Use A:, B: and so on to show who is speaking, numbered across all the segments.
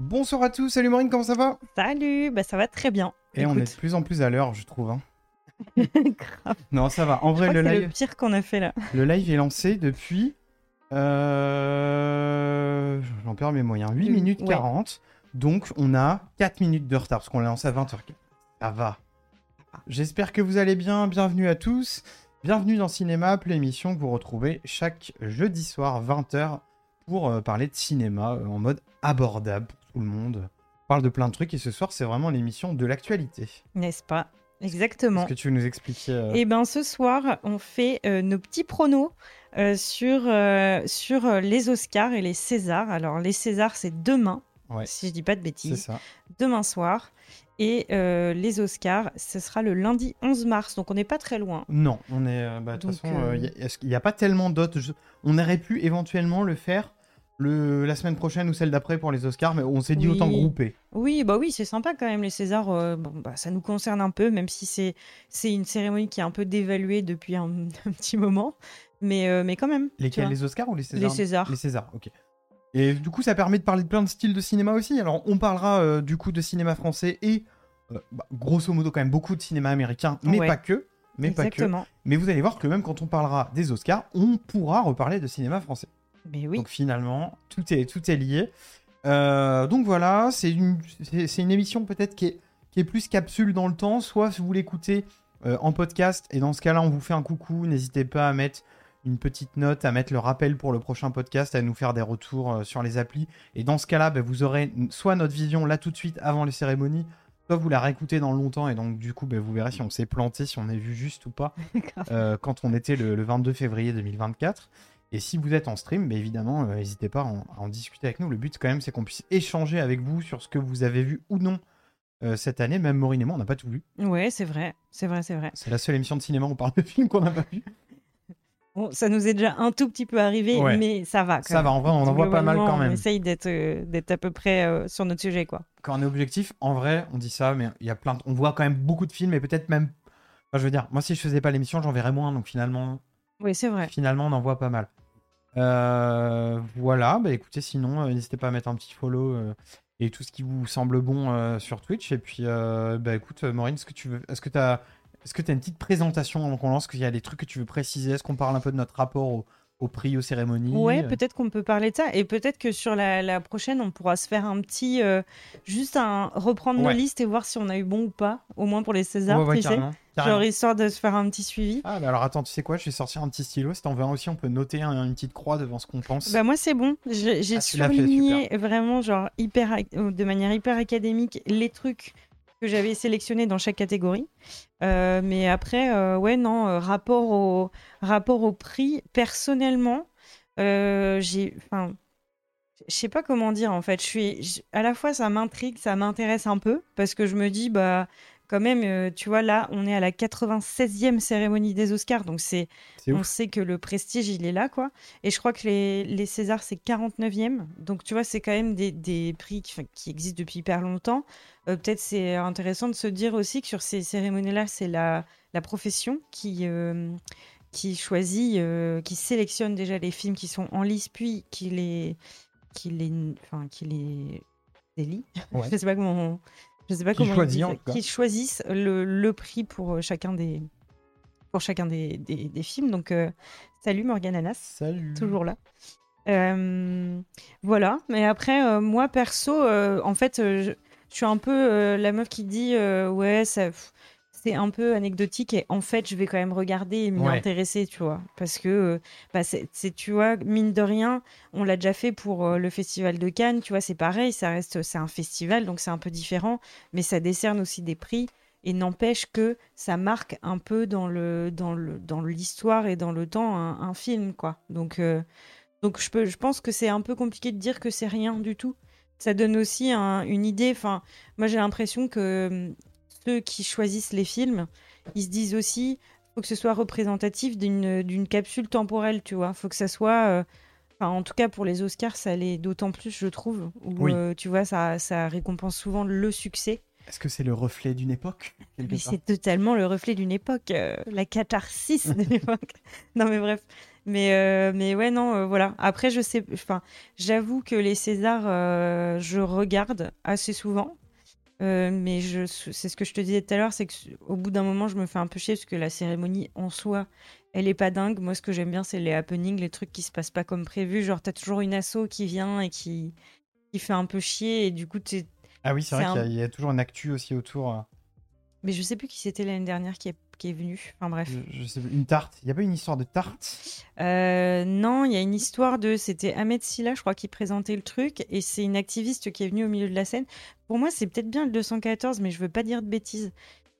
A: Bonsoir à tous, salut Maureen, comment ça va
B: Salut, bah ça va très bien.
A: Et on est de plus en plus à l'heure, je trouve. hein.
B: Grave.
A: Non, ça va. En
B: Je
A: vrai,
B: crois que
A: le
B: c'est le
A: live,
B: pire qu'on a fait là.
A: le live est lancé depuis. euh, J'en perds mes moyens. 8
B: Hum,
A: minutes
B: ouais.
A: 40. Donc, on a 4 minutes de retard parce qu'on l'a lancé à 20h. Ça va. J'espère que vous allez bien. Bienvenue à tous. Bienvenue dans Cinéma Up, l'émission que vous retrouvez chaque jeudi soir 20h pour euh, parler de cinéma euh, en mode abordable pour tout le monde. On parle de plein de trucs et ce soir, c'est vraiment l'émission de l'actualité.
B: N'est-ce pas
A: Est-ce
B: Exactement.
A: que tu veux nous expliquer euh,
B: Et ben ce soir, on fait euh, nos petits pronos euh, sur, euh, sur euh, les Oscars et les Césars. Alors les Césars, c'est demain,
A: Ouais.
B: si je dis pas de
A: C'est
B: bêtises,
A: ça.
B: demain soir. Et euh, les Oscars, ce sera le lundi 11 mars, donc on n'est pas très loin.
A: Non, on est. euh, bah, De toute
B: Donc,
A: façon, euh,
B: euh,
A: y a- est-ce qu'il n'y a pas tellement d'autres. jeux On aurait pu éventuellement le faire le... la semaine prochaine ou celle d'après pour les Oscars, mais on s'est dit
B: Oui.
A: autant grouper.
B: Oui, bah oui, c'est sympa quand même les Césars. euh, bon, bah, ça nous concerne un peu, même si c'est c'est une cérémonie qui est un peu dévaluée depuis un, un petit moment, mais euh, mais quand même. tu
A: Lesquels
B: vois.
A: Les Oscars ou les Césars
B: Les Césars.
A: Les Césars, ok. Et du coup, ça permet de parler de plein de styles de cinéma aussi. Alors, on parlera euh, du coup de cinéma français et, euh, bah, grosso modo, quand même beaucoup de cinéma américain, mais
B: Ouais.
A: pas que. Mais pas que.
B: Exactement.
A: Mais vous allez voir que même quand on parlera des Oscars, on pourra reparler de cinéma français.
B: Mais oui.
A: Donc finalement, tout est, tout est lié. Euh, donc voilà, c'est une, c'est- c'est une émission peut-être qui est, qui est plus capsule dans le temps. Soit si vous l'écoutez euh, en podcast, et dans ce cas-là, on vous fait un coucou. N'hésitez pas à mettre une petite note, à mettre le rappel pour le prochain podcast, à nous faire des retours euh, sur les applis. Et dans ce cas-là, bah, vous aurez soit notre vision là tout de suite avant les cérémonies, soit vous la réécoutez dans longtemps. Et donc du coup, bah, vous verrez si on s'est planté, si on est vu juste ou pas
B: Grave.
A: euh, quand on était le, le 22 février 2024. Et si vous êtes en stream, bah, évidemment, euh, n'hésitez pas à en, à en discuter avec nous. Le but, quand même, c'est qu'on puisse échanger avec vous sur ce que vous avez vu ou non euh, cette année. Même Maureen et moi, on n'a pas tout vu.
B: Ouais, c'est vrai, c'est vrai, c'est vrai.
A: C'est la seule émission de cinéma où on parle de films qu'on n'a pas vu.
B: Bon, ça nous est déjà un tout petit peu arrivé,
A: Ouais.
B: mais ça va. Quand
A: Ça va, en vrai, on en voit pas mal quand
B: On
A: même.
B: essaye d'être euh, d'être à peu près euh, sur notre sujet, quoi.
A: Quand on est objectif, en vrai, on dit ça, mais il y a plein de- On voit quand même beaucoup de films et peut-être même. Enfin, je veux dire, moi, si je faisais pas l'émission, j'en verrais moins. Donc finalement,
B: Oui, c'est vrai.
A: Finalement, on en voit pas mal. Euh, voilà, bah écoutez, sinon, euh, n'hésitez pas à mettre un petit follow euh, et tout ce qui vous semble bon euh, sur Twitch. Et puis, euh, bah écoute, euh, Maureen, est-ce que tu veux, est-ce que t'as, est-ce que t'as une petite présentation avant qu'on lance, est-ce qu'il y a des trucs que tu veux préciser, est-ce qu'on parle un peu de notre rapport au, au prix, aux cérémonies
B: Ouais,
A: euh,
B: peut-être qu'on peut parler de ça, et peut-être que sur la, la prochaine, on pourra se faire un petit, euh, juste un reprendre
A: Ouais.
B: nos listes et voir si on a eu bon ou pas, au moins pour les Césars,
A: ouais, ouais,
B: tu sais.
A: carrément, carrément.
B: Genre histoire de se faire un petit suivi.
A: Ah bah alors attends, tu sais quoi, je vais sortir un petit stylo. Si t'en veux un aussi, on peut noter un- une petite croix devant ce qu'on pense.
B: Bah moi c'est bon, Je- j'ai
A: Ah, tu l'as fait,
B: surligné vraiment genre hyper ac- euh, de manière hyper académique les trucs que j'avais sélectionnés dans chaque catégorie. Euh, mais après euh, ouais non euh, rapport au rapport au prix personnellement euh, j'ai enfin je sais pas comment dire en fait, je suis je- à la fois ça m'intrigue, ça m'intéresse un peu parce que je me dis bah quand même euh, tu vois là on est à la 96e cérémonie des Oscars donc c'est
A: C'est
B: on
A: ouf.
B: sait que le prestige, il est là, quoi. Et je crois que les, les Césars, c'est 49e. Donc, tu vois, c'est quand même des, des prix qui, 'fin, qui existent depuis hyper longtemps. Euh, Peut-être c'est intéressant de se dire aussi que sur ces cérémonies-là, c'est la, la profession qui, euh, qui choisit, euh, qui sélectionne déjà les films qui sont en lice, puis qui les, qui les, 'fin, qui les délie.
A: Ouais.
B: je sais pas comment on- Je sais pas
A: Qui
B: comment on
A: choisit,
B: dit
A: en
B: ça.
A: tout cas.
B: Qui choisissent le, le prix pour euh, chacun des, pour chacun des, des- des films. Donc, euh, salut Morgane Anas,
A: Salut.
B: toujours là. Euh, voilà, mais après, euh, moi perso, euh, en fait, euh, je, je suis un peu euh, la meuf qui dit euh, ouais, ça, pff, c'est un peu anecdotique et en fait, je vais quand même regarder et m'y
A: Ouais.
B: intéresser, tu vois, parce que euh, bah, c'est, c'est- tu vois, mine de rien, on l'a déjà fait pour euh, le festival de Cannes, tu vois, c'est pareil, ça reste, c'est un festival, donc c'est un peu différent, mais ça décerne aussi des prix et n'empêche que ça marque un peu dans le dans le dans l'histoire et dans le temps un, un film quoi. Donc euh, donc je peux je pense que c'est un peu compliqué de dire que c'est rien du tout. Ça donne aussi un- une idée. Enfin, moi j'ai l'impression que hum, ceux qui choisissent les films, ils se disent aussi faut que ce soit représentatif d'une d'une capsule temporelle, tu vois. Faut que ça soit euh, Enfin, en tout cas, pour les Oscars, ça l'est d'autant plus, je trouve, où,
A: Oui.
B: euh, tu vois, ça, ça récompense souvent le succès.
A: Est-ce que c'est le reflet d'une époque quelque
B: Mais
A: part
B: c'est totalement le reflet d'une époque, euh, la catharsis de l'époque. non, mais bref. Mais, euh, mais ouais, non, euh, voilà. Après, je sais, enfin, j'avoue que les Césars, euh, je regarde assez souvent. Euh, mais je, c'est ce que je te disais tout à l'heure, c'est qu'au bout d'un moment, je me fais un peu chier parce que la cérémonie en soi, elle est pas dingue. Moi, ce que j'aime bien, c'est les happenings, les trucs qui se passent pas comme prévu. Genre, t'as toujours une asso qui vient et qui, qui fait un peu chier. Et du coup, t'es.
A: Ah oui, c'est vrai
B: un-
A: qu'il y a- il y, a toujours une actu aussi autour. euh,
B: Mais je sais plus qui c'était l'année dernière qui est, qui est venue. Enfin, bref.
A: Je, je sais plus, une tarte. Il y a pas une histoire de tarte
B: Euh, non, il y a une histoire de. C'était Ahmed Silla, je crois, qui présentait le truc. Et c'est une activiste qui est venue au milieu de la scène. Pour moi, c'est peut-être bien le 214, mais je veux pas dire de bêtises.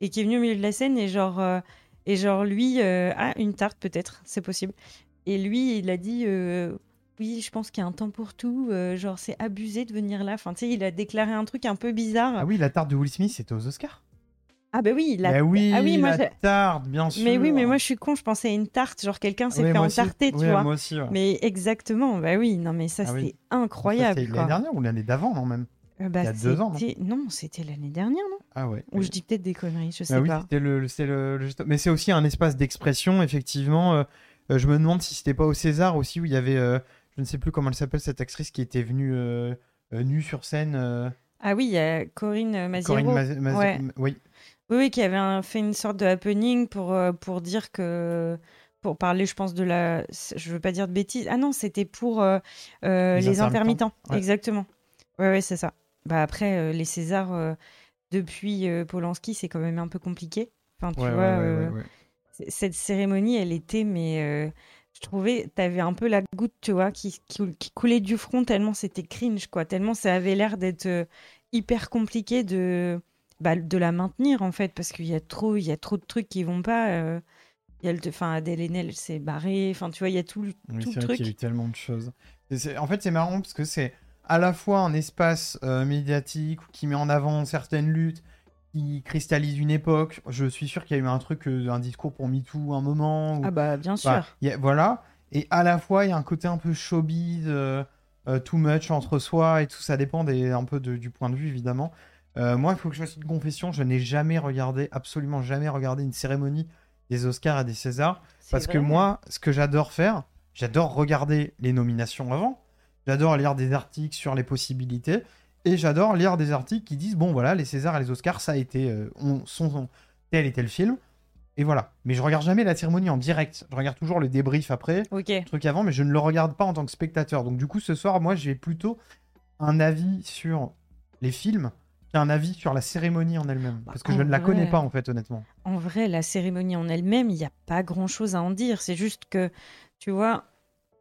B: Et qui est venue au milieu de la scène. Et genre, euh, et genre lui, euh, ah, une tarte peut-être, c'est possible. Et lui, il a dit. euh, oui, je pense qu'il y a un temps pour tout. euh, genre, c'est abusé de venir là. Enfin, tu sais, il a déclaré un truc un peu bizarre.
A: Ah oui, la tarte de Will Smith, c'était aux Oscars.
B: Ah, bah oui, il a-
A: Bah oui,
B: ah oui, moi,
A: la
B: je-
A: tarte, bien sûr.
B: Mais oui, mais moi, je suis con. Je pensais à une tarte. Genre, quelqu'un s'est
A: Ouais,
B: fait
A: moi aussi.
B: entarter, tu
A: Ouais,
B: vois.
A: Moi aussi. ouais.
B: Mais exactement, bah oui, non mais ça
A: Ah
B: c'est
A: oui.
B: incroyable.
A: Ça, c'était L'année
B: quoi.
A: dernière ou l'année d'avant, non même
B: Euh, bah,
A: il y a deux ans, non
B: c'était- Non, c'était l'année dernière, non
A: Ah ouais.
B: Ou je dis peut-être des conneries, je sais
A: Ah oui,
B: pas.
A: c'était le, le- c'est le- le geste- mais c'est aussi un espace d'expression, effectivement. Euh, euh, je me demande si c'était pas au César aussi où il y avait, euh, je ne sais plus comment elle s'appelle cette actrice qui était venue euh, euh, nue sur scène. euh,
B: Ah oui, il y a Corinne euh, Maziero.
A: Corinne Maz- Maz-
B: ouais.
A: M- oui.
B: Oui, oui, qui avait un- fait une sorte de happening pour, euh, pour dire que. Pour parler, je pense, de la. Je veux pas dire de bêtises. Ah non, c'était pour euh, euh,
A: Les
B: les,
A: intermittents.
B: intermittents.
A: Ouais.
B: Exactement. Ouais, ouais, c'est ça. Bah après, euh, les Césars, euh, depuis euh, Polanski, c'est quand même un peu compliqué. Enfin, tu
A: Ouais, ouais,
B: vois.
A: ouais,
B: euh,
A: ouais, ouais.
B: C- cette cérémonie, elle était, mais euh, je trouvais, t'avais un peu la goutte, tu vois, qui, qui- qui coulait du front tellement c'était cringe, quoi. Tellement ça avait l'air d'être euh, hyper compliqué de, bah, de la maintenir, en fait, parce qu'il y a trop, il y a trop de trucs qui vont pas. euh. Il y a le, enfin, Adèle Haenel s'est barrée. Enfin, tu vois, il y a tout, le-
A: Oui,
B: tout
A: c'est
B: le
A: vrai
B: truc.
A: qu'il y a eu tellement de choses. Et c'est- en fait, c'est marrant parce que c'est à la fois un espace euh, médiatique qui met en avant certaines luttes, qui cristallise une époque. Je suis sûr qu'il y a eu un truc, euh, un discours pour MeToo un moment. ou-
B: Ah bah, bien sûr.
A: Enfin, il y a- voilà. Et à la fois, il y a un côté un peu showbiz, euh, euh, too much entre soi et tout. Ça dépend des, un peu de- du point de vue, évidemment. Euh, moi, il faut que je fasse une confession. Je n'ai jamais regardé, absolument jamais regardé une cérémonie des Oscars et des Césars. Parce que moi, ce que j'adore faire, j'adore regarder les nominations avant. J'adore lire des articles sur les possibilités. Et j'adore lire des articles qui disent bon, voilà, les Césars et les Oscars, ça a été. euh, on, sont, sont- tel et tel film. Et voilà. Mais je regarde jamais la cérémonie en direct. Je regarde toujours le débrief après,
B: Ok.
A: le truc avant, mais je ne le regarde pas en tant que spectateur. Donc, du coup, ce soir, moi, j'ai plutôt un avis sur les films qu'un avis sur la cérémonie en elle-même.
B: Bah,
A: Parce que je
B: en
A: ne la connais
B: vrai.
A: pas, en fait, honnêtement.
B: En vrai, la cérémonie en elle-même, il n'y a pas grand-chose à en dire. C'est juste que, tu vois,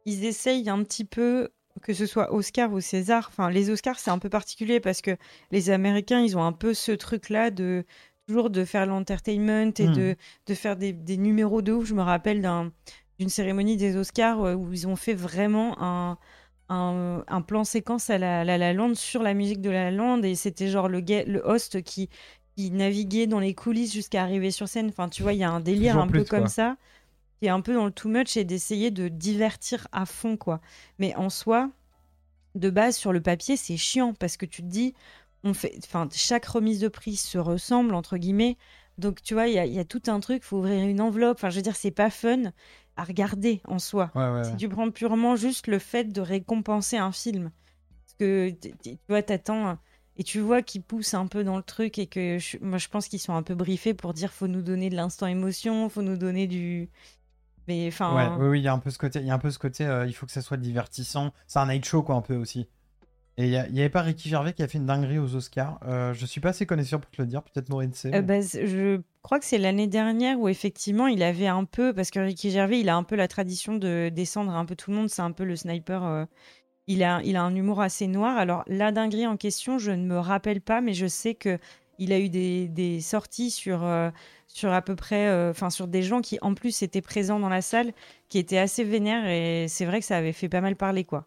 B: ils essayent un petit peu, que ce soit Oscar ou César. Enfin, les Oscars, c'est un peu particulier parce que les Américains, ils ont un peu ce truc-là de toujours de faire l'entertainment et
A: Hmm.
B: de, de faire des, des numéros de ouf. Je me rappelle d'un- d'une cérémonie des Oscars euh, où ils ont fait vraiment un, un, un plan séquence à la, la La Land sur la musique de La La Land et c'était genre le, gue- le host qui, qui naviguait dans les coulisses jusqu'à arriver sur scène. Enfin, tu vois, il y a un délire
A: Toujours
B: un
A: plus,
B: peu comme
A: quoi.
B: ça qui est un peu dans le too much et d'essayer de divertir à fond, quoi. Mais en soi, de base, sur le papier, c'est chiant parce que tu te dis, on fait, enfin, chaque remise de prix se ressemble, entre guillemets. Donc, tu vois, il y, a- il y a tout un truc, faut ouvrir une enveloppe. Enfin, je veux dire, c'est pas fun à regarder en soi.
A: Ouais, ouais.
B: Si tu prends purement juste le fait de récompenser un film, parce que t- t- tu vois, t'attends euh, et tu vois qu'ils poussent un peu dans le truc et que je- moi je pense qu'ils sont un peu briefés pour dire faut nous donner de l'instant émotion, faut nous donner du. Mais
A: Ouais,
B: enfin,
A: oui, oui, il y a un peu ce côté, il y a un peu ce côté, euh, il faut que ça soit divertissant. C'est un night show, quoi, un peu aussi. Et il y, a- il y avait pas Ricky Gervais qui a fait une dinguerie aux Oscars. Euh, je suis pas assez connaisseur pour te le dire, peut-être Maureen sait.
B: euh,
A: mais-
B: bah, c'est- je crois que c'est l'année dernière où effectivement il avait un peu, parce que Ricky Gervais il a un peu la tradition de descendre un peu tout le monde, c'est un peu le sniper. euh, Il a, il a un humour assez noir. Alors, la dinguerie en question, je ne me rappelle pas, mais je sais que il a eu des, des sorties sur, euh, sur à peu près, euh, enfin, sur des gens qui, en plus, étaient présents dans la salle, qui étaient assez vénères, et c'est vrai que ça avait fait pas mal parler, quoi.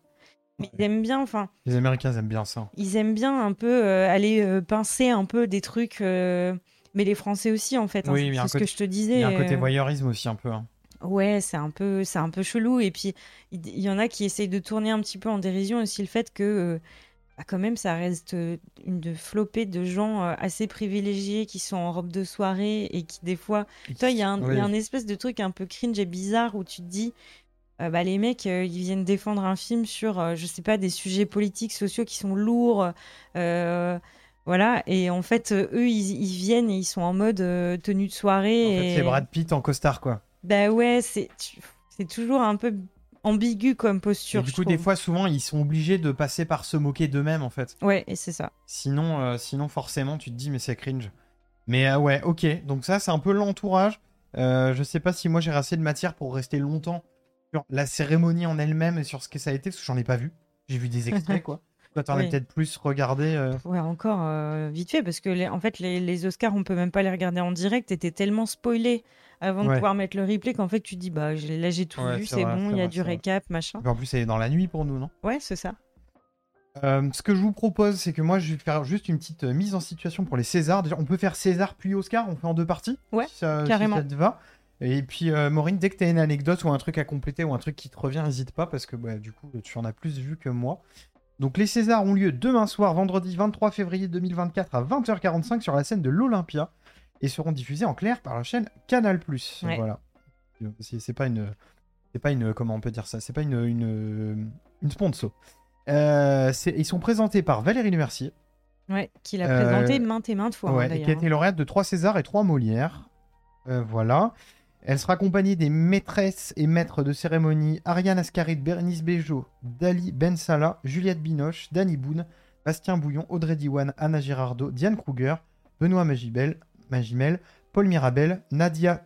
B: Mais ils aiment bien, enfin,
A: Les Américains aiment bien ça.
B: ils aiment bien un peu euh, aller euh, pincer un peu des trucs, euh, mais les Français aussi, en fait. hein,
A: Oui,
B: c'est
A: mais il y a un
B: tout ce que
A: côté-
B: je te disais.
A: Il y a un côté
B: euh,
A: voyeurisme aussi, un peu. hein.
B: Ouais, c'est un peu, c'est un peu chelou. Et puis, il il y en a qui essayent de tourner un petit peu en dérision aussi le fait que, euh, bah, quand même, ça reste euh, une de flopée de gens euh, assez privilégiés qui sont en robe de soirée et qui, des fois, toi, il y, a un- il y a
A: Oui.
B: un espèce de truc un peu cringe et bizarre où tu te dis, euh, bah, les mecs, euh, ils viennent défendre un film sur, euh, je sais pas, des sujets politiques, sociaux qui sont lourds. euh, voilà. Et en fait, euh, eux, ils, ils viennent et ils sont en mode euh, tenue de soirée.
A: En fait,
B: et-
A: c'est Brad Pitt en costard, quoi.
B: Bah ouais, c'est c'est toujours un peu ambigu comme
A: Et
B: posture.
A: du
B: je
A: coup, des
B: trouve.
A: fois, souvent, ils sont obligés de passer par se moquer d'eux-mêmes, en fait.
B: Ouais, et c'est ça.
A: Sinon, euh, sinon, forcément, tu te dis, mais c'est cringe. Mais euh, ouais, ok. Donc ça, c'est un peu l'entourage. Euh, je sais pas si moi j'ai assez de matière pour rester longtemps sur la cérémonie en elle-même et sur ce que ça a été, parce que j'en ai pas vu. J'ai vu des extraits, quoi. Toi, t'en as
B: Oui.
A: peut-être plus regardé. euh,
B: Ouais, encore euh, vite fait, parce que les- en fait, les, les Oscars, on peut même pas les regarder en direct. T'étais tellement spoilé avant de
A: Ouais.
B: pouvoir mettre le replay qu'en fait, tu dis, bah j'ai- là, j'ai tout
A: Ouais,
B: vu,
A: c'est
B: c'est
A: vrai,
B: bon,
A: c'est
B: il y a
A: vrai,
B: du
A: c'est vrai.
B: récap, machin.
A: En plus, c'est dans la nuit pour nous, non
B: Ouais, c'est ça.
A: Euh, ce que je vous propose, c'est que moi, je vais faire juste une petite euh, mise en situation pour les Césars. Déjà, on peut faire César puis Oscar, on fait en deux parties.
B: Ouais,
A: si ça, si
B: carrément.
A: ça te va. Et puis, euh, Maureen, dès que tu as une anecdote ou un truc à compléter ou un truc qui te revient, n'hésite pas parce que bah, du coup, tu en as plus vu que moi. Donc, les Césars ont lieu demain soir, vendredi 23 février 2024 à 20h45 sur la scène de l'Olympia et seront diffusés en clair par la chaîne Canal.
B: Ouais.
A: Voilà. Euh, C'est c'est pas une. C'est pas une. Comment on peut dire ça C'est pas une. Une, une sponsor. Euh, c'est- ils sont présentés par Valérie Lemercier,
B: Ouais, qu'il a
A: Euh,
B: présenté maintes et maintes fois. hein,
A: ouais, et
B: d'ailleurs,
A: qui a été lauréate de trois Césars et trois Molières. Euh, voilà. Elle sera accompagnée des maîtresses et maîtres de cérémonie Ariane Ascaride, Bérénice Bejo, Dali Ben Salah, Juliette Binoche, Danny Boone, Bastien Bouillon, Audrey Diwan, Anna Girardot, Diane Kruger, Benoît Magibel, Magimel, Paul Mirabel, Nadia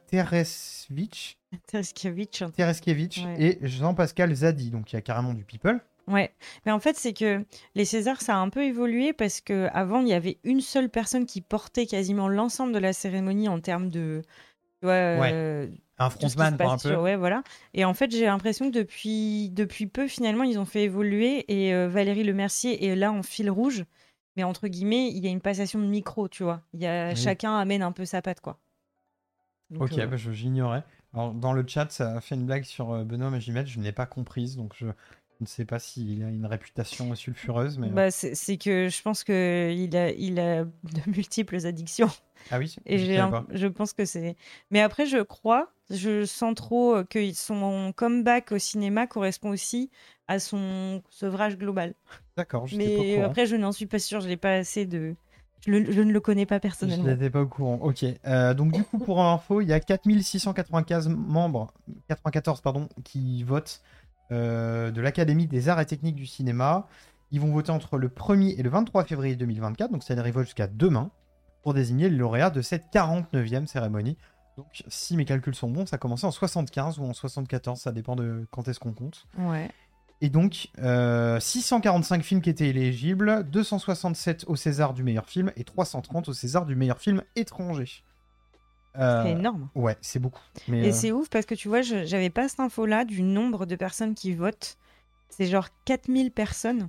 A: Teresvich,
B: hein. Tereskevitch, un
A: Tereskevich
B: Ouais.
A: et Jean-Pascal Zadi. Donc il y a carrément du people.
B: Ouais, mais en fait, c'est que les Césars, ça a un peu évolué parce que avant il y avait une seule personne qui portait quasiment l'ensemble de la cérémonie en termes de. Tu vois, euh,
A: Un
B: tout ce qui se
A: frontman,
B: passe
A: quoi, un peu.
B: sur- Ouais, voilà. Et en fait, j'ai l'impression que depuis, depuis peu, finalement, ils ont fait évoluer et euh, Valérie Lemercier est là en fil rouge. Mais entre guillemets, il y a une passation de micro, tu vois. Il y a,
A: Oui.
B: Chacun amène un peu sa patte, quoi. Donc,
A: Ok,
B: euh,
A: bah, je- j'ignorais. Alors, dans le chat, ça a fait une blague sur euh, Benoît Magimel, je ne l'ai pas comprise, donc je ne sais pas s'il a une réputation sulfureuse, mais... euh,
B: bah, c'est c'est que je pense qu'il a, il a de multiples addictions.
A: ah oui,
B: Et
A: je
B: j'ai
A: savais
B: l'im-
A: pas.
B: je pense que c'est. Mais après, je crois, je sens trop euh, que son comeback au cinéma correspond aussi à son sevrage global.
A: D'accord, je n'étais pas au
B: Mais euh,
A: courant.
B: après, je n'en suis pas sûre, je l'ai pas assez de. Je, le- je ne le connais pas
A: Je
B: personnellement.
A: n'étais pas au courant. Ok. Euh, donc, du coup, pour info, il y a 4695 membres, 94, pardon, qui votent euh, de l'Académie des arts et techniques du cinéma. Ils vont voter entre le 1er et le 23 février 2024, donc ça les révolte jusqu'à demain, pour désigner le lauréat de cette 49e cérémonie. Donc, si mes calculs sont bons, ça a commencé en 75 ou en 74, ça dépend de quand est-ce qu'on compte.
B: Ouais.
A: Et donc, euh, 645 films qui étaient éligibles, 267 au César du meilleur film et 330 au César du meilleur film étranger. Euh,
B: C'est énorme.
A: ouais, c'est beaucoup. Mais,
B: Et
A: euh,
B: c'est ouf parce que tu vois, je j'avais pas cette info-là du nombre de personnes qui votent. C'est genre 4000 personnes.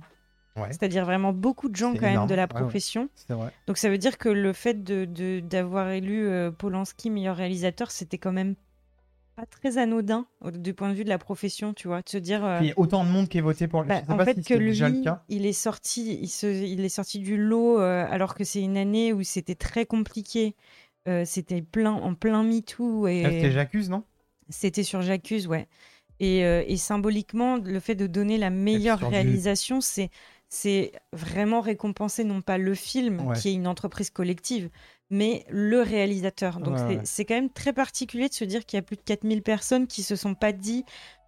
A: Ouais.
B: C'est-à-dire vraiment beaucoup de gens
A: C'est
B: quand même
A: énorme.
B: de la
A: Ouais, ouais.
B: profession.
A: c'est vrai.
B: Donc ça veut dire que le fait d'avoir de, d'avoir élu euh, Polanski meilleur réalisateur, c'était quand même pas très anodin au- du point de vue de la profession, tu vois, de se dire. euh,
A: Il y a autant de monde qui est voté pour.
B: bah,
A: je sais
B: en
A: pas
B: fait,
A: si
B: que
A: c'est
B: lui,
A: déjà le cas.
B: il est sorti, il, se- il est sorti du lot euh, alors que c'est une année où c'était très compliqué, euh, c'était plein en plein MeToo
A: Ah, C'était
B: et
A: J'accuse, non
B: c'était sur J'accuse, ouais. Et, euh, et symboliquement, le fait de donner la meilleure
A: sur du-
B: réalisation, c'est c'est vraiment récompenser non pas le film
A: Ouais.
B: qui est une entreprise collective, mais le réalisateur. Donc
A: Ouais,
B: c'est-
A: ouais.
B: c'est quand même très particulier de se dire qu'il y a plus de 4000 personnes qui se sont pas dit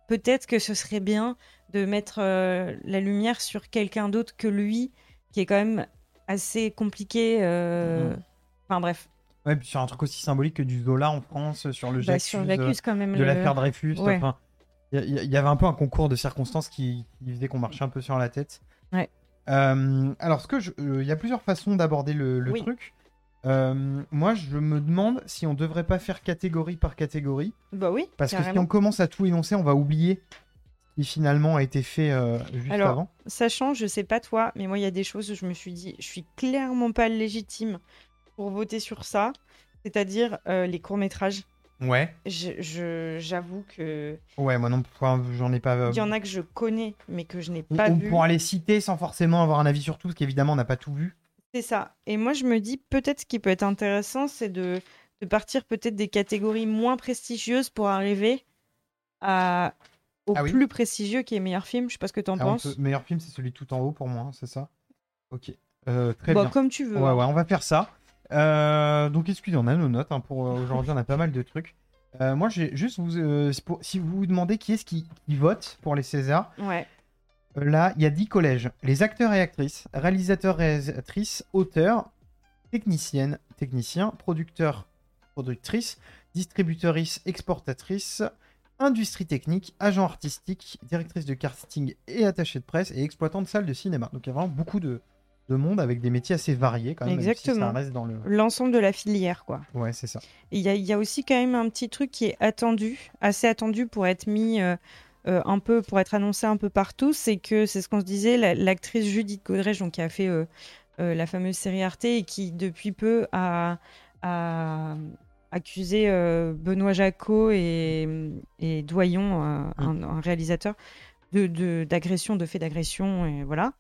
B: peut-être que ce serait bien de mettre euh, la lumière sur quelqu'un d'autre que lui, qui est quand même assez compliqué. euh,
A: Mhm.
B: Enfin bref,
A: Ouais, puis sur un truc aussi symbolique que du Zola en France, sur le
B: Bah,
A: J'accuse,
B: sur J'accuse quand même.
A: euh, de
B: le-
A: l'affaire Dreyfus.
B: Ouais.
A: enfin, Il y, a- il y avait un peu un concours de circonstances qui, qui faisait qu'on marchait un peu sur la tête.
B: Ouais.
A: Euh, alors, ce que je- euh, il y a plusieurs façons d'aborder le, le
B: Oui.
A: truc. Euh, moi, je me demande si on devrait pas faire catégorie par catégorie,
B: Bah oui.
A: parce que si
B: carrément.
A: on commence à tout énoncer, on va oublier ce qui finalement a été fait euh, juste
B: Alors,
A: avant.
B: sachant, je sais pas toi, mais moi, il y a des choses où je me suis dit, je suis clairement pas légitime pour voter sur ça, c'est-à-dire euh, les courts-métrages.
A: Ouais.
B: Je- je- J'avoue que
A: Ouais, moi non, enfin, j'en ai pas. euh,
B: il y en a que je connais, mais que je n'ai
A: on-
B: pas
A: on
B: vu.
A: pourra les citer sans forcément avoir un avis sur tout, parce qu'évidemment, on n'a pas tout vu.
B: C'est ça. Et moi, je me dis, peut-être ce qui peut être intéressant, c'est de, de partir peut-être des catégories moins prestigieuses pour arriver à au
A: Ah oui.
B: plus prestigieux qui est meilleur film. Je sais pas ce que t'en
A: Ah, on
B: penses.
A: peut- Meilleur film, c'est celui tout en haut pour moi, hein, c'est ça Ok. Euh, très
B: Bon,
A: bien.
B: comme tu veux. hein.
A: Ouais, ouais, on va faire ça. Euh, donc, excusez, on a nos notes hein, pour euh, aujourd'hui, on a pas mal de trucs. Euh, moi, j'ai juste vous, euh, c'est pour- si vous vous demandez qui est-ce qui, qui vote pour les Césars,
B: Ouais.
A: euh, là, il y a 10 collèges. Les acteurs et actrices, réalisateurs et réalisatrices, auteurs, techniciennes, techniciens, producteurs, productrices, distributrices, exportatrices, industrie technique, agents artistiques, directrice de casting et attachée de presse et exploitant de salles de cinéma. Donc il y a vraiment beaucoup de, de monde avec des métiers assez variés quand même. même si
B: Exactement.
A: ça reste dans le.
B: L'ensemble de la filière, quoi.
A: Ouais, c'est ça.
B: Il y, a- il y a aussi quand même un petit truc qui est attendu, assez attendu pour être mis euh, euh, un peu, pour être annoncé un peu partout, c'est que c'est ce qu'on se disait, la- l'actrice Judith Godrèche, donc qui a fait euh, euh, la fameuse série Arte et qui depuis peu a, a accusé euh, Benoît Jacot et, et Doyon,
A: Mm.
B: euh, un, un réalisateur, de- de d'agression, de, fait d'agression, et voilà.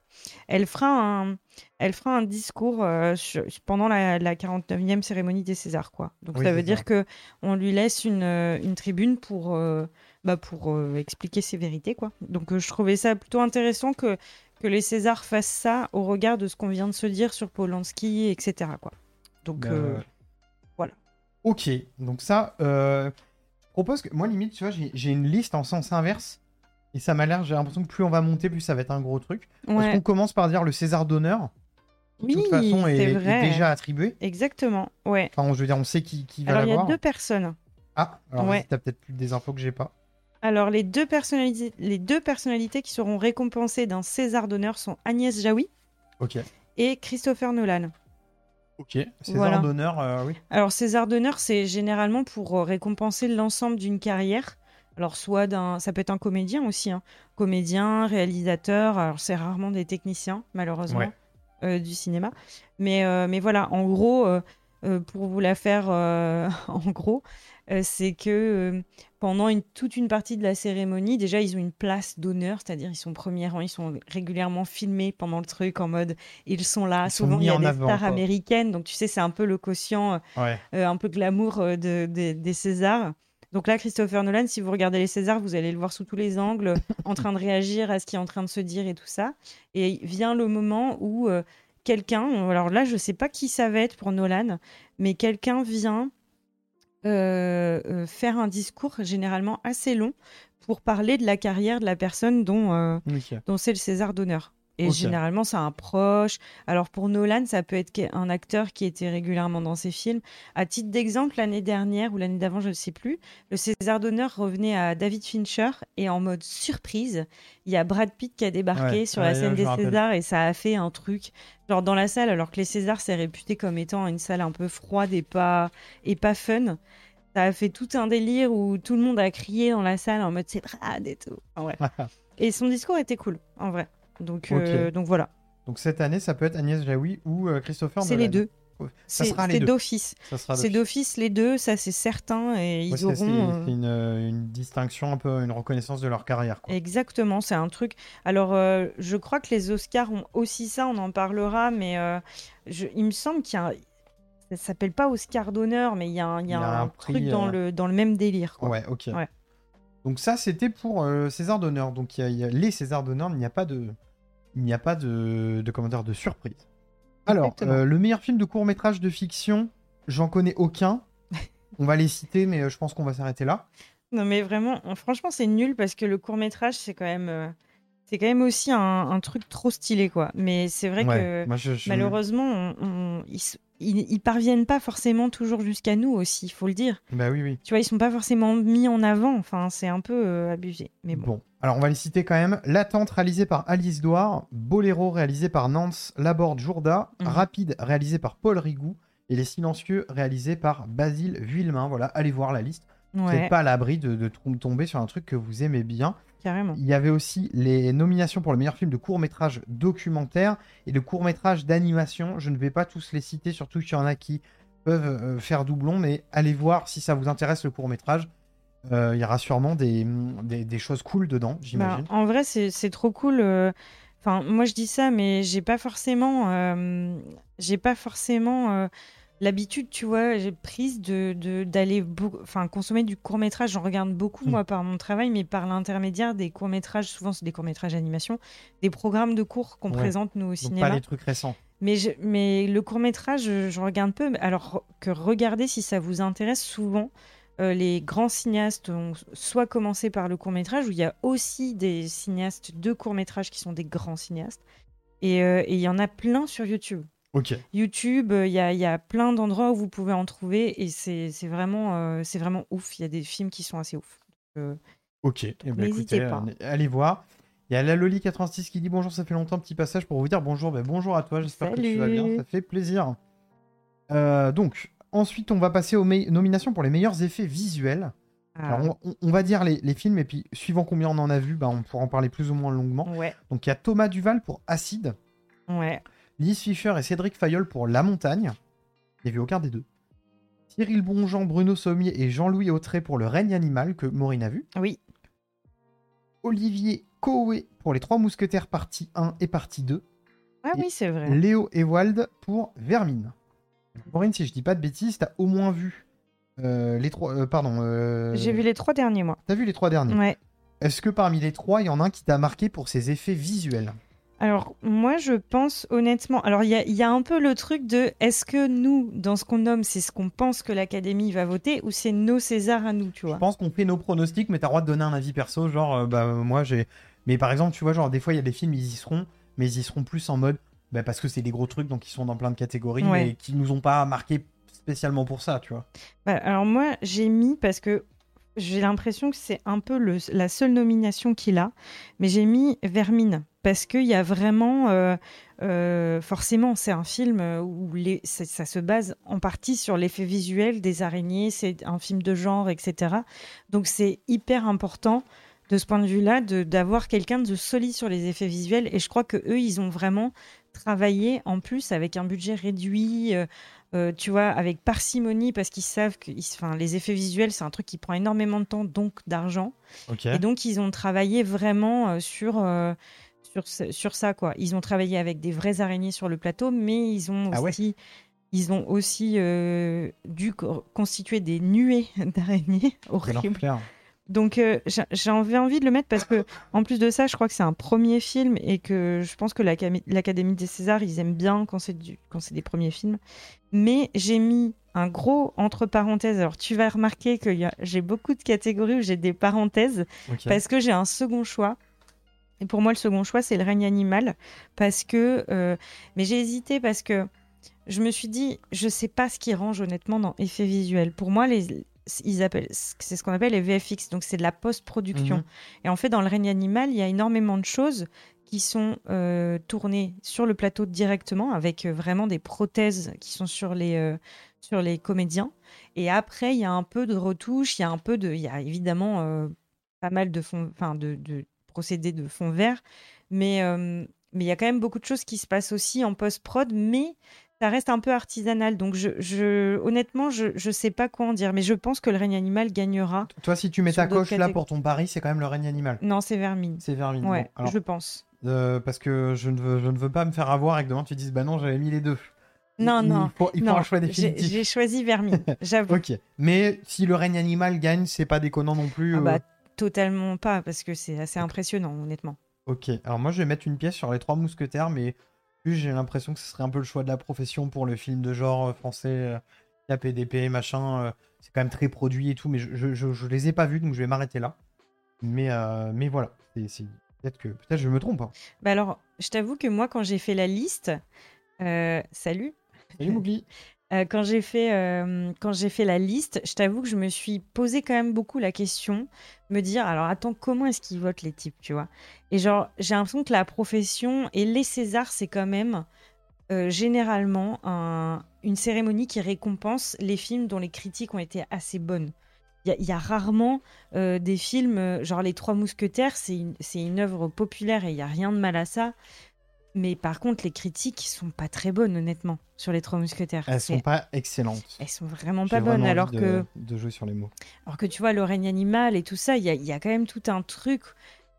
B: Elle fera un, elle fera un discours euh, sur- pendant la, la 49e cérémonie des Césars, quoi. Donc
A: Oui,
B: ça
A: c'est
B: veut
A: ça.
B: dire que on lui laisse une, euh, une tribune pour, euh, bah, pour euh, expliquer ses vérités, quoi. Donc euh, je trouvais ça plutôt intéressant que que les Césars fassent ça au regard de ce qu'on vient de se dire sur Polanski, etc. Quoi. Donc,
A: Bah,
B: euh,
A: ouais.
B: voilà.
A: Ok, donc ça, euh, je propose que moi limite, tu vois, j'ai j'ai une liste en sens inverse et ça m'a l'air, j'ai l'impression que plus on va monter, plus ça va être un gros truc. Parce
B: ouais.
A: qu'on commence par dire le César d'honneur, qui
B: oui,
A: de toute façon est,
B: c'est
A: est
B: vrai.
A: déjà attribué.
B: Exactement, ouais.
A: Enfin, on- je veux dire, on sait qui, qui va
B: Alors, il y a
A: l'avoir.
B: deux personnes.
A: Ah, alors
B: Ouais.
A: vas-y, t'as peut-être plus des infos que j'ai pas.
B: Alors, les deux, personnalités, les deux personnalités qui seront récompensées d'un César d'honneur sont Agnès Jaoui
A: Ok.
B: et Christopher Nolan.
A: Ok. César
B: Voilà.
A: d'honneur, euh, oui.
B: Alors, César d'honneur, c'est généralement pour euh, récompenser l'ensemble d'une carrière. Alors, soit d'un. Ça peut être un comédien aussi. hein. Comédien, réalisateur. Alors, c'est rarement des techniciens, malheureusement,
A: Ouais.
B: euh, du cinéma. Mais, euh, mais voilà, en gros, euh, euh, pour vous la faire euh, en gros, euh, c'est que euh, pendant une- toute une partie de la cérémonie, déjà, ils ont une place d'honneur, c'est-à-dire ils sont au premier rang, ils sont régulièrement filmés pendant le truc en mode ils sont là.
A: Ils sont
B: Souvent,
A: mis
B: il y a
A: en
B: des
A: avant,
B: stars
A: quoi.
B: américaines, donc tu sais, c'est un peu le quotient. euh,
A: Ouais.
B: euh, un peu glamour euh, de- des- des Césars. Donc là, Christopher Nolan, si vous regardez les Césars, vous allez le voir sous tous les angles, en train de réagir à ce qui est en train de se dire et tout ça. Et vient le moment où euh, quelqu'un, alors là, je sais pas qui ça va être pour Nolan, mais quelqu'un vient euh, euh, faire un discours généralement assez long pour parler de la carrière de la personne dont, euh,
A: Ok.
B: dont c'est le César d'honneur. Et
A: Ok.
B: généralement, c'est un proche. Alors pour Nolan, ça peut être que- un acteur qui était régulièrement dans ses films. À titre d'exemple, l'année dernière ou l'année d'avant, je ne sais plus, le César d'honneur revenait à David Fincher et en mode surprise, il y a Brad Pitt qui a débarqué
A: Ouais,
B: sur
A: ouais,
B: la scène
A: je me
B: des
A: rappelle.
B: Césars et ça a fait un truc genre dans la salle, alors que les Césars c'est réputé comme étant une salle un peu froide et pas et pas fun. Ça a fait tout un délire où tout le monde a crié dans la salle en mode c'est Brad et tout. Enfin, ouais. Et son discours était cool, en vrai. Donc,
A: Ok.
B: euh, donc voilà,
A: Donc cette année, ça peut être Agnès Jaoui ou euh, Christopher
B: c'est
A: Nolan.
B: les deux.
A: Ouais, ça
B: C'est
A: sera les
B: c'est
A: deux.
B: d'office.
A: Ça sera
B: C'est
A: deux.
B: d'office les deux, ça c'est certain. Et ils
A: Ouais, c'est- c'est-
B: auront. euh,
A: c'est une, euh, une distinction, un peu une reconnaissance de leur carrière. Quoi.
B: Exactement, c'est un truc. Alors, euh, je crois que les Oscars ont aussi ça, on en parlera, mais euh, je- il me semble qu'il y a. un- Ça s'appelle pas Oscar d'honneur, mais il y a un, il y a un
A: prix,
B: truc dans,
A: euh,
B: le, dans le même délire. Quoi.
A: Ouais, ok.
B: Ouais.
A: Donc ça, c'était pour euh, César d'honneur. Donc il y a- il y a les Césars d'honneur, il n'y a pas de, il n'y a pas de, de comment dire, de surprise. Alors,
B: Exactement.
A: euh, le meilleur film de court métrage de fiction, j'en connais aucun. On va les citer, mais euh, je pense qu'on va s'arrêter là.
B: Non, mais vraiment, on- franchement, c'est nul parce que le court métrage, c'est quand même. euh, C'est quand même aussi un, un truc trop stylé, quoi. Mais c'est vrai
A: Ouais,
B: que.
A: moi, je- je-
B: Malheureusement, on- on- ils, s- ils- ils parviennent pas forcément toujours jusqu'à nous aussi, il faut le dire.
A: Bah oui, oui.
B: Tu vois, ils sont pas forcément mis en avant. Enfin, c'est un peu euh, abusé. Mais bon.
A: Bon, alors on va les citer quand même. L'attente réalisé par Alice Doir, Boléro réalisé par Nance Laborde Jourda,
B: Mhm.
A: Rapide réalisé par Paul Rigou et Les Silencieux réalisé par Basile Vuillemin. Voilà, allez voir la liste. Vous
B: ouais,
A: n'êtes pas à l'abri de, de trom- tomber sur un truc que vous aimez bien.
B: carrément.
A: Il y avait aussi les nominations pour le meilleur film de court métrage documentaire et de court métrage d'animation. Je ne vais pas tous les citer, surtout qu'il y en a qui peuvent euh, faire doublon, mais allez voir si ça vous intéresse le court métrage. Euh, il y aura sûrement des, des, des choses cool dedans, j'imagine.
B: Bah, en vrai, c'est c'est trop cool. euh, Enfin, moi, je dis ça, mais j'ai pas forcément, euh, j'ai pas forcément euh, l'habitude, tu vois, j'ai prise de de- d'aller beau- enfin consommer du court métrage. J'en regarde beaucoup
A: Mm.
B: moi par mon travail, mais par l'intermédiaire des courts métrages. Souvent, c'est des courts métrages animation, des programmes de cours qu'on
A: Ouais.
B: présente nous au
A: Donc
B: cinéma.
A: pas les trucs récents.
B: Mais, je- mais le court métrage, je, je regarde peu. mais Alors que regardez si ça vous intéresse, souvent, euh, les grands cinéastes ont soit commencé par le court métrage, où il y a aussi des cinéastes de court métrage qui sont des grands cinéastes. Et euh, et il y en a plein sur YouTube.
A: Ok.
B: YouTube, euh, il y a, il y a plein d'endroits où vous pouvez en trouver. Et c'est c'est vraiment, euh, c'est vraiment ouf. Il y a des films qui sont assez ouf.
A: Ok, eh ben,
B: n'hésitez
A: écoutez,
B: pas.
A: euh, allez voir. Il y a la Loli86 qui dit bonjour, ça fait longtemps, petit passage pour vous dire bonjour. Ben, bonjour à toi, j'espère que tu vas bien,
B: Salut.
A: ça fait plaisir. Euh, donc, ensuite, on va passer aux me- nominations pour les meilleurs effets visuels.
B: Ah,
A: Alors, on, on- on va dire les, les films, et puis suivant combien on en a vu, ben, on pourra en parler plus ou moins longuement.
B: ouais,
A: Donc, il y a Thomas Duval pour Acide,
B: ouais.
A: Lise Fischer et Cédric Fayol pour La Montagne. Il n'y avait aucun des deux. Cyril Bonjean, Bruno Sommier et Jean-Louis Autré pour Le règne animal, que Maureen a vu.
B: Oui,
A: Olivier Coé pour Les Trois Mousquetaires partie 1 et partie 2.
B: ah,
A: Et
B: oui c'est vrai.
A: Léo Ewald pour Vermine. Maureen, si je dis pas de bêtises, t'as au moins vu euh, les trois. euh, pardon. euh,
B: J'ai vu les trois derniers, moi.
A: T'as vu les trois derniers.
B: Ouais.
A: Est-ce que parmi les trois, il y en a un qui t'a marqué pour ses effets visuels
B: Alors, moi, je pense honnêtement. Alors, il y a, il y a un peu le truc de est-ce que nous, dans ce qu'on nomme, c'est ce qu'on pense que l'Académie va voter ou c'est nos Césars à nous, tu
A: Je
B: vois
A: pense qu'on fait nos pronostics, mais t'as le droit de donner un avis perso. Genre, euh, bah euh, moi j'ai. Mais par exemple, tu vois, genre des fois il y a des films, ils y seront, mais ils y seront plus en mode. Bah, parce que c'est des gros trucs, donc ils sont dans plein de catégories,
B: Ouais.
A: mais qui nous ont pas marqué spécialement pour ça, tu vois.
B: Bah, Alors, moi, j'ai mis parce que j'ai l'impression que c'est un peu le- la seule nomination qu'il a, mais j'ai mis Vermine parce qu'il y a vraiment. euh, euh, forcément, c'est un film euh, où les, ça, ça se base en partie sur l'effet visuel des araignées, c'est un film de genre, etc. Donc c'est hyper important de ce point de vue-là de- d'avoir quelqu'un de solide sur les effets visuels. Et je crois que eux, ils ont vraiment travaillé en plus avec un budget réduit, euh, euh, tu vois, avec parcimonie parce qu'ils savent que ils- enfin, les effets visuels, c'est un truc qui prend énormément de temps, donc d'argent.
A: Ok.
B: Et donc, ils ont travaillé vraiment euh, sur, euh, sur, ce- sur ça, quoi. Ils ont travaillé avec des vraies araignées sur le plateau, mais ils ont
A: Ah ouais.
B: aussi, ils ont aussi euh, dû co- constituer des nuées d'araignées
A: Ça leur
B: horribles.
A: plaire.
B: Donc, euh, j'a- j'avais envie de le mettre parce que, en plus de ça, je crois que c'est un premier film et que je pense que l'Académie l'Académie des Césars, ils aiment bien quand c'est du- quand c'est des premiers films. Mais j'ai mis un gros entre parenthèses. Alors, tu vas remarquer que il y a- j'ai beaucoup de catégories où j'ai des parenthèses
A: Ok.
B: parce que j'ai un second choix. Et pour moi, le second choix, c'est le règne animal. Parce que. euh, mais j'ai hésité parce que je me suis dit, je sais pas ce qui range honnêtement dans effet visuel. Pour moi, les. Ils appellent, c'est ce qu'on appelle les VFX, donc c'est de la post-production.
A: Mhm.
B: Et en fait, dans le règne animal, il y a énormément de choses qui sont euh, tournées sur le plateau directement, avec euh, vraiment des prothèses qui sont sur les, euh, sur les comédiens. Et après, il y a un peu de retouches, il y a un peu de, il y a évidemment euh, pas mal de fonds, enfin de, de procédés de fond vert, mais euh, mais il y a quand même beaucoup de choses qui se passent aussi en post prod, mais ça reste un peu artisanal. Donc je, je honnêtement, je je sais pas quoi en dire, mais je pense que le règne animal gagnera.
A: Toi, si tu mets
B: Sur
A: ta
B: d'autres
A: coche là
B: catég-
A: pour ton pari, c'est quand même le règne animal.
B: Non, c'est Vermine.
A: C'est Vermine.
B: Ouais,
A: Bon, alors,
B: je pense.
A: euh, parce que je ne, veux, je ne veux pas me faire avoir et que demain tu dises bah non, j'avais mis les deux. Il-
B: Non,
A: il,
B: non,
A: Il faut, il faut
B: non,
A: un choix
B: j'ai-
A: définitif.
B: J'ai choisi Vermine, j'avoue.
A: Ok. Mais si le règne animal gagne, c'est pas déconnant non plus.
B: Ah
A: euh,
B: bah, totalement pas, parce que c'est assez impressionnant, honnêtement.
A: Ok. Alors moi, je vais mettre une pièce sur les trois mousquetaires, mais plus j'ai l'impression que ce serait un peu le choix de la profession pour le film de genre euh, français, euh, la PDP, machin. euh, c'est quand même très produit et tout, mais je, je, je- je les ai pas vus, donc je vais m'arrêter là. Mais, euh, mais voilà. C'est- c'est- Peut-être que peut-être je me trompe. hein.
B: Bah alors, je t'avoue que moi, quand j'ai fait la liste, euh, salut,
A: Salut Mougli.
B: Euh, quand j'ai fait, euh, quand j'ai fait la liste, je t'avoue que je me suis posé quand même beaucoup la question, me dire, alors attends, comment est-ce qu'ils votent les types, tu vois Et genre, j'ai l'impression que la profession et les Césars, c'est quand même euh, généralement un- une cérémonie qui récompense les films dont les critiques ont été assez bonnes. Il y a- il y, a rarement euh, des films, euh, genre Les Trois Mousquetaires, c'est une, c'est une œuvre populaire et il n'y a rien de mal à ça. Mais par contre, les critiques sont pas très bonnes, honnêtement, sur Les Trois Mousquetaires.
A: Elles
B: C'est
A: sont pas excellentes.
B: elles sont vraiment
A: J'ai
B: pas bonnes
A: vraiment envie
B: alors
A: de-
B: que
A: de jouer sur les mots.
B: alors que tu vois le règne animal et tout ça il y a, il y a quand même tout un truc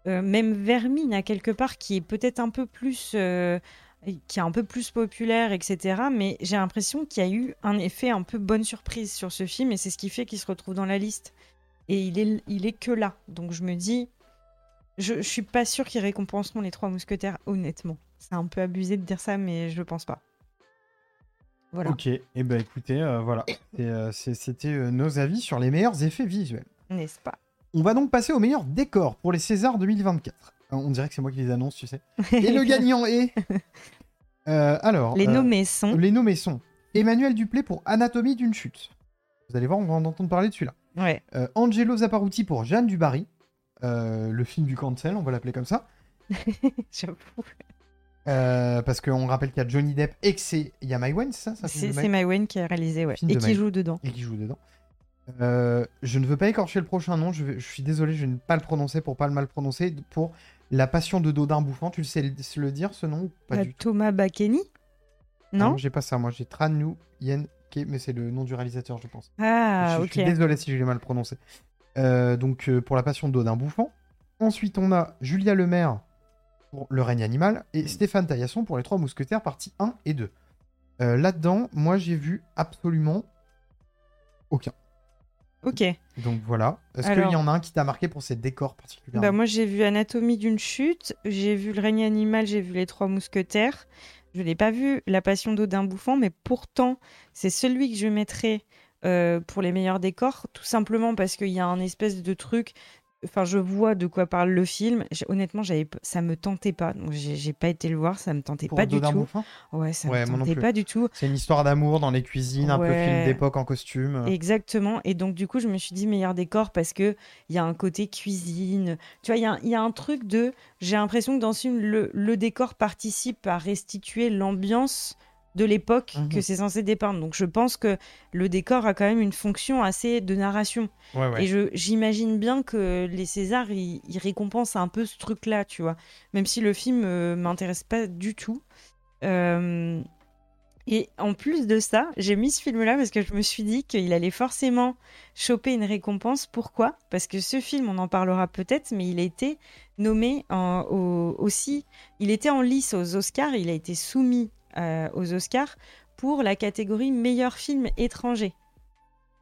B: euh, même Vermine à quelque part qui est peut-être un peu plus euh, et qui est un peu plus populaire, etc. Mais j'ai l'impression qu'il y a eu un effet un peu bonne surprise sur ce film et c'est ce qui fait qu'il se retrouve dans la liste. Et il est, il est que là. Donc je me dis, je, je suis pas sûre qu'ils récompenseront les trois mousquetaires, honnêtement. C'est un peu abusé de dire ça, mais je pense pas. Voilà.
A: Ok, et eh ben écoutez, euh, voilà. Et, euh, c'est- C'était euh, nos avis sur les meilleurs effets visuels.
B: N'est-ce pas
A: On va donc passer aux meilleurs décors pour les Césars 2024. Euh, On dirait que c'est moi qui les annonce, tu sais. Et le gagnant est. Euh, alors.
B: Les
A: euh,
B: nommés sont.
A: Les nommés sont Emmanuel Duplé pour Anatomie d'une chute. Vous allez voir, on va en entendre parler de celui-là.
B: Ouais.
A: Euh, Angelo Zapparuti pour Jeanne du Barry. Euh, le film du cancel, on va l'appeler comme ça.
B: j'avoue.
A: Euh, parce qu'on rappelle qu'il y a Johnny Depp et que Ah, c'est. Il y a Mai Wentz, ça, ça film
B: C'est
A: de Mai-
B: c'est Maïwen qui a réalisé, ouais.
A: Film
B: Et
A: de
B: qui
A: Maïwen.
B: joue dedans.
A: et qui joue dedans. Euh, je ne veux pas écorcher le prochain nom, je, vais- je suis désolé, je vais ne pas le prononcer pour pas le mal prononcer. Pour La Passion de Dodin Bouffant, tu le sais le, le dire ce nom ou pas
B: Bah,
A: du tout
B: Thomas Bakeni
A: Ah
B: Non
A: J'ai pas ça, moi j'ai Tranu Yen Ke, mais c'est le nom du réalisateur, je pense.
B: Ah,
A: je, je
B: ok.
A: suis désolé si je l'ai mal prononcé. Euh, donc euh, pour La Passion de Dodin Bouffant. Ensuite, on a Julia Lemaire pour Le règne animal et Stéphane Taillasson pour Les Trois Mousquetaires, partie 1 et 2. Euh, Là-dedans, moi j'ai vu absolument
B: Ok.
A: Donc voilà. Est-ce
B: Alors-
A: qu'il y en a un qui t'a marqué pour ces décors particulièrement
B: Bah, moi, j'ai vu Anatomie d'une chute, j'ai vu Le règne animal, j'ai vu Les Trois Mousquetaires. Je l'ai pas vu La Passion d'Odin Bouffant, mais pourtant, c'est celui que je mettrais euh, pour les meilleurs décors, tout simplement parce qu'il y a un espèce de truc. Enfin, je vois de quoi parle le film. J'ai- Honnêtement, j'avais, p- ça me tentait pas. Donc, j'ai j'ai pas été le voir, ça me tentait
A: Pour
B: pas du
A: Dodin
B: tout.
A: Bouffin
B: Ouais, ça
A: Ouais,
B: me
A: moi non
B: tentait
A: plus.
B: pas du tout.
A: C'est une histoire d'amour dans les cuisines, un peu
B: Ouais.
A: film d'époque en costume.
B: Exactement. Et donc, du coup, je me suis dit meilleur décor parce que il y a un côté cuisine. Tu vois, il y a un- il y, a un truc de. J'ai l'impression que dans ce film, le, le décor participe à restituer l'ambiance de l'époque
A: Mhm.
B: que c'est censé dépeindre. Donc, je pense que le décor a quand même une fonction assez de narration.
A: Ouais, ouais.
B: Et je j'imagine bien que les Césars, ils, ils récompensent un peu ce truc-là, tu vois. Même si le film euh, m'intéresse pas du tout. Euh, Et en plus de ça, j'ai mis ce film-là parce que je me suis dit qu'il allait forcément choper une récompense. Pourquoi Parce que ce film, on en parlera peut-être, mais il a été nommé en- au- aussi. Il était en lice aux Oscars, il a été soumis euh, aux Oscars pour la catégorie meilleur film étranger.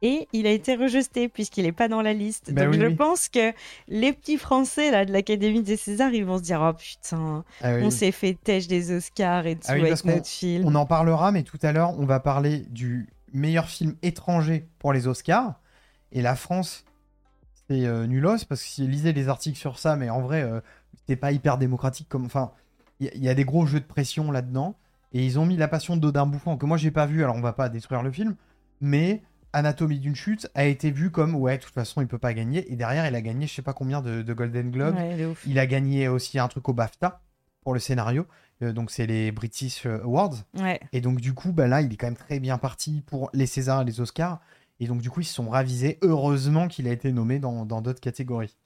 B: Et il a été rejeté puisqu'il n'est pas dans la liste.
A: Bah
B: Donc
A: oui,
B: je
A: oui.
B: pense que les petits Français là, de l'Académie des Césars, ils vont se dire Oh putain,
A: Ah oui,
B: on
A: oui.
B: s'est fait têche des Oscars et tout
A: Ah oui, parce
B: avec
A: qu'on-
B: notre film.
A: On en parlera, mais tout à l'heure, on va parler du meilleur film étranger pour les Oscars. Et la France, c'est euh, nulos, parce que si lisez les articles sur ça, mais en vrai, euh, c'est pas hyper démocratique. comme Enfin, il y, a- il y a des gros jeux de pression là-dedans. Et ils ont mis La Passion de Dodin Bouffant, que moi j'ai pas vu, alors on va pas détruire le film. Mais Anatomie d'une chute a été vu comme, ouais, de toute façon, il peut pas gagner. Et derrière, il a gagné je sais pas combien de, de Golden Globes.
B: Ouais, de ouf.
A: Il a gagné aussi un truc au BAFTA pour le scénario. Euh, donc c'est les British euh, Awards.
B: Ouais.
A: Et donc, du coup, bah là, il est quand même très bien parti pour les Césars et les Oscars. Et donc, du coup, ils se sont ravisés. Heureusement qu'il a été nommé dans dans d'autres catégories.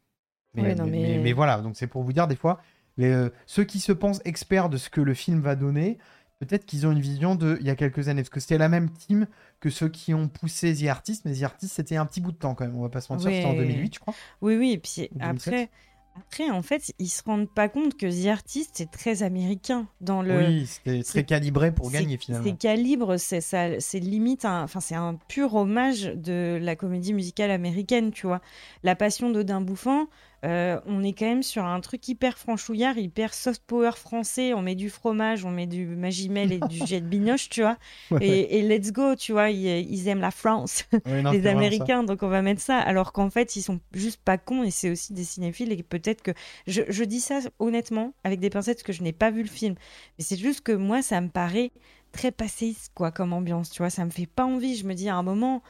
A: Mais,
B: Ouais, non,
A: mais-
B: mais-
A: mais- mais voilà, donc c'est pour vous dire, des fois, les, euh, ceux qui se pensent experts de ce que le film va donner, peut-être qu'ils ont une vision de il y a quelques années. Parce que c'était la même team que ceux qui ont poussé The Artist. Mais The Artist, c'était un petit bout de temps quand même. On va pas se mentir, c'était en
B: Ouais.
A: 2008, je crois.
B: Oui, oui, et puis
A: 2007.
B: après, après, en fait, ils se rendent pas compte que The Artist, c'est très américain dans le.
A: Oui, c'était
B: c'est-
A: très calibré pour
B: c'est-
A: gagner finalement.
B: C'est calibre, c'est ça- c'est limite un, enfin c'est un pur hommage de la comédie musicale américaine, tu vois. La Passion d'Odin Bouffant, euh, on est quand même sur un truc hyper franchouillard, hyper soft power français. On met du fromage, on met du magimel et du jet de binoche, tu vois.
A: Ouais, ouais.
B: Et, et let's go, tu vois. Ils, ils aiment la France,
A: Ouais, non,
B: les
A: c'était vraiment ça.
B: Américains, donc on va mettre ça. Alors qu'en fait, ils sont juste pas cons et c'est aussi des cinéphiles et peut-être que je, je dis ça honnêtement avec des pincettes parce que je n'ai pas vu le film. Mais c'est juste que moi, ça me paraît très passéiste, quoi, comme ambiance. Tu vois, ça me fait pas envie. Je me dis à un moment,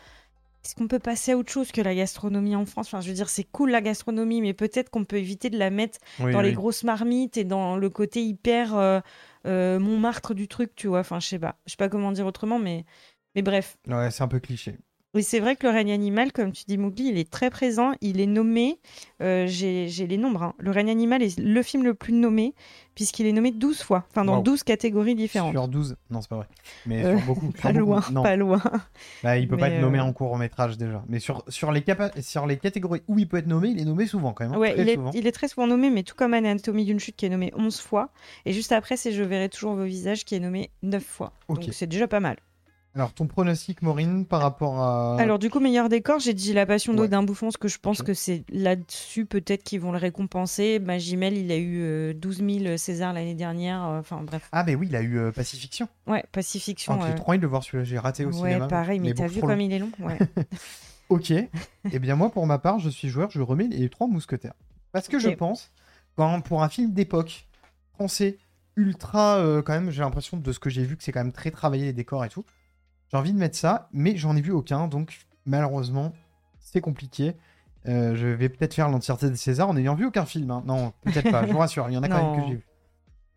B: est-ce qu'on peut passer à autre chose que la gastronomie en France Enfin, je veux dire, c'est cool la gastronomie, mais peut-être qu'on peut éviter de la mettre
A: Oui,
B: dans les
A: oui.
B: grosses marmites et dans le côté hyper euh, euh, Montmartre du truc, tu vois. Enfin, je sais pas, je sais pas comment dire autrement, mais mais bref.
A: Ouais, c'est un peu cliché.
B: Oui, c'est vrai que le règne animal, comme tu dis, Mowgli, il est très présent. Il est nommé, euh, j'ai j'ai les nombres, hein. le règne animal est le film le plus nommé, puisqu'il est nommé 12 fois, enfin dans
A: Waouh.
B: 12 catégories différentes.
A: Sur 12, non, c'est pas vrai. Mais
B: Euh,
A: sur beaucoup. sur
B: Pas
A: beaucoup,
B: loin,
A: non.
B: pas loin.
A: Bah, il peut pas
B: Mais,
A: être nommé
B: euh,
A: en court métrage déjà. Mais sur, sur, les capa- sur les catégories où il peut être nommé, il est nommé souvent quand même. hein,
B: Ouais,
A: très
B: il est,
A: souvent.
B: il est très souvent nommé, mais tout comme Anatomie d'une chute qui est nommé 11 fois. Et juste après, c'est Je verrai toujours vos visages qui est nommé 9 fois.
A: Ok.
B: Donc c'est déjà pas mal.
A: Alors, ton pronostic, Maureen, par rapport à.
B: Alors, du coup, meilleur décor, j'ai dit La Passion d'eau
A: Euh, Ouais.
B: d'un bouffon, parce que je pense
A: Ok.
B: que c'est là-dessus peut-être qu'ils vont le récompenser. Magimel, il a eu euh, 12 000 César l'année dernière. euh, Enfin, bref.
A: Ah, mais oui, il a eu euh, Pacifiction.
B: Ouais, Pacifiction. euh,
A: Ah, J'ai trop envie de le voir celui-là, j'ai raté au
B: ouais,
A: cinéma.
B: pareil, mais, t'as
A: beaucoup
B: vu
A: trop
B: comme
A: long.
B: il est long ouais.
A: Ok. Eh bien, moi, pour ma part, je suis joueur, je remets les trois mousquetaires. Parce que
B: Ok.
A: je pense, quand, pour un film d'époque français, ultra, euh, quand même, j'ai l'impression de ce que j'ai vu, que c'est quand même très travaillé les décors et tout. J'ai envie de mettre ça, mais j'en ai vu aucun, donc malheureusement, c'est compliqué. Euh, je vais peut-être faire l'entièreté de César en n'ayant vu aucun film. hein. Non, peut-être pas, je vous rassure, il y en a quand même
B: Non.
A: que j'ai vu.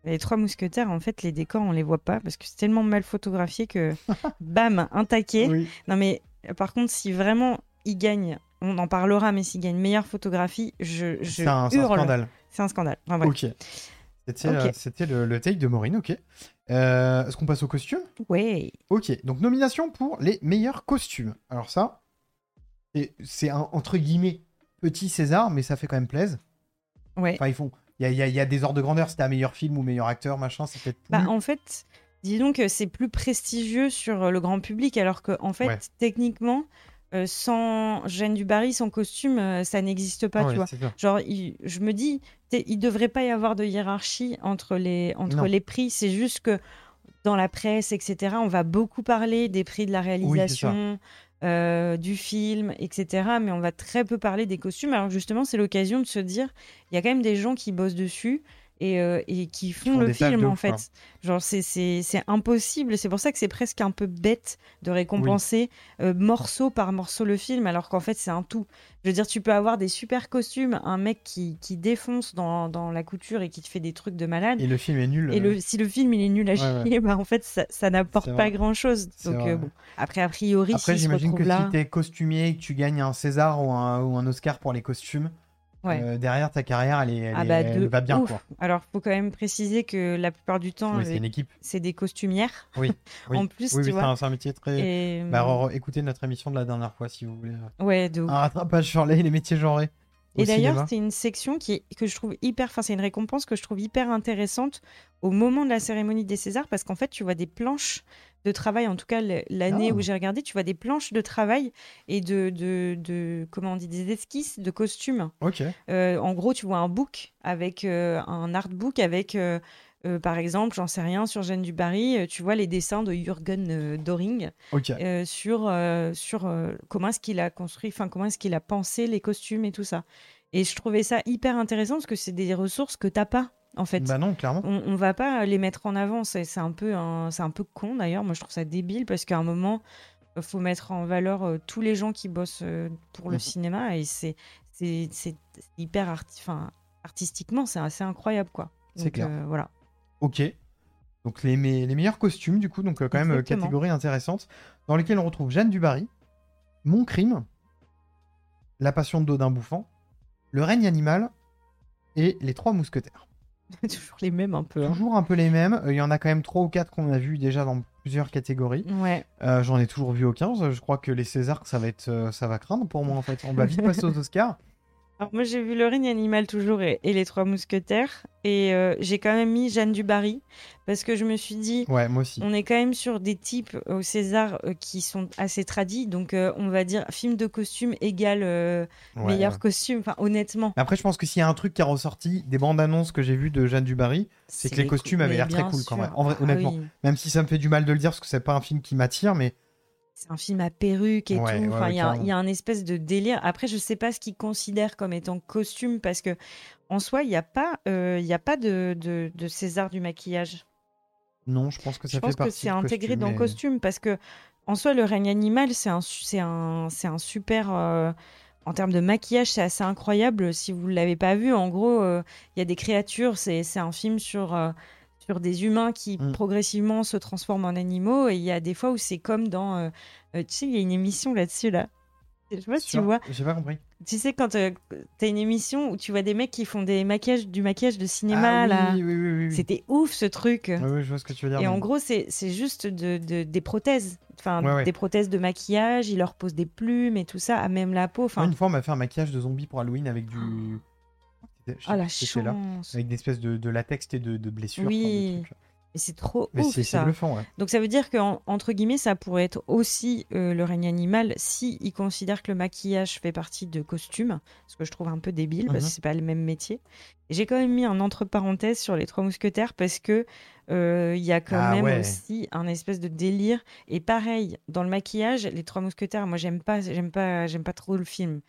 B: Les trois mousquetaires, en fait, les décors, on les voit pas parce que c'est tellement mal photographié que bam, un taquet.
A: Oui.
B: Non, mais euh, par contre, si vraiment il gagne, on en parlera, mais s'il gagne meilleure photographie, je, je
A: C'est un, c'est un
B: hurle.
A: scandale.
B: C'est un scandale. Enfin, bref.
A: Ok. C'était
B: Ok.
A: euh, c'était le, le take de Maureen, ok. Euh, Est-ce qu'on passe au costume
B: Ouais.
A: Ok, donc nomination pour les meilleurs costumes. Alors ça, c'est- c'est un entre guillemets petit César, mais ça fait quand même plaise.
B: Ouais.
A: Enfin, ils font. Il y a, il y a- il y a des ordres de grandeur. C'était un meilleur film ou meilleur acteur, machin. C'est peut-être.
B: Bah,
A: plus-
B: en fait, dis donc, euh, c'est plus prestigieux sur euh, le grand public, alors que, en fait,
A: Ouais.
B: techniquement, euh, sans Jeanne du Barry, sans costume, euh, ça n'existe pas,
A: Ah ouais,
B: tu vois.
A: c'est ça.
B: Genre, il- je me dis, t'es- il devrait pas y avoir de hiérarchie entre les,
A: Non.
B: entre les prix. C'est juste que dans la presse, etc., on va beaucoup parler des prix de la
A: ça.
B: réalisation, euh, du film, etc., mais on va très peu parler des costumes. Alors, que justement, c'est l'occasion de se dire, il y a quand même des gens qui bossent dessus. Et, euh, et qui font,
A: font
B: le
A: des tâches
B: film
A: de
B: en
A: ouf,
B: fait.
A: quoi.
B: Genre c'est- c'est c'est impossible. C'est pour ça que c'est presque un peu bête de récompenser euh, morceau par morceau le film, alors qu'en fait c'est un tout. Je veux dire, tu peux avoir des super costumes, un mec qui, qui défonce dans, dans la couture et qui te fait des trucs de malade.
A: Et le film est nul.
B: Et
A: euh,
B: le, si le film il est nul à
A: Ouais,
B: chier, bah en fait ça, ça n'apporte
A: C'est
B: pas
A: vrai.
B: grand chose.
A: C'est
B: Donc
A: vrai.
B: euh, bon. après a priori
A: Après,
B: s'il se
A: j'imagine que
B: retrouve là,
A: si t'es costumier et que tu gagnes un César ou un, ou un Oscar pour les costumes,
B: Ouais.
A: euh, derrière ta carrière, elle, est, elle
B: Ah
A: est-
B: bah,
A: elle
B: de
A: va bien
B: ouf.
A: quoi.
B: alors faut quand même préciser que la plupart du temps
A: Oui,
B: les-
A: c'est une équipe.
B: c'est des costumières.
A: Oui, oui.
B: en plus
A: Oui, oui,
B: tu
A: c'est
B: vois.
A: un, c'est un métier très.
B: Et... hum.
A: Bah, re- re- écoutez notre émission de la dernière fois si vous voulez. euh,
B: ouais de ouf.
A: Un rattrapage sur les, les métiers genrés. au
B: Et d'ailleurs,
A: cinéma.
B: c'est une section qui est- que je trouve hyper, enfin c'est une récompense que je trouve hyper intéressante au moment de la cérémonie des Césars parce qu'en fait tu vois des planches de travail, en tout cas le- l'année
A: Ah.
B: où j'ai regardé, tu vois des planches de travail et de, de, de- comment on dit, des esquisses de costumes.
A: Ok.
B: Euh, en gros, tu vois un book avec euh, un artbook avec, euh, euh, par exemple, j'en sais rien, sur Jeanne du Barry, euh, tu vois les dessins de Jürgen euh, Doring
A: Ok.
B: euh, sur, euh, sur euh, comment est-ce qu'il a construit, enfin comment est-ce qu'il a pensé les costumes et tout ça. Et je trouvais ça hyper intéressant parce que c'est des ressources que t'as pas en fait.
A: Bah non, clairement.
B: on, on va pas les mettre en avant, c'est c'est un peu un- c'est un peu con d'ailleurs. Moi je trouve ça débile parce qu'à un moment euh, faut mettre en valeur euh, tous les gens qui bossent euh, pour le
A: Mhm.
B: cinéma et c'est c'est c'est hyper arti- enfin, artistiquement c'est assez incroyable quoi.
A: C'est
B: Donc,
A: clair.
B: euh, voilà.
A: Ok. Donc les, me- les meilleurs costumes, du coup, donc euh, quand même euh,
B: Exactement.
A: catégorie intéressante, dans lesquelles on retrouve Jeanne Dubarry, Mon crime, La passion de Dodin Bouffant, Le règne animal et Les trois mousquetaires.
B: Toujours les mêmes un peu. hein.
A: Toujours un peu les mêmes, euh, il y en a quand même trois ou quatre qu'on a vu déjà dans plusieurs catégories.
B: Ouais.
A: Euh, J'en ai toujours vu aucun, ça, je crois que les Césars, ça va être, euh, ça va craindre pour moi en fait. On va vite passer aux Oscars.
B: Alors moi j'ai vu Le règne animal toujours et, et Les Trois Mousquetaires et euh, j'ai quand même mis Jeanne du Barry parce que je me suis dit
A: Ouais, moi aussi.
B: on est quand même sur des types au César euh, qui sont assez tradis donc euh, on va dire film de costume égale euh,
A: Ouais,
B: meilleur
A: ouais.
B: costume enfin honnêtement
A: Mais Après, je pense que s'il y a un truc qui a ressorti des bandes annonces que j'ai vues de Jeanne Dubarry, c'est que les
B: cou-
A: costumes avaient
B: mais
A: l'air très
B: bien
A: cool quand même.
B: sûr.
A: En vrai,
B: Ah
A: honnêtement.
B: oui.
A: même si ça me fait du mal de le dire parce que c'est pas un film qui m'attire, mais
B: c'est un film à perruque et
A: Ouais,
B: tout.
A: ouais,
B: Enfin, il y, a-
A: carrément.
B: il y a un espèce de délire. Après, je sais pas ce qu'ils considèrent comme étant costume parce que en soi, il n'y a pas, euh, il y a pas de, de- de César du maquillage.
A: non, je pense que ça
B: je pense
A: fait partie.
B: que c'est
A: de
B: intégré
A: costume
B: dans
A: et-
B: costume parce que en soi, le règne animal, c'est un, su- c'est un, c'est un super. euh, en termes de maquillage, c'est assez incroyable. Si vous ne l'avez pas vu, en gros, euh, il y a des créatures. C'est c'est un film sur. euh, sur des humains qui
A: Mm.
B: progressivement se transforment en animaux. Et il y a des fois où c'est comme dans. euh, euh, tu sais, il y a une émission là-dessus, là. Je sais pas si tu
A: Sûr
B: vois.
A: J'ai pas compris.
B: Tu sais, quand euh, t'as une émission où tu vois des mecs qui font des maquillages, du maquillage de cinéma,
A: Ah,
B: là.
A: oui, oui, oui, oui, oui.
B: C'était ouf ce truc.
A: Ah oui, je vois ce que tu veux dire.
B: euh, Et en
A: mais-
B: gros, c'est c'est juste de, de- des prothèses. Enfin,
A: Ouais, ouais.
B: des prothèses de maquillage, ils leur posent des plumes et tout ça, à même la peau.
A: Moi,
B: Enfin,
A: une fois, on m'a fait un maquillage de zombie pour Halloween avec du. Je sais
B: ah la
A: plus ce que c'est, là.
B: chance.
A: Avec une espèce de, de latex et de, de blessures.
B: Oui.
A: enfin, de trucs.
B: Mais c'est trop
A: Mais
B: ouf
A: c'est c'est
B: ça.
A: bluffant, ouais.
B: Donc ça veut dire que en- entre guillemets, ça pourrait être aussi euh, le règne animal si ils considèrent que le maquillage fait partie de costumes, ce que je trouve un peu débile parce
A: Mhm.
B: que c'est pas le même métier. Et J'ai quand même mis un entre parenthèses sur les trois mousquetaires parce que euh, il y a quand
A: Ah
B: même
A: ouais.
B: aussi un espèce de délire. Et pareil dans le maquillage, les trois mousquetaires, moi j'aime pas, j'aime pas, j'aime pas trop le film.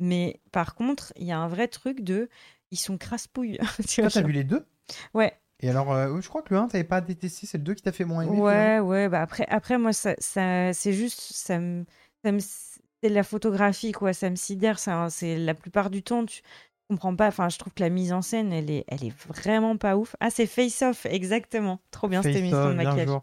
B: Mais par contre, il y a un vrai truc de ils sont crasse-pouilles. Tu vois,
A: Toi, t'as
B: genre-
A: vu les deux
B: Ouais.
A: Et alors, euh, je crois que le 1, t'avais pas détesté, c'est le 2 qui t'a fait moins aimer. finalement.
B: Ouais, ouais, bah après, après moi, ça, ça- c'est juste, ça me, ça me- c'est de la photographie, quoi, ça me sidère, ça, c'est la plupart du temps, tu comprends pas, enfin, je trouve que la mise en scène, elle est, elle est vraiment pas ouf. Ah, c'est Face Off, exactement, trop bien cette
A: Face
B: émission de
A: Off, bien
B: maquillage.
A: joué.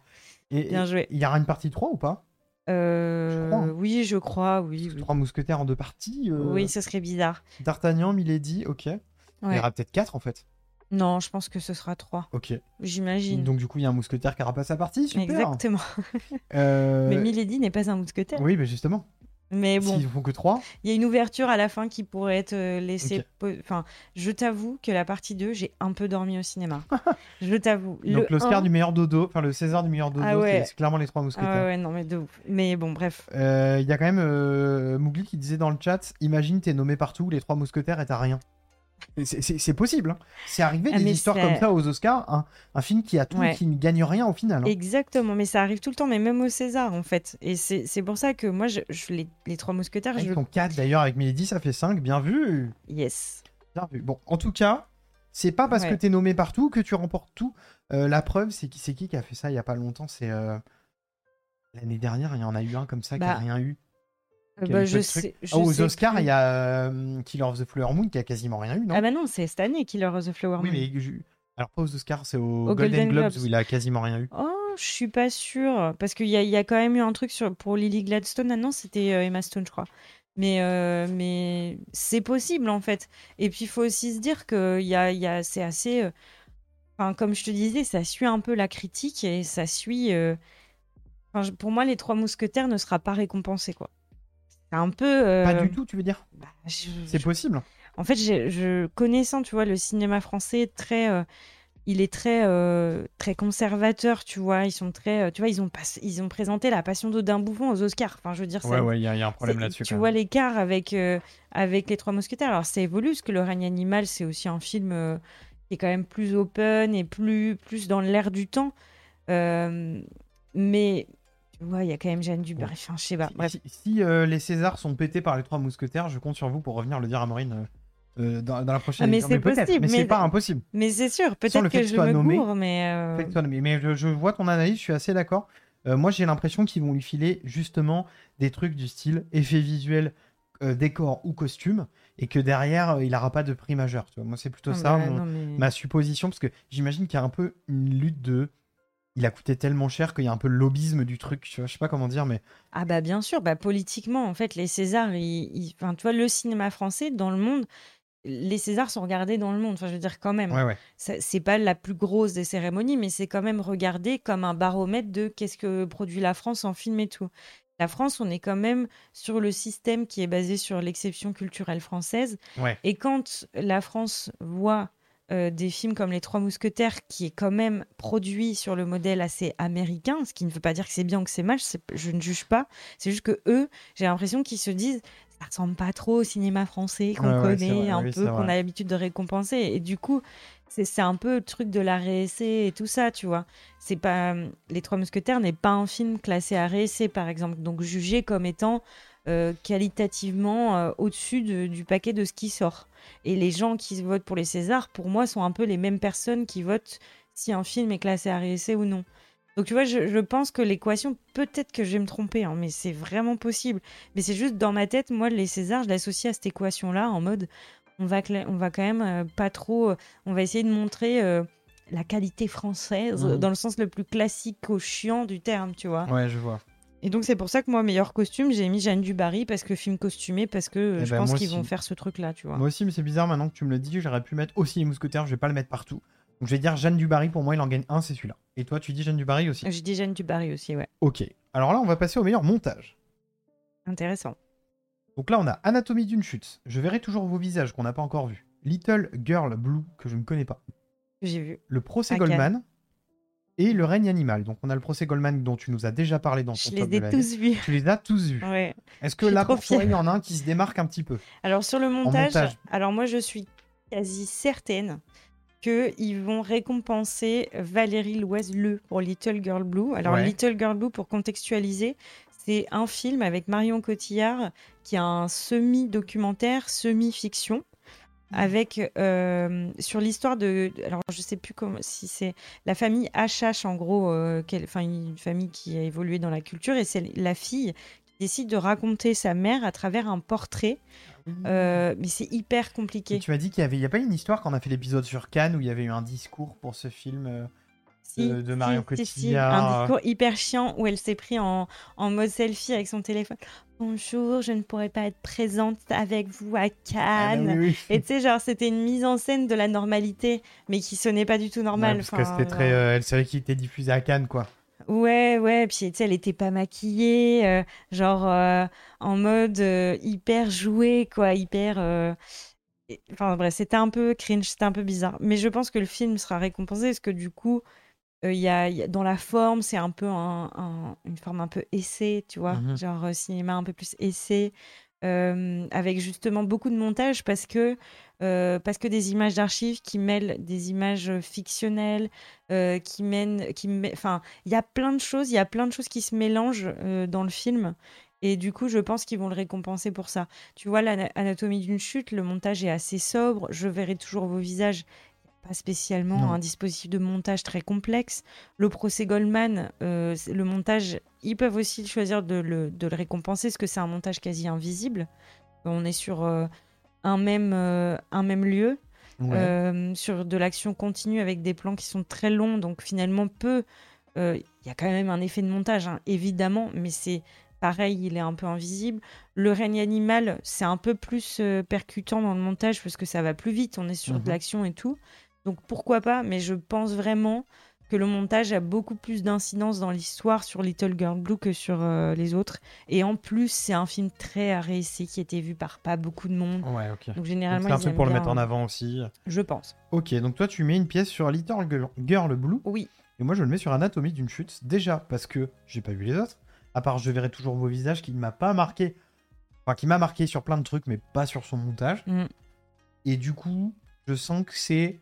A: Et,
B: Bien joué.
A: Il y aura une partie 3 ou pas
B: Euh,
A: crois, hein.
B: oui, je crois, oui, oui,
A: Trois mousquetaires en deux parties. euh,
B: oui, ce serait bizarre.
A: D'Artagnan, Milady, ok. Il y
B: Ouais.
A: aura peut-être 4 en fait.
B: Non, je pense que ce sera trois,
A: Ok.
B: j'imagine.
A: Donc du coup, il y a un mousquetaire qui aura pas sa partie, super.
B: Exactement.
A: Euh,
B: Mais Milady n'est pas un mousquetaire.
A: Oui, mais justement.
B: Mais bon.
A: S'ils font que 3,
B: Il y a une ouverture à la fin qui pourrait être euh, laissée.
A: Ok.
B: po- Enfin, je t'avoue que la partie 2, j'ai un peu dormi au cinéma. je t'avoue.
A: donc
B: Le
A: l'Oscar
B: 1,
A: du meilleur hein. dodo, enfin le César du meilleur dodo,
B: Ah ouais.
A: c'est- c'est clairement les trois mousquetaires.
B: Ah ouais, ouais, non, mais de ouf. Mais bon, bref.
A: Euh, Il y a quand même euh, Mowgli qui disait dans le chat Imagine, t'es nommé partout, les trois mousquetaires et t'as rien. Et c'est- C'est c'est possible. hein. C'est arrivé
B: Ah,
A: des
B: mais
A: histoires
B: c'est-
A: comme ça aux Oscars. Un, un film qui a tout
B: Ouais.
A: et qui ne gagne rien au final. hein.
B: Exactement, mais ça arrive tout le temps, mais même au César, en fait. Et c'est c'est pour ça que moi, je, je- les, les trois mousquetaires,
A: Ils
B: je.
A: font 4 d'ailleurs avec Milady, ça fait 5. Bien vu.
B: Yes.
A: Bien vu. Bon, en tout cas, c'est pas parce
B: Ouais.
A: que t'es nommé partout que tu remportes tout. Euh, la preuve, c'est qui c'est qui qui a fait ça il y a pas longtemps. C'est euh, l'année dernière, il y en a eu un comme ça qui a
B: Bah,
A: rien eu.
B: Euh,
A: Quel
B: bah,
A: peu
B: je
A: de trucs.
B: sais, je
A: Ah, aux
B: sais
A: Oscars,
B: plus.
A: il y a euh, Killer of the Flower Moon qui a quasiment rien eu, non
B: Ah bah non, c'est cette année Killer of the Flower
A: Oui,
B: Moon.
A: mais je- alors pas aux Oscars, c'est aux
B: Aux
A: Golden,
B: Golden
A: Globes,
B: Globes.
A: où il a quasiment rien eu.
B: Oh, je suis pas sûre. Parce qu'il y a, il y a quand même eu un truc sur, pour Lily Gladstone. Ah non, c'était euh, Emma Stone, je crois. Mais, euh, mais c'est possible, en fait. Et puis, il faut aussi se dire que il y a, il y a, c'est assez. euh, Enfin, comme je te disais, ça suit un peu la critique et ça suit. euh, enfin, je- pour moi, Les Trois Mousquetaires ne sera pas récompensé, quoi. C'est un peu.
A: Pas
B: euh,
A: du tout, tu veux dire
B: bah, je-
A: C'est
B: je-
A: possible.
B: en fait, j'ai- je connaissant, tu vois, le cinéma français très, euh, il est très, euh, très conservateur, tu vois. Ils sont très, euh, tu vois, ils ont pas, ils ont présenté la Passion d'eau d'un bouffon aux Oscars. Enfin, je veux dire, ça,
A: il y, a un
B: c'est- Tu vois l'écart avec euh, avec les Trois Mousquetaires. Alors, ça évolue, parce que Le règne animal, c'est aussi un film euh, qui est quand même plus open et plus plus dans l'air du temps. Euh, mais tu vois, il y a quand même Jeanne Dubé.
A: Ouais.
B: Enfin, je sais pas.
A: Si-
B: Bref.
A: Si, si, euh, les Césars sont pétés par les trois mousquetaires, je compte sur vous pour revenir le dire à Maureen euh, euh, dans, dans la prochaine
B: Ah, mais
A: émission.
B: c'est
A: peut-être,
B: possible,
A: mais c'est
B: mais-
A: pas impossible.
B: Mais c'est sûr,
A: le
B: peut-être
A: fait
B: que
A: que
B: je
A: soit
B: me
A: nommé,
B: gourre, mais euh,
A: Faites-toi nommer. Mais je, je vois ton analyse, je suis assez d'accord. Euh, moi, j'ai l'impression qu'ils vont lui filer justement des trucs du style effet visuel, euh, décor ou costume, et que derrière, euh, il n'aura pas de prix majeur. Tu vois. Moi, c'est plutôt
B: ah
A: ça.
B: bah,
A: mon-
B: non, mais-
A: ma supposition, parce que j'imagine qu'il y a un peu une lutte de. Il a coûté tellement cher qu'il y a un peu le lobbyisme du truc, tu vois, je sais pas comment dire, mais
B: Ah bah bien sûr, bah politiquement en fait les Césars, ils, ils- enfin, tu vois le cinéma français dans le monde, les Césars sont regardés dans le monde. Enfin je veux dire quand même,
A: ouais, ouais.
B: Ça- c'est pas la plus grosse des cérémonies, mais c'est quand même regardé comme un baromètre de qu'est-ce que produit la France en film et tout. La France, on est quand même sur le système qui est basé sur l'exception culturelle française.
A: Ouais.
B: Et quand la France voit euh, des films comme Les Trois Mousquetaires, qui est quand même produit sur le modèle assez américain, ce qui ne veut pas dire que c'est bien ou que c'est mal, c'est- je ne juge pas. C'est juste que eux, j'ai l'impression qu'ils se disent ça ressemble pas trop au cinéma français qu'on
A: Ouais, Ah ouais, c'est
B: connaît
A: vrai,
B: un
A: oui,
B: peu,
A: c'est
B: qu'on
A: vrai.
B: a l'habitude de récompenser. Et du coup, c'est c'est un peu le truc de la RSC et tout ça, tu vois. C'est pas Les Trois Mousquetaires n'est pas un film classé à RSC, par exemple, donc jugé comme étant euh, qualitativement euh, au-dessus de- du paquet de ce qui sort. Et les gens qui votent pour les Césars, pour moi, sont un peu les mêmes personnes qui votent si un film est classé à RSC ou non. Donc tu vois, je, je pense que l'équation, peut-être que je vais me tromper, hein, mais c'est vraiment possible. Mais c'est juste dans ma tête, moi, les Césars, je l'associe à cette équation-là en mode on va, cla- on va quand même euh, pas trop. euh, on va essayer de montrer euh, la qualité française,
A: Mhm.
B: dans le sens le plus classique au chiant du terme, tu vois.
A: Ouais, je vois.
B: Et donc c'est pour ça que moi, meilleur costume, j'ai mis Jeanne Dubarry parce que film costumé, parce que euh,
A: Eh
B: je
A: ben,
B: pense
A: moi
B: qu'ils
A: aussi.
B: vont faire ce truc-là, tu vois.
A: Moi aussi, mais c'est bizarre maintenant que tu me le dis. J'aurais pu mettre aussi les mousquetaires, je vais pas le mettre partout. Donc je vais dire Jeanne Dubarry, pour moi, il en gagne un, c'est celui-là. Et toi, tu dis Jeanne Dubarry aussi.
B: J'ai dit Jeanne Dubarry aussi, ouais.
A: Ok. Alors là, on va passer au meilleur montage.
B: Intéressant.
A: Donc là, on a Anatomie d'une chute. Je verrai toujours vos visages qu'on n'a pas encore vus. Little Girl Blue, que je ne connais pas.
B: J'ai vu.
A: Le procès
B: À
A: Goldman. Et le règne animal. Donc on a le procès Goldman dont tu nous as déjà parlé dans ton
B: Je
A: top
B: les
A: de
B: ai
A: l'année.
B: tous vus.
A: Tu les as tous vus.
B: Ouais.
A: Est-ce que
B: Je suis
A: là,
B: trop
A: pour toi,
B: fière.
A: il y en a un qui se démarque un petit peu
B: Alors sur le montage,
A: montage.
B: alors moi je suis quasi certaine que ils vont récompenser Valérie Loiseleux pour Little Girl Blue. Alors
A: Ouais.
B: Little Girl Blue, pour contextualiser, c'est un film avec Marion Cotillard qui est un semi-documentaire, semi-fiction.
A: Mmh.
B: Avec euh, sur l'histoire de alors je sais plus comment si c'est la famille HH en gros euh, quelle- enfin une famille qui a évolué dans la culture et c'est la fille qui décide de raconter sa mère à travers un portrait euh, mais c'est hyper
A: Et
B: compliqué.
A: Tu m'as dit qu'il n'y avait... il y a pas une histoire quand on a fait l'épisode sur Cannes où il y avait eu un discours pour ce film. euh,
B: Si,
A: de- de Marion
B: si, si, si,
A: Cotillard.
B: Un discours hyper chiant où elle s'est pris en, en mode selfie avec son téléphone. Bonjour, je ne pourrais pas être présente avec vous à
A: ah,
B: Cannes.
A: bah oui, oui.
B: Et tu sais, genre, c'était une mise en scène de la normalité, mais qui sonnait pas du tout normale.
A: Ouais, parce que
B: Enfin,
A: c'était très.
B: genre-
A: euh, elle savait qu'il était diffusé à Cannes, quoi.
B: Ouais, ouais, puis tu sais, elle était pas maquillée, euh, genre euh, en mode euh, hyper joué, quoi, hyper. euh, et- Enfin bref, c'était un peu cringe, c'était un peu bizarre. Mais je pense que le film sera récompensé parce que du coup, euh, il y a, il y a- dans la forme, c'est un peu un- un- une forme un peu essai, tu vois,
A: Mhm.
B: genre euh, cinéma un peu plus essai, euh, avec justement beaucoup de montage parce que, euh, parce que des images d'archives qui mêlent des images fictionnelles, euh, qui mènent, qui mê- enfin, il y a plein de choses, il y a plein de choses qui se mélangent euh, dans le film. Et du coup, je pense qu'ils vont le récompenser pour ça. Tu vois, l'anatomie d'une chute, le montage est assez sobre. Je verrai toujours vos visages. Pas spécialement
A: Non.
B: un dispositif de montage très complexe. Le procès Goldman, euh, c'est- le montage, ils peuvent aussi choisir de le, de le récompenser parce que c'est un montage quasi invisible. On est sur euh, un, même, euh, un même lieu.
A: Ouais.
B: Euh, sur de l'action continue avec des plans qui sont très longs, donc finalement peu. Euh, Il y a quand même un effet de montage, hein, évidemment, mais c'est pareil, il est un peu invisible. Le règne animal, c'est un peu plus euh, percutant dans le montage parce que ça va plus vite, on est sur
A: Mhm.
B: de l'action et tout. Donc pourquoi pas, mais je pense vraiment que le montage a beaucoup plus d'incidence dans l'histoire sur Little Girl Blue que sur euh, les autres. Et en plus, c'est un film très réussi qui était vu par pas beaucoup de monde.
A: Ouais, ok. Donc,
B: Donc Euh, généralement,
A: C'est un
B: ils
A: truc
B: aiment
A: pour le
B: bien, hein.
A: mettre en avant aussi.
B: Je pense.
A: Ok, donc toi, tu mets une pièce sur Little Girl, Girl Blue.
B: Oui.
A: Et moi, je le mets sur Anatomie d'une chute. Déjà, parce que j'ai pas vu les autres. À part, je verrai toujours vos visages qui ne m'a pas marqué. Enfin, qui m'a marqué sur plein de trucs, mais pas sur son montage.
B: Mm.
A: Et du coup, je sens que c'est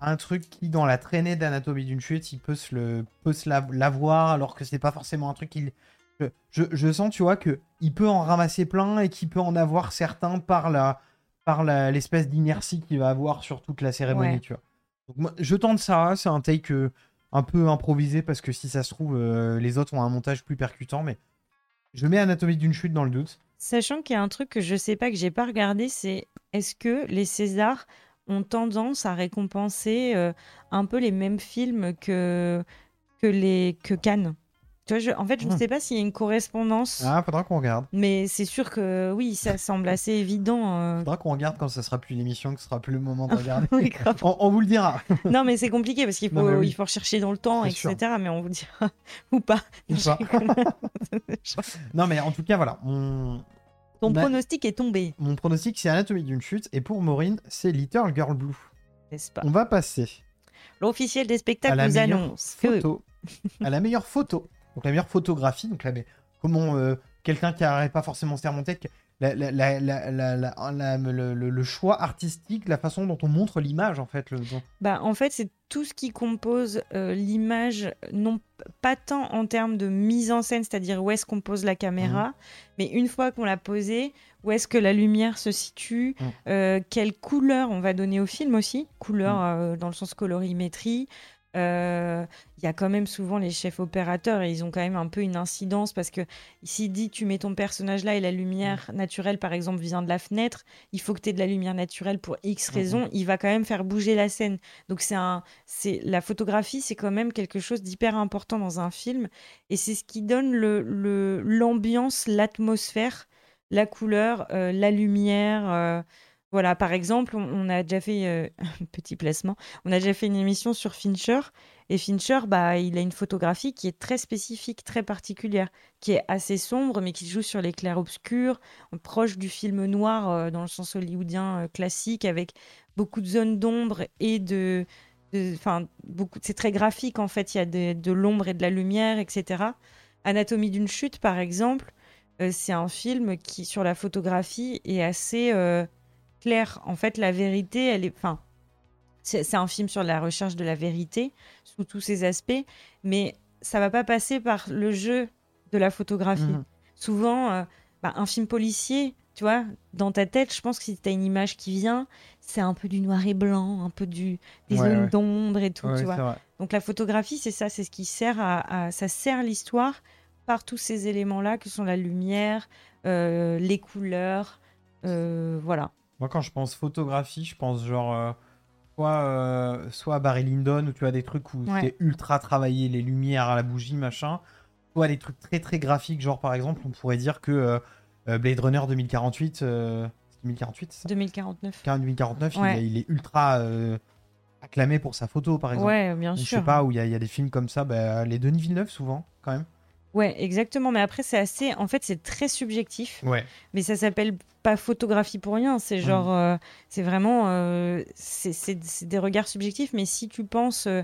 A: un truc qui, dans la traînée d'Anatomie d'une chute, il peut se le- peut se l'av- l'avoir, alors que c'est pas forcément un truc qu'il. Je, je, je sens, tu vois, que il peut en ramasser plein et qu'il peut en avoir certains par la par la- l'espèce d'inertie qu'il va avoir sur toute la cérémonie,
B: Ouais.
A: tu vois. Donc, moi, je tente ça, c'est un take euh, un peu improvisé parce que si ça se trouve, euh, les autres ont un montage plus percutant, mais je mets Anatomie d'une chute dans le doute.
B: Sachant qu'il y a un truc que je sais pas, que j'ai pas regardé, c'est est-ce que les Césars ont tendance à récompenser euh, un peu les mêmes films que, que, les, que Cannes tu vois, je- En fait, je ne
A: Hmm.
B: sais pas s'il y a une correspondance,
A: Ah, faudra qu'on regarde.
B: mais c'est sûr que oui, ça semble assez évident. euh.
A: Faudra qu'on regarde quand ça sera plus l'émission, que ce sera plus le moment de regarder.
B: Oui, grave.
A: on, on vous le dira.
B: non, mais c'est compliqué parce qu'il
A: Non,
B: faut,
A: mais oui.
B: il faut rechercher dans le temps,
A: C'est
B: etc.
A: sûr.
B: Mais on vous dira ou pas.
A: Ou
B: Je
A: pas.
B: rigole.
A: Non, mais en tout cas, voilà. Mon,
B: Ton
A: Bah-
B: pronostic est tombé,
A: mon pronostic, c'est Anatomie d'une chute. Et pour Maureen, c'est Little Girl Blue.
B: n'est-ce pas
A: On va passer
B: L'officiel des
A: à
B: spectacles
A: la
B: nous
A: meilleure
B: annonce que
A: photo. à la meilleure photo. Donc la meilleure photographie. Donc la me- comment euh, quelqu'un qui n'arrive pas forcément se en tête. La, la- la- la- la- la- la- le, le- le choix artistique, la façon dont on montre l'image, en fait. Le, dont-
B: Bah, en fait, c'est tout ce qui compose euh, l'image, non pas tant en termes de mise en scène, c'est-à-dire où est-ce qu'on pose la caméra, mais une fois qu'on l'a posée, où est-ce que la lumière se situe,
A: Mhm.
B: euh, quelle couleur on va donner au film aussi, couleur euh, dans le sens colorimétrie, euh, il y a quand même souvent les chefs opérateurs et ils ont quand même un peu une incidence parce que s'il dit tu mets ton personnage là et la lumière naturelle par exemple vient de la fenêtre, il faut que tu aies de la lumière naturelle pour X raison, il va quand même faire bouger la scène. Donc c'est un c'est la photographie, c'est quand même quelque chose d'hyper important dans un film et c'est ce qui donne le le- l'ambiance, l'atmosphère, la couleur, euh, la lumière euh, voilà, par exemple, on, on a déjà fait euh, un petit placement. On a déjà fait une émission sur Fincher. Et Fincher, bah, il a une photographie qui est très spécifique, très particulière, qui est assez sombre, mais qui joue sur les clairs-obscurs, proche du film noir euh, dans le sens hollywoodien euh, classique, avec beaucoup de zones d'ombre et de. de- Enfin, beaucoup. C'est très graphique en fait. Il y a de, de l'ombre et de la lumière, etc. Anatomie d'une chute, par exemple, euh, c'est un film qui, sur la photographie, est assez euh, clair. En fait, la vérité, elle est. Enfin, c'est c'est un film sur la recherche de la vérité sous tous ses aspects, mais ça va pas passer par le jeu de la photographie.
A: Mhm.
B: Souvent, euh, bah, un film policier, tu vois, dans ta tête, je pense que si tu as une image qui vient, c'est un peu du noir et blanc, un peu du, des
A: Ouais,
B: zones
A: ouais.
B: d'ombre et tout,
A: Ouais,
B: tu
A: c'est
B: vois.
A: vrai.
B: Donc la photographie, c'est ça, c'est ce qui sert à, à- ça sert l'histoire par tous ces éléments-là que sont la lumière, euh, les couleurs, euh, voilà.
A: Moi, quand je pense photographie, je pense genre euh, soit, euh, soit à Barry Lyndon où tu as des trucs où
B: Ouais.
A: c'est ultra travaillé, les lumières à la bougie, machin. Soit des trucs très très graphiques, genre par exemple, on pourrait dire que euh, euh, Blade Runner 2048, euh, c'est 2048, c'est ça
B: 2049.
A: 2049, il
B: Ouais.
A: est- il, est ultra euh, acclamé pour sa photo, par exemple.
B: Ouais, bien
A: Ou je
B: sûr.
A: sais pas, où il y, a- il y a des films comme ça, bah, les Denis Villeneuve souvent, quand même.
B: Ouais, exactement. Mais après, c'est assez. En fait, c'est très subjectif.
A: Ouais.
B: Mais ça s'appelle pas photographie pour rien.
A: Mmh.
B: C'est genre, euh, c'est vraiment, euh, c'est c'est- c'est des regards subjectifs. Mais si tu penses, euh,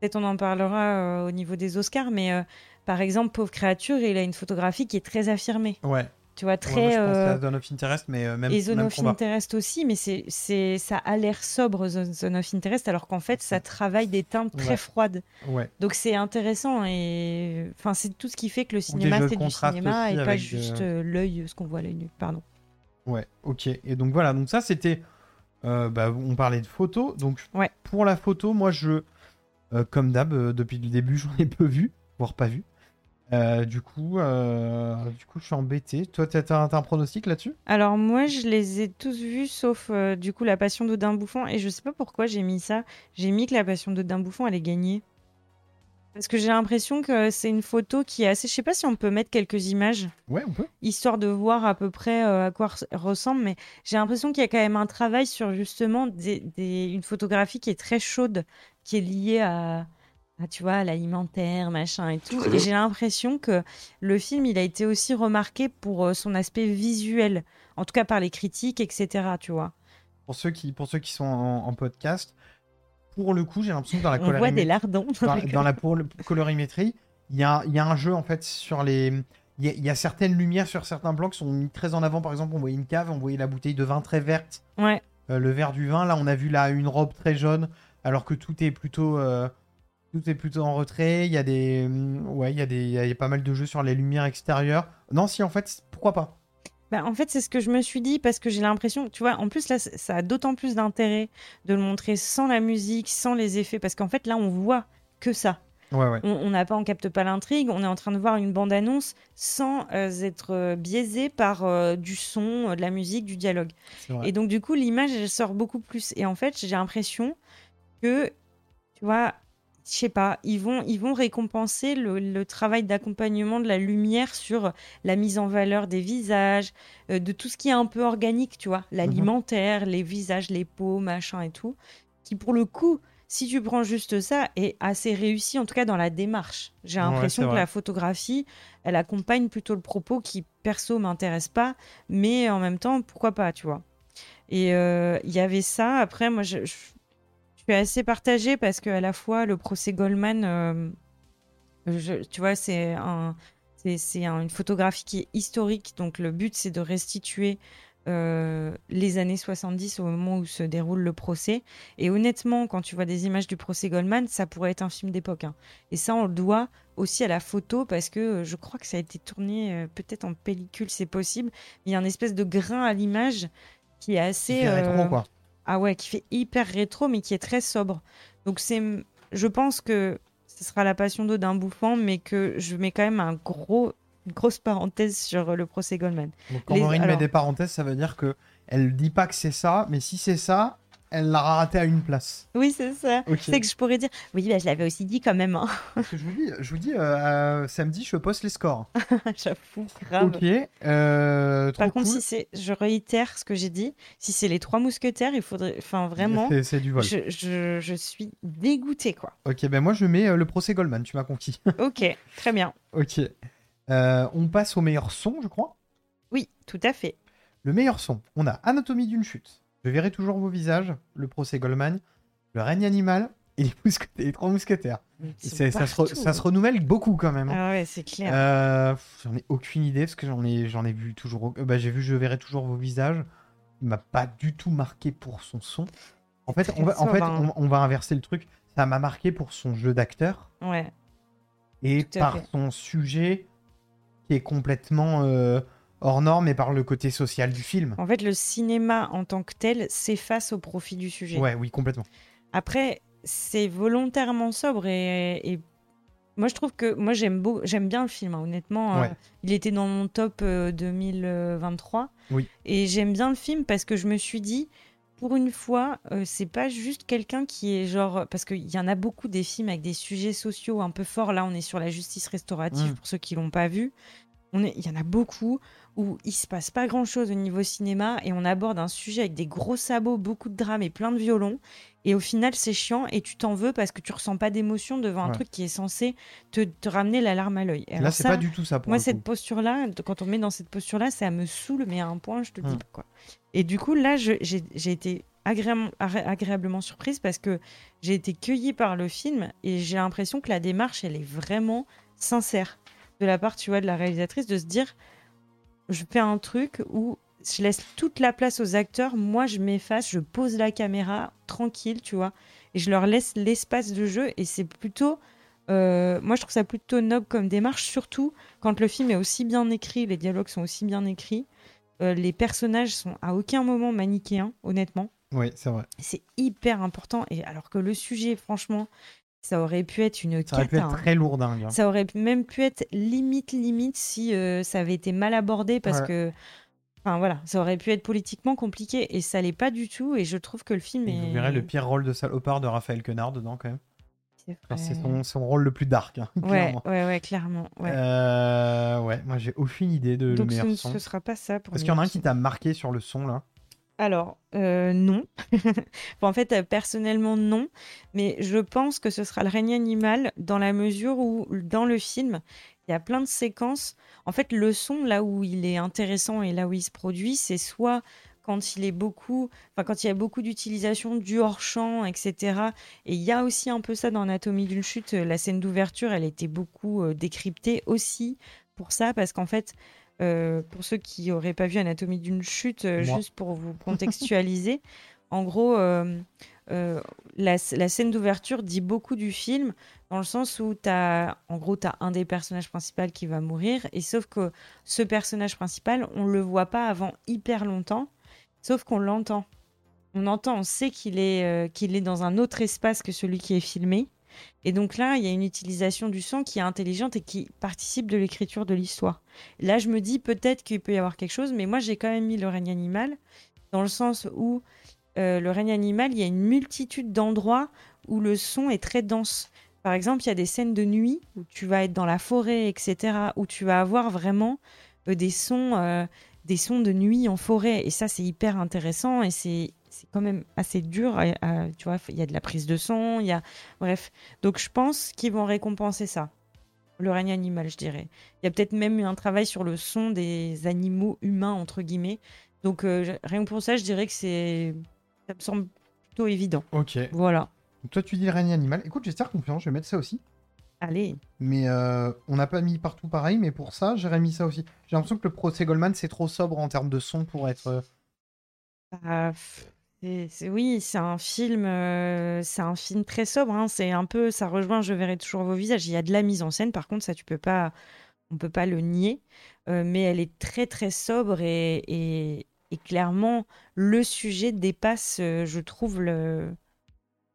B: peut-être on en parlera euh, au niveau des Oscars. Mais euh, par exemple, Pauvre créature, il a une photographie qui est très affirmée.
A: Ouais.
B: Tu vois,
A: Ouais, moi,
B: très.
A: je pense
B: euh,
A: à Zone of Interest, mais euh, même,
B: et Zone
A: même
B: of
A: combat.
B: Interest aussi, mais c'est, c'est, ça a l'air sobre, Zone, Zone of Interest, alors qu'en fait, ça travaille des teintes très
A: Ouais.
B: froides.
A: Ouais.
B: Donc c'est intéressant et enfin c'est tout ce qui fait que le
A: Ou des
B: cinéma
A: jeux de
B: c'est du
A: contraste
B: cinéma
A: aussi
B: et pas
A: avec de-
B: juste euh, l'œil, ce qu'on voit à l'œil nu. Pardon.
A: Ouais, ok. Et donc voilà, donc ça c'était. euh, bah, on parlait de photos. Donc
B: Ouais.
A: pour la photo, moi je. euh, comme d'hab, euh, depuis le début, j'en ai peu vu, voire pas vu. Euh, du coup, euh, du coup, je suis embêté. Toi, t'as t'as un, t'as un pronostic là-dessus
B: Alors moi je les ai tous vus sauf euh, du coup la Passion d'Odin Bouffon et je sais pas pourquoi j'ai mis ça. J'ai mis que la Passion d'Odin Bouffon allait gagner parce que j'ai l'impression que c'est une photo qui est assez. Je sais pas si on peut mettre quelques images.
A: Ouais, on peut.
B: histoire de voir à peu près euh, à quoi res- ressemble. Mais j'ai l'impression qu'il y a quand même un travail sur justement des- des- une photographie qui est très chaude, qui est liée à, à, tu vois, à l'alimentaire, machin et tout. Et j'ai l'impression que le film, il a été aussi remarqué pour euh, son aspect visuel, en tout cas par les critiques, etc. Tu vois.
A: Pour ceux qui, pour ceux qui sont en, en podcast, pour le coup, j'ai l'impression que dans la
B: On voit
A: colorimétrie,
B: des lardons.
A: dans, dans la pour- colorimétrie, il y a, il y a un jeu en fait sur les. Il y, a, il y a certaines lumières sur certains plans qui sont mis très en avant. Par exemple, on voyait une cave, on voyait la bouteille de vin très verte.
B: Ouais,
A: Euh, le verre du vin. Là, on a vu là une robe très jaune, alors que tout est plutôt, euh, tout est plutôt en retrait. Il y a des, hum, ouais, il y a des, il y a- il y a pas mal de jeux sur les lumières extérieures. Non, si en fait, c'est- pourquoi pas
B: Bah, en fait, c'est ce que je me suis dit parce que j'ai l'impression, tu vois, en plus là, c- ça a d'autant plus d'intérêt de le montrer sans la musique, sans les effets, parce qu'en fait là, on voit que ça.
A: Ouais, ouais.
B: On- On n'a pas, on capte pas l'intrigue, on est en train de voir une bande-annonce sans euh, être euh, biaisé par euh, du son, euh, de la musique, du dialogue.
A: c'est vrai.
B: Et donc, du coup, l'image, elle sort beaucoup plus. Et en fait, j'ai l'impression que, tu vois, je sais pas, ils vont, ils vont récompenser le, le travail d'accompagnement de la lumière sur la mise en valeur des visages, euh, de tout ce qui est un peu organique, tu vois,
A: Mhm.
B: l'alimentaire, les visages, les peaux, machin et tout, qui pour le coup, si tu prends juste ça, est assez réussi, en tout cas dans la démarche. J'ai
A: Ouais,
B: l'impression
A: c'est
B: que
A: vrai.
B: la photographie, elle accompagne plutôt le propos qui, perso, m'intéresse pas, mais en même temps, pourquoi pas, tu vois. Et euh, il y avait ça. Après, moi, je, je- je suis assez partagée parce que à la fois le procès Goldman, euh, je- tu vois, c'est un, c'est c'est un- une photographie qui est historique. Donc le but, c'est de restituer euh, les années 70 au moment où se déroule le procès. Et honnêtement, quand tu vois des images du procès Goldman, ça pourrait être un film d'époque. hein. Et ça, on le doit aussi à la photo parce que euh, je crois que ça a été tourné euh, peut-être en pellicule, c'est possible. Il y a un espèce de grain à l'image qui est assez
A: C'est rétro
B: euh,
A: quoi.
B: ah ouais, qui fait hyper rétro, mais qui est très sobre. Donc c'est, je pense que ce sera la passion d'eau d'un bouffant, mais que je mets quand même un gros, une grosse parenthèse sur le procès Goldman.
A: Donc, quand
B: Les-
A: Maureen met
B: alors-
A: des parenthèses, ça veut dire que elle dit pas que c'est ça, mais si c'est ça, elle l'a raté à une place.
B: Oui, c'est ça.
A: Ok.
B: C'est que je pourrais dire, oui, bah, je l'avais aussi dit quand même, hein.
A: Parce que je vous dis, je vous dis euh, euh, samedi, je poste les scores.
B: j'avoue, grave.
A: Ok. euh, trop
B: Par contre,
A: cool.
B: si c'est, je réitère ce que j'ai dit, si c'est les trois mousquetaires, il faudrait, enfin vraiment,
A: C'est- C'est du vol.
B: je, je- je suis dégoûtée quoi.
A: Ok, ben moi je mets euh, le procès Goldman, tu m'as conquis.
B: ok, très bien.
A: ok. Euh, on passe au meilleur son, je crois.
B: Oui, tout à fait.
A: Le meilleur son, on a Anatomie d'une chute. Je verrai toujours vos visages, le procès Goldman, le règne animal et les, mousquet- et les trois mousquetaires.
B: Ils sont
A: C'est- Ça se, re-
B: partout.
A: ça se renouvelle beaucoup quand même. hein.
B: Ah ouais, c'est clair.
A: Euh, pff, j'en ai aucune idée parce que j'en ai, j'en ai vu toujours. au- euh, bah, j'ai vu Je verrai toujours vos visages. Il m'a pas du tout marqué pour son son. En fait,
B: très
A: on va, en fait
B: sobre, hein.
A: on, on va inverser le truc. Ça m'a marqué pour son jeu d'acteur
B: Ouais.
A: et
B: Tout à
A: par
B: fait.
A: son sujet qui est complètement euh, hors norme et par le côté social du film.
B: En fait, le cinéma en tant que tel s'efface au profit du sujet.
A: Ouais, oui, complètement.
B: Après, c'est volontairement sobre et, et moi je trouve que moi j'aime beau- j'aime bien le film hein, honnêtement.
A: Ouais.
B: euh, il était dans mon top euh, 2023
A: Oui.
B: et j'aime bien le film parce que je me suis dit pour une fois euh, c'est pas juste quelqu'un qui est genre parce qu'il y en a beaucoup des films avec des sujets sociaux un peu forts là on est sur la justice restaurative
A: Mm.
B: pour ceux qui l'ont pas vu. On est- Il y en a beaucoup où il se passe pas grand chose au niveau cinéma et on aborde un sujet avec des gros sabots, beaucoup de drames et plein de violons. Et au final, c'est chiant et tu t'en veux parce que tu ressens pas d'émotion devant un
A: Ouais.
B: truc qui est censé te, te ramener la larme à l'œil. Et
A: Là,
B: alors
A: c'est
B: ça,
A: pas du tout ça pour
B: moi,
A: le
B: cette
A: coup.
B: posture-là, de- quand on me met dans cette posture-là, ça me saoule, mais à un point, je te dis
A: Hmm.
B: pas quoi. Et du coup, là, je- j'ai j'ai été agréablement, agré- agréablement surprise parce que j'ai été cueillie par le film et j'ai l'impression que la démarche, elle est vraiment sincère de la part, tu vois, de la réalisatrice, de se dire, je fais un truc où je laisse toute la place aux acteurs, moi, je m'efface, je pose la caméra tranquille, tu vois, et je leur laisse l'espace de jeu et c'est plutôt... euh, moi, je trouve ça plutôt noble comme démarche, surtout quand le film est aussi bien écrit, les dialogues sont aussi bien écrits, euh, les personnages sont à aucun moment manichéens, honnêtement.
A: Oui, c'est vrai.
B: C'est hyper important. Et alors que le sujet, franchement, ça aurait pu être une
A: Ça aurait pu
B: cata,
A: être
B: hein.
A: très lourdingue. hein.
B: Ça aurait pu- même pu être limite limite si euh, ça avait été mal abordé parce
A: Ouais.
B: que, enfin voilà, ça aurait pu être politiquement compliqué et ça l'est pas du tout. Et je trouve que le film
A: Et
B: est.
A: Vous verrez le pire rôle de salopard de Raphaël Quenard dedans, quand même.
B: C'est
A: Enfin, C'est
B: vrai.
A: son, son rôle le plus dark, hein,
B: Ouais,
A: clairement.
B: ouais, ouais, clairement. ouais.
A: Euh, ouais, moi j'ai aucune idée de
B: Donc
A: le
B: ce,
A: meilleur
B: ne-
A: son.
B: ce sera pas ça pour.
A: Est-ce qu'il y en a un
B: nous.
A: qui t'a marqué sur le son là
B: Alors, euh, non. Bon, en fait, euh, personnellement, non. Mais je pense que ce sera le règne animal dans la mesure où, dans le film, il y a plein de séquences. En fait, le son, là où il est intéressant et là où il se produit, c'est soit quand il est beaucoup, enfin quand il y a beaucoup d'utilisation du hors-champ, etc. Et il y a aussi un peu ça dans Anatomie d'une chute. euh, La scène d'ouverture, elle était beaucoup euh, décryptée aussi pour ça, parce qu'en fait, euh, pour ceux qui n'auraient pas vu Anatomie d'une chute, euh,
A: Moi.
B: juste pour vous contextualiser, en gros, euh, euh, la, la scène d'ouverture dit beaucoup du film, dans le sens où t'as, en gros, tu as un des personnages principaux qui va mourir, et sauf que ce personnage principal, on le voit pas avant hyper longtemps, sauf qu'on l'entend. On entend, on sait qu'il est, euh, qu'il est dans un autre espace que celui qui est filmé. Et donc là, il y a une utilisation du son qui est intelligente et qui participe de l'écriture de l'histoire. Là, je me dis peut-être qu'il peut y avoir quelque chose, mais moi, j'ai quand même mis le règne animal, dans le sens où euh, le règne animal, il y a une multitude d'endroits où le son est très dense. Par exemple, il y a des scènes de nuit où tu vas être dans la forêt, etc., où tu vas avoir vraiment euh, des sons, euh, des sons de nuit en forêt. Et ça, c'est hyper intéressant et c'est c'est quand même assez dur. à- à- tu vois, il y a de la prise de son, il y a bref. Donc, je pense qu'ils vont récompenser ça. Le règne animal, je dirais. Il y a peut-être même eu un travail sur le son des animaux humains, entre guillemets. Donc, euh, je- rien que pour ça, je dirais que c'est. Ça me semble plutôt évident.
A: Ok.
B: Voilà.
A: Donc, toi tu dis le règne animal. Écoute, j'espère confiance, je vais mettre ça aussi.
B: Allez.
A: Mais euh, on n'a pas mis partout pareil, mais pour ça j'aurais mis ça aussi. J'ai l'impression que le procès Goldman c'est trop sobre en termes de son pour être. euh,
B: Bah, pff, c'est- c'est- oui, c'est un film, euh, c'est un film très sobre. hein. C'est un peu, ça rejoint. Je verrai toujours vos visages. Il y a de la mise en scène, par contre, ça tu peux pas, on peut pas le nier. Euh, mais elle est très très sobre et, et- et clairement le sujet dépasse, euh, je trouve le.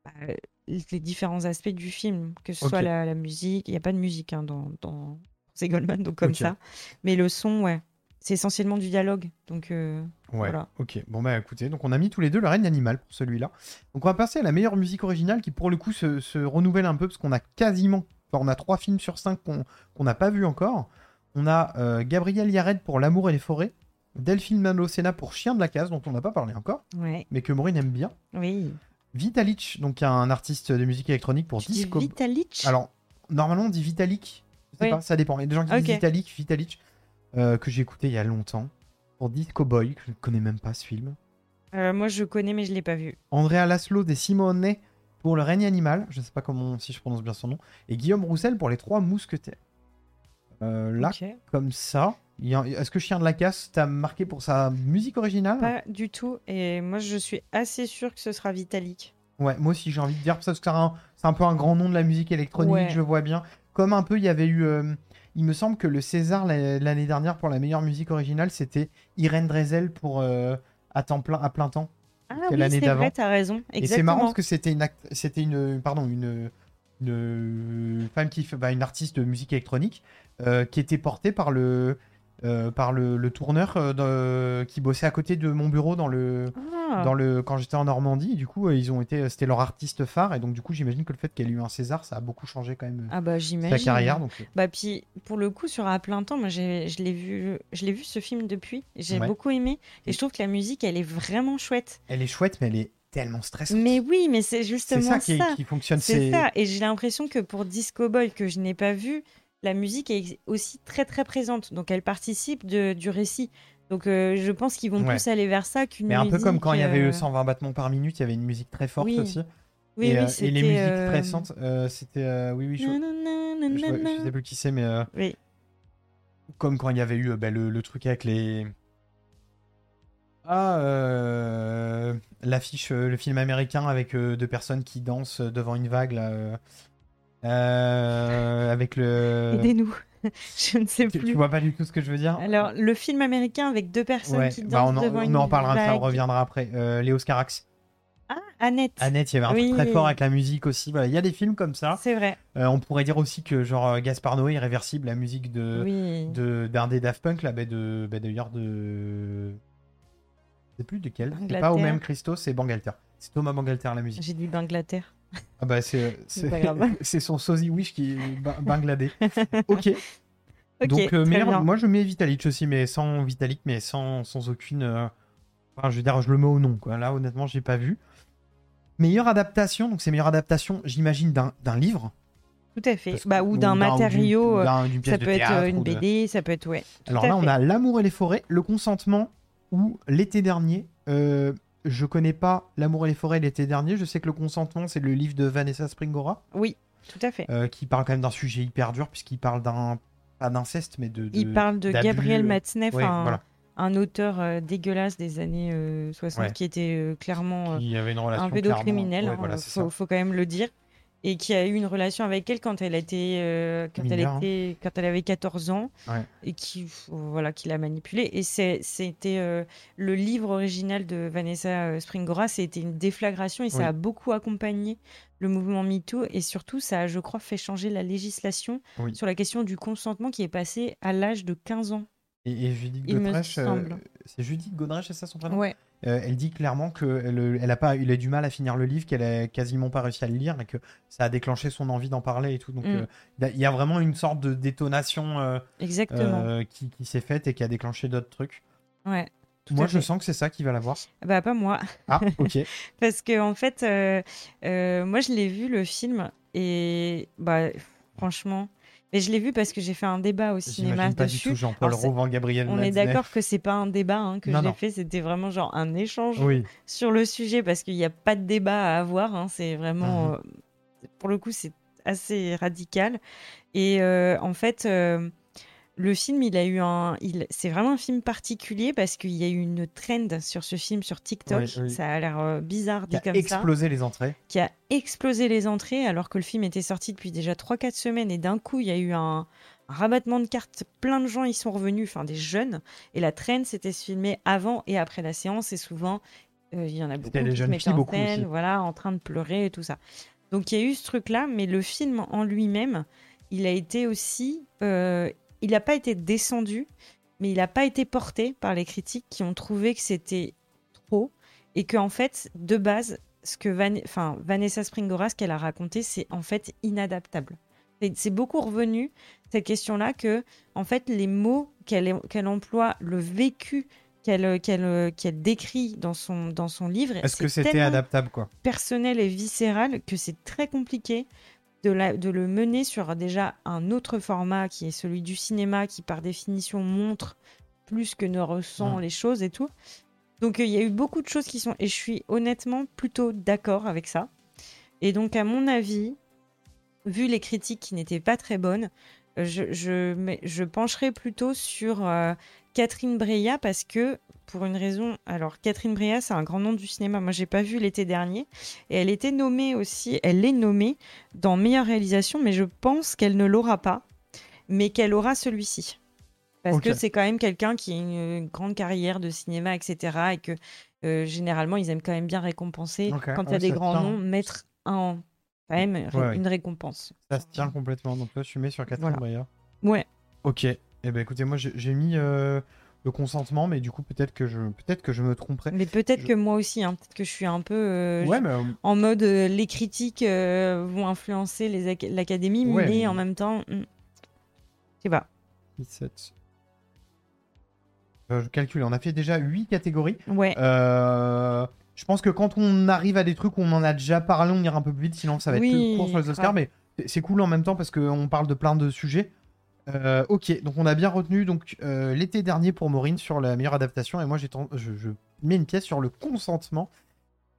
B: bah, les différents aspects du film, que ce
A: Ok.
B: soit la, la musique. Il n'y a pas de musique hein, dans, dans Ramsay Goldman, donc comme
A: Ok.
B: ça. Mais le son, ouais. C'est essentiellement du dialogue. Donc, euh,
A: Ouais,
B: Voilà.
A: ok. Bon, bah écoutez, donc on a mis tous les deux le règne animal pour celui-là. Donc on va passer à la meilleure musique originale qui, pour le coup, se, se renouvelle un peu parce qu'on a quasiment. enfin, on a trois films sur cinq qu'on qu'on n'a pas vu encore. On a euh, Gabriel Yared pour L'amour et les forêts. Delphine Malocena pour Chien de la case, dont on n'a pas parlé encore,
B: ouais.
A: mais que Maureen aime bien.
B: Oui.
A: Vitalic, donc un artiste de musique électronique pour
B: Tu dis
A: Disco.
B: Vitalic
A: Alors, normalement, on dit Vitalik. Je sais
B: Oui.
A: pas, ça dépend. Il y a des gens qui
B: Ok.
A: disent Vitalik, Vitalik, euh, que j'ai écouté il y a longtemps. Pour Disco Boy, que je ne connais même pas ce film.
B: Euh, Moi, je connais, mais je ne l'ai pas vu.
A: Andrea Laszlo des Simone pour Le règne animal. Je ne sais pas comment, si je prononce bien son nom. Et Guillaume Roussel pour Les Trois Mousquetaires. Euh, là,
B: Ok.
A: comme ça. il y a- Est-ce que Chien de la Casse t'a marqué pour sa musique originale
B: Pas du tout. Et moi, je suis assez sûre que ce sera Vitalik.
A: Ouais, moi aussi j'ai envie de dire parce que c'est un, c'est un peu un grand nom de la musique électronique,
B: Ouais.
A: je le vois bien. Comme un peu, il y avait eu, euh, il me semble que le César la- l'année dernière pour la meilleure musique originale, c'était Irène Dresel pour euh, à temps plein, à plein temps.
B: Ah
A: Quelle
B: oui,
A: année
B: c'est
A: d'avant
B: vrai, t'as raison. Exactement.
A: Et c'est marrant parce que c'était une, act- c'était une, pardon, une, une femme qui fait, bah, une artiste de musique électronique euh, qui était portée par le, euh, par le, le tourneur euh, de- qui bossait à côté de mon bureau dans le,
B: Ah.
A: dans le quand j'étais en Normandie du coup euh, ils ont été c'était leur artiste phare et donc du coup j'imagine que le fait qu'elle ait eu un César ça a beaucoup changé quand même euh,
B: Ah bah
A: sa
B: j'imagine.
A: carrière donc euh,
B: Bah puis pour le coup sur à plein temps, moi j'ai- je l'ai vu, je l'ai vu ce film depuis. J'ai
A: Ouais.
B: beaucoup aimé et je trouve que la musique elle est vraiment chouette.
A: elle est chouette mais elle est tellement stressante
B: Mais oui, mais c'est
A: c'est
B: justement
A: ça qui, qui fonctionne
B: C'est ça. Et j'ai l'impression que pour Disco Boy que je n'ai pas vu, la musique est aussi très très présente. Donc elle participe de- du récit. Donc euh, je pense qu'ils vont
A: Ouais.
B: plus aller vers ça qu'une
A: mais un peu comme
B: musique,
A: quand il y avait
B: euh,
A: le 120 battements par minute il y avait une musique très forte
B: Oui.
A: aussi
B: oui,
A: et, euh,
B: oui,
A: et les
B: c'était,
A: musiques
B: euh,
A: stressantes euh, c'était euh, oui oui je,
B: nanana,
A: je- je
B: nanana.
A: sais plus qui c'est mais euh,
B: Oui.
A: comme quand il y avait eu euh, bah, le, le truc avec les ah euh, l'affiche euh, le film américain avec euh, deux personnes qui dansent devant une vague là, euh, euh, avec le
B: Aidez-nous. je ne sais
A: tu,
B: plus.
A: tu vois pas du tout ce que je veux dire
B: Alors, le film américain avec deux personnes
A: Ouais,
B: qui dansent
A: bah, on en,
B: devant
A: on
B: une
A: en parlera ça
B: vague.
A: reviendra après Euh, Léo Scarax
B: Ah, Annette.
A: Annette il y avait un
B: Oui.
A: truc très fort avec la musique aussi voilà il y a des films comme ça
B: C'est vrai.
A: Euh, on pourrait dire aussi que genre euh, Gaspard Noé irréversible la musique de
B: oui.
A: euh, de d'un des Daft Punk là, bah, de bah, d'ailleurs de je sais plus de quel, c'est pas
B: Bangalter.
A: au même Christo, c'est Bangalter. C'est Thomas Bangalter la musique.
B: J'ai dit d'Angleterre.
A: Ah bah c'est
B: C'est pas grave.
A: c'est c'est son sosie Wish qui ba- Bangladais. OK.
B: Ok,
A: Donc euh,
B: très
A: meilleur-
B: bien.
A: moi je mets Vitalik aussi mais sans Vitalik mais sans sans aucune euh, enfin je veux dire je le mets au nom quoi. Là honnêtement, j'ai pas vu. Meilleure adaptation, donc c'est meilleure adaptation, j'imagine d'un d'un livre
B: Tout à fait.
A: parce que-
B: Bah, ou d'un
A: d'une-
B: matériau.
A: ou
B: euh,
A: d'un- d'une pièce
B: Ça
A: de
B: peut être
A: théâtre,
B: euh, une
A: ou de-
B: BD, ça peut être. Ouais. Tout
A: Alors
B: à
A: là, on
B: fait.
A: a L'amour et les forêts, Le consentement ou L'été dernier. Euh, je connais pas L'amour et les forêts l'été dernier. Je sais que Le consentement, c'est le livre de Vanessa Springora
B: Oui, tout à fait.
A: euh, qui parle quand même d'un sujet hyper dur puisqu'il parle d'un pas d'inceste mais de, de-
B: Il parle de
A: d'abus,
B: Gabriel
A: euh,
B: Matzneff,
A: ouais,
B: un,
A: voilà,
B: un auteur euh, dégueulasse des années euh, 60
A: Ouais.
B: qui était euh, clairement euh,
A: qui avait une relation
B: un
A: Bah, clairement-
B: pédocriminel.
A: ouais,
B: hein,
A: voilà, c'est ça.
B: faut, faut quand même le dire. Et qui a eu une relation avec elle quand elle, a été, euh, quand, elle
A: Mineure, hein.
B: était, quand elle avait 14 ans.
A: Ouais.
B: Et qui, pff, voilà, qui l'a manipulée. Et c'est- c'était euh, le livre original de Vanessa euh, Springora. C'était une déflagration et ça
A: Oui.
B: a beaucoup accompagné le mouvement MeToo. Et surtout, ça a, je crois, fait changer la législation
A: Oui.
B: sur la question du consentement qui est passée à l'âge de 15 ans.
A: Et, et Judith
B: Il me
A: Godrèche, euh,
B: semble.
A: c'est Judith Godrèche, c'est ça son prénom
B: Ouais.
A: Euh, elle dit clairement qu'elle elle a, pas- elle a du mal à finir le livre, qu'elle a quasiment pas réussi à le lire et que ça a déclenché son envie d'en parler et tout. Donc
B: Mm.
A: euh, il y a- il y a vraiment une sorte de détonation euh,
B: Exactement.
A: euh, qui, qui s'est faite et qui a déclenché d'autres trucs.
B: Ouais. Tout
A: Moi
B: à
A: je
B: fait.
A: sens que c'est ça qui va l'avoir.
B: Bah, pas moi.
A: Ah ok.
B: Parce que en fait, euh, euh, moi je l'ai vu le film et bah franchement, mais je l'ai vu parce que j'ai fait un débat au cinéma
A: J'imagine pas du
B: dessus.
A: tout Jean-Paul
B: Alors, c'est-
A: Rovan, Gabriel
B: On est
A: Matzneff.
B: d'accord que c'est pas un débat hein, que
A: Non,
B: j'ai
A: non.
B: fait, c'était vraiment genre un échange
A: Oui.
B: sur le sujet parce qu'il n'y a pas de débat à avoir. hein, c'est vraiment,
A: Mhm.
B: euh, pour le coup, c'est assez radical. Et euh, en fait, euh, le film, il a eu un, il, c'est vraiment un film particulier parce qu'il y a eu une trend sur ce film sur TikTok.
A: Oui, oui.
B: Ça a l'air euh, bizarre
A: Qui
B: dit
A: a
B: comme ça
A: explosé les entrées.
B: qui a explosé les entrées alors que le film était sorti depuis déjà 3-4 semaines et d'un coup il y a eu un, un rabattement de cartes, plein de gens y sont revenus, enfin des jeunes, et la traîne s'était filmée avant et après la séance et souvent euh, il y en a beaucoup
A: les
B: qui se
A: jeunes
B: mettaient
A: filles,
B: en
A: beaucoup
B: scène,
A: aussi.
B: voilà, en train de pleurer et tout ça. Donc il y a eu ce truc-là, mais le film en lui-même, il a été aussi, euh, il n'a pas été descendu, mais il n'a pas été porté par les critiques qui ont trouvé que c'était trop et que en fait, de base, ce que Van... enfin, Vanessa Springora, ce qu'elle a raconté, c'est en fait inadaptable. C'est beaucoup revenu cette question-là que en fait les mots qu'elle qu emploie, le vécu qu'elle euh, qu'elle qu décrit dans son dans son livre,
A: est-ce que c'était adaptable quoi
B: Personnel et viscéral que c'est très compliqué de, la, de, le mener sur déjà un autre format qui est celui du cinéma qui par définition montre plus que ne ressent ouais. les choses et tout. Donc il euh, y a eu beaucoup de choses qui sont et je suis honnêtement plutôt d'accord avec ça. Et donc à mon avis, vu les critiques qui n'étaient pas très bonnes, je, je, je pencherai plutôt sur euh, Catherine Breillat parce que pour une raison, alors Catherine Breillat c'est un grand nom du cinéma, moi j'ai pas vu l'été dernier et elle était nommée aussi, elle est nommée dans meilleure réalisation mais je pense qu'elle ne l'aura pas mais qu'elle aura celui-ci. Parce okay. que c'est quand même quelqu'un qui a une, grande carrière de cinéma, etc. Et que euh, généralement, ils aiment quand même bien récompenser, okay. quand il y a ouais, des grands tient. noms, mettre un, quand même ouais, ré ouais. une récompense.
A: Ça se tient complètement. Donc là, je suis mis sur Catherine voilà.
B: Ouais.
A: Ok. et eh ben écoutez, moi j'ai mis euh, le consentement, mais du coup peut-être que je peut-être que je me tromperais.
B: Mais peut-être
A: je...
B: que moi aussi, hein. peut-être que je suis un peu euh,
A: ouais, mais...
B: en mode euh, les critiques euh, vont influencer l'académie, mais, mais, en même temps, hmm, je sais pas.
A: 17. Euh, je calcule. On a fait déjà 8 catégories.
B: Ouais.
A: Euh... Je pense que quand on arrive à des trucs où on en a déjà parlé, on ira un peu plus vite, sinon ça va être
B: oui,
A: plus court sur les Oscars.
B: Grave.
A: Mais c'est cool en même temps parce qu'on parle de plein de sujets. Euh, ok, donc on a bien retenu donc euh, l'été dernier pour Maureen sur la meilleure adaptation et moi j'ai je, je, mets une pièce sur le consentement.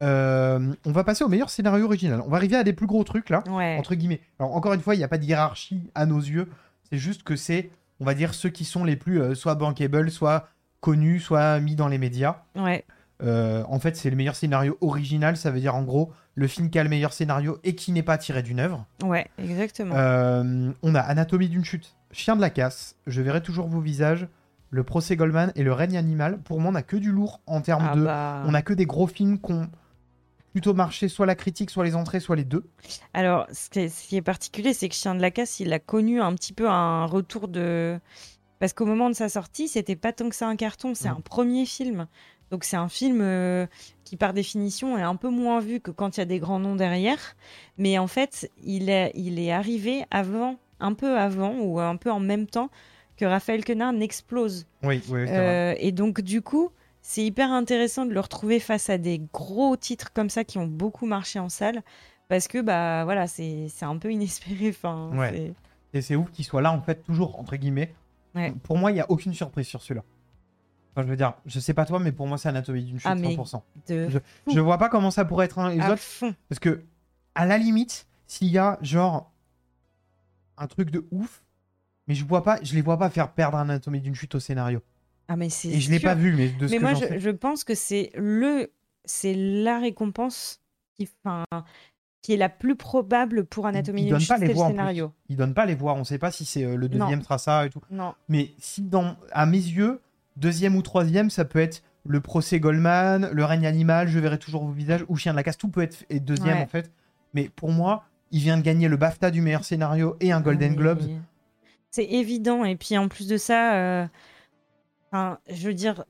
A: Euh, on va passer au meilleur scénario original. On va arriver à des plus gros trucs là,
B: ouais.
A: entre guillemets. Alors encore une fois, il n'y a pas de hiérarchie à nos yeux. C'est juste que c'est, on va dire, ceux qui sont les plus euh, soit bankable, soit connus, soit mis dans les médias.
B: Ouais.
A: Euh, en fait, c'est le meilleur scénario original. Ça veut dire en gros le film qui a le meilleur scénario et qui n'est pas tiré d'une œuvre.
B: Ouais, exactement.
A: Euh, on a Anatomie d'une chute, Chien de la casse, Je verrai toujours vos visages, Le procès Goldman et Le règne animal. Pour moi, on a que du lourd en termes
B: ah
A: de.
B: Bah...
A: On a que des gros films qu'on plutôt marché soit la critique, soit les entrées, soit les deux.
B: Alors, ce qui est, ce qui est particulier, c'est que Chien de la casse, il a connu un petit peu un retour de. Parce qu'au moment de sa sortie, c'était pas tant que ça un carton, c'est mmh. un premier film. Donc c'est un film euh, qui par définition est un peu moins vu que quand il y a des grands noms derrière, mais en fait il est, il est arrivé avant, un peu avant ou un peu en même temps que Raphaël Quenard n'explose.
A: Oui, oui,
B: euh, et donc du coup c'est hyper intéressant de le retrouver face à des gros titres comme ça qui ont beaucoup marché en salle parce que bah voilà c'est un peu inespéré. Enfin,
A: ouais. Et c'est ouf qu'il soit là en fait toujours entre guillemets.
B: Ouais.
A: Pour moi il n'y a aucune surprise sur celui-là. Enfin, je veux dire, je sais pas toi, mais pour moi, c'est Anatomie d'une chute,
B: ah,
A: 100%.
B: De...
A: Je, je, vois pas comment ça pourrait être un
B: à
A: autres,
B: fond.
A: Parce que, à la limite, s'il y a genre un truc de ouf, mais je vois pas, je les vois pas faire perdre Anatomie d'une chute au scénario.
B: Ah, mais c'est.
A: Et je l'ai pas vu, mais de ce
B: mais
A: que
B: moi,
A: je,
B: je, pense que c'est le. C'est la récompense qui. Enfin, qui est la plus probable pour Anatomie d'une chute,
A: c'est le
B: scénario.
A: Ils donnent pas les voix, on sait pas si c'est euh, le deuxième
B: non.
A: traça et tout.
B: Non.
A: Mais si, dans, à mes yeux deuxième ou troisième, ça peut être le procès Goldman, le règne animal, je verrai toujours vos visages, ou Chien de la casse, tout peut être et deuxième
B: Ouais.
A: en fait. Mais pour moi, il vient de gagner le BAFTA du meilleur scénario et un Golden
B: Oui.
A: Globe.
B: C'est évident. Et puis en plus de ça, euh, enfin, je veux dire,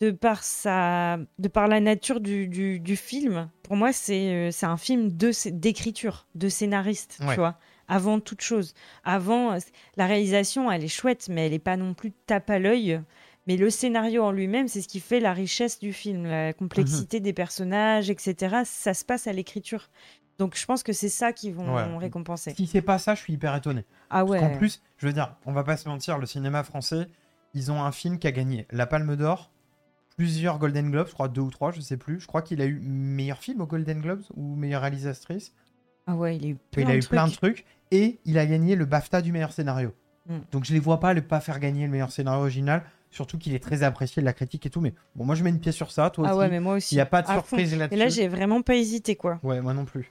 B: de par, sa... de par la nature du, du- du film, pour moi, c'est euh, c'est un film de sc- d'écriture, de scénariste,
A: Ouais.
B: tu vois, avant toute chose. Avant, euh, la réalisation, elle est chouette, mais elle n'est pas non plus tape à l'œil. Mais le scénario en lui-même, c'est ce qui fait la richesse du film, la complexité
A: Mhm.
B: des personnages, etc. Ça se passe à l'écriture. Donc je pense que c'est ça qu'ils vont
A: Ouais.
B: récompenser.
A: Si c'est pas ça, je suis hyper étonné.
B: Ah
A: Parce
B: ouais.
A: qu'en plus, je veux dire, on va pas se mentir, le cinéma français, ils ont un film qui a gagné la Palme d'Or, plusieurs Golden Globes, je crois deux ou trois, je sais plus. Je crois qu'il a eu meilleur film au Golden Globes ou meilleure réalisatrice.
B: ah ouais, il a eu plein,
A: Il a
B: de,
A: eu
B: trucs.
A: plein de trucs et il a gagné le BAFTA du meilleur scénario.
B: Mm.
A: Donc je les vois pas le pas faire gagner le meilleur scénario original, surtout qu'il est très apprécié de la critique et tout. Mais bon, moi je mets une pièce sur ça, toi
B: Ah
A: aussi.
B: ouais, mais moi aussi.
A: Il n'y a pas de
B: À fond.
A: surprise
B: Et
A: là-dessus.
B: là, j'ai vraiment pas hésité, quoi.
A: Ouais, moi non plus.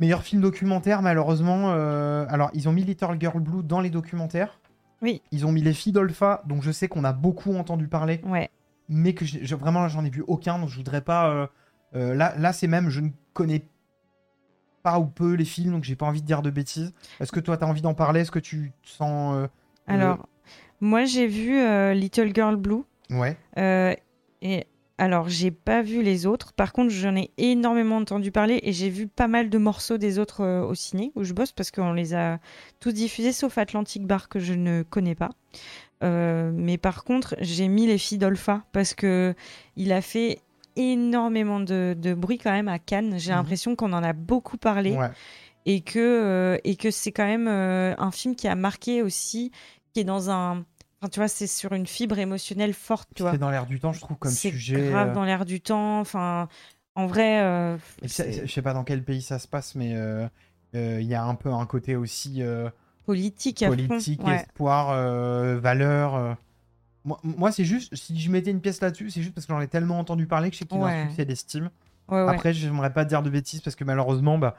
A: Meilleur film documentaire, malheureusement. euh, Alors, ils ont mis Little Girl Blue dans les documentaires.
B: Oui.
A: Ils ont mis Les Filles d'Olpha, dont je sais qu'on a beaucoup entendu parler,
B: Ouais.
A: mais que j'ai- je- vraiment, j'en ai vu aucun, donc je voudrais pas. euh, euh, là, là c'est même, je ne connais pas ou peu les films, donc j'ai pas envie de dire de bêtises. Est-ce que toi, tu as envie d'en parler Est-ce que tu te sens. euh,
B: Alors, moi, j'ai vu euh, Little Girl Blue.
A: le- Ouais.
B: euh, et alors, j'ai pas vu les autres. Par contre, j'en ai énormément entendu parler et j'ai vu pas mal de morceaux des autres euh, au ciné où je bosse parce qu'on les a tous diffusés sauf Atlantic Bar que je ne connais pas. Euh, mais par contre, j'ai mis les filles d'Olpha parce que il a fait énormément de, de bruit quand même à Cannes. J'ai
A: Mhm.
B: l'impression qu'on en a beaucoup parlé
A: ouais.
B: et que, euh, et que c'est quand même euh, un film qui a marqué aussi, qui est dans un. Enfin, tu vois, c'est sur une fibre émotionnelle forte, tu vois.
A: C'est dans l'air du temps, je trouve, comme
B: C'est
A: sujet.
B: grave
A: euh,
B: dans l'air du temps. Enfin, en vrai, euh,
A: et puis,
B: c'est
A: ça- je sais pas dans quel pays ça se passe, mais euh, euh, il y a un peu un côté aussi euh,
B: politique à fond,
A: politique,
B: ouais.
A: espoir, euh, valeur. euh. Moi, moi, c'est juste, si je mettais une pièce là-dessus, c'est juste parce que j'en ai tellement entendu parler que je sais qu'il a
B: Ouais.
A: un succès d'estime.
B: Ouais, ouais.
A: Après, j'aimerais pas dire de bêtises parce que malheureusement, bah,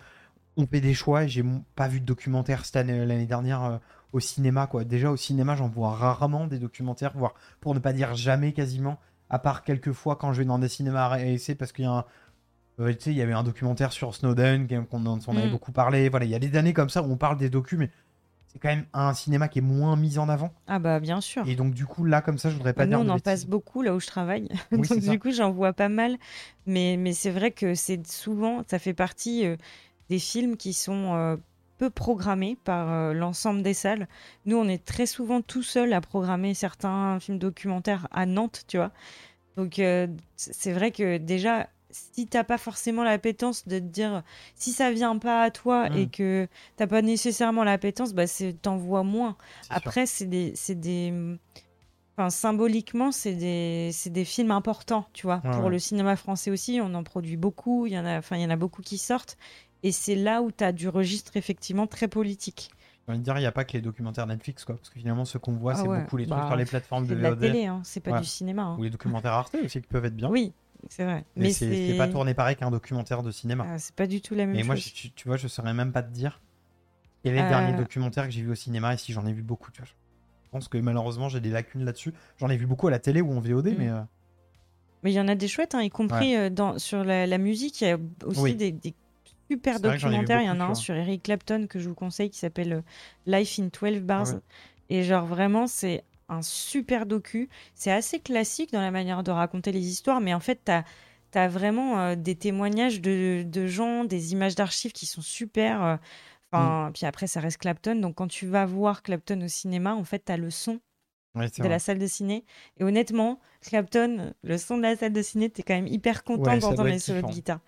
A: on fait des choix et j'ai mon- pas vu de documentaire cette année- l'année dernière euh, au cinéma. Quoi. Déjà, au cinéma, j'en vois rarement des documentaires, voire pour ne pas dire jamais quasiment, à part quelques fois quand je vais dans des cinémas à essai parce qu'il y a un. euh, tu sais, il y avait un documentaire sur Snowden qu'on on en on avait
B: Mm.
A: beaucoup parlé. Voilà, il y a des années comme ça où on parle des docus, mais c'est quand même un cinéma qui est moins mis en avant.
B: Ah bah bien sûr.
A: Et donc, du coup, là, comme ça, je voudrais pas
B: Bah, nous,
A: dire.
B: on
A: de
B: en
A: bêtises.
B: passe beaucoup là où je travaille.
A: Oui,
B: Donc,
A: c'est ça.
B: du coup, j'en vois pas mal. Mais, mais c'est vrai que c'est souvent, ça fait partie euh, des films qui sont euh, peu programmés par euh, l'ensemble des salles. Nous, on est très souvent tout seul à programmer certains films documentaires à Nantes, tu vois. Donc, euh, c- c'est vrai que déjà, si t'as pas forcément l'appétence de te dire si ça vient pas à toi
A: Mm.
B: et que t'as pas nécessairement l'appétence, bah, c'est- t'en vois moins.
A: C'est sûr.
B: Après, c'est des, c'est des, enfin, symboliquement, c'est des, c'est des films importants, tu vois.
A: Ouais,
B: pour
A: ouais.
B: le cinéma français aussi, on en produit beaucoup. Il y en a, enfin, il y en a beaucoup qui sortent. Et c'est là où tu as du registre effectivement très politique.
A: J'ai envie de dire, il n'y a pas que les documentaires Netflix, quoi. Parce que finalement, ce qu'on voit,
B: Ah
A: c'est
B: ouais,
A: beaucoup les trucs
B: bah,
A: sur les plateformes de
B: C'est de la
A: VOD,
B: télé, hein, c'est pas
A: Ouais.
B: du cinéma. hein.
A: ou les documentaires Arte aussi qui peuvent être bien.
B: Oui, c'est vrai.
A: mais c'est c'est pas tourné pareil qu'un documentaire de cinéma.
B: Ah, c'est pas du tout la même
A: Et moi,
B: chose.
A: je- tu, tu vois, je saurais même pas te dire quel est le
B: Euh.
A: dernier documentaire que j'ai vu au cinéma et si j'en ai vu beaucoup. Tu vois. Je pense que malheureusement, j'ai des lacunes là-dessus. J'en ai vu beaucoup à la télé ou en VOD,
B: Mm.
A: mais euh,
B: Mais il y en a des chouettes, hein, y compris euh, dans, sur la, la musique. Il y a aussi
A: Oui.
B: des, des super
A: C'est vrai que j'en ai vu
B: documentaires. Il y en a
A: beaucoup,
B: un
A: tu
B: sur Eric Clapton que je vous conseille qui s'appelle euh, Life in 12 Bars.
A: Ah ouais.
B: Et genre, vraiment, c'est un super docu. C'est assez classique dans la manière de raconter les histoires, mais en fait, t'as as vraiment euh, des témoignages de, de gens, des images d'archives qui sont super. euh, Enfin,
A: Mm.
B: Puis après, ça reste Clapton. Donc, quand tu vas voir Clapton au cinéma, en fait, t'as le son
A: ouais, c'est
B: de
A: vrai.
B: la salle de ciné. Et honnêtement, Clapton, le son de la salle de ciné, t'es quand même hyper content
A: Ouais, ça
B: d'entendre
A: doit
B: les
A: être
B: solos de
A: kiffant.
B: guitare.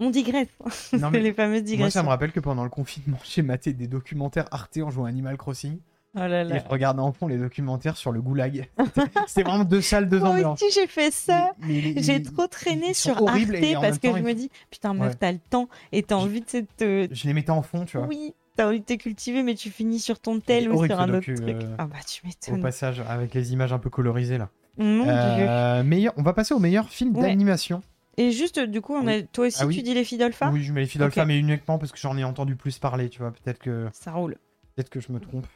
B: On digresse,
A: Non, mais
B: les fameuses
A: moi, ça
B: digressions.
A: me rappelle que pendant le confinement, j'ai maté des documentaires Arte en jouant à Animal Crossing
B: oh là
A: et
B: là.
A: je regardais en fond les documentaires sur le goulag. C'était- C'était vraiment deux salles, deux
B: Moi
A: ambiances.
B: aussi, j'ai fait ça.
A: Mais- mais les-
B: J'ai
A: les-
B: trop traîné
A: ils sont
B: sur Arte
A: horribles et en
B: parce
A: même
B: que
A: temps,
B: je
A: ils-
B: me dis, putain, meuf,
A: Ouais.
B: t'as le temps et t'as
A: Je-
B: envie de te.
A: Je les mettais en fond, tu vois.
B: Oui, t'as envie de te cultiver, mais tu finis sur ton
A: Il
B: tel
A: est
B: ou
A: horrible, ce
B: sur un autre
A: docu,
B: truc.
A: euh,
B: Ah bah, tu
A: Au
B: m'étonnes.
A: passage, avec les images un peu colorisées là.
B: Mon dieu.
A: Euh, meilleur, on va passer au meilleur film
B: Ouais.
A: d'animation.
B: Et juste, du coup, on a... toi aussi,
A: Ah oui.
B: tu dis les filles d'Olpha
A: Oui, je mets les filles
B: Ok.
A: d'Alpha, mais uniquement parce que j'en ai entendu plus parler, tu vois. Peut-être que,
B: Ça roule.
A: peut-être que je me trompe.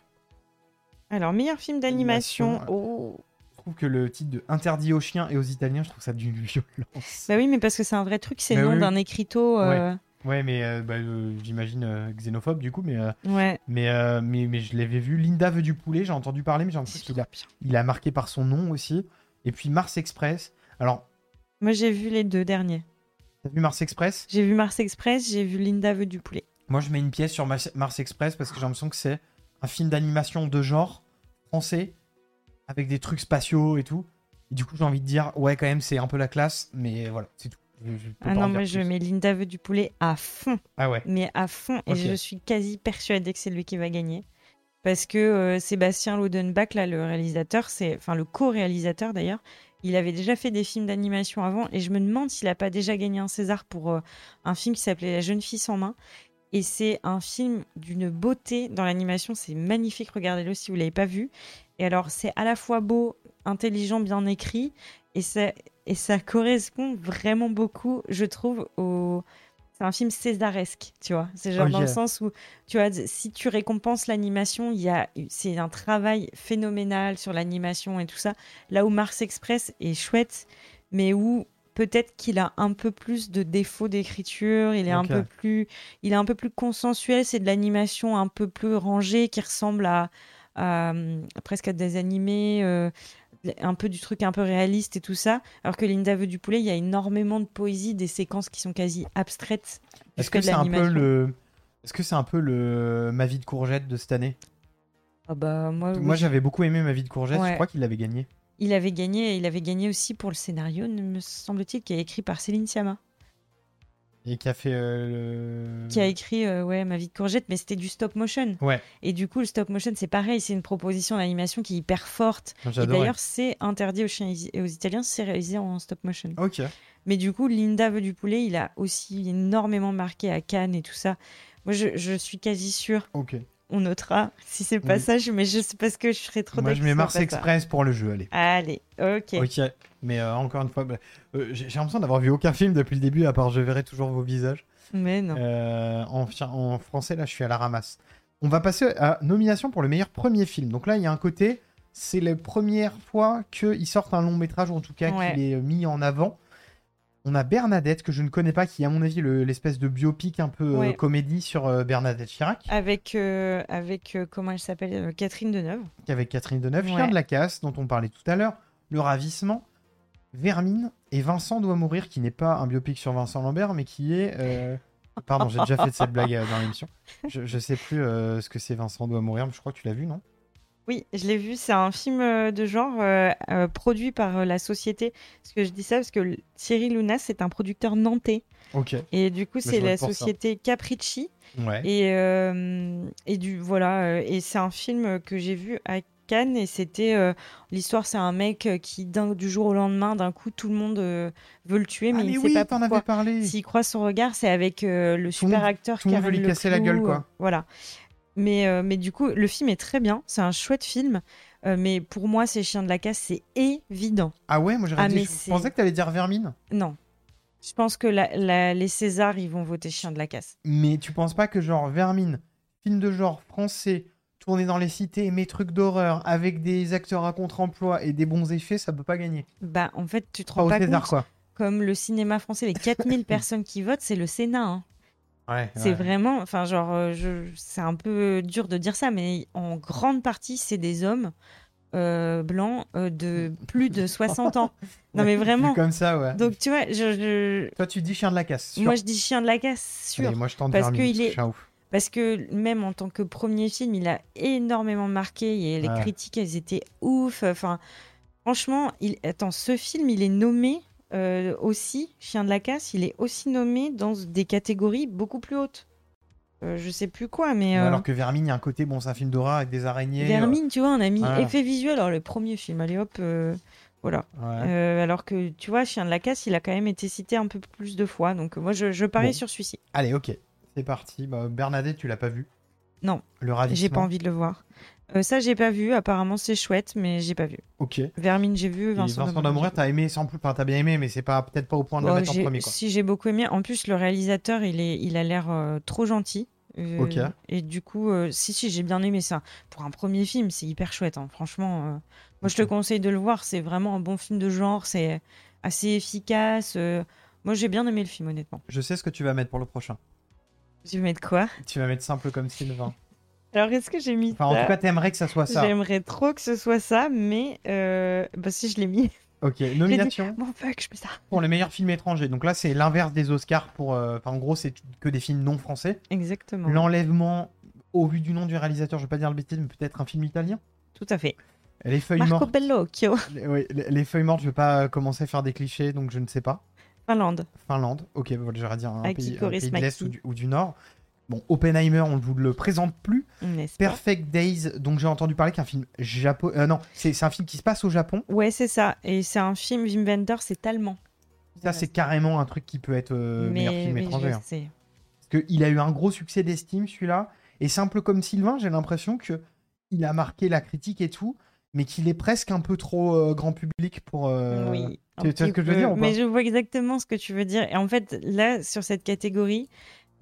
B: Alors, meilleur film
A: Animation,
B: d'animation. Oh.
A: Je trouve que le titre de Interdit aux chiens et aux Italiens, je trouve ça d'une violence.
B: Bah oui, mais parce que c'est un vrai truc, c'est
A: Bah
B: le nom
A: oui, oui.
B: d'un écriteau. euh,
A: Ouais, mais euh, bah, euh, j'imagine euh, xénophobe du coup, mais euh,
B: Ouais.
A: mais, euh, mais mais je l'avais vu. Linda veut du poulet, j'ai entendu parler, mais j'ai
B: C'est
A: l'impression qu'il
B: trop
A: a
B: bien.
A: il a marqué par son nom aussi. Et puis Mars Express. Alors,
B: Moi, j'ai vu les deux derniers.
A: t'as vu Mars Express
B: J'ai vu Mars Express, j'ai vu Linda veut du poulet.
A: Moi, je mets une pièce sur Mars Mars Express parce que j'ai l'impression que c'est un film d'animation de genre français avec des trucs spatiaux et tout. Et du coup, j'ai envie de dire, ouais, quand même, c'est un peu la classe, mais voilà, c'est tout. Je- je peux
B: Ah
A: pas en
B: non,
A: dire
B: moi, je
A: plus.
B: mets Linda veut du poulet à fond,
A: Ah ouais.
B: mais à fond. Et
A: Ok.
B: je suis quasi persuadée que c'est lui qui va gagner. Parce que euh, Sébastien Lodenbach, là, le réalisateur, c'est, enfin le co-réalisateur d'ailleurs, il avait déjà fait des films d'animation avant et je me demande s'il n'a pas déjà gagné un César pour euh, un film qui s'appelait La jeune fille sans main. Et c'est un film d'une beauté dans l'animation, c'est magnifique, regardez-le si vous ne l'avez pas vu. Et alors c'est à la fois beau, intelligent, bien écrit, et ça, et ça correspond vraiment beaucoup, je trouve, au... C'est un film césaresque, tu vois. C'est genre
A: Ok.
B: dans le sens où, tu vois, si tu récompenses l'animation, il y a, c'est un travail phénoménal sur l'animation et tout ça. Là où Mars Express est chouette, mais où peut-être qu'il a un peu plus de défauts d'écriture, il est un
A: Ok.
B: peu plus il est un peu plus consensuel, c'est de l'animation un peu plus rangée qui ressemble à, à, hum, presque à des animés euh, un peu du truc un peu réaliste et tout ça, alors que Linda veut du poulet, il y a énormément de poésie, des séquences qui sont quasi abstraites.
A: Est-ce
B: que
A: que
B: de
A: c'est un peu
B: l'animation.
A: le. Est-ce que c'est un peu le ma vie de courgette de cette année
B: Ah bah moi,
A: Moi
B: oui.
A: j'avais beaucoup aimé ma vie de courgette, je
B: Ouais.
A: crois qu'il l'avait gagné.
B: il avait gagné, il avait gagné aussi pour le scénario, ne me semble-t-il, qui est écrit par Céline Sciamma.
A: Et qui a fait euh, le-
B: qui a écrit euh, ouais ma vie de courgette mais c'était du stop motion
A: Ouais.
B: et du coup le stop motion c'est pareil c'est une proposition d'animation qui est hyper forte et
A: J'adorais.
B: d'ailleurs c'est interdit aux chiens et aux italiens c'est réalisé en stop motion
A: Ok.
B: mais du coup Linda veut du poulet il a aussi énormément marqué à Cannes et tout ça moi je, je suis quasi sûre
A: Ok.
B: on notera si c'est pas
A: Oui.
B: ça je- mais je sais parce que je serais trop
A: Moi je
B: d'accord
A: mets
B: que
A: Mars
B: ce soit pas ça.
A: Express pour le jeu, allez.
B: allez ok,
A: Ok. Mais euh, encore une fois, bah, euh, j'ai j'ai l'impression d'avoir vu aucun film depuis le début, à part Je verrai toujours vos visages.
B: mais non
A: Euh, en, fi- en français, là, je suis à la ramasse. On va passer à nomination pour le meilleur premier film. Donc là, il y a un côté, c'est la première fois qu'ils sortent un long métrage, ou en tout cas
B: Ouais.
A: qu'il est mis en avant. On a Bernadette, que je ne connais pas, qui est à mon avis le- l'espèce de biopic un peu euh,
B: Ouais.
A: comédie sur euh, Bernadette Chirac,
B: avec euh, avec euh, comment elle s'appelle euh, Catherine Deneuve
A: avec Catherine Deneuve,
B: Ouais.
A: Pierre de la Casse, dont on parlait tout à l'heure, Le Ravissement, Vermine et Vincent doit mourir, qui n'est pas un biopic sur Vincent Lambert, mais qui est... euh, Pardon, j'ai déjà fait de cette blague euh, dans l'émission. Je, je sais plus euh, ce que c'est Vincent doit mourir, mais je crois que tu l'as vu, non
B: Oui, je l'ai vu, c'est un film euh, de genre euh, euh, produit par euh, la société. Parce que je dis ça parce que l- Thierry Luna, c'est un producteur nantais.
A: Ok.
B: Et du coup, c'est
A: je
B: la
A: vote pour ça.
B: société Capricci.
A: Ouais.
B: Et, euh, et du voilà, euh, et c'est un film que j'ai vu à Cannes et c'était euh, l'histoire, c'est un mec euh, qui d'un- du jour au lendemain, d'un coup, tout le monde euh, veut le tuer,
A: Ah,
B: mais il
A: mais
B: ne
A: oui,
B: sait pas
A: t'en avais
B: pourquoi.
A: parlé.
B: S'il croise son regard, c'est avec euh, le
A: Tout le monde-
B: super acteur
A: tout le monde
B: Karen
A: veut lui casser la
B: Leclou,
A: gueule, quoi.
B: euh, voilà. Mais, euh, mais du coup, le film est très bien. C'est un chouette film. euh, mais pour moi, c'est Chiens de la Casse, c'est évident.
A: Ah ouais, moi j'aurais
B: Ah,
A: dit-
B: mais
A: je
B: c'est-
A: pensais que t'allais dire Vermine.
B: Non. Je pense que la- la- les Césars, ils vont voter Chiens de la Casse.
A: Mais tu penses pas que genre Vermine, film de genre français, tourné dans les cités, mes trucs d'horreur, avec des acteurs à contre-emploi et des bons effets, ça peut pas gagner.
B: Bah, en fait, tu te
A: Pas
B: rends
A: au
B: pas
A: César
B: compte.
A: quoi.
B: Comme le cinéma français, les 4000 personnes qui votent, c'est le Sénat. hein.
A: Ouais.
B: C'est vraiment. Enfin, genre, euh, je- c'est un peu dur de dire ça, mais en grande partie, c'est des hommes euh, blancs euh, de plus de 60 ans. Non, mais vraiment.
A: Comme ça, ouais.
B: Donc tu vois, je, je-
A: Toi tu dis chien de la casse. sûr.
B: moi je dis chien de la casse, sûr.
A: Allez, moi je tente
B: Parce
A: Vermine.
B: que
A: parce que
B: il est-
A: je suis un ouf.
B: Parce que même en tant que premier film, il a énormément marqué et les
A: Ouais.
B: critiques, elles étaient ouf. Enfin, franchement, il... attends, ce film, il est nommé euh, aussi, chien de la casse, il est aussi nommé dans des catégories beaucoup plus hautes. Euh, je sais plus quoi, mais...
A: Bon,
B: euh,
A: Alors que Vermine, il y a un côté, bon, c'est un film d'horreur avec des araignées. euh,
B: Vermine, tu vois, on a mis
A: voilà.
B: effet visuel. Alors, le premier film, allez hop, euh, voilà.
A: euh, ouais.
B: Euh, alors que, tu vois, Chien de la Casse, il a quand même été cité un peu plus de fois. Donc, euh, moi, je, je parie
A: Bon.
B: sur celui-ci.
A: Allez, ok. C'est parti. Bah, Bernadette, tu l'as pas vu
B: Non.
A: Le
B: J'ai pas
A: ravissement.
B: envie de le voir. Euh, ça, j'ai pas vu. Apparemment, c'est chouette, mais j'ai pas vu.
A: Ok.
B: Vermine, j'ai vu.
A: Et
B: Vincent,
A: Vincent
B: Dommage,
A: d'Amourir,
B: j'ai vu.
A: t'as aimé sans plus, enfin t'as bien aimé, mais c'est pas peut-être pas au point de le
B: Oh,
A: mettre en
B: j'ai-
A: premier quoi.
B: Si, j'ai beaucoup aimé. En plus, le réalisateur, il, est, il a l'air euh, trop gentil. Euh,
A: Ok.
B: Et du coup, euh, si, si, j'ai bien aimé ça. Pour un premier film, c'est hyper chouette. hein. Franchement, euh, moi, je te
A: Ok.
B: conseille de le voir. C'est vraiment un bon film de genre. C'est assez efficace. euh, Moi, j'ai bien aimé le film, honnêtement.
A: Je sais ce que tu vas mettre pour le prochain.
B: Je vais mettre quoi
A: Tu vas mettre simple comme Sylvain.
B: Alors, est-ce que j'ai mis
A: Enfin, en tout cas, t'aimerais que ça soit ça.
B: J'aimerais trop que ce soit ça, mais euh, bah, si je l'ai mis.
A: Ok, nomination
B: Bon, fuck, je mets ça.
A: pour le meilleur film étranger. Donc là, c'est l'inverse des Oscars pour. euh, Enfin, en gros, c'est que des films non français.
B: Exactement.
A: L'enlèvement, au vu du nom du réalisateur, je vais pas dire le bêtise, mais peut-être un film italien.
B: Tout à fait.
A: Les feuilles
B: Marco
A: mortes.
B: Bellocchio,
A: Les, oui, les- les feuilles mortes, je vais pas euh, commencer à faire des clichés, donc je ne sais pas.
B: Finlande.
A: Finlande, ok, bah, j'aurais dit un
B: Aki
A: pays, un
B: Koris
A: pays de l'Est
B: Maki.
A: ou du, ou du Nord. Bon, Oppenheimer, on ne vous le présente plus.
B: N'est-ce pas
A: Perfect Days, donc j'ai entendu parler qu'un film japonais. non, c'est c'est un film qui se passe au Japon.
B: Ouais, c'est ça. Et c'est un film, Wim Wenders, c'est allemand.
A: Ça, c'est carrément un truc qui peut être euh, meilleur film
B: mais
A: étranger.
B: je
A: hein.
B: sais.
A: Parce qu'il a eu un gros succès d'estime, celui-là. Et simple comme Sylvain, j'ai l'impression que il a marqué la critique et tout, mais qu'il est presque un peu trop euh, grand public pour. euh,
B: oui.
A: tu- tu vois ce
B: un petit
A: que je veux
B: peu.
A: dire ou pas
B: Mais je vois exactement ce que tu veux dire. Et en fait, là, sur cette catégorie,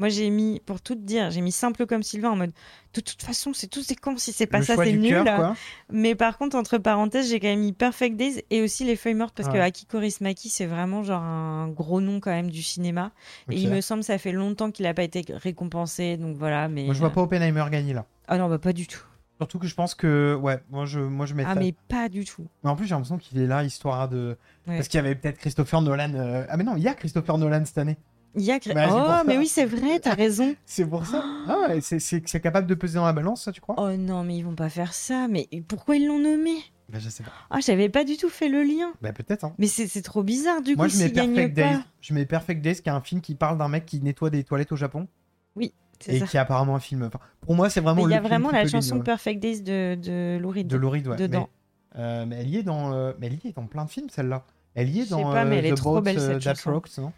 B: Moi, j'ai mis, pour tout te dire, j'ai mis simple comme Sylvain en mode de toute façon, c'est tous des cons. Si c'est pas
A: Le
B: Bah, ça,
A: choix
B: c'est
A: du
B: nul.
A: cœur, quoi.
B: Mais par contre, entre parenthèses, j'ai quand même mis Perfect Days et aussi Les Feuilles Mortes parce
A: Ah
B: que
A: ouais.
B: Akiko Rismaki, c'est vraiment genre un gros nom quand même du cinéma. Et
A: Ok.
B: il me semble, ça fait longtemps qu'il n'a pas été récompensé. Donc voilà. Mais...
A: Moi, je vois pas Oppenheimer gagner là.
B: Ah non, bah pas du tout.
A: Surtout que je pense que, ouais, moi je, moi, je mettrais.
B: Ah, mais pas du tout.
A: Mais en plus, j'ai l'impression qu'il est là, histoire de.
B: Ouais.
A: Parce qu'il y avait peut-être Christopher Nolan. euh, Ah, mais non, il y a Christopher Nolan cette année.
B: Il y a cré-
A: Bah, c'est pour
B: oh,
A: ça.
B: mais oui, c'est vrai, t'as raison.
A: C'est pour ça. Ah, ouais, c'est- c'est c'est capable de peser dans la balance, ça, tu crois
B: Oh non, mais ils vont pas faire ça. Mais pourquoi ils l'ont nommé
A: Bah, je sais pas.
B: Ah, j'avais pas du tout fait le lien.
A: Bah, peut-être, hein.
B: Mais c'est c'est trop bizarre du
A: Moi,
B: coup
A: je mets
B: s'ils gagnent
A: Perfect
B: pas.
A: Days. Je mets Perfect Days, qui est un film qui parle d'un mec qui nettoie des toilettes au Japon
B: C'est
A: et
B: ça.
A: qui est apparemment un film. enfin, pour moi, c'est vraiment
B: Mais il
A: le
B: y a
A: film
B: vraiment
A: qui
B: la
A: peut gagner,
B: chanson
A: ouais.
B: Perfect Days de, de Lou Reed.
A: de Laurie, ouais.
B: dedans.
A: Mais, euh, mais elle y est dans, euh, mais elle y est dans plein de films, celle-là. Elle y est
B: Je sais
A: dans
B: pas, mais
A: euh,
B: elle est
A: The
B: trop
A: Boat
B: belle,
A: euh,
B: cette
A: That
B: chanson.
A: Rocks, non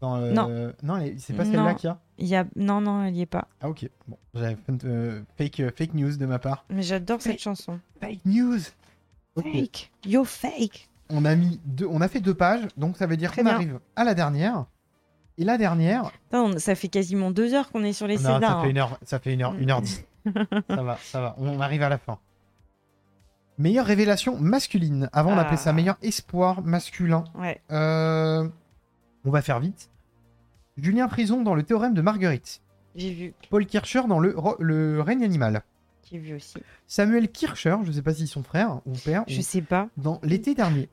A: Dans, euh, non, elle est- c'est pas
B: Non.
A: celle-là qu'il y a.
B: Il y a... Non, non, elle y est pas.
A: Ah ok, bon, j'avais fait une, euh, fake, euh, fake news de ma part.
B: Mais j'adore
A: Mais-
B: cette chanson.
A: Fake news Ok,
B: Fake, yo fake.
A: on a, mis deux, on a fait deux pages, donc ça veut dire
B: Très
A: qu'on
B: bien.
A: arrive à la dernière. Et la dernière,
B: Putain, on- ça fait quasiment deux heures qu'on est sur les
A: Non, ça,
B: Césars.
A: fait
B: hein.
A: une heure, ça fait une heure,
B: Mm.
A: une heure dix. ça va, ça va, on arrive à la fin. Meilleure révélation masculine. Avant, on appelait ça
B: Ah.
A: meilleur espoir masculin.
B: Ouais.
A: Euh, On va faire vite. Julien Prison dans le théorème de Marguerite.
B: J'ai vu,
A: Paul Kircher dans le, ro- le règne animal.
B: j'ai vu aussi.
A: Samuel Kircher, je sais pas si son frère ou père,
B: Je
A: ou-
B: sais Eh pas.
A: dans l'été dernier.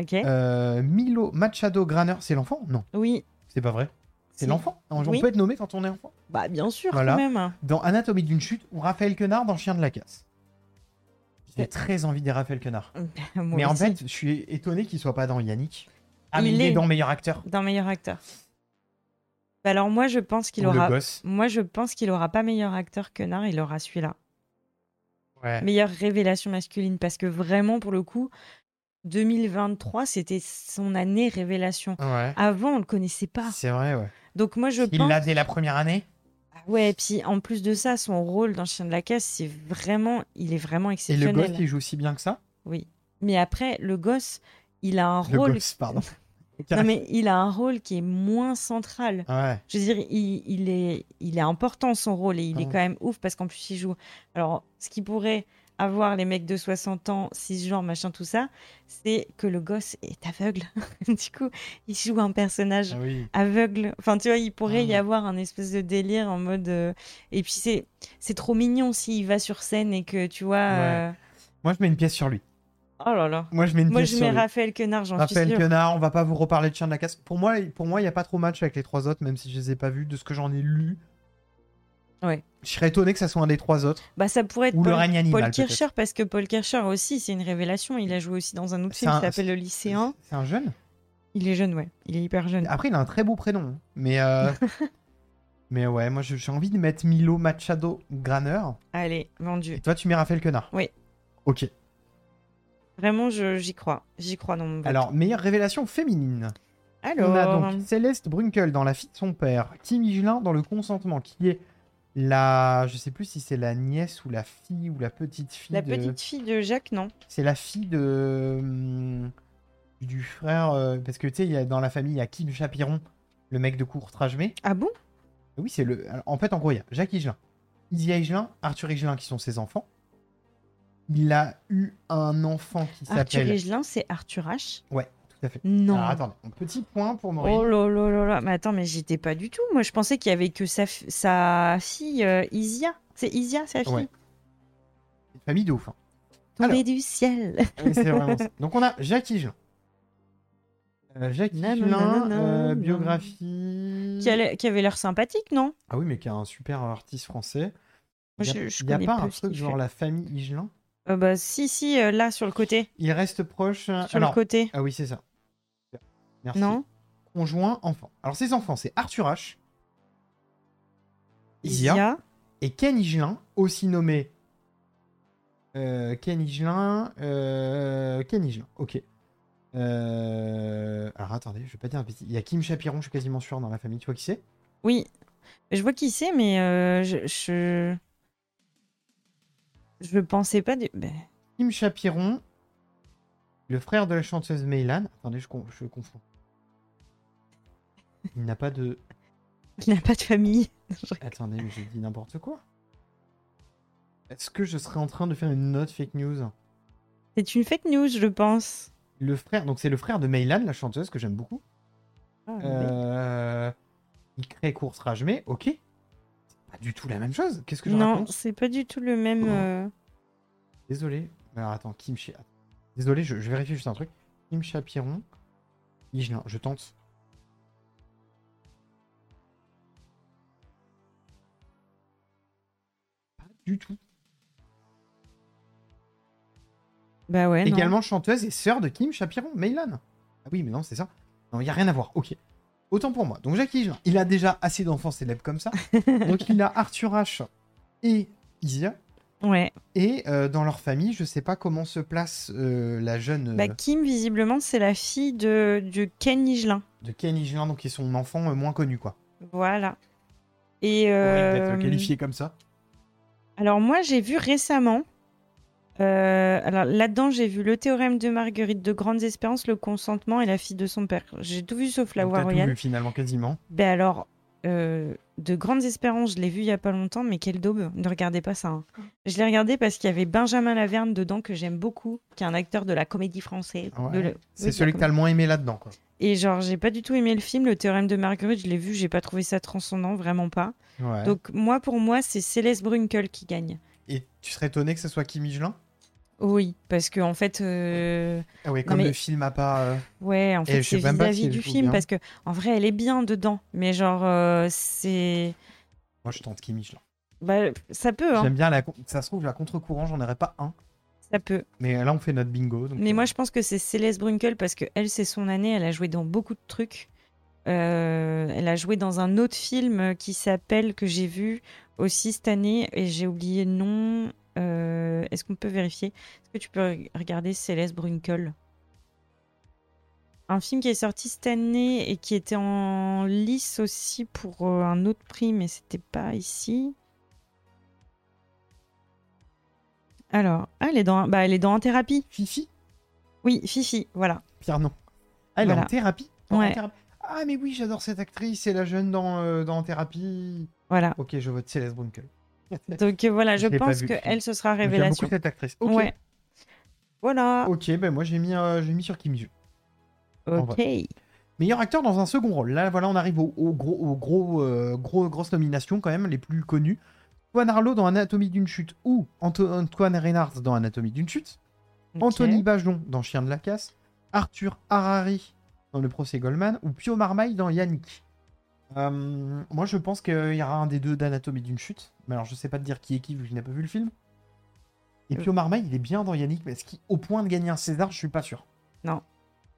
B: Ok.
A: Euh, Milo Machado Graner, c'est l'enfant Non,
B: oui.
A: c'est pas vrai. C'est
B: Si.
A: l'enfant. On
B: Oui.
A: peut être nommé quand on est enfant.
B: Bah bien sûr
A: Voilà.
B: quand même.
A: Dans Anatomie d'une chute ou Raphaël Quenard dans Chien de la casse. J'ai
B: C'est-
A: très envie des Raphaël Quenard.
B: Moi
A: Mais en
B: aussi.
A: fait, je suis étonné qu'il soit pas dans Yannick. Ah,
B: Il
A: mais il est
B: est.
A: dans meilleur acteur.
B: d'un meilleur acteur. Bah, alors moi je pense qu'il
A: Ou
B: aura.
A: Le gosse.
B: Moi je pense qu'il aura pas meilleur acteur que Nard, il aura celui-là.
A: Ouais.
B: Meilleure révélation masculine parce que vraiment pour le coup, 2023 c'était son année révélation.
A: Ouais.
B: Avant on le connaissait pas.
A: C'est vrai, ouais.
B: Donc moi je
A: il
B: pense.
A: l'a dès la première année.
B: Ouais, et puis en plus de ça, son rôle dans Chien de la Caisse, c'est vraiment, il est vraiment
A: Et le gosse,
B: exceptionnel.
A: il joue aussi bien que ça.
B: Oui. Mais après, le gosse, il a un
A: Le
B: rôle.
A: gosse, pardon.
B: Non, mais il a un rôle qui est moins central.
A: Ouais.
B: Je veux dire, il, il est, il est important son rôle et il est
A: Ouais.
B: quand même ouf parce qu'en plus il joue. Alors, ce qui pourrait avoir les mecs de 60 ans, cisgenres, machin, tout ça, c'est que le gosse est aveugle. du coup, il joue un personnage
A: Ah oui.
B: aveugle. Enfin, tu vois, il pourrait y
A: Ah.
B: avoir un espèce de délire en mode. euh, Et puis c'est, c'est trop mignon s'il va sur scène et que tu vois.
A: Ouais.
B: euh,
A: Moi, je mets une pièce sur lui.
B: Oh là là.
A: Moi, je mets une
B: Moi,
A: pièce
B: je
A: sur
B: mets
A: lui.
B: Raphaël Quenard, j'en suis
A: Raphaël
B: sûre.
A: Quenard, on va pas vous reparler de Chien de la Casse. Pour moi, pour moi, il y a pas trop match avec les trois autres, même si je les ai pas vus, de ce que j'en ai lu.
B: Ouais.
A: Je serais étonné que ça soit un des trois autres.
B: Bah, ça pourrait être
A: Ou le
B: Paul,
A: règne animal.
B: Paul
A: peut-être.
B: Kircher, parce que Paul Kircher aussi, c'est une révélation. Il a joué aussi dans un autre
A: C'est
B: film
A: un-
B: qui s'appelle Le Lycéen.
A: C'est un jeune.
B: Il est jeune, ouais. Il est hyper jeune.
A: Après, il a un très beau prénom. hein. Mais, euh, mais ouais, moi je- j'ai envie de mettre Milo Machado Graner.
B: Allez,
A: Et
B: vendu.
A: toi, tu mets Raphaël Quenard.
B: Oui.
A: Ok.
B: Vraiment, je- j'y crois. J'y crois dans mon vote.
A: Alors, meilleure révélation féminine.
B: Alors,
A: On a donc Céleste Brunkel dans La fille de son père. Kim Higelin dans Le consentement, qui est la. Je sais plus si c'est la nièce ou la fille ou la petite fille.
B: la
A: de-
B: petite fille de Jacques, non
A: C'est la fille de. hum, Du frère. euh, Parce que tu sais, il y a- dans la famille, il y a Kim Chapiron, le mec de Courtrajmé.
B: Ah bon
A: Oui, c'est le. En fait, en gros, il y a Jacques Higelin, Isia Higelin, Arthur Higelin qui sont ses enfants. Il a eu un enfant qui
B: Arthur
A: s'appelle.
B: Higelin, c'est Arthur H.
A: Ouais, tout à fait.
B: Non.
A: Alors attendez, un petit point pour Maureen.
B: Oh là là là là, mais attends, mais j'étais pas du tout. Moi, je pensais qu'il y avait que sa, f- sa fille euh, Isia. C'est Isia, sa fille.
A: Ouais. Une famille de ouf. hein.
B: Tombée du ciel.
A: Mais c'est vraiment ça. Donc on a Jacques Higelin. Euh, Jacques Higelin,
B: Nanana,
A: euh,
B: nanana.
A: biographie.
B: qui, allait- qui avait l'air sympathique, non
A: Ah oui, mais qui est un super artiste français.
B: Moi,
A: Il y a-
B: je- je
A: il y a
B: connais
A: pas
B: plus
A: un
B: ce
A: truc
B: qu'il
A: genre
B: fait.
A: la famille Higelin.
B: Euh, Bah si, si, euh, là, sur le côté.
A: Il reste proche. euh,
B: Sur
A: alors-
B: le côté.
A: Ah oui, c'est ça. Merci.
B: Non
A: conjoint enfant. Alors ses enfants, c'est Arthur H, Isia et Ken Higelin, aussi nommé euh, Ken Higelin, euh, Ken Higelin, ok. Euh, Alors attendez, je vais pas dire un petit. Il y a Kim Chapiron, je suis quasiment sûr dans la famille. Tu vois qui c'est
B: Oui. Je vois qui c'est, mais euh, je, je. je pensais pas. Du... ben,
A: Kim Chapiron, le frère de la chanteuse Meylan. Attendez, je, con- je confonds. Il n'a pas de.
B: qui n'a pas de famille.
A: Attendez, mais j'ai dit n'importe quoi. Est-ce que je serais en train de faire une note fake news
B: C'est une fake news, je pense.
A: Le frère, donc c'est le frère de Meylan, la chanteuse que j'aime beaucoup.
B: Ah,
A: Euh, Il crée course rage, mais ok. C'est pas du tout la même chose. Qu'est-ce que
B: mais-
A: je
B: Non,
A: raconte
B: c'est pas du tout le même. euh,
A: Désolé. Alors attends, Kim Chi- Désolé, je, je vérifie juste un truc. Kim Chapiron. Higelin, je tente. Pas du tout.
B: Bah ouais. non.
A: Également chanteuse et sœur de Kim Chapiron, Meylan. Ah oui, mais non, c'est ça. Non, il n'y a rien à voir. Ok. Autant pour moi. Donc, Jackie Higelin, il a déjà assez d'enfants célèbres comme ça. Donc, il a Arthur H. et Isia.
B: Ouais.
A: Et euh, dans leur famille, je sais pas comment se place euh, la jeune
B: Bah
A: euh,
B: Kim, visiblement, c'est la fille de, de Ken Higelin.
A: de Ken Higelin, donc qui est son enfant euh, moins connu, quoi.
B: Voilà. Et.
A: Horrible d'être
B: euh,
A: qualifié comme ça.
B: Alors moi, j'ai vu récemment. euh, alors là-dedans, j'ai vu le théorème de Marguerite de Grandes Espérances, le consentement et la fille de son père. J'ai tout vu sauf la
A: Donc,
B: voix
A: t'as tout
B: royale.
A: vu, finalement, quasiment.
B: Ben alors, euh, de Grandes Espérances, je l'ai vu il y a pas longtemps, mais quelle daube Ne regardez pas ça. hein. Je l'ai regardé parce qu'il y avait Benjamin Laverne dedans que j'aime beaucoup, qui est un acteur de la comédie française.
A: Ah Ouais.
B: de la-
A: C'est
B: oui, de la
A: celui que t'as le moins aimé là-dedans, quoi.
B: Et genre, j'ai pas du tout aimé le film, le théorème de Marguerite, je l'ai vu, j'ai pas trouvé ça transcendant, vraiment pas.
A: Ouais.
B: Donc moi, pour moi, c'est Céleste Brunkel qui gagne.
A: Et tu serais étonné que ce soit Kim Higelin
B: Oui, parce que en fait, euh,
A: Ah ouais, comme
B: mais-
A: le film a pas. euh,
B: ouais, en fait,
A: je sais
B: c'est
A: même pas si
B: vis-à-vis
A: elle
B: du
A: joue
B: film,
A: bien.
B: parce que en vrai, elle est bien dedans, mais genre, euh, c'est,
A: Moi, je tente Kim Higelin.
B: bah, ça peut, hein,
A: J'aime bien la. con- Ça se trouve, la contre-courant, j'en aurais pas un.
B: ça peut.
A: Mais là, on fait notre bingo. donc,
B: Mais
A: euh,
B: moi, je pense que c'est Céleste Brunkel parce que elle, c'est son année. Elle a joué dans beaucoup de trucs. Euh, elle a joué dans un autre film qui s'appelle que j'ai vu aussi cette année et j'ai oublié le nom. Euh, Est-ce qu'on peut vérifier Est-ce que tu peux re- regarder Céleste Brunkel Un film qui est sorti cette année et qui était en lice aussi pour euh, un autre prix, mais c'était pas ici. Alors, ah, elle est dans, bah, elle est dans en thérapie.
A: Fifi
B: Oui, Fifi, voilà.
A: Pierre, non. Ah, elle est
B: Voilà.
A: en thérapie Pas en
B: Ouais.
A: thérapie. Ah, mais oui, j'adore cette actrice. C'est la jeune dans, euh, dans Thérapie.
B: Voilà.
A: Ok, je vote Céleste Brunkel.
B: Donc euh, voilà,
A: Je
B: je
A: l'ai pas
B: pense
A: vu,
B: que
A: le film.
B: elle ce sera
A: J'aime beaucoup
B: révélation.
A: cette actrice. Ok,
B: Ouais. Voilà.
A: ok ben moi j'ai mis, euh, j'ai mis sur Kim Ju. en
B: Ok.
A: Meilleur acteur dans un second rôle. Là, voilà, on arrive aux au gros, au gros, euh, gros, grosses nominations quand même, les plus connues. Antoine Arlo dans Anatomie d'une chute ou Anto- Antoine Reynard dans Anatomie d'une chute.
B: Ok.
A: Anthony Bajon dans Chien de la casse, Arthur Harari dans Le procès Goldman ou Pio Marmaille dans Yannick. Euh, moi, je pense qu'il y aura un des deux d'Anatomie d'une chute. Mais alors, je sais pas te dire qui est qui vu que je n'ai pas vu le film. Et
B: Euh.
A: Pio Marmaille, il est bien dans Yannick, mais est-ce qu'il au point de gagner un César Je suis pas sûr.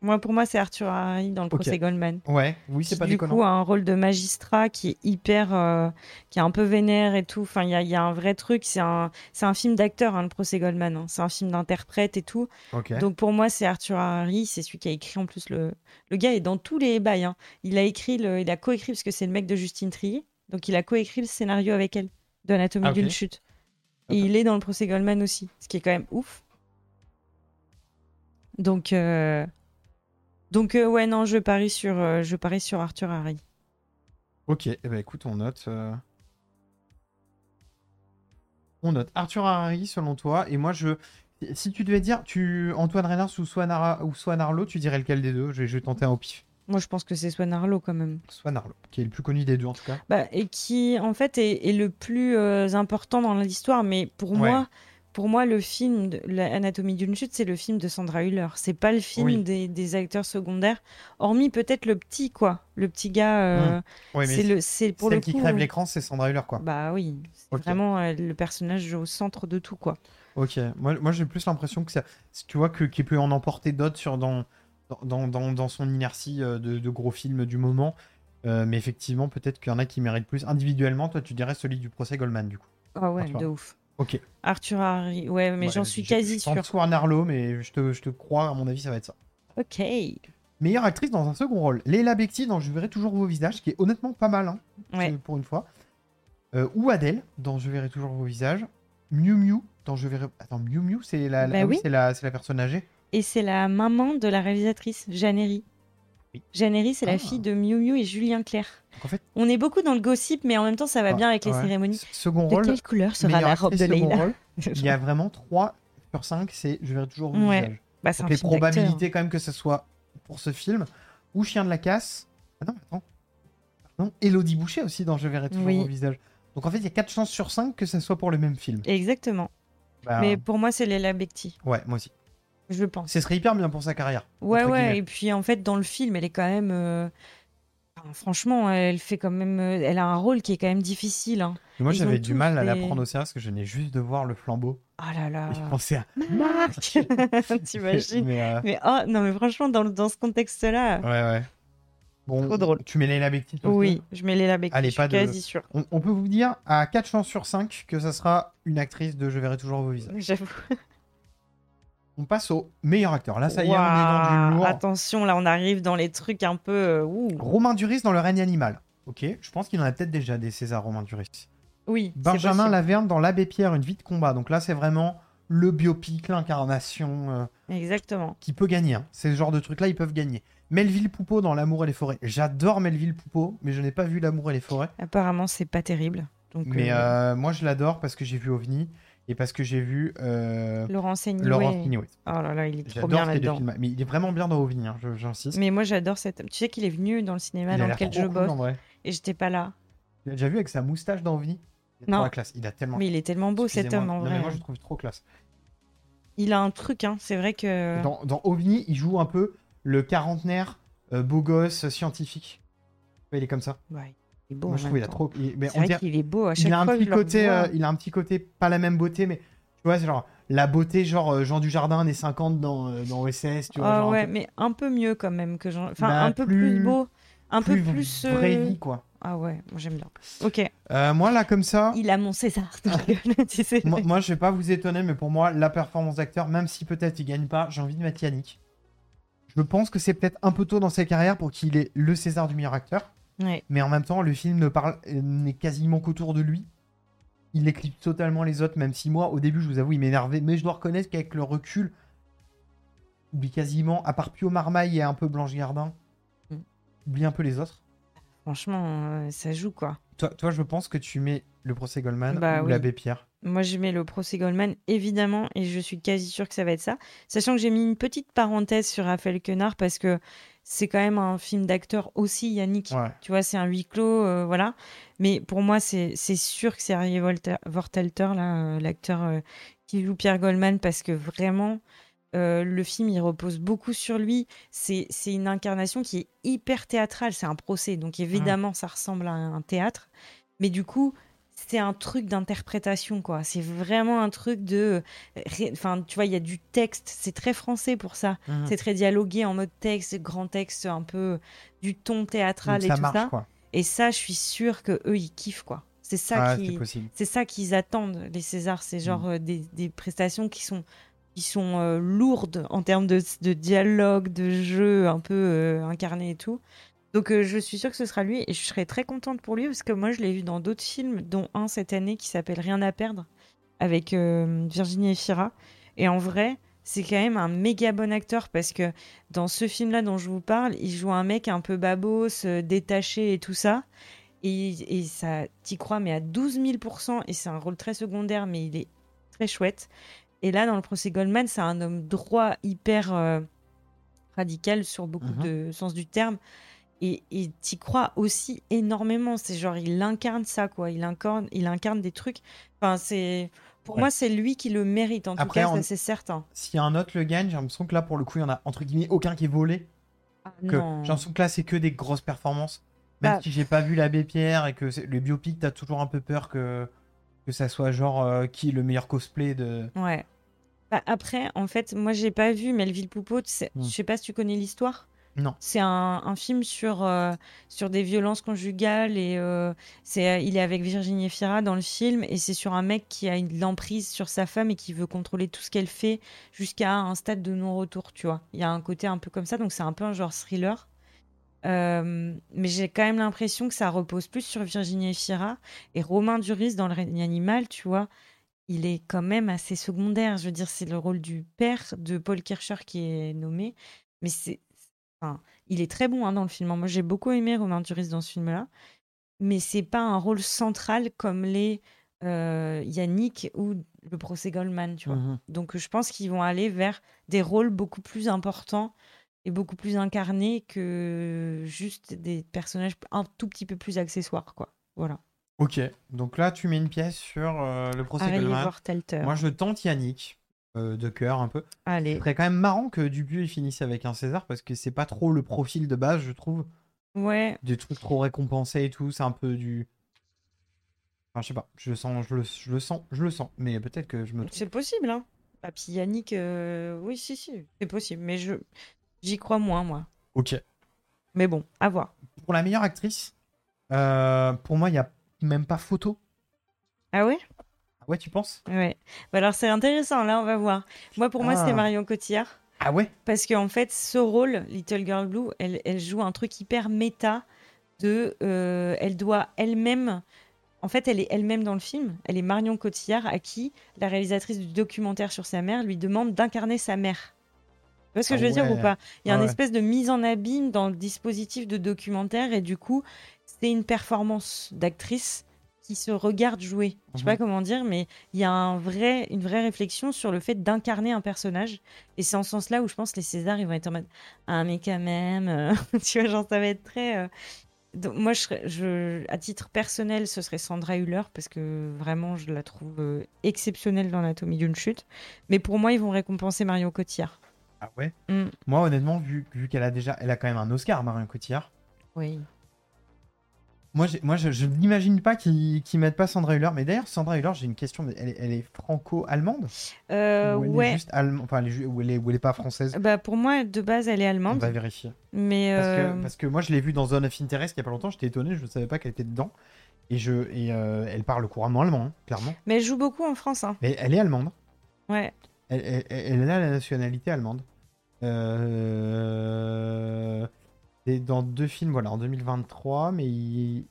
B: Moi pour moi c'est Arthur Harry dans le
A: Ok.
B: procès Goldman.
A: Ouais, oui, c'est
B: qui,
A: pas
B: du
A: déconnant.
B: coup a un rôle de magistrat qui est hyper, euh, qui est un peu vénère et tout. Enfin il y a, il y a un vrai truc. C'est un, c'est un film d'acteur hein, le procès Goldman. hein. C'est un film d'interprète et tout.
A: Ok.
B: Donc pour moi c'est Arthur Harry. C'est celui qui a écrit en plus le, le gars est dans tous les bails. hein. Il a écrit, le, il a coécrit parce que c'est le mec de Justine Trier. Donc il a coécrit le scénario avec elle de Anatomie
A: Ah, ok.
B: d'une chute.
A: Ok.
B: Et il est dans le procès Goldman aussi, ce qui est quand même ouf. Donc, euh, donc euh, ouais, non, je parie sur, euh, je parie sur Arthur Harry.
A: Ok, eh ben, écoute, on note. euh, On note Arthur Harari, selon toi, et moi, je. Si tu devais dire tu Antoine Reynard ou Swan, Ara- ou Swan Arlo, tu dirais lequel des deux je vais, je vais tenter un au pif.
B: Moi, je pense que c'est Swan Arlo quand même.
A: Swan Arlo, qui est le plus connu des deux, en tout cas.
B: Bah, et qui, en fait, est, est le plus euh, important dans l'histoire. Mais pour
A: Ouais.
B: moi, pour moi, le film de- L'Anatomie d'une chute, c'est le film de Sandra Hüller. C'est pas le film
A: Oui.
B: des, des acteurs secondaires, hormis peut-être le petit, quoi. Le petit gars. euh,
A: Mmh. Ouais, mais
B: c'est le, c'est pour
A: celle
B: le
A: qui
B: coup, euh,
A: crève l'écran, c'est Sandra Hüller, quoi.
B: Bah oui, c'est
A: Ok.
B: vraiment euh, le personnage au centre de tout, quoi.
A: Ok, moi, moi j'ai plus l'impression que ça. si Tu vois que- qu'il peut en emporter d'autres sur dans, dans, dans, dans son inertie euh, de, de gros films du moment. Euh, mais effectivement, peut-être qu'il y en a qui méritent plus. Individuellement, toi, tu dirais celui du procès Goldman, du coup.
B: Ah ouais,
A: Arthur.
B: de ouf.
A: Ok. Bah,
B: Arthur Harry, ouais, mais
A: Ouais,
B: j'en suis
A: je-
B: quasi
A: je tente
B: sûre.
A: Swan Arlo, mais je te, je te crois, à mon avis, ça va être ça.
B: Ok.
A: Meilleure actrice dans un second rôle. Leila Bekti dans Je verrai toujours vos visages, qui est honnêtement pas mal, hein,
B: Ouais.
A: c'est pour une fois. Euh, ou Adèle dans Je verrai toujours vos visages. Miu Miu dans Je verrai. Attends, Miu Miu, c'est la, la-
B: Bah
A: ah oui,
B: oui.
A: c'est la, c'est la personne âgée.
B: Et c'est la maman de la réalisatrice, Jeanne Herry.
A: Oui.
B: Jeanne Herry, c'est
A: Ah.
B: la fille de Miu Miu et Julien Clerc.
A: Donc en fait,
B: On est beaucoup dans le gossip, mais en même temps, ça va
A: Ouais,
B: bien avec les
A: ouais.
B: cérémonies.
A: second
B: De
A: rôle,
B: quelle couleur sera
A: meilleure
B: la robe
A: actrice
B: de
A: second
B: Leila
A: rôle, il y a vraiment 3 sur 5, c'est je verrai toujours
B: Ouais,
A: mon visage.
B: Bah, c'est un
A: Donc les
B: film d'acteur.
A: probabilités quand même que ce soit pour ce film ou Chien de la casse. Ah non, attends. Pardon, Elodie Boucher aussi dans Je verrai toujours
B: Oui.
A: mon visage. Donc en fait, il y a 4 chances sur 5 que ça soit pour le même film.
B: Exactement.
A: Bah,
B: Mais pour moi, c'est Leila Bekti,
A: Ouais, moi aussi.
B: je le pense.
A: Ce serait hyper bien pour sa carrière.
B: Ouais,
A: entre
B: ouais.
A: guillemets.
B: Et puis, en fait, dans le film, elle est quand même. euh, enfin, franchement, elle fait quand même. euh, Elle a un rôle qui est quand même difficile. hein.
A: Mais moi,
B: Ils
A: j'avais
B: ont
A: du
B: tous
A: mal à la
B: des-
A: prendre au sérieux parce que je venais juste de voir le flambeau.
B: Oh là là.
A: Et je pensais à.
B: Marc T'imagines
A: Mais, euh,
B: Mais oh, non, mais franchement, dans, le- dans ce contexte-là.
A: Ouais, ouais. Bon,
B: Trop drôle.
A: Tu mets Leila Bekti sur le film
B: Oui, je mets Leila Bekti.
A: Allez,
B: je suis
A: pas de-
B: quasi sûre.
A: On, on peut vous dire à 4 chances sur 5 que ça sera une actrice de Je verrai toujours vos visages.
B: J'avoue.
A: On passe au meilleur acteur. Là, ça y est, on est dans
B: Ouah,
A: du lourd.
B: Attention, là, on arrive dans les trucs un peu. euh, ouh.
A: Romain Duris dans Le règne animal. Ok, je pense qu'il en a peut-être déjà des César Romain Duris.
B: Oui. c'est
A: Benjamin
B: possible.
A: Laverne dans L'Abbé Pierre, une vie de combat. Donc là, c'est vraiment le biopic, l'incarnation euh,
B: Exactement.
A: qui peut gagner. hein. C'est ce genre de truc-là, ils peuvent gagner. Melville Poupeau dans L'amour et les forêts. J'adore Melville Poupeau, mais je n'ai pas vu L'amour et les forêts.
B: Apparemment, c'est pas terrible. Donc,
A: Mais
B: euh,
A: euh, moi, je l'adore parce que j'ai vu OVNI et parce que j'ai vu euh,
B: Laurent Seigneur.
A: Laurence Pignouet.
B: Oh là là, il est trop
A: J'adore
B: bien
A: ces deux
B: là-dedans.
A: films. Mais il est vraiment bien dans OVNI, hein, je- j'insiste.
B: Mais moi, j'adore cet homme. Tu sais qu'il est venu dans le cinéma
A: il a
B: dans
A: l'air
B: lequel
A: trop
B: je
A: cool,
B: bosse
A: en vrai.
B: et j'étais pas là.
A: Tu l'as déjà vu avec sa moustache dans OVNI Il est
B: Non.
A: trop la classe. Il a tellement
B: Mais il est tellement beau cet
A: Excusez-moi.
B: homme
A: Non,
B: en
A: mais
B: vrai.
A: moi, je le trouve trop classe.
B: Il a un truc, hein. c'est vrai que.
A: Dans, dans OVNI, il joue un peu le quarantenaire, euh, beau gosse, scientifique. Ouais, Il est comme ça.
B: Ouais, Bah, il est beau.
A: moi,
B: en
A: je
B: même
A: trouve il a
B: temps.
A: trop. il- mais
B: C'est
A: on
B: vrai
A: dirait-
B: qu'il est beau à chaque
A: il a un
B: fois. que
A: petit
B: je le
A: côté,
B: revois.
A: euh, il a un petit côté, pas la même beauté, mais tu vois, c'est genre la beauté, genre euh, Jean Dujardin années 50 dans, euh, dans OSS, tu vois.
B: Ah
A: genre un
B: ouais,
A: peu
B: mais un peu mieux quand même que Jean. Enfin,
A: Bah,
B: un peu
A: plus-
B: plus, beau, un peu plus. euh,
A: vraie vie, quoi.
B: Ah ouais, moi j'aime bien. Ok,
A: Euh, moi, là, comme ça,
B: il a mon César. je rigole, tu sais.
A: moi, moi, je vais pas vous étonner, mais pour moi, la performance d'acteur, même si peut-être il gagne pas, j'ai envie de mettre Yannick. Je pense que c'est peut-être un peu tôt dans sa carrière pour qu'il ait le César du meilleur acteur.
B: Ouais,
A: mais en même temps, le film ne parle euh, n'est quasiment qu'autour de lui. Il éclipse totalement les autres, même si moi, au début, je vous avoue, il m'énervait, mais je dois reconnaître qu'avec le recul, oublie quasiment, à part Pio Marmaille et un peu Blanche Gardin,
B: Mm.
A: oublie un peu les autres.
B: franchement, euh, ça joue quoi.
A: Toi, toi, je pense que tu mets le procès Goldman
B: Bah
A: ou
B: oui.
A: l'abbé Pierre.
B: Moi, je mets le procès Goldman, évidemment, et je suis quasi sûre que ça va être ça. Sachant que j'ai mis une petite parenthèse sur Raphaël Quenard parce que c'est quand même un film d'acteur aussi, Yannick.
A: Ouais.
B: Tu vois, c'est un huis clos, euh, voilà. Mais pour moi, c'est c'est sûr que c'est Harry Volta- Vortelter, là, euh, l'acteur euh, qui joue Pierre Goldman, parce que vraiment, euh, le film, il repose beaucoup sur lui. C'est c'est une incarnation qui est hyper théâtrale. C'est un procès, donc évidemment, ça ressemble à un théâtre. Mais du coup, c'est un truc d'interprétation, quoi. C'est vraiment un truc de. euh, ré- Enfin, tu vois, il y a du texte. C'est très français pour ça.
A: Mhm.
B: C'est très dialogué en mode texte, grand texte, un peu du ton théâtral
A: Donc
B: et
A: ça
B: tout
A: marche,
B: ça.
A: quoi.
B: Et ça, je suis sûre que eux, ils kiffent quoi. C'est ça
A: Ah, c'est
B: qui,
A: possible. Mm.
B: c'est ça qu'ils attendent les Césars. C'est genre euh, des, des prestations qui sont, qui sont euh, lourdes en termes de, de dialogue, de jeu un peu euh, incarné et tout. Donc euh, je suis sûre que ce sera lui et je serais très contente pour lui parce que moi je l'ai vu dans d'autres films, dont un cette année qui s'appelle Rien à perdre avec euh, Virginie Efira. Et en vrai, c'est quand même un méga bon acteur parce que dans ce film-là dont je vous parle, il joue un mec un peu babos, euh, détaché et tout ça. Et, et ça, t'y crois, mais à 12 000 et c'est un rôle très secondaire, mais il est très chouette. Et là, dans le procès Goldman, c'est un homme droit, hyper euh, radical sur beaucoup de sens du terme. Et et t'y crois aussi énormément. C'est genre, il incarne ça, quoi. Il incarne, il incarne des trucs. Enfin, c'est. Pour
A: Ouais.
B: moi, c'est lui qui le mérite, en
A: Après,
B: tout cas,
A: on-
B: ça, c'est certain.
A: Si un autre le gagne, j'ai l'impression que là, pour le coup, il y en a entre guillemets aucun qui est volé. Que... J'ai
B: Ah, non.
A: l'impression que là, c'est que des grosses performances. Même
B: Bah.
A: si j'ai pas vu l'abbé Pierre et que c'est- le biopic, t'as toujours un peu peur que, que ça soit genre euh, qui est le meilleur cosplay de.
B: Ouais. Bah, après, en fait, moi, j'ai pas vu Melville Poupeau. tu sais-
A: Hmm.
B: Je sais pas si tu connais l'histoire.
A: Non.
B: C'est un, un film sur, euh, sur des violences conjugales et euh, c'est, euh, il est avec Virginie Fira dans le film et c'est sur un mec qui a une, de l'emprise sur sa femme et qui veut contrôler tout ce qu'elle fait jusqu'à un stade de non-retour, tu vois. Il y a un côté un peu comme ça, donc c'est un peu un genre thriller. Euh, mais j'ai quand même l'impression que ça repose plus sur Virginie Fira et Romain Duris dans Le règne animal, tu vois il est quand même assez secondaire. Je veux dire, c'est le rôle du père de Paul Kircher qui est nommé, mais c'est Enfin, il est très bon hein, dans le film. Moi, j'ai beaucoup aimé Romain Duris dans ce film-là, mais c'est pas un rôle central comme les euh, Yannick ou le procès Goldman, tu vois.
A: Mhm.
B: Donc, je pense qu'ils vont aller vers des rôles beaucoup plus importants et beaucoup plus incarnés que juste des personnages un tout petit peu plus accessoires, quoi. Voilà.
A: Ok, donc là, tu mets une pièce sur euh, le procès
B: Arrêtez
A: Goldman.
B: voir Telter.
A: Moi, je tente Yannick, euh, de cœur un peu.
B: Allez.
A: Ce serait quand même marrant que Dubu il finisse avec un César parce que c'est pas trop le profil de base, je trouve.
B: Ouais,
A: Des trucs trop récompensés et tout, c'est un peu du. Enfin, je sais pas, je le sens, je le, je le sens, je le sens, mais peut-être que je me trompe.
B: c'est possible, hein. Papy Yannick, euh, oui, si, si, c'est possible, mais je j'y crois moins, moi.
A: Ok.
B: Mais bon, à voir.
A: Pour la meilleure actrice, euh, pour moi, il y a même pas photo.
B: Ah ouais?
A: Ah ouais, tu penses
B: Ouais. Bah alors, c'est intéressant, là, on va voir. Moi, pour moi,
A: Ah.
B: c'était Marion Cotillard.
A: Ah ouais
B: Parce qu'en fait, ce rôle, Little Girl Blue, elle, elle joue un truc hyper méta de. euh, elle doit elle-même. En fait, elle est elle-même dans le film. Elle est Marion Cotillard, à qui la réalisatrice du documentaire sur sa mère lui demande d'incarner sa mère. Tu vois ce que
A: Ah
B: je veux dire ou
A: ouais.
B: pas Il y a
A: Ah
B: une
A: ouais.
B: espèce de mise en abîme dans le dispositif de documentaire, et du coup, c'est une performance d'actrice qui se regarde jouer. Je sais
A: Mhm.
B: pas comment dire, mais il y a un vrai, une vraie réflexion sur le fait d'incarner un personnage. Et c'est en ce sens-là où je pense que les Césars, ils vont être en mode Ah, mais quand même, euh, tu vois, genre, ça va être très. euh. Donc, moi, je, serais- je- à titre personnel, ce serait Sandra Hüller, parce que vraiment, je la trouve euh, exceptionnelle dans L'Anatomie d'une chute. Mais pour moi, ils vont récompenser Marion Cotillard.
A: Ah ouais
B: Mm.
A: Moi, honnêtement, vu, vu qu'elle a déjà. Elle a quand même un Oscar, Marion Cotillard.
B: Oui.
A: Moi, j'ai- moi je, je n'imagine pas qu'ils qu'ils mettent pas Sandra Hüller. Mais d'ailleurs, Sandra Hüller, j'ai une question. mais Elle, est- elle est franco-allemande
B: Euh,
A: Ou elle est
B: ouais.
A: juste allemande Enfin, elle est, ju- ou elle est- ou elle est pas française
B: Bah, pour moi, de base, elle est
A: On
B: allemande.
A: va vérifier.
B: mais.
A: Parce,
B: euh,
A: que, parce que moi, je l'ai vue dans Zone of Interest il y a pas longtemps. J'étais étonné, je ne savais pas qu'elle était dedans. Et, je, et euh, elle parle couramment allemand, hein, clairement.
B: Mais elle joue beaucoup en France. Hein.
A: Mais elle est allemande.
B: Ouais.
A: Elle, elle- elle- elle a la nationalité allemande. Euh, Et dans deux films, voilà, en 2023, mais il-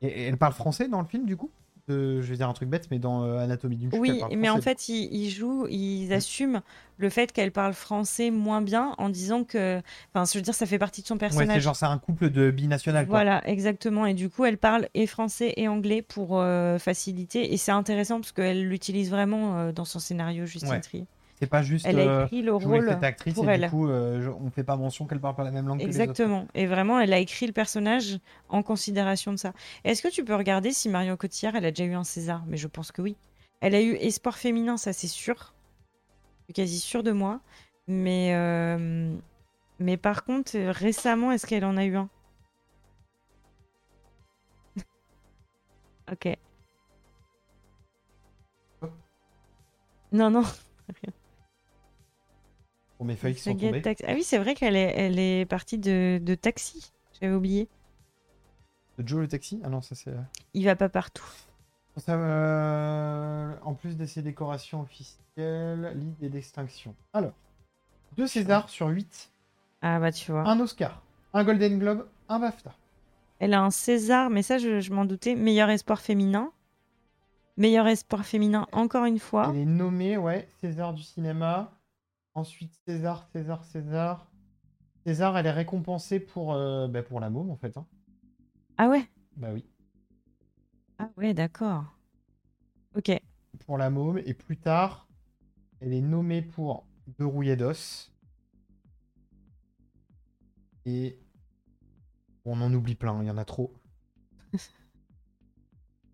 A: et- et elle parle français dans le film du coup. De- je vais dire un truc bête, mais dans euh, Anatomie d'une chute. elle
B: Oui,
A: parle
B: mais en
A: français. Mm.
B: fait, ils, ils jouent, ils assument le fait qu'elle parle français moins bien en disant que. Enfin, je veux dire, ça fait partie de son
A: ouais, c'est
B: personnage.
A: genre c'est un couple de binational. Quoi.
B: Voilà, exactement. Et du coup, elle parle et français et anglais pour euh, faciliter. Et c'est intéressant parce qu'elle l'utilise vraiment euh, dans son scénario, Justine
A: Ouais.
B: Trier.
A: C'est pas juste
B: Elle
A: euh,
B: a écrit le
A: jouer
B: rôle.
A: cette actrice
B: pour
A: et
B: elle.
A: du coup euh, je- on fait pas mention qu'elle parle pas la même langue
B: Exactement. Et vraiment, elle a écrit le personnage en considération de ça. Est-ce que tu peux regarder si Marion Cotillard, elle a déjà eu un César Mais je pense que oui. Elle a eu Espoir féminin, ça c'est sûr. Je suis quasi sûre de moi. Mais, euh, mais par contre, euh, récemment, est-ce qu'elle en a eu un Ok. Non, non.
A: que les autres. Pour mes feuilles qui sont
B: Saga
A: tombées.
B: Taxi. Ah oui, c'est vrai qu'elle est, elle est partie de, de taxi. J'avais oublié.
A: Joe le taxi Ah non, ça c'est.
B: Il va pas partout.
A: Ça, euh, en plus de ses décorations officielles, l'idée d'extinction. Alors, deux Césars sur 8,
B: Ah bah tu vois.
A: un Oscar, un Golden Globe, un BAFTA.
B: Elle a un César, mais ça, je, je m'en doutais. Meilleur espoir féminin. Meilleur espoir féminin, encore une fois.
A: Elle est nommée, ouais, César du cinéma. Ensuite, César, César, César. César, elle est récompensée pour, euh, bah, pour la môme, en fait. hein.
B: Ah ouais
A: Bah oui,
B: Ah ouais, d'accord. Ok.
A: pour la môme. Et plus tard, elle est nommée pour De Rouillé d'Os. Et on en oublie plein, il y en a trop.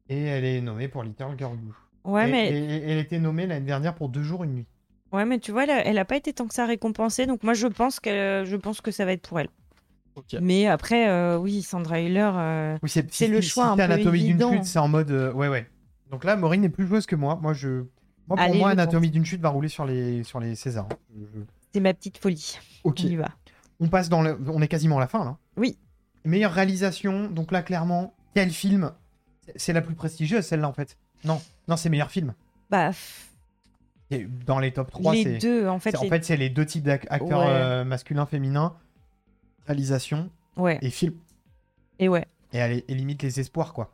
A: et elle est nommée pour Little Girl Blue.
B: Ouais,
A: Et-
B: mais,
A: et- et elle était nommée l'année dernière pour Deux jours, une nuit.
B: ouais, mais tu vois, elle a, elle a pas été tant que ça récompensée. Donc moi, je pense que, je pense que ça va être pour elle. Mais après, euh, oui, Sandra Hüller. euh,
A: Oui, c'est
B: C'est
A: si-
B: le
A: si
B: choix
A: t'es
B: un peu
A: Anatomie d'une
B: évident.
A: chute, c'est en mode euh, ouais ouais. Donc là, Maureen est plus joueuse que moi. Moi je, moi pour
B: Allez,
A: moi,
B: je
A: Anatomie d'une chute va rouler sur les sur les Césars. hein. Je- je-
B: c'est ma petite folie.
A: Ok.
B: On y va.
A: On passe dans le, on est quasiment à la fin là.
B: Oui.
A: Meilleure réalisation. Donc là, clairement, quel film C'est- C'est la plus prestigieuse celle-là en fait. Non, non, c'est meilleur film.
B: Bah, pff,
A: Et Dans les top 3
B: les
A: c'est.
B: deux, en fait.
A: c'est- En
B: les-
A: fait, c'est les deux types d'ac- acteurs
B: Ouais.
A: euh, masculins, féminins, réalisation
B: Ouais,
A: et film.
B: et ouais.
A: Et, elle est- et limite les espoirs quoi.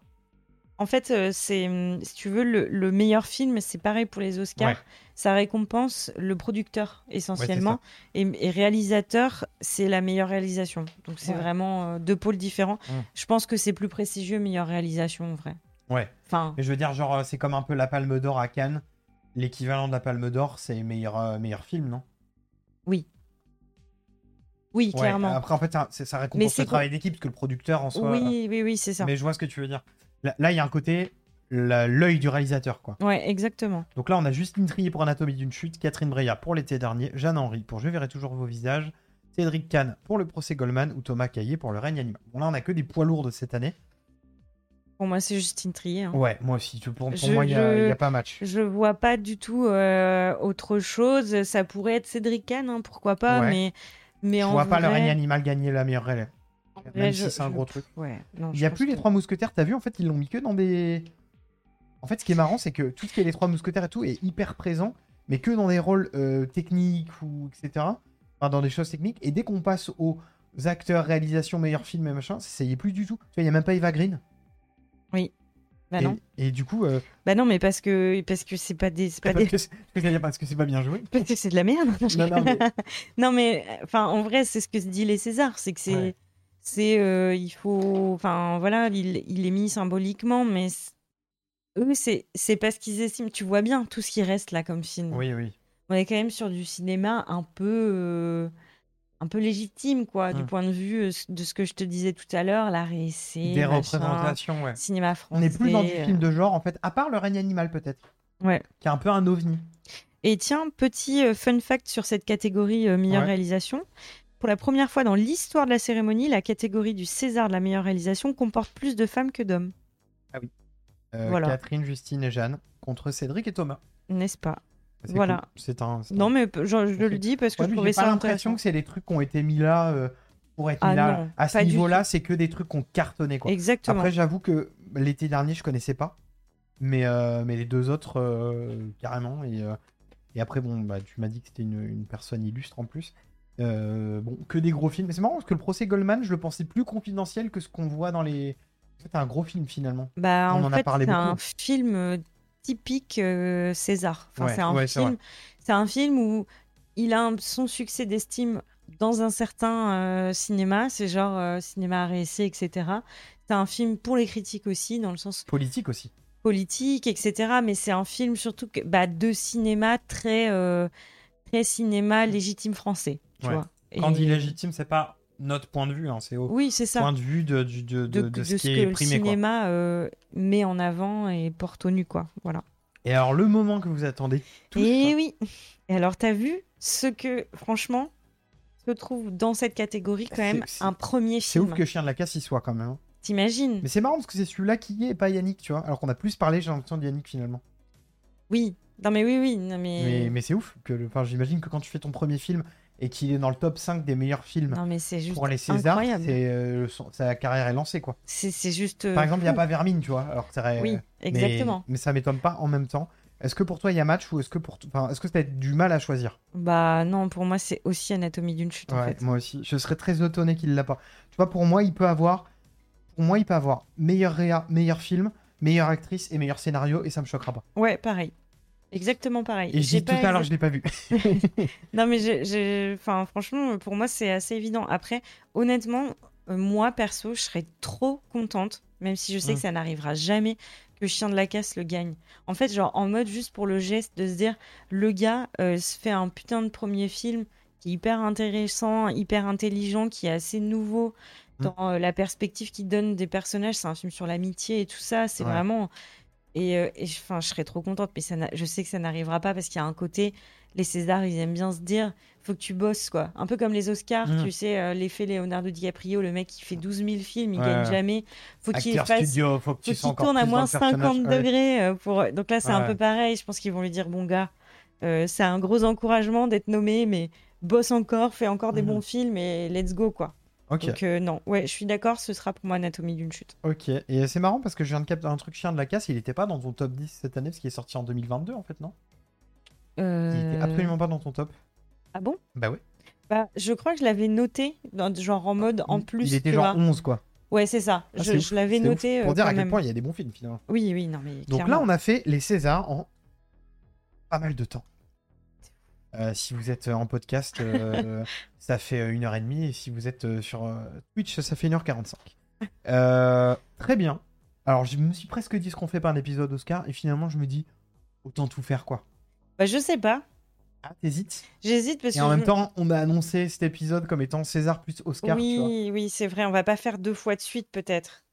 B: En fait, euh, c'est, hum, si tu veux, le, le meilleur film, c'est pareil pour les Oscars.
A: Ouais.
B: Ça récompense le producteur
A: ça.
B: essentiellement. et, et réalisateur, c'est la meilleure réalisation. Donc c'est
A: Ouais.
B: vraiment euh, deux pôles différents.
A: Mm.
B: Je pense que c'est plus prestigieux, meilleure réalisation en vrai.
A: Ouais.
B: Enfin,
A: Mais je veux dire, genre, euh, c'est comme un peu la Palme d'Or à Cannes. L'équivalent de la Palme d'Or, c'est meilleur, euh, meilleur film, non
B: oui,
A: Ouais,
B: clairement.
A: Après, en fait, ça, c'est- ça
B: Mais
A: récompense
B: c'est
A: le
B: con-
A: travail d'équipe, parce que le producteur, en soi...
B: oui, oui, oui, c'est ça.
A: Mais je vois ce que tu veux dire. Là, là, il y a un côté, la- l'œil du réalisateur, quoi.
B: Ouais, exactement.
A: Donc là, on a Justine Trier pour Anatomie d'une chute, Catherine Breillat pour l'été dernier, Jeanne Henry pour Je verrai toujours vos visages, Cédric Kahn pour le procès Goldman ou Thomas Caillé pour Le règne animal. Bon, là, on a que des poids lourds de cette année.
B: Pour moi, c'est Justine Trier. hein.
A: Ouais, moi aussi. tu- Pour, pour
B: Je-
A: moi, il n'y a,
B: je-
A: il y a pas match.
B: Je vois pas du tout euh, autre chose. Ça pourrait être Cédric Kahn, hein, pourquoi pas,
A: Ouais.
B: mais mais
A: Je
B: en
A: vois pas Le
B: vrai-
A: règne animal gagner la meilleure relève.
B: en vrai,
A: Même
B: je-
A: si c'est un
B: je-
A: gros truc.
B: Ouais. non,
A: Il
B: je
A: n'y a
B: pense
A: plus les
B: que-
A: trois mousquetaires, t'as vu, en fait, ils l'ont mis que dans des. En fait, ce qui est marrant, c'est que tout ce qui est les trois mousquetaires et tout est hyper présent, mais que dans des rôles euh, techniques ou etc. Enfin, dans des choses techniques. Et dès qu'on passe aux acteurs, réalisation, meilleur film et machin, ça y est plus du tout. Tu vois, il n'y a même pas Eva Green.
B: Bah
A: et,
B: non.
A: et du coup, euh,
B: Bah non, mais parce que parce que c'est pas des c'est pas
A: parce,
B: des
A: que c'est- parce que c'est- parce que c'est pas bien joué.
B: parce que c'est de la merde.
A: Non, non, mais-
B: Non, mais euh, enfin en vrai, c'est ce que se dit les Césars, c'est que c'est
A: Ouais.
B: c'est euh, il faut enfin voilà, il, il est mis symboliquement mais c- eux c'est c'est parce qu'ils estiment, tu vois bien tout ce qui reste là comme film.
A: Oui, oui.
B: On est quand même sur du cinéma un peu euh, un peu légitime quoi, du
A: Hmm.
B: point de vue euh, de ce que je te disais tout à l'heure, la réessai,
A: Des
B: machin,
A: représentations, ouais.
B: cinéma
A: On
B: français.
A: n'est plus dans du
B: euh,
A: film de genre, en fait, à part Le règne animal, peut-être.
B: Ouais.
A: Qui est un peu un ovni.
B: Et tiens, petit euh, fun fact sur cette catégorie euh, meilleure
A: Ouais.
B: réalisation. Pour la première fois dans l'histoire de la cérémonie, la catégorie du César de la meilleure réalisation comporte plus de femmes que d'hommes,
A: Euh,
B: Voilà.
A: Catherine, Justine et Jeanne contre Cédric et Thomas.
B: n'est-ce pas
A: C'est
B: Voilà.
A: cool. C'est un. c'est un-
B: Non, mais peu- je, je
A: c'est-
B: le dis parce que
A: Ouais,
B: je
A: mais
B: trouvais
A: j'ai
B: ça
A: pas l'impression
B: intéressant.
A: que c'est des trucs qui ont été mis là euh, pour être
B: Ah
A: mis là.
B: non,
A: à ce
B: pas du
A: niveau-là, c'est que des trucs qu'on cartonnait quoi.
B: Exactement.
A: Après, j'avoue que l'été dernier, je connaissais pas, mais euh, mais les deux autres euh, carrément. Et, euh, et après, bon, bah, tu m'as dit que c'était une, une personne illustre en plus. Euh, bon, que des gros films. Mais c'est marrant parce que le procès Goldman, je le pensais plus confidentiel que ce qu'on voit dans les. C'était un gros film finalement.
B: Bah,
A: On
B: en
A: en a
B: fait,
A: parlé
B: c'est un
A: beaucoup.
B: film euh, typique euh, César. Enfin,
A: Ouais,
B: c'est un
A: ouais, c'est vrai.
B: film. C'est un film où il a un- son succès d'estime dans un certain euh, cinéma. C'est genre euh, cinéma RSC, etc. C'est un film pour les critiques aussi, dans le sens
A: Politique aussi.
B: politique, etc. Mais c'est un film surtout que, bah, de cinéma très, euh, très cinéma légitime français. Tu
A: Mmh. Ouais.
B: vois. Et-
A: Quand illégitime, c'est pas notre point de vue, hein, c'est au
B: Oui, c'est ça.
A: point de vue de, du- de, de- de
B: De, de
A: ce
B: ce
A: qui
B: que
A: est
B: le
A: primé quoi.
B: cinéma euh, met en avant et porte au nu, quoi. Voilà.
A: Et alors, le moment que vous attendez tous.
B: Et oui. Et alors, t'as vu ce que, franchement, se trouve dans cette catégorie quand
A: C'est-
B: même
A: c'est-
B: un premier
A: C'est ouf
B: film.
A: que Chien de la Casse y soit quand même. hein.
B: T'imagines
A: Mais c'est marrant parce que c'est celui-là qui y est et pas Yannick, tu vois. Alors qu'on a plus parlé, j'ai l'impression, de Yannick finalement.
B: Oui. Non mais oui, oui. Non mais.
A: Mais, mais c'est ouf. que le- Enfin, J'imagine que quand tu fais ton premier film et qu'il est dans le top 5 des meilleurs films
B: Non mais c'est juste
A: pour les Césars,
B: incroyable.
A: c'est, euh, son- sa carrière est lancée quoi.
B: C'est c'est juste. euh,
A: Par exemple, il n'y a
B: fou.
A: pas Vermine, tu vois. Alors que ça aurait- euh,
B: Oui,
A: mais-
B: exactement.
A: Mais, ça m'étonne pas en même temps. Est-ce que pour toi il y a match ou est-ce que pour t- enfin, est-ce que t'as du mal à choisir
B: Bah non, pour moi c'est aussi Anatomie d'une chute en
A: Ouais,
B: fait.
A: Moi aussi, je serais très étonné qu'il l'a pas. Tu vois, pour moi il peut avoir, pour moi il peut avoir meilleur réa, meilleur film, meilleure actrice et meilleur scénario et ça me choquera pas.
B: Ouais, pareil. Exactement pareil.
A: Et je
B: J'ai
A: dis tout
B: pas
A: à l'heure,
B: exact-
A: je l'ai pas vu.
B: Non, mais je, je- Enfin, franchement, pour moi, c'est assez évident. Après, honnêtement, euh, moi, perso, je serais trop contente, même si je sais
A: Mm.
B: que ça n'arrivera jamais, que Chien de la Casse le gagne. En fait, genre, en mode juste pour le geste de se dire, le gars euh, se fait un putain de premier film qui est hyper intéressant, hyper intelligent, qui est assez nouveau
A: Mm.
B: dans euh, la perspective qu'il donne des personnages. C'est un film sur l'amitié et tout ça. C'est
A: Ouais.
B: vraiment. Et, euh, et je, 'fin, je serais trop contente, mais ça n'a- je sais que ça n'arrivera pas parce qu'il y a un côté. Les Césars, ils aiment bien se dire, faut que tu bosses, quoi. Un peu comme les Oscars,
A: Mm.
B: tu sais, euh, l'effet Leonardo DiCaprio, le mec qui fait 12 000 films, il
A: Ouais,
B: gagne
A: ouais.
B: jamais. Faut qu'il
A: Acteur
B: fasse
A: studio, faut que
B: faut
A: tu sois
B: qu'il
A: encore
B: tourne à
A: plus dans
B: moins
A: le personnage.
B: 50
A: Ouais.
B: degrés. euh, Pour... Donc là, c'est un
A: Ouais.
B: peu pareil. Je pense qu'ils vont lui dire Bon, gars, euh, c'est un gros encouragement d'être nommé, mais bosse encore, fais encore des
A: Mhm.
B: bons films et let's go, quoi.
A: Ok,
B: Donc, euh, non, ouais, je suis d'accord, ce sera pour moi Anatomie d'une chute.
A: ok. Et c'est marrant parce que je viens de capter un truc chien de la casse. Il était pas dans ton top 10 cette année parce qu'il est sorti en 2022 en fait, non Il était
B: Euh,
A: absolument pas dans ton top.
B: Ah bon
A: Bah ouais.
B: bah, Je crois que je l'avais noté, dans- genre en mode en plus.
A: il était
B: tu
A: genre
B: vois.
A: 11 quoi.
B: Ouais, c'est ça.
A: Ah,
B: je
A: c'est
B: je
A: ouf,
B: l'avais
A: c'est ouf.
B: noté.
A: Pour
B: euh,
A: dire
B: quand
A: à quel
B: même.
A: point il y a des bons films finalement.
B: Oui, oui, non, mais.
A: Donc là, on a fait les Césars en pas mal de temps. Euh, si vous êtes en podcast, euh, ça fait euh, une heure et demie. Et si vous êtes euh, sur euh, Twitch, ça fait 1h45. Euh, très bien. Alors, je me suis presque dit ce qu'on fait par l'épisode Oscar. Et finalement, je me dis, autant tout faire quoi.
B: Bah, je sais pas.
A: Ah, t'hésites.
B: J'hésite parce
A: Et
B: que.
A: en
B: je
A: même
B: me-
A: temps, on a annoncé cet épisode comme étant César plus Oscar. tu vois.
B: Oui, oui, c'est vrai. On va pas faire deux fois de suite, peut-être.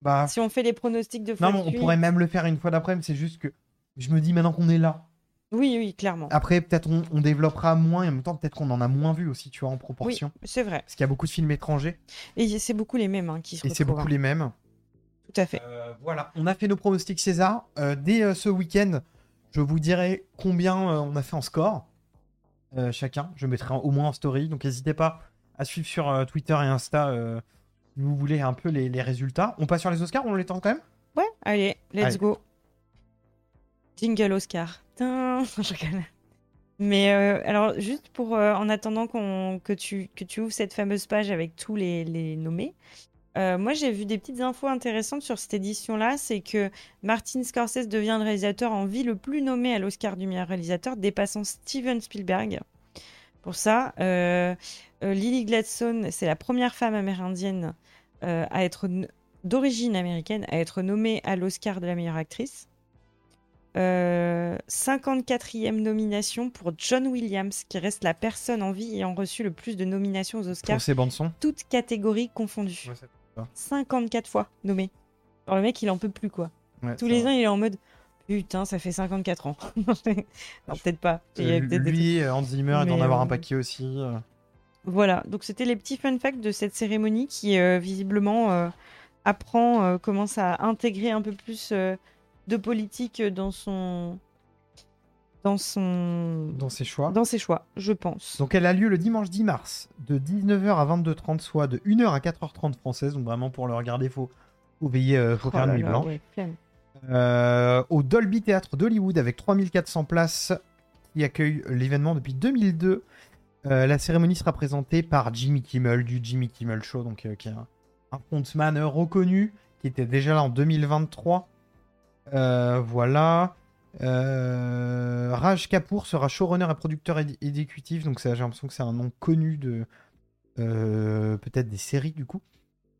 A: Bah,
B: Si on fait les pronostics deux fois
A: non, mais
B: de
A: on
B: suite.
A: pourrait même le faire une fois d'après, mais c'est juste que je me dis maintenant qu'on est là,
B: Oui, oui, clairement.
A: Après, peut-être on, on développera moins et en même temps, peut-être qu'on en a moins vu aussi, tu vois, en
B: oui,
A: proportion.
B: c'est vrai.
A: Parce qu'il y a beaucoup de films étrangers
B: Et c'est beaucoup les mêmes hein, qui se
A: et c'est
B: retrouvent.
A: beaucoup les mêmes.
B: hein. Tout à fait.
A: Euh, voilà, on a fait nos pronostics César. Euh, dès euh, ce week-end, je vous dirai combien euh, on a fait en score euh, chacun. Je mettrai en- au moins en story. Donc n'hésitez pas à suivre sur euh, Twitter et Insta euh, si vous voulez un peu les, les résultats. On passe sur les Oscars, on les tente quand même
B: Ouais, allez, let's
A: Allez.
B: go. Jingle Oscar. Tin, je rigole. Mais euh, alors, juste pour, euh, en attendant qu'on que, tu, que tu ouvres cette fameuse page avec tous les, les nommés, euh, moi j'ai vu des petites infos intéressantes sur cette édition-là. C'est que Martin Scorsese devient le réalisateur en vie le plus nommé à l'Oscar du meilleur réalisateur, dépassant Steven Spielberg. Pour ça, euh, euh, Lily Gladstone, c'est la première femme amérindienne euh, à être n- d'origine américaine à être nommée à l'Oscar de la meilleure actrice. Euh, 54e nomination pour John Williams, qui reste la personne en vie ayant reçu le plus de nominations aux
A: Pour
B: Oscars,
A: ces bandes-son.
B: toutes catégories confondues. 54 fois nommé. Alors le mec, il en peut plus, quoi. Tous les ans, il est en mode Putain, ça fait 54 ans. Non, peut-être pas. Il y a peut-être des trucs-
A: Lui, euh, Hans Zimmer, et d'en
B: Mais,
A: avoir un
B: euh,
A: paquet aussi. euh.
B: Voilà, donc c'était les petits fun facts de cette cérémonie qui euh, visiblement euh, apprend, euh, commence à intégrer un peu plus euh, de politique dans son, dans son,
A: dans ses choix.
B: dans ses choix, je pense.
A: Donc elle a lieu le dimanche 10 mars de 19h à 22h30, soit de 1h à 4h30 française. Donc vraiment pour le regarder, faut, faut veiller, euh, faut
B: Oh
A: faire
B: là
A: nuit
B: là,
A: blanche.
B: ouais, flemme.
A: Euh, au Dolby Théâtre d'Hollywood avec 3400 places qui accueille l'événement depuis 2002. Euh, la cérémonie sera présentée par Jimmy Kimmel du Jimmy Kimmel Show, donc euh, qui est un, un frontman euh, reconnu qui était déjà là en 2023. Euh, voilà. Euh, Raj Kapoor sera showrunner et producteur é- exécutif, donc ça, j'ai l'impression que c'est un nom connu de euh, peut-être des séries du coup.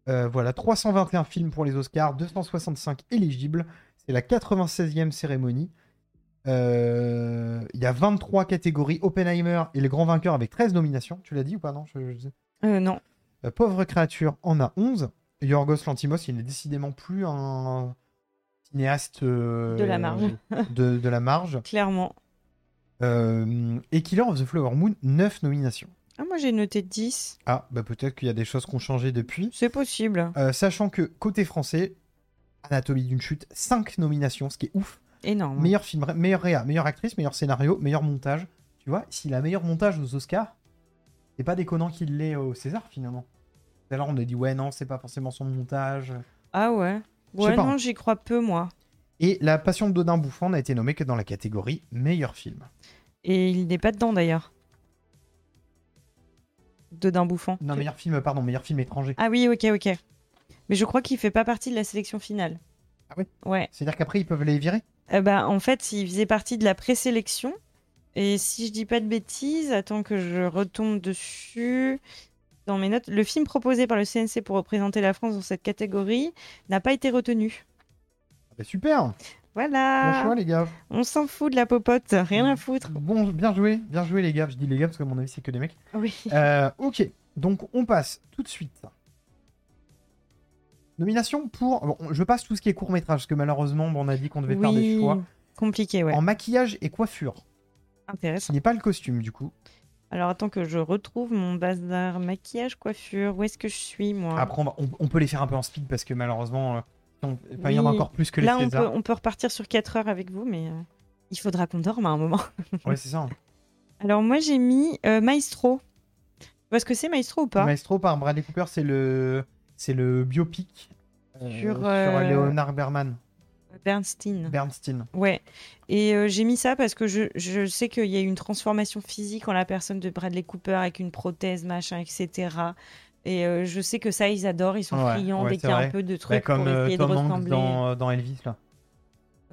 A: Euh, voilà, 321 films pour les Oscars, 265 éligibles. C'est la 96e cérémonie. Euh, Il y a 23 catégories. Oppenheimer est le grand vainqueur avec 13 nominations. Tu l'as dit ou pas Non, je- je sais.
B: Euh, non,
A: Euh, Pauvre créature en a 11. Yorgos Lantimos, il n'est décidément plus un cinéaste euh,
B: De la marge.
A: de, de la marge.
B: clairement.
A: Euh, et Killer of the Flower Moon, 9 nominations.
B: Ah, moi j'ai noté 10,
A: Ah, bah peut-être qu'il y a des choses qui ont changé depuis.
B: c'est possible.
A: Euh, sachant que côté français, Anatomie d'une chute, 5 nominations, ce qui est ouf.
B: Énorme.
A: Meilleur film, meilleur réa, meilleure actrice, meilleur scénario, meilleur montage. Tu vois, si la meilleure montage aux Oscars, c'est pas déconnant qu'il l'ait au César finalement. Tout à l'heure, on a dit ouais, non, c'est pas forcément son montage.
B: Ah ouais.
A: Je sais
B: Ouais,
A: pas. hein.
B: non, j'y crois peu, moi.
A: Et La Passion de Dodin Bouffant n'a été nommée que dans la catégorie meilleur film.
B: Et il n'est pas dedans d'ailleurs. Dedans bouffant.
A: Non, meilleur film, pardon, meilleur film étranger.
B: Ah oui, ok, ok. Mais je crois qu'il fait pas partie de la sélection finale.
A: Ah oui
B: Ouais.
A: C'est-à-dire qu'après, ils peuvent les virer
B: Euh, bah, en fait, il faisait partie de la présélection. Et si je dis pas de bêtises, attends que je retombe dessus. Dans mes notes, le film proposé par le CNC pour représenter la France dans cette catégorie n'a pas été retenu.
A: Ah bah, Super Bon
B: Voilà.
A: choix, les gars.
B: On s'en fout de la popote, rien à foutre.
A: Bon, bien joué, bien joué, les gars. Je dis les gars parce que, à mon avis, c'est que des mecs.
B: Oui.
A: Euh, ok, donc on passe tout de suite. Nomination pour. bon, on- je passe tout ce qui est court métrage, parce que malheureusement, bon, on a dit qu'on devait faire des
B: Oui.
A: choix.
B: Compliqué, ouais.
A: En maquillage et coiffure. Ce
B: Intéressant.
A: n'est pas le costume, du coup.
B: Alors attends que je retrouve mon bazar maquillage, coiffure. Où est-ce que je suis moi
A: Après, on, va- on- on peut les faire un peu en speed, parce que malheureusement, euh, on- enfin, il y en a
B: Oui.
A: encore plus que les
B: Là, on
A: Césars.
B: peut, on peut repartir sur 4 heures avec vous, mais euh, il faudra qu'on dorme à un moment.
A: Ouais, c'est ça. hein.
B: Alors moi, j'ai mis euh, Maestro. Tu vois ce que c'est Maestro ou pas
A: Maestro par Bradley Cooper, c'est le, c'est le biopic euh,
B: Sur, euh,
A: Leonard Berman,
B: Bernstein.
A: Bernstein.
B: Ouais. Et euh, j'ai mis ça parce que je, je sais qu'il y a eu une transformation physique en la personne de Bradley Cooper avec une prothèse, machin, etc. Et euh, je sais que ça, ils adorent, ils sont
A: Ouais,
B: friands
A: ouais,
B: dès
A: c'est
B: qu'il y a
A: vrai.
B: un peu de trucs
A: comme
B: pour
A: euh,
B: essayer
A: Tom
B: de
A: Hanks
B: ressembler.
A: dans, euh, dans Elvis, là.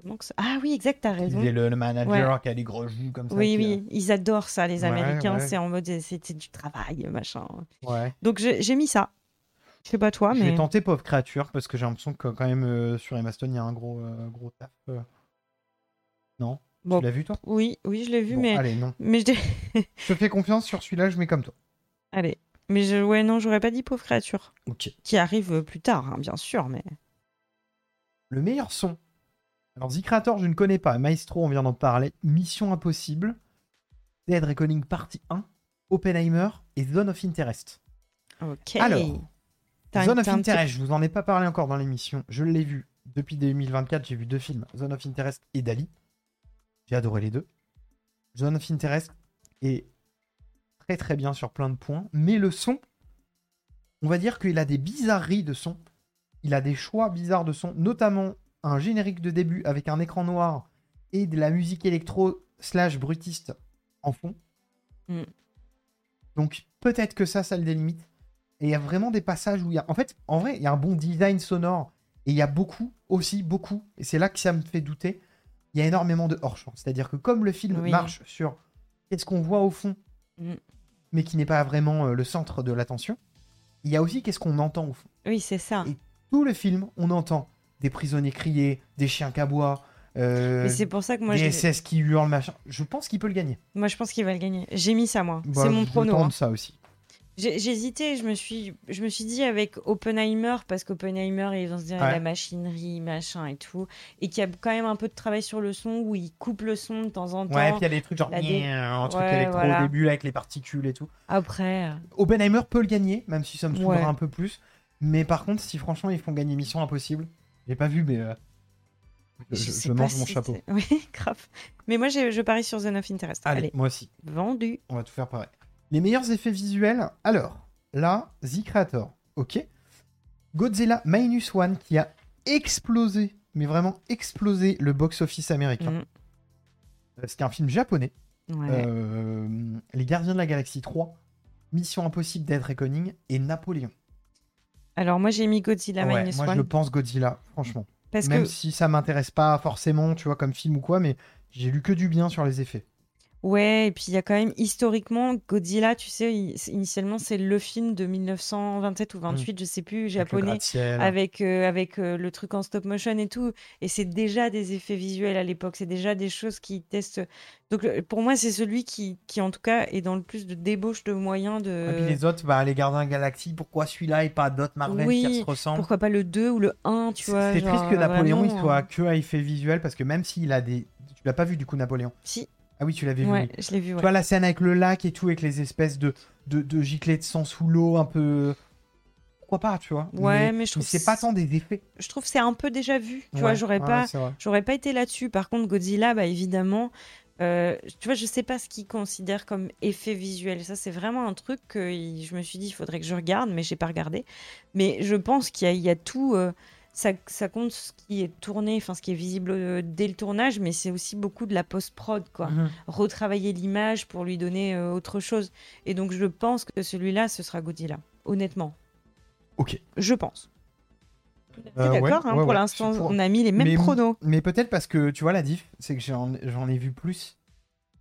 B: Donc, Ah oui, exact, t'as raison.
A: Il est le, le manager qui a des gros joues comme ça.
B: Oui,
A: qui,
B: oui, ils adorent ça, les
A: Ouais,
B: Américains.
A: ouais.
B: C'est en mode, c'est c'est du travail, machin.
A: euh, ouais.
B: Donc j'ai j'ai mis ça. Je sais pas toi,
A: Je vais
B: mais
A: tenter Pauvre Créature parce que j'ai l'impression que quand même euh, sur Emma Stone, il y a un gros, euh, gros taf. euh. Non
B: Bon.
A: Tu l'as vu toi
B: oui, oui, je l'ai vu,
A: Bon,
B: mais
A: Allez, non.
B: mais je dirais-
A: Je te fais confiance sur celui-là, je mets comme toi.
B: allez, mais je ouais non, j'aurais pas dit pauvre créature
A: Ok.
B: qui arrive euh, plus tard, hein, bien sûr, mais
A: Le meilleur son. Alors, The Creator, je ne connais pas. Maestro, on vient d'en parler. Mission Impossible. Dead Reckoning Partie 1. Oppenheimer et Zone of Interest.
B: ok.
A: Alors,
B: T'as
A: Zone
B: un-
A: of
B: t'as un petit-
A: Interest, je vous en ai pas parlé encore dans l'émission. Je l'ai vu depuis 2024. J'ai vu deux films, Zone of Interest et Dali. J'ai adoré les deux. Zone of Interest est très très bien sur plein de points, mais le son, on va dire qu'il a des bizarreries de son. Il a des choix bizarres de son, notamment un générique de début avec un écran noir et de la musique électro slash brutiste en fond.
B: Mm.
A: Donc peut-être que ça, ça le délimite. Et il y a vraiment des passages où il y a... En fait, en vrai, il y a un bon design sonore. Et il y a beaucoup, aussi beaucoup, et c'est là que ça me fait douter, il y a énormément de hors-champ. C'est-à-dire que comme le film
B: Oui.
A: marche sur qu'est-ce qu'on voit au fond,
B: Mm.
A: mais qui n'est pas vraiment euh, le centre de l'attention, il y a aussi qu'est-ce qu'on entend au fond
B: Oui, c'est ça.
A: Et- tout le film, on entend des prisonniers crier, des chiens cabois, euh,
B: Mais c'est pour ça que moi,
A: des
B: je...
A: SS qui hurlent, machin. Je pense qu'il peut le gagner.
B: moi, je pense qu'il va le gagner. J'ai mis ça moi.
A: Bah,
B: c'est mon
A: je
B: prono.
A: tente
B: hein.
A: ça aussi.
B: J'ai j'ai hésité. Je me suis, je me suis dit avec Oppenheimer parce qu'Oppenheimer, ils vont se dire
A: Ouais.
B: la machinerie, machin et tout, et qu'il y a quand même un peu de travail sur le son où ils coupent le son de temps en temps.
A: Ouais, puis il y a des trucs genre
B: la dé-
A: gna, un truc
B: Ouais,
A: électro
B: voilà.
A: au début là, avec les particules et tout.
B: Après. euh,
A: Oppenheimer peut le gagner, même si ça me saoulera
B: Ouais.
A: un peu plus. Mais par contre, si franchement ils font gagner Mission Impossible, j'ai pas vu, mais euh, je, je-
B: sais
A: je
B: pas
A: mange mon
B: si
A: chapeau.
B: c'est- Oui, grave. Mais moi, j'ai- je parie sur Zone of Interest. Allez,
A: Allez, moi aussi.
B: vendu.
A: On va tout faire pareil. Les meilleurs effets visuels, alors, là, The Creator, ok. Godzilla Minus One qui a explosé, mais vraiment explosé le box-office américain.
B: Mm.
A: Euh, C'est un film japonais.
B: Ouais.
A: Euh, Les Gardiens de la Galaxie 3, Mission Impossible Dead Reckoning et Napoléon.
B: Alors, moi, j'ai mis Godzilla
A: Ouais,
B: Minus
A: moi,
B: One.
A: je pense Godzilla, franchement.
B: Parce
A: Même
B: que,
A: si ça m'intéresse pas forcément, tu vois, comme film ou quoi, mais j'ai lu que du bien sur les effets.
B: ouais, et puis il y a quand même historiquement Godzilla, tu sais, il- c'est- initialement, c'est le film de 1927 ou 28, je sais plus,
A: Mm. Avec le
B: japonais.
A: gratte-ciel.
B: Avec, euh, avec euh, le truc en stop motion et tout. Et c'est déjà des effets visuels à l'époque. C'est déjà des choses qui testent. Donc, euh, pour moi, c'est celui qui, qui, en tout cas, est dans le plus de débauche de moyens de.
A: Et puis les autres, bah, les Gardiens de la Galaxie, pourquoi celui-là et pas d'autres Marvel
B: Oui,
A: qui se ressemblent
B: Pourquoi pas le 2 ou le 1, tu
A: C'est
B: vois
A: c'est triste
B: genre,
A: que Napoléon
B: vraiment,
A: il
B: euh,
A: soit que à effet visuel parce que même s'il a des. Tu l'as pas vu du coup, Napoléon
B: Si,
A: Ah oui, tu l'avais vu.
B: ouais,
A: oui.
B: je l'ai vu,
A: Tu
B: ouais.
A: vois la scène avec le lac et tout, avec les espèces de, de, de giclées de sang sous l'eau, un peu. Pourquoi pas, tu vois
B: Ouais, mais je trouve
A: c'est
B: que
A: pas tant des effets.
B: Je trouve que c'est un peu déjà vu, tu
A: Ouais,
B: vois, j'aurais
A: ouais,
B: pas...
A: c'est vrai.
B: J'aurais pas été là-dessus. Par contre, Godzilla, bah évidemment, euh, tu vois, je sais pas ce qu'ils considèrent comme effet visuel. Ça, c'est vraiment un truc que il- je me suis dit, il faudrait que je regarde, mais j'ai pas regardé. Mais je pense qu'il y, a- il y a tout. euh, ça, ça compte ce qui est tourné, enfin ce qui est visible euh, dès le tournage, mais c'est aussi beaucoup de la post-prod, quoi.
A: Mhm.
B: Retravailler l'image pour lui donner euh, autre chose. Et donc, je pense que celui-là, ce sera Godzilla, honnêtement.
A: Ok.
B: Je pense.
A: Euh, ouais,
B: d'accord, hein,
A: ouais,
B: pour
A: ouais,
B: l'instant,
A: je suis pour.
B: on a mis les mêmes
A: Mais-
B: pronos.
A: Mais peut-être parce que, tu vois, la diff, c'est que j'en j'en ai vu plus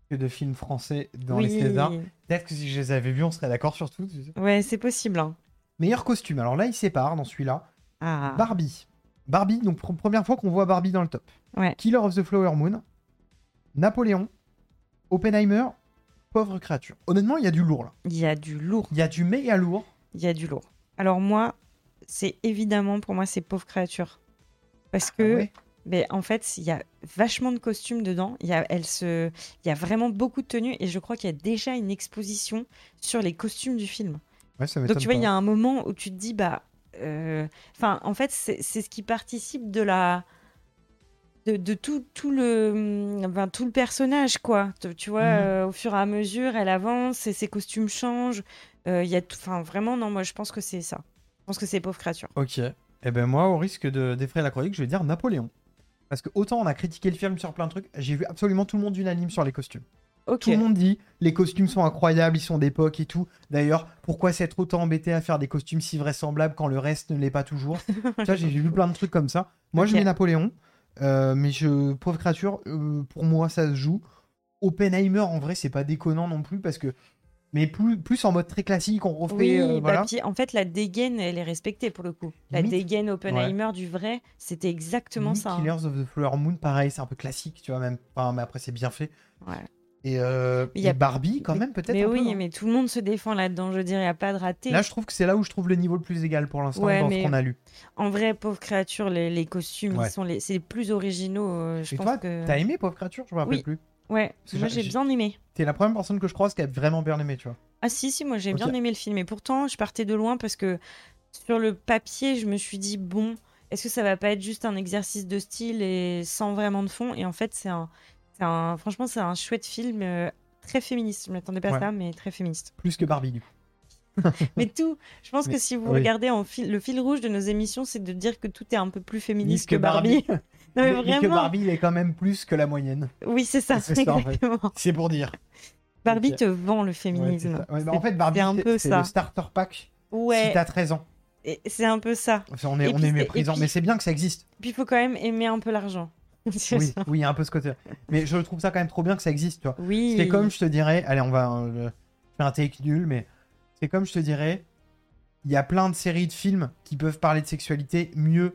A: que de films français dans les Césars. Peut-être que si je les avais vus, on serait d'accord sur tout. tu sais.
B: Ouais, c'est possible. hein.
A: Meilleur costume. Alors là, il sépare dans celui-là.
B: Ah.
A: Barbie. Barbie, donc pr- première fois qu'on voit Barbie dans le top.
B: Ouais.
A: Killer of the Flower Moon, Napoléon, Oppenheimer, Pauvre créature. Honnêtement, il y a du lourd là.
B: Il y a du lourd.
A: Il y a du méga lourd.
B: Il y a du lourd. Alors moi, c'est évidemment pour moi c'est pauvre créature. Parce
A: Ah
B: que
A: ouais.
B: mais en fait, il y a vachement de costumes dedans. Il y a, elle se, il y a vraiment beaucoup de tenues et je crois qu'il y a déjà une exposition sur les costumes du film.
A: Ouais, ça
B: Donc tu vois, il y a un moment où tu te dis bah, euh, enfin en fait c'est c'est ce qui participe de la de, de tout, tout le hum, ben, tout le personnage quoi tu, tu vois
A: Mhm.
B: euh, au fur et à mesure elle avance et ses costumes changent Euh, il y a tout- enfin vraiment non moi je pense que c'est ça je pense que c'est pauvre créature
A: Ok. Et ben moi, au risque de d'effrayer la chronique, je vais dire Napoléon. Parce que autant on a critiqué le film sur plein de trucs, j'ai vu absolument tout le monde unanime sur les costumes.
B: Ok.
A: Tout le monde dit les costumes sont incroyables, ils sont d'époque et tout. D'ailleurs, pourquoi s'être autant embêté à faire des costumes si vraisemblables quand le reste ne l'est pas toujours Ça, j'ai j'ai vu plein de trucs comme ça. Moi, je
B: Ok.
A: mets Napoléon, euh, mais je pauvre créature, euh, pour moi, ça se joue. Oppenheimer, en vrai, c'est pas déconnant non plus parce que, mais plus, plus en mode très classique, on refait,
B: Oui,
A: euh,
B: bah,
A: voilà.
B: puis, en fait, la dégaine, elle est respectée pour le coup. La
A: Limite.
B: dégaine Oppenheimer du vrai, c'était exactement
A: Limite
B: ça. hein.
A: Killers of the Flower Moon, pareil, c'est un peu classique, tu vois même. Enfin, mais après, c'est bien fait.
B: Ouais.
A: Et, euh,
B: Mais y a-
A: et Barbie, quand même, peut-être.
B: Mais
A: un peu,
B: oui,
A: hein.
B: mais tout le monde se défend là-dedans. Je dirais, il n'y a pas de raté.
A: Là, je trouve que c'est là où je trouve le niveau le plus égal pour l'instant
B: Ouais,
A: dans
B: mais-
A: ce qu'on a lu.
B: En vrai, pauvre créature, les, les costumes,
A: Ouais.
B: ils sont les, c'est les plus originaux. euh, je
A: Et
B: pense
A: toi,
B: que.
A: T'as aimé, pauvre créature Je me rappelle
B: Oui.
A: plus.
B: Ouais,
A: Parce que
B: moi
A: j'ai-
B: j'ai
A: j'ai-
B: bien aimé.
A: T'es la première personne que je croise qui a vraiment bien aimé, tu vois.
B: Ah si, si, moi j'ai
A: Ok.
B: bien aimé le film. Et pourtant, je partais de loin parce que sur le papier, je me suis dit, bon, est-ce que ça va pas être juste un exercice de style et sans vraiment de fond Et en fait, c'est un, c'est un- Franchement, c'est un chouette film euh, très féministe. Je m'attendais pas
A: Ouais.
B: à ça, mais très féministe.
A: Plus que Barbie, du coup.
B: mais tout, je pense
A: Mais-
B: que si vous
A: oui.
B: regardez en fil- le fil rouge de nos émissions, c'est de dire que tout est un peu plus
A: Nice
B: féministe que Barbie. non, mais,
A: Mais- mais
B: vraiment.
A: que Barbie, il est quand même plus que la moyenne.
B: Oui, c'est ça.
A: C'est ça, en fait.
B: exactement.
A: C'est pour dire.
B: Barbie
A: Ok.
B: te vend le
A: Ouais, c'est
B: féminisme.
A: ça. Ouais, bah, en fait, Barbie,
B: c'est un
A: c'est-
B: peu
A: c'est
B: ça.
A: le starter pack si
B: Ouais,
A: t'as 13 ans.
B: et c'est un peu ça.
A: Enfin, on
B: Et
A: est, on
B: puis
A: est
B: c'est- et
A: méprisant,
B: puis-
A: mais c'est bien que ça existe.
B: Puis il faut quand même aimer un peu l'argent.
A: Oui, oui, il y a un peu ce côté. Mais je trouve ça quand même trop bien que ça existe, tu vois.
B: Oui.
A: C'est comme je te dirais, allez, on va euh, je fais un take nul, mais c'est comme je te dirais, il y a plein de séries de films qui peuvent parler de sexualité mieux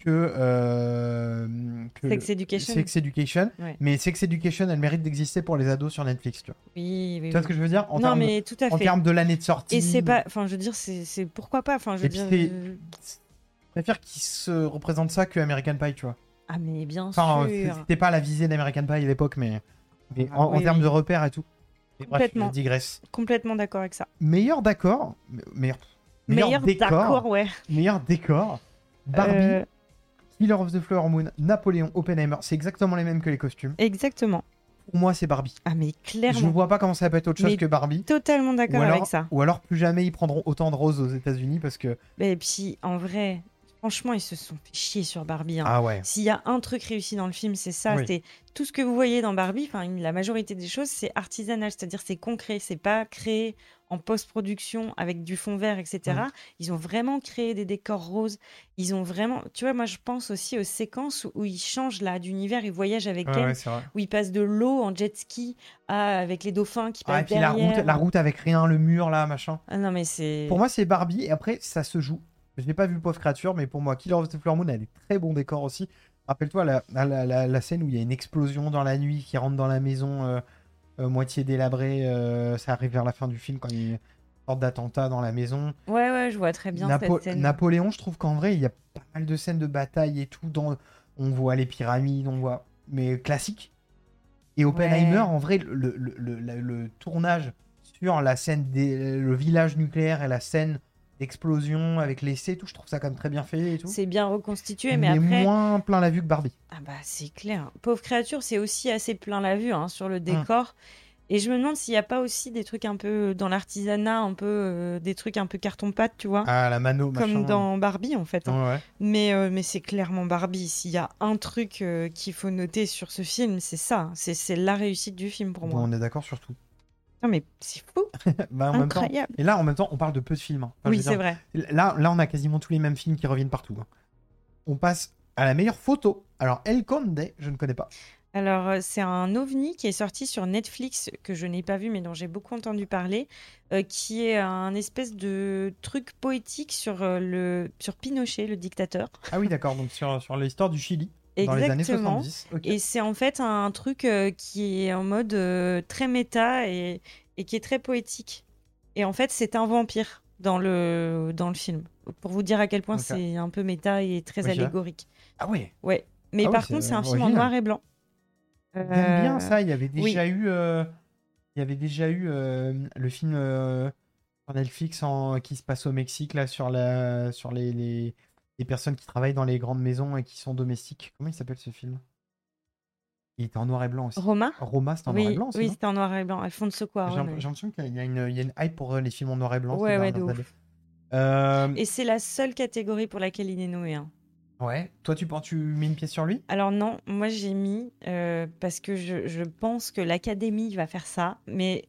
A: que, euh, que
B: Sex
A: le-
B: Education.
A: Sex Education.
B: Ouais.
A: Mais Sex Education, elle mérite d'exister pour les ados sur Netflix, tu vois.
B: Oui, oui,
A: Tu
B: oui.
A: vois ce que je veux dire En
B: Non,
A: termes de-
B: mais tout à
A: en
B: fait.
A: termes de l'année de sortie,
B: Et c'est pas. Enfin, je veux dire, c'est c'est- pourquoi pas. Enfin, je veux
A: Et puis
B: dire.
A: c'est-
B: euh,
A: je préfère qu'ils se représentent ça que American Pie, tu vois.
B: Ah, mais bien
A: Enfin, euh,
B: sûr.
A: c'était pas la visée d'American Pie à l'époque, mais, mais
B: Ah,
A: en, en
B: oui,
A: termes
B: oui.
A: de repères et tout. Mais bref,
B: Complètement.
A: je digresse.
B: Complètement d'accord avec ça.
A: Meilleur d'accord, me- meilleur, meilleur, décor,
B: d'accord, ouais.
A: meilleur décor. Barbie,
B: Euh,
A: Killer of the Flower Moon, Napoléon, Oppenheimer, c'est exactement les mêmes que les costumes.
B: Exactement.
A: Pour moi, c'est Barbie.
B: Ah, mais
A: Je
B: clairement.
A: vois pas comment ça peut être autre chose
B: Mais
A: que Barbie.
B: Totalement d'accord
A: Ou alors,
B: avec ça.
A: ou alors plus jamais ils prendront autant de roses aux États-Unis parce que
B: Et puis, en vrai, franchement, ils se sont fait chier sur Barbie. hein.
A: ah ouais.
B: S'il y a un truc réussi dans le film, c'est ça.
A: Oui.
B: C'est tout ce que vous voyez dans Barbie. Enfin, une- la majorité des choses, c'est artisanal, c'est-à-dire c'est concret, c'est pas créé en post-production avec du fond vert, etc.
A: Mm.
B: Ils ont vraiment créé des décors roses. Ils ont vraiment, tu vois, moi je pense aussi aux séquences où- où ils changent là d'univers, ils voyagent avec
A: Ouais,
B: elle,
A: ouais, c'est vrai.
B: où ils passent de l'eau en jet ski à avec les dauphins qui
A: Ah,
B: passent
A: et puis la
B: derrière.
A: route, la route avec rien, le mur là, machin.
B: Ah non mais c'est.
A: Pour moi, c'est Barbie. Et après, ça se joue. Je n'ai pas vu Pauvre Créature, mais pour moi, Killer of the Flower Moon a des très bons décors aussi. Rappelle-toi la, la- la- la scène où il y a une explosion dans la nuit qui rentre dans la maison euh, euh, moitié délabrée. euh, ça arrive vers la fin du film quand il y a une sorte d'attentat dans la maison.
B: Ouais ouais, je vois très bien
A: Napo-
B: cette scène.
A: Napoléon, je trouve qu'en vrai, il y a pas mal de scènes de bataille et tout. Dans... On voit les pyramides, on voit. Mais classique. Et Oppenheimer,
B: Ouais.
A: en vrai, le, le- le- le- le tournage sur la scène des le village nucléaire et la scène d'explosion avec l'essai et tout, je trouve ça quand même très bien fait et tout.
B: C'est bien reconstitué, mais
A: Mais
B: après.
A: moins plein la vue que Barbie.
B: Ah bah c'est clair. Pauvre créature, c'est aussi assez plein la vue hein,
A: Mm.
B: sur le décor. Et je me demande s'il n'y a pas aussi des trucs un peu euh, dans l'artisanat, un peu euh, des trucs un peu carton-pâte, tu vois,
A: Ah, la mano,
B: Hein comme
A: machin.
B: dans Barbie en fait. hein.
A: Ouais, ouais.
B: Mais euh, mais c'est clairement Barbie. S'il y a un truc euh, qu'il faut noter sur ce film, c'est ça. C'est c'est la réussite du film pour
A: Bon,
B: moi.
A: on est d'accord sur tout.
B: Non mais c'est fou,
A: Bah, en même temps-
B: incroyable.
A: Et là, en même temps, on parle de peu de films. hein. Enfin, je
B: oui
A: veux dire,
B: c'est vrai.
A: Là, là, on a quasiment tous les mêmes films qui reviennent partout. hein. On passe à la meilleure photo. Alors, El Conde, je ne connais pas.
B: Alors, euh, c'est un ovni qui est sorti sur Netflix, euh, que je n'ai pas vu, mais dont j'ai beaucoup entendu parler, euh, qui est un espèce de truc poétique sur, euh, le, sur Pinochet, le dictateur.
A: Ah oui, d'accord, donc sur, sur l'histoire du Chili dans les années 70. Ok.
B: Et c'est en fait un truc euh, qui est en mode euh, très méta et, et qui est très poétique. Et en fait, c'est un vampire dans le, dans le film, pour vous dire à quel point
A: Ok.
B: c'est un peu méta et très
A: Ok.
B: allégorique.
A: Ah ouais,
B: Ouais. Mais
A: Ah oui,
B: par
A: c'est
B: contre, c'est un film en
A: original.
B: noir et blanc.
A: j'aime
B: Euh,
A: bien ça. Il y avait
B: oui.
A: déjà eu, euh, il y avait déjà eu euh, le film euh, sur Netflix en- qui se passe au Mexique là sur la sur les, les les personnes qui travaillent dans les grandes maisons et qui sont domestiques. Comment il s'appelle ce film Il était en noir et blanc aussi.
B: Romain
A: Roma, c'était en
B: oui,
A: noir et blanc aussi.
B: oui,
A: non
B: c'était en noir et blanc. Alfonso
A: J'ai
B: Cuarón.
A: l'imp-
B: oui.
A: j'ai l'impression qu'il y, a une- il y a une hype pour euh, les films en noir et blanc. ces
B: Ouais, ouais,
A: dernières
B: de ouf.
A: années. Euh,
B: Et c'est la seule catégorie pour laquelle il est nommé. hein.
A: Ouais. Toi, tu penses, tu mets une pièce sur lui
B: Alors non, moi j'ai mis euh, parce que je, je pense que l'académie va faire ça, mais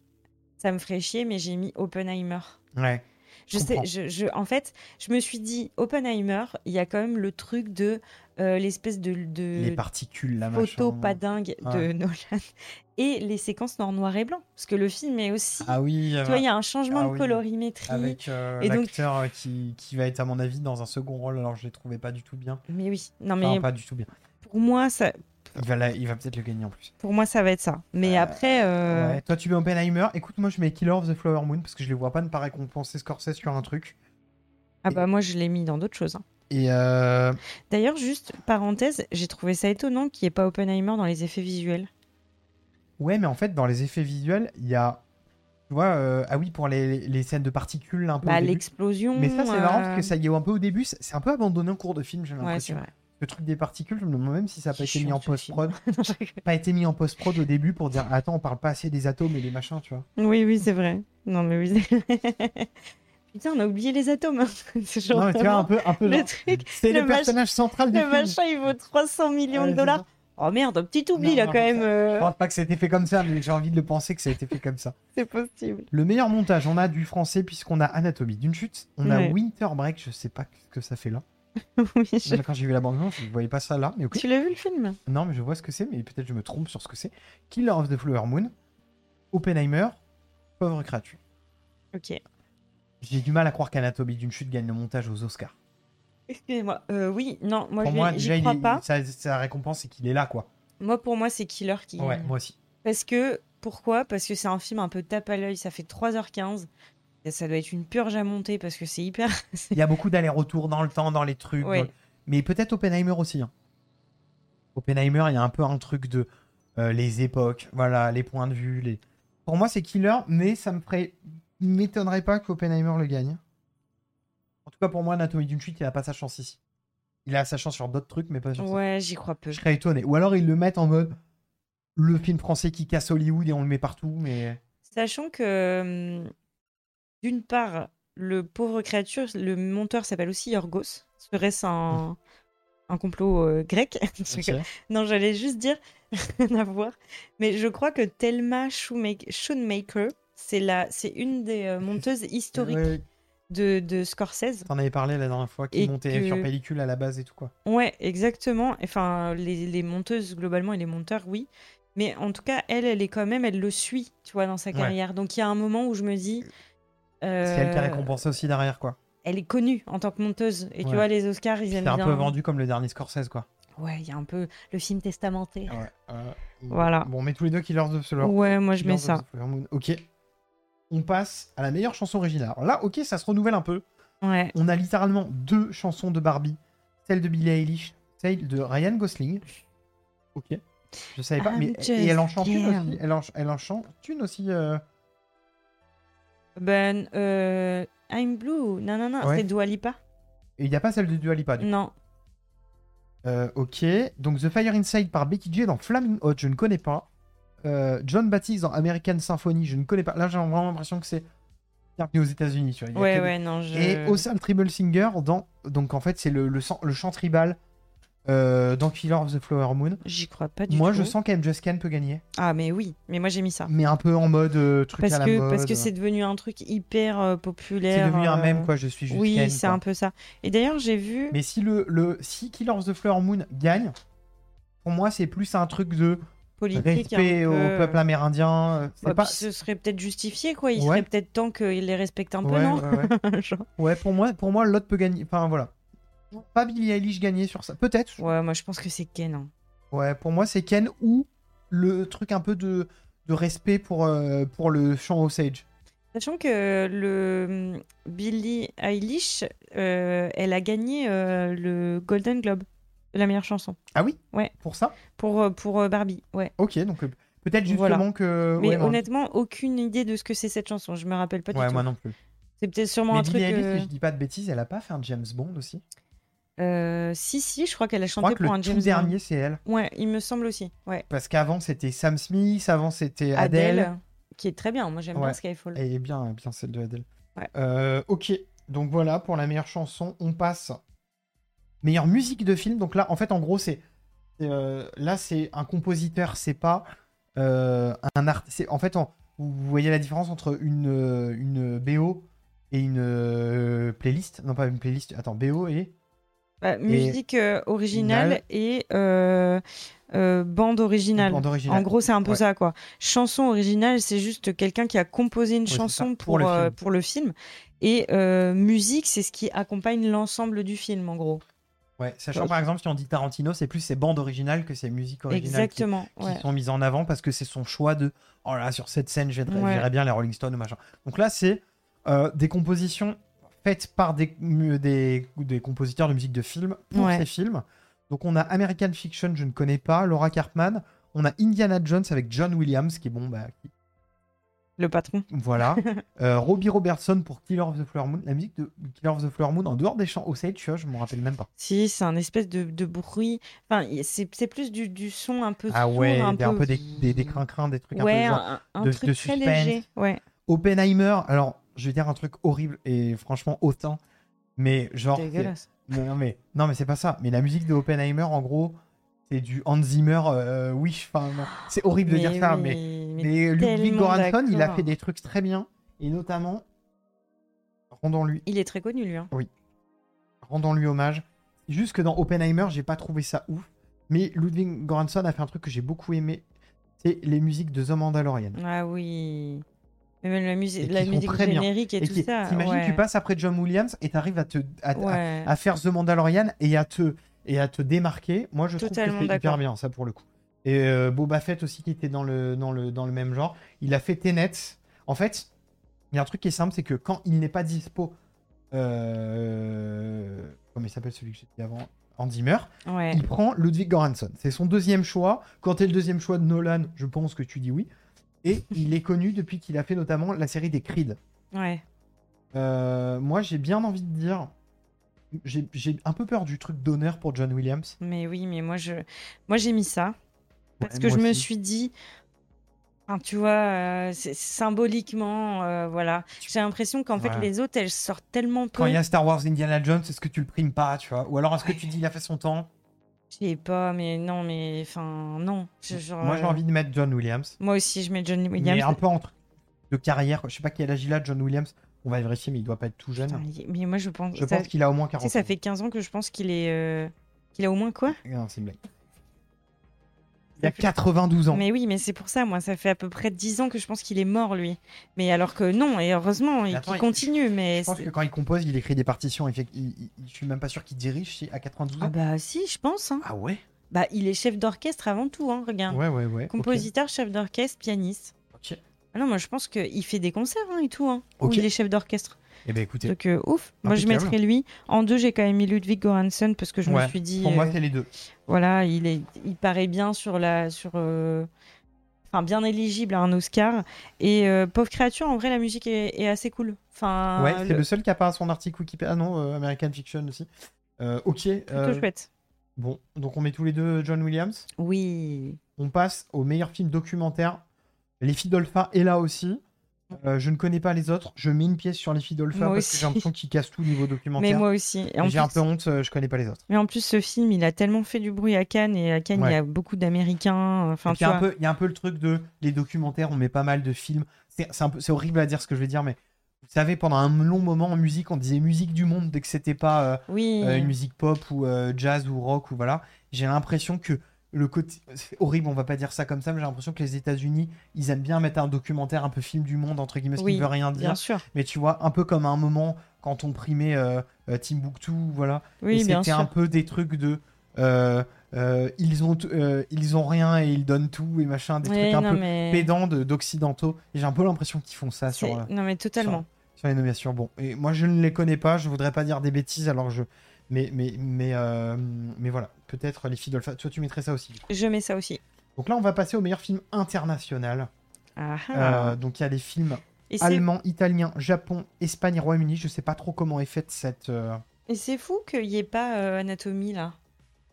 B: ça me ferait chier, mais j'ai mis Oppenheimer.
A: Ouais.
B: Je sais,
A: comprends.
B: je, je- en fait, je me suis dit, Oppenheimer, il y a quand même le truc de euh, l'espèce de,
A: Les
B: de
A: particules, la machin.
B: Euh, photo pas dingue de
A: Ouais.
B: Nolan et les séquences en noir et blanc. Parce que le film est aussi.
A: Ah oui. euh,
B: tu vois, il y a un changement
A: Ah
B: de
A: oui.
B: colorimétrie.
A: Avec euh,
B: Et donc-
A: l'acteur euh, qui, qui va être, à mon avis, dans un second rôle. Alors, je l'ai trouvé pas du tout bien.
B: Mais oui, non, mais
A: Enfin, pas du tout bien.
B: pour, moi, ça,
A: Il va, la- il va peut-être le gagner en plus.
B: pour moi, ça va être ça. Mais
A: Euh,
B: après. euh,
A: Ouais. Toi, tu mets Oppenheimer. Écoute, moi, je mets Killer of the Flower Moon parce que je les vois pas ne pas récompenser Scorsese sur un truc.
B: Ah bah moi je l'ai mis dans d'autres choses. hein.
A: Et euh,
B: D'ailleurs juste parenthèse, j'ai trouvé ça étonnant qu'il n'y ait pas Oppenheimer dans les effets visuels.
A: ouais, mais en fait, dans les effets visuels, il y a. Tu vois, euh, ah oui, pour les, les scènes de particules un peu. au
B: Bah
A: début.
B: l'explosion.
A: Mais ça, c'est
B: euh,
A: marrant parce que ça y est un peu au début. C'est c'est un peu abandonné en cours de film, j'ai
B: Ouais c'est
A: l'impression.
B: vrai.
A: le truc des particules, je me demande même si ça n'a pas été
B: C'est
A: mis
B: chiant,
A: en
B: ce film.
A: post-prod.
B: Non, je rigole.
A: Pas été mis en post-prod au début pour dire attends, on parle pas assez des atomes et des machins, tu vois.
B: oui oui c'est vrai. Non mais oui. c'est- Putain on a oublié les atomes. hein. c'est genre
A: non, mais tu vois, un
B: vraiment
A: peu, un peu
B: le
A: genre,
B: truc,
A: C'est
B: le
A: le
B: mach-
A: personnage central du
B: le
A: film.
B: machin il vaut 300 millions
A: Ouais,
B: de
A: c'est
B: dollars.
A: ça.
B: Oh merde un petit oubli
A: Non,
B: là
A: non,
B: quand
A: ça-
B: même. euh,
A: Je pense pas que ça a été fait comme ça, mais j'ai envie de le penser que ça a été fait comme ça.
B: C'est possible.
A: Le meilleur montage, on a du français puisqu'on a Anatomie d'une chute, on a
B: Ouais.
A: Winter Break, je sais pas ce que ça fait là.
B: Oui, je-
A: Même Quand j'ai vu la bande je voyais pas ça là, mais ok.
B: Tu l'as vu le film
A: Non, mais je vois ce que c'est, mais peut-être je me trompe sur ce que c'est. Killer of the Flower Moon, Oppenheimer, pauvre créature.
B: Ok.
A: J'ai du mal à croire qu'Anatomie d'une chute gagne le montage aux Oscars.
B: Excusez-moi. Euh, oui non moi
A: pour
B: je
A: moi,
B: l'ai-
A: déjà,
B: j'y
A: il
B: crois
A: est-
B: pas.
A: sa, sa récompense, c'est qu'il est là, quoi.
B: Moi pour moi c'est Killer qui.
A: Ouais, moi aussi.
B: Parce que, pourquoi Parce que c'est un film un peu tape à l'œil, ça fait 3h15. Et Ça doit être une purge à monter parce que c'est hyper. c'est-
A: Il y a beaucoup d'allers-retours dans le temps, dans les trucs.
B: Ouais.
A: dans- Mais peut-être Oppenheimer aussi. hein. Oppenheimer, il y a un peu un truc de euh, les époques, voilà, les points de vue. Les... Pour moi, c'est killer, mais ça me ferait... m'étonnerait pas qu'Oppenheimer le gagne. En tout cas, pour moi, Anatomie d'une chute, il a pas sa chance ici. Il a sa chance sur d'autres trucs, mais pas sur ça.
B: Ouais, j'y crois peu.
A: Je serais étonné. Ou alors ils le mettent en mode le film français qui casse Hollywood et on le met partout, mais.
B: Sachant que, hum, d'une part, le pauvre créature, le monteur s'appelle aussi Yorgos. Serait-ce un, un complot euh, grec Non, j'allais juste dire, rien à voir. Mais je crois que Thelma Shoemake- Schoonmaker, c'est la- c'est une des euh, monteuses historiques
A: Ouais,
B: de, de Scorsese.
A: T'en avais parlé la dernière fois, qui
B: Et
A: montait
B: que-
A: sur pellicule à la base et tout quoi.
B: Ouais, exactement. Enfin, les, les monteuses globalement et les monteurs, oui. Mais en tout cas, elle, elle est quand même, elle le suit, tu vois, dans sa
A: Ouais.
B: carrière. Donc il y a un moment où je me dis,
A: C'est elle qui a
B: euh,
A: récompensé aussi derrière quoi.
B: elle est connue en tant que monteuse. Et
A: Ouais.
B: tu vois, les Oscars, ils
A: C'était
B: aiment
A: un
B: bien.
A: peu vendu comme le dernier Scorsese quoi.
B: Ouais, il y a un peu le film testamenté.
A: Ouais, euh,
B: Voilà.
A: Bon, on met tous les deux Killers of the Flower.
B: Ouais, moi je
A: Killers
B: mets
A: of
B: ça.
A: the Flower Moon. Ok. On passe à la meilleure chanson originale. Alors là, ok, ça se renouvelle un peu.
B: Ouais.
A: On a littéralement deux chansons de Barbie, celle de Billie Eilish, celle de Ryan Gosling. Ok. Je savais pas,
B: I'm
A: mais
B: just
A: et elle en chante une
B: scared.
A: aussi. Elle en, elle en chante une aussi. euh,
B: Ben, euh, I'm Blue. Non, non, non,
A: Ouais.
B: c'est Dua Lipa.
A: Et il n'y a pas celle de Dua Lipa. du coup.
B: Non.
A: Euh, ok. Donc The Fire Inside par Becky J dans Flaming Hot, je ne connais pas. Euh, John Baptiste dans American Symphony, je ne connais pas. Là, j'ai vraiment l'impression que c'est terminé aux États-Unis. tu vois, il y a
B: Ouais,
A: que des-
B: ouais, non. Je...
A: Et Osam Tribal Singer dans. Donc en fait, c'est le, le, sang- le chant tribal euh, dans Killer of the Flower Moon.
B: J'y crois pas du
A: Moi,
B: tout.
A: je sens qu'M. Just Can peut gagner,
B: Ah, mais oui. Mais moi j'ai mis ça.
A: mais un peu en mode euh, truc
B: Parce
A: à la
B: que,
A: mode.
B: parce que c'est devenu un truc hyper euh,
A: C'est
B: populaire.
A: devenu un
B: euh,
A: mème, quoi. Je suis juste Ken,
B: Oui, c'est
A: quoi.
B: un peu ça. Et d'ailleurs, j'ai vu.
A: Mais si le, le si Killers of the Flower Moon gagne, pour moi, c'est plus un truc de
B: politique. un
A: respect
B: peu,
A: au
B: euh,
A: peuple amérindien. euh, C'est
B: ouais,
A: pas.
B: puis Ce serait peut-être justifié, quoi. Il
A: Ouais.
B: serait peut-être temps qu'il les respecte un peu,
A: ouais,
B: non
A: ouais, ouais.
B: Genre-
A: Ouais, pour moi, pour moi, l'autre peut gagner. Enfin, voilà. Pas Billie Eilish gagner sur ça. Peut-être.
B: Ouais, moi je pense que c'est Ken. hein.
A: Ouais, pour moi, c'est Ken ou le truc un peu de, de respect pour, euh, pour le chant Osage.
B: Sachant que le hum, Billie Eilish, euh, elle a gagné euh, le Golden Globe, de la meilleure chanson,
A: Ah oui
B: Ouais.
A: Pour ça
B: pour, euh, pour euh, Barbie, ouais.
A: Ok, donc euh, peut-être justement
B: Voilà.
A: que.
B: Mais
A: Euh, ouais, non.
B: honnêtement, aucune idée de ce que c'est cette chanson. Je me rappelle pas du
A: Ouais,
B: tout.
A: moi non plus.
B: C'est peut-être sûrement
A: Mais
B: un truc.
A: Billie Eilish,
B: euh,
A: si je dis pas de bêtises, elle a pas fait un James Bond aussi.
B: euh, si, si, je crois qu'elle a
A: Je crois
B: chanté
A: que le
B: pour un
A: tout
B: James Bond.
A: dernier, c'est elle.
B: Ouais, il me semble aussi. Ouais.
A: Parce qu'avant, c'était Sam Smith, avant, c'était
B: Adèle,
A: Adele.
B: qui est très bien. Moi, j'aime
A: Ouais.
B: bien Skyfall.
A: Et bien, euh, bien celle de Adele.
B: Ouais.
A: Euh, ok, donc voilà pour la meilleure chanson. On passe Meilleure musique de film. Donc là, en fait, en gros, c'est. c'est, euh, là, c'est un compositeur, c'est pas euh, un artiste. En fait, en- vous vous voyez la différence entre une, euh, une BO et une euh, playlist. Non, pas une playlist. Attends, BO et.
B: Bah, musique euh, originale et euh, euh, bande originale.
A: bande originale.
B: En gros, c'est un peu
A: Ouais.
B: ça, quoi. Chanson originale, c'est juste quelqu'un qui a composé une
A: c'est ça,
B: chanson
A: pour
B: pour,
A: le
B: euh,
A: film.
B: pour le film. Et euh, musique, c'est ce qui accompagne l'ensemble du film, en gros.
A: Ouais, sachant par exemple, si on dit Tarantino, c'est plus ses bandes originales que ses musiques originales qui,
B: Exactement.
A: qui
B: ouais.
A: sont mises en avant parce que c'est son choix de oh là, sur cette scène, j'aimerais
B: Ouais.
A: j'aimerais bien les Rolling Stones ou machin. Donc là, c'est euh, des compositions faites par des, mu- des, des compositeurs de musique de film pour
B: Ouais.
A: ces films. Donc on a American Fiction, je ne connais pas, Laura Cartman. On a Indiana Jones avec John Williams, qui est bon, bah, qui-
B: Le patron.
A: voilà. Euh, Robbie Robertson pour Killer of the Flower Moon. La musique de Killer of the Flower Moon, en dehors des chants Osage, tu vois, je m'en rappelle même pas.
B: Si, c'est un espèce de, de bruit. Enfin, y- c'est c'est plus du, du son un peu.
A: Ah
B: sourd,
A: ouais,
B: un
A: des-
B: peu,
A: un peu, des, des, des crin-crins, des trucs
B: Ouais,
A: un peu genre.
B: un, un
A: de-
B: truc
A: de
B: très
A: suspense.
B: léger. Ouais.
A: Oppenheimer, alors je vais dire un truc horrible et franchement hautain, mais genre. c'est-
B: Dégueulasse.
A: Non, non, mais, non, mais c'est pas ça. Mais la musique de Oppenheimer, en gros, c'est du Hans Zimmer, euh, oui, enfin, non. c'est horrible de dire ça,
B: oui,
A: mais.
B: mais
A: Mais Ludwig
B: tellement
A: Göransson, il a
B: d'accord.
A: fait des trucs très bien, et notamment. Rendons-lui
B: Il est très connu, lui. hein.
A: rendons-lui hommage. Juste que dans Oppenheimer, j'ai pas trouvé ça ouf, mais Ludwig Göransson a fait un truc que j'ai beaucoup aimé, c'est les musiques de The Mandalorian.
B: Ah oui. Mais même la,
A: Et qui
B: musique la
A: sont
B: musique
A: très bien.
B: générique et,
A: Et
B: tout
A: qui-
B: ça.
A: T'imagines,
B: ouais.
A: tu passes après John Williams et t'arrives à te à, à-
B: Ouais.
A: à faire The Mandalorian et à te et à te démarquer. Moi, je
B: Totalement
A: trouve que c'est hyper
B: d'accord.
A: bien ça pour le coup. Et euh, Boba Fett aussi qui était dans le dans le dans le même genre, il a fait Tenet. En fait, il y a un truc qui est simple, c'est que quand il n'est pas dispo, euh... comment il s'appelle celui que j'ai dit avant, Hans Zimmer,
B: Ouais.
A: il prend Ludwig Göransson. C'est son deuxième choix. Quand t'es le deuxième choix de Nolan, je pense que tu dis oui. Et il est connu depuis qu'il a fait notamment la série des Creed.
B: Ouais.
A: Euh, moi, j'ai bien envie de dire. J'ai j'ai un peu peur du truc d'honneur pour John Williams.
B: Mais oui, mais moi, je... moi j'ai mis ça. Parce
A: Ouais,
B: que je
A: moi
B: me
A: aussi.
B: suis dit, enfin, tu vois, euh, c'est- symboliquement, euh, voilà. J'ai l'impression qu'en fait,
A: Ouais.
B: les autres, elles sortent tellement
A: Quand
B: peu.
A: il y a Star Wars Indiana Jones, est-ce que tu le primes pas, tu vois Ou alors est-ce que
B: Ouais.
A: tu dis il a fait son temps
B: Je sais pas, mais non, mais enfin, non. Je- genre,
A: Moi, j'ai
B: euh,
A: envie de mettre John Williams.
B: Moi aussi, je mets John
A: Il est
B: Williams.
A: un peu entre de carrière. quoi. Je sais pas quel âge il a, John Williams. On va vérifier, mais il doit pas être tout jeune.
B: Putain, il- mais moi, je pense.
A: Je
B: ça...
A: pense qu'il a au moins
B: tu sais,
A: 40
B: ça fait 15 ans que je pense qu'il est. euh, qu'il a au moins quoi
A: Ah, Non, c'est une blague. Il a 92 ans.
B: Mais oui, mais c'est pour ça, moi, ça fait à peu près 10 ans que je pense qu'il est mort, lui. Mais alors que non, et heureusement, il
A: attends,
B: qu'il
A: il-
B: continue, mais.
A: Je pense
B: c'est-
A: que quand il compose, il écrit des partitions. Effect- il- il- il- je suis même pas sûr qu'il dirige si, à 92
B: Ah
A: ans.
B: bah si, je pense. hein.
A: Ah ouais
B: Bah, il est chef d'orchestre avant tout, hein, regarde.
A: Ouais, ouais, ouais. ok.
B: Compositeur, chef d'orchestre, pianiste.
A: Ok.
B: Ah non, moi je pense qu'il fait des concerts hein, et tout, hein, où
A: Ok.
B: il est chef d'orchestre.
A: Eh ben écoutez,
B: Donc euh, ouf, moi je
A: Impeccable.
B: mettrais lui. En deux, j'ai quand même mis Ludwig Göransson parce que je
A: Ouais,
B: me suis dit,
A: pour moi,
B: euh,
A: c'est les deux.
B: voilà, il, est, il paraît bien sur la... Sur, euh, Enfin, bien éligible à un Oscar. Et euh, Pauvre Créature, en vrai, la musique est, est assez cool. Enfin,
A: ouais, c'est
B: le-
A: le seul qui a pas son article Wikipédia. Ah non, euh, American Fiction aussi. Euh, ok.
B: plutôt
A: euh,
B: chouette.
A: bon, donc on met tous les deux John Williams.
B: Oui.
A: On passe au meilleur film documentaire. Les filles d'Olpha est là aussi. Euh, je ne connais pas les autres. Je mets une pièce sur les filles d'Olpha
B: Moi
A: parce
B: aussi.
A: que j'ai l'impression qu'ils cassent tout niveau documentaire.
B: Mais moi aussi. Et en
A: Et j'ai un
B: plus-
A: peu honte, euh, je connais pas les autres.
B: Mais en plus, ce film, il a tellement fait du bruit à Cannes, et à Cannes,
A: Ouais.
B: il y a beaucoup d'Américains. Enfin,
A: Et puis,
B: tu
A: Il y, a un
B: vois.
A: peu- il y a un peu le truc de les documentaires, on met pas mal de films. C'est c'est un peu- c'est horrible à dire ce que je vais dire, mais vous savez, pendant un long moment en musique, on disait musique du monde dès que c'était pas euh,
B: Oui.
A: euh, une musique pop ou euh, jazz ou rock ou voilà. J'ai l'impression que le côté c'est horrible, on va pas dire ça comme ça, mais j'ai l'impression que les États-Unis, ils aiment bien mettre un documentaire un peu film du monde entre guillemets, ce qui
B: Oui,
A: ne veut rien dire.
B: Bien sûr.
A: Mais tu vois, un peu comme à un moment quand on primait euh, euh, Timbuktu, voilà. Et
B: Oui, bien
A: c'était
B: sûr.
A: un peu des trucs de euh, euh, ils ont t- euh, ils ont rien et ils donnent tout et machin, des
B: Ouais,
A: trucs un
B: non,
A: peu
B: mais...
A: pédants de- d'occidentaux. Et j'ai un peu l'impression qu'ils font ça sur,
B: c'est-
A: euh,
B: Non, mais totalement.
A: sur les nominations. Bon, et moi je ne les connais pas, je voudrais pas dire des bêtises, alors je. Mais mais mais euh, mais voilà, peut-être les filles d'Olpha. Toi tu mettrais ça aussi. du coup.
B: Je mets ça aussi.
A: Donc là on va passer au meilleur film international.
B: Ah, ah.
A: Euh, donc il y a les films
B: et c'est-
A: allemands, italiens, Japon, Espagne, et Royaume-Uni. Je sais pas trop comment est faite cette. euh,
B: et c'est fou qu'il n'y ait pas euh, Anatomie, là.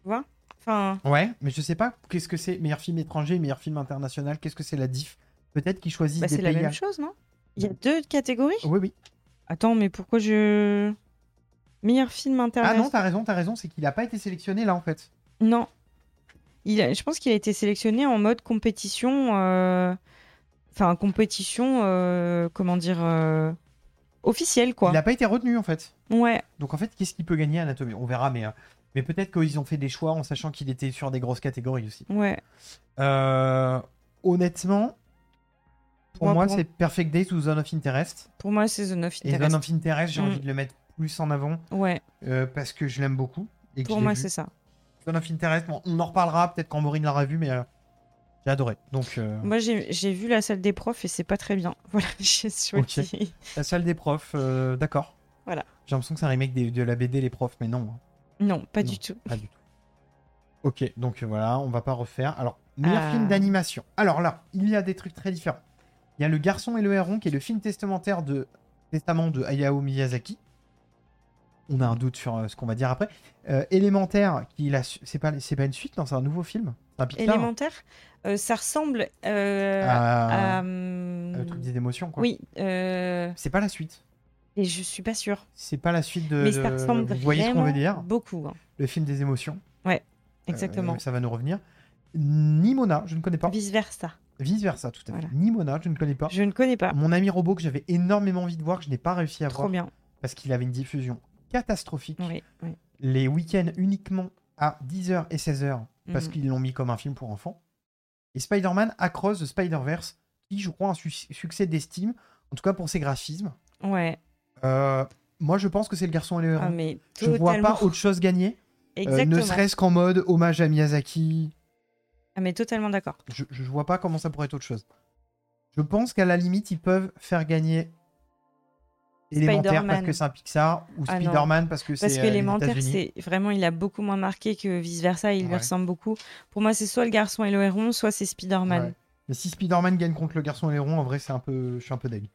B: Tu vois Enfin,
A: Ouais, mais je sais pas qu'est-ce que c'est meilleur film étranger, meilleur film international, qu'est-ce que c'est la diff. Peut-être qu'ils choisissent
B: bah,
A: des
B: c'est la
A: pays.
B: même
A: à-
B: Oh, chose, non Il y a deux catégories
A: Oui, oui.
B: Attends, mais pourquoi je. Meilleur film
A: Ah
B: international.
A: non, t'as raison, t'as raison, c'est qu'il a pas été sélectionné là en fait.
B: Non. Il a- je pense qu'il a été sélectionné en mode compétition. euh, Enfin, compétition, euh, comment dire, euh, officielle, quoi.
A: Il a pas été retenu en fait.
B: Ouais,
A: Donc en fait, qu'est-ce qu'il peut gagner Anatomy On verra, mais, euh, mais peut-être qu'ils ont fait des choix en sachant qu'il était sur des grosses catégories aussi.
B: ouais.
A: Euh, honnêtement, pour
B: Moi,
A: moi,
B: pour-
A: c'est Perfect Days ou Zone of Interest.
B: Pour moi, c'est The Nof
A: Et Zone of Interest, j'ai
B: Mm.
A: envie de le mettre plus en avant
B: Ouais,
A: euh, parce que je l'aime beaucoup. Et que je
B: pour
A: l'ai
B: moi,
A: vu.
B: c'est ça.
A: Zone of Interest, bon, on en reparlera peut-être quand Maureen l'aura vu, mais euh, j'ai adoré. Donc, euh,
B: Moi, j'ai j'ai vu la salle des profs et c'est pas très bien. Voilà, je suis
A: Ok. la salle des profs, euh, d'accord.
B: Voilà.
A: J'ai l'impression que c'est un remake des- de la BD Les Profs, mais non,
B: Non, pas
A: Non.
B: du tout.
A: pas du tout. Ok, donc euh, voilà, on va pas refaire. Alors, meilleur
B: Ah.
A: film d'animation. Alors là, il y a des trucs très différents. Il y a Le Garçon et le Héron, qui est le film testamentaire de testament de Hayao Miyazaki. On a un doute sur euh, ce qu'on va dire après. Euh, Élémentaire, qui la su- c'est pas c'est pas une suite, non, c'est un nouveau film. C'est un Pixar.
B: Élémentaire, euh, ça ressemble euh,
A: Ah,
B: à. hum,
A: euh, truc des émotions quoi.
B: oui, euh,
A: C'est pas la suite.
B: et je suis pas sûre.
A: C'est pas la suite de.
B: mais ça
A: de-
B: ressemble
A: Euh, Vous voyez ce qu'on veut
B: vraiment
A: dire
B: Beaucoup, hein.
A: Le film des émotions. Euh,
B: exactement.
A: ça va nous revenir. Nimona, je ne connais pas.
B: Vice versa.
A: Vice versa, tout à fait.
B: Voilà.
A: Nimona, je ne connais pas.
B: Je ne connais pas.
A: Mon ami robot que j'avais énormément envie de voir, que je n'ai pas réussi à
B: Trop
A: voir
B: bien.
A: parce qu'il avait une diffusion catastrophique.
B: Oui, oui.
A: Les week-ends uniquement à 10h et 16h parce
B: Mhm.
A: qu'ils l'ont mis comme un film pour enfants. Et Spider-Man Across the Spider-Verse, qui je crois a un su- succès d'estime, en tout cas pour ses graphismes.
B: Mm. Ouais.
A: Euh, moi je pense que c'est le garçon et le héros.
B: Ah, mais
A: je vois
B: totalement.
A: pas autre chose gagner, euh,
B: Exactement.
A: ne serait-ce qu'en mode hommage à Miyazaki,
B: Ah, mais totalement d'accord.
A: je, je vois pas comment ça pourrait être autre chose. Je pense qu'à la limite, ils peuvent faire gagner Élémentaire parce
B: Spider-Man.
A: que c'est un Pixar ou
B: Ah non.
A: Spider-Man parce que
B: Parce
A: c'est
B: que
A: euh, les
B: l'élémentaire,
A: États-Unis.
B: c'est vraiment, il a beaucoup moins marqué que vice versa. Il lui
A: Ouais.
B: ressemble beaucoup. Pour moi, c'est soit le garçon et le héron, soit c'est Spider-Man.
A: Ouais. Mais si Spider-Man gagne contre le garçon et l'héron, en vrai, c'est un peu, je suis un peu deg.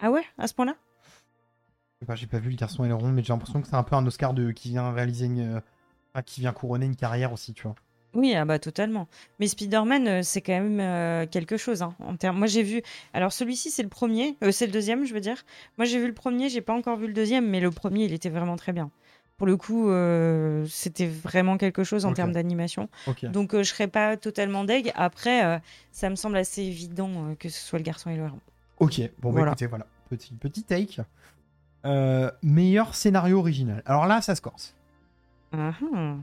B: Ah ouais, à ce point-là
A: Je sais pas, j'ai pas vu le garçon et l'héron, mais j'ai l'impression que c'est un peu un Oscar de qui vient réaliser une, euh, enfin, qui vient couronner une carrière aussi, tu vois.
B: Oui, ah bah totalement. Mais Spider-Man, euh, c'est quand même euh, quelque chose. hein, en termes... Moi, j'ai vu. Alors, celui-ci, c'est le premier. Euh, c'est le deuxième, je veux dire. Moi, j'ai vu le premier. J'ai pas encore vu le deuxième, mais le premier, il était vraiment très bien. Pour le coup, euh, c'était vraiment quelque chose en
A: Ok.
B: termes d'animation.
A: Ok.
B: Donc, euh, je serais pas totalement deg. Après, euh, ça me semble assez évident euh, que ce soit le garçon et le héron.
A: Ok. Bon, bah,
B: Voilà.
A: écoutez, voilà, petit petit take. Euh, meilleur scénario original. Alors là, ça se corse.
B: Ah, hum,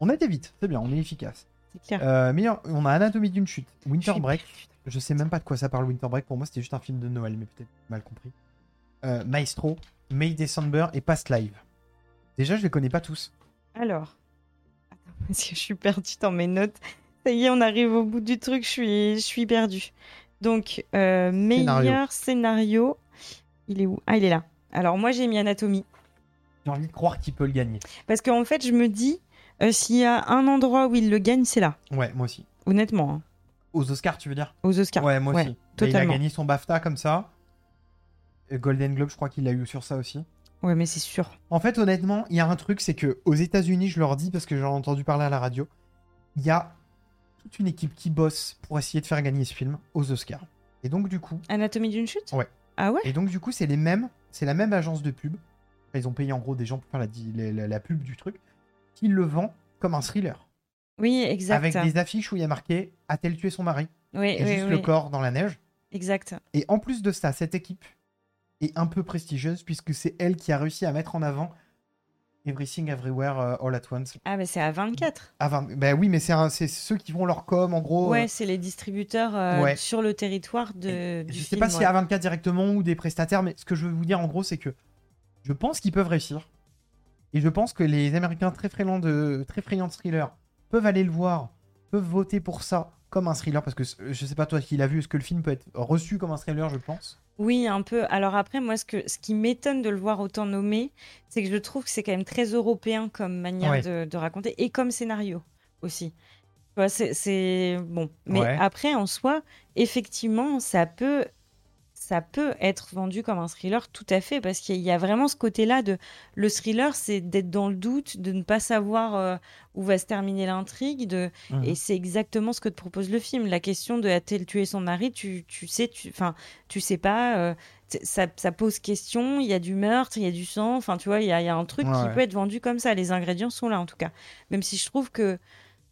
A: On a été vite, c'est bien, on est efficace.
B: c'est clair.
A: Euh, meilleur, on a Anatomie d'une chute, Winter
B: Chute.
A: Break. Je sais même pas de quoi ça parle Winter Break. Pour moi, c'était juste un film de Noël, mais peut-être mal compris. Euh, Maestro, May December et Past Live. Déjà, je les connais pas tous.
B: Alors, Attends, parce que je suis perdue dans mes notes. Ça y est, on arrive au bout du truc, je suis, je suis perdue. Donc, euh, meilleur scénario, il est où Ah, il est là. Alors, moi, j'ai mis Anatomie.
A: J'ai envie de croire qu'il peut le gagner.
B: Parce qu'en fait, je me dis, euh, s'il y a un endroit où il le gagne, c'est là.
A: Ouais, moi aussi.
B: Honnêtement, hein,
A: Aux Oscars, tu veux dire
B: aux Oscars.
A: Ouais, moi aussi. Mais il a
B: totalement.
A: gagné son BAFTA comme ça. Et Golden Globe, je crois qu'il l'a eu sur ça aussi.
B: Ouais, mais c'est sûr.
A: En fait, honnêtement, il y a un truc, c'est que aux États-Unis, je leur dis parce que j'en ai entendu parler à la radio, il y a toute une équipe qui bosse pour essayer de faire gagner ce film aux Oscars. Et donc du coup,
B: Anatomie d'une chute
A: Ouais.
B: Ah ouais
A: et donc du coup, c'est les mêmes, c'est la même agence de pub. Enfin, Ils ont payé en gros des gens pour faire la, di- la- la- la pub du truc, qui le vend comme un thriller,
B: Oui, exact.
A: avec des affiches où il y a marqué a-t-elle tué son mari
B: Oui,
A: et
B: oui,
A: juste
B: oui.
A: le corps dans la neige.
B: Exact.
A: Et en plus de ça, cette équipe est un peu prestigieuse puisque c'est elle qui a réussi à mettre en avant Everything Everywhere euh, All at Once.
B: Ah, mais c'est à 24.
A: Ah, vingt- ben oui, mais c'est un- c'est ceux qui font leur com en gros. euh,
B: Ouais, c'est les distributeurs euh,
A: ouais.
B: sur le territoire de,
A: je
B: du
A: sais
B: film,
A: pas si
B: ouais.
A: à 24 directement ou des prestataires, mais ce que je veux vous dire en gros, c'est que je pense qu'ils peuvent réussir. Et je pense que les Américains très friands de très friands de thriller peuvent aller le voir, peuvent voter pour ça comme un thriller parce que euh, je sais pas toi qui l'as vu, est-ce que le film peut être reçu comme un thriller, je pense.
B: Oui, un peu. Alors après, moi, ce, que, ce qui m'étonne de le voir autant nommé, c'est que je trouve que c'est quand même très européen comme manière
A: Ouais.
B: de, de raconter et comme scénario aussi. Tu vois, c'est- C'est bon. Mais
A: Ouais.
B: après, en soi, effectivement, ça peut, ça peut être vendu comme un thriller tout à fait, parce qu'il y a vraiment ce côté-là de le thriller, c'est d'être dans le doute, de ne pas savoir euh, où va se terminer l'intrigue, de...
A: Mhm.
B: et c'est exactement ce que te propose le film. La question de a-t-elle tué son mari, tu, tu sais, tu, enfin, tu sais pas, euh, t- ça, ça pose question, il y a du meurtre, il y a du sang, enfin tu vois, il y, a il y a un truc
A: Ouais,
B: qui
A: ouais.
B: peut être vendu comme ça, les ingrédients sont là en tout cas. Même si je trouve que,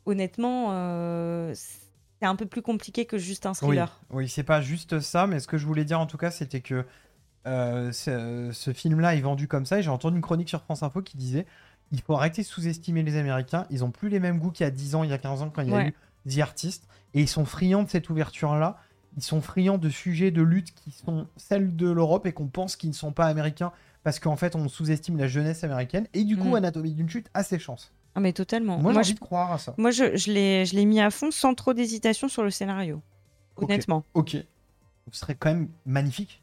B: honnêtement, euh, c'est un peu plus compliqué que juste un
A: Oui,
B: thriller.
A: oui c'est pas juste ça, mais ce que je voulais dire en tout cas, c'était que euh, ce, ce film-là est vendu comme ça. Et j'ai entendu une chronique sur France Info qui disait il faut arrêter de sous-estimer les Américains. Ils ont plus les mêmes goûts qu'il y a 10 ans, il y a 15 ans, quand il y a
B: Ouais.
A: eu The Artist. Et ils sont friands de cette ouverture-là. Ils sont friands de sujets de lutte qui sont celles de l'Europe et qu'on pense qu'ils ne sont pas américains parce qu'en fait, on sous-estime la jeunesse américaine. Et du coup,
B: Mm.
A: Anatomie d'une chute a ses chances.
B: Ah, mais totalement.
A: Moi, j'ai
B: je,
A: envie de croire à ça.
B: moi, je, je l'ai je l'ai mis à fond sans trop d'hésitation sur le scénario.
A: Ok.
B: Honnêtement.
A: Ok. Ce serait quand même magnifique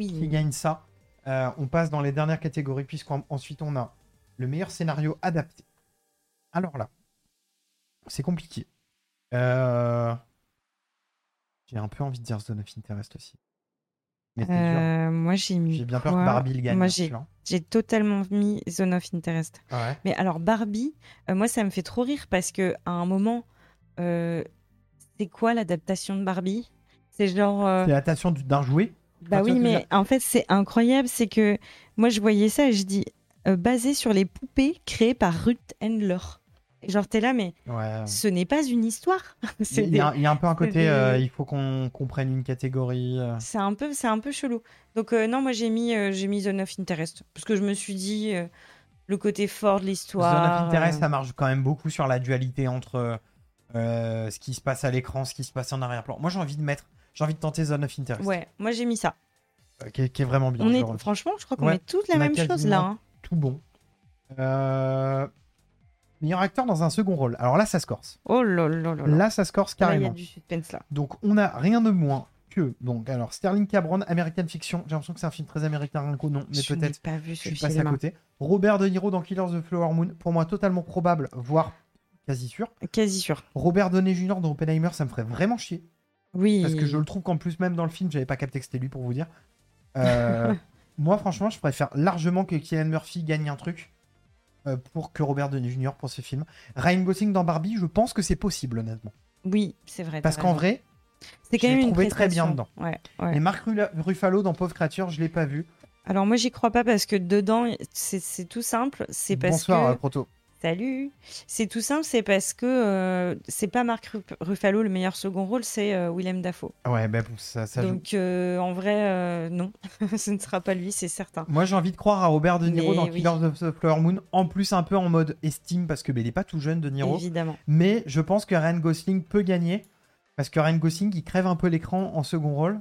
A: qui
B: Oui.
A: gagne ça. Euh, on passe dans les dernières catégories, puisqu'ensuite on a le meilleur scénario adapté. Alors là, c'est compliqué. Euh, J'ai un peu envie de dire Zone of Interest aussi. Mais c'est dur.
B: Euh, moi, j'ai mis.
A: J'ai bien peur
B: quoi
A: que Barbie le gagne.
B: Moi,
A: hein,
B: j'ai-
A: celui-là.
B: J'ai totalement mis Zone of Interest.
A: Ouais.
B: Mais alors Barbie, euh, moi ça me fait trop rire parce que à un moment, euh, c'est quoi l'adaptation de Barbie C'est genre, euh,
A: C'est l'adaptation du- d'un jouet.
B: bah
A: pas ça
B: oui,
A: que
B: mais en fait c'est incroyable, c'est que moi je voyais ça et je dis euh, basé sur les poupées créées par Ruth Handler. Et Genre t'es là, mais
A: Ouais.
B: ce n'est pas une histoire. c'est
A: Ah. Il y, a, il y a un peu un
B: c'est
A: côté,
B: des-
A: euh, il faut qu'on comprenne une catégorie. euh.
B: C'est un peu, c'est un peu chelou. Donc euh, non, moi j'ai mis, euh, j'ai mis Zone of Interest parce que je me suis dit euh, le côté fort de l'histoire.
A: Zone of Interest,
B: euh,
A: ça marche quand même beaucoup sur la dualité entre euh, ce qui se passe à l'écran, ce qui se passe en arrière-plan. Moi, j'ai envie de mettre, j'ai envie de tenter Zone of Interest,
B: Ouais, moi j'ai mis ça.
A: euh, qui, est, qui est vraiment bien.
B: On
A: je
B: est,
A: le refais.
B: franchement, je crois qu'on
A: Ouais,
B: est toutes la
A: on a
B: même chose
A: quasiment
B: là. hein.
A: Tout bon. Euh, Meilleur acteur dans un second rôle. Alors là, ça se corse.
B: Oh là là là là.
A: Là, ça se corse
B: Là, il y a
A: carrément.
B: du suspense là.
A: Donc, on a rien de moins que. Donc, alors, Sterling Cabron, American Fiction. J'ai l'impression que c'est un film très américain, rien qu'au nom, mais
B: je n'ai
A: peut-être
B: pas vu
A: je
B: ce
A: suis passé à
B: film.
A: côté. Robert De Niro dans Killers of the Flower Moon. Pour moi, totalement probable, voire quasi sûr.
B: Quasi sûr.
A: Robert Downey Jr. dans Oppenheimer, ça me ferait vraiment chier.
B: Oui.
A: Parce que je le trouve qu'en plus, même dans le film, j'avais pas capté que c'était lui pour vous dire. Euh, moi, franchement, je préfère largement que Kylian Murphy gagne un truc euh, pour que Robert Downey Jr. pour ce film. Ryan Gosling dans Barbie, je pense que c'est possible, honnêtement.
B: Oui, c'est vrai. t'as
A: Parce qu'en
B: raison.
A: vrai,
B: c'est
A: je
B: quand
A: l'ai
B: même une
A: trouvé très bien
B: prestation. Ouais, ouais.
A: et Marc Rula- Ruffalo dans Pauvre Créature, je l'ai pas vu.
B: Alors moi j'y crois pas parce que dedans c'est- c'est tout simple. C'est parce
A: Bonsoir,
B: que
A: euh, Proto.
B: Salut. C'est tout simple, c'est parce que euh, c'est pas Marc Rup- Ruffalo le meilleur second rôle, c'est euh, Willem Dafoe.
A: Ouais, ben bon, ça, ça joue.
B: Donc euh, en vrai, euh, non, ce ne sera pas lui, c'est certain.
A: Moi, j'ai envie de croire à Robert De Niro
B: Mais
A: dans
B: oui.
A: Killers of the Flower Moon. En plus, un peu en mode estime, parce que ben, il est pas tout jeune, De Niro.
B: Évidemment.
A: Mais je pense que Ryan Gosling peut gagner. Parce que Ryan Gosling, il crève un peu l'écran en second rôle.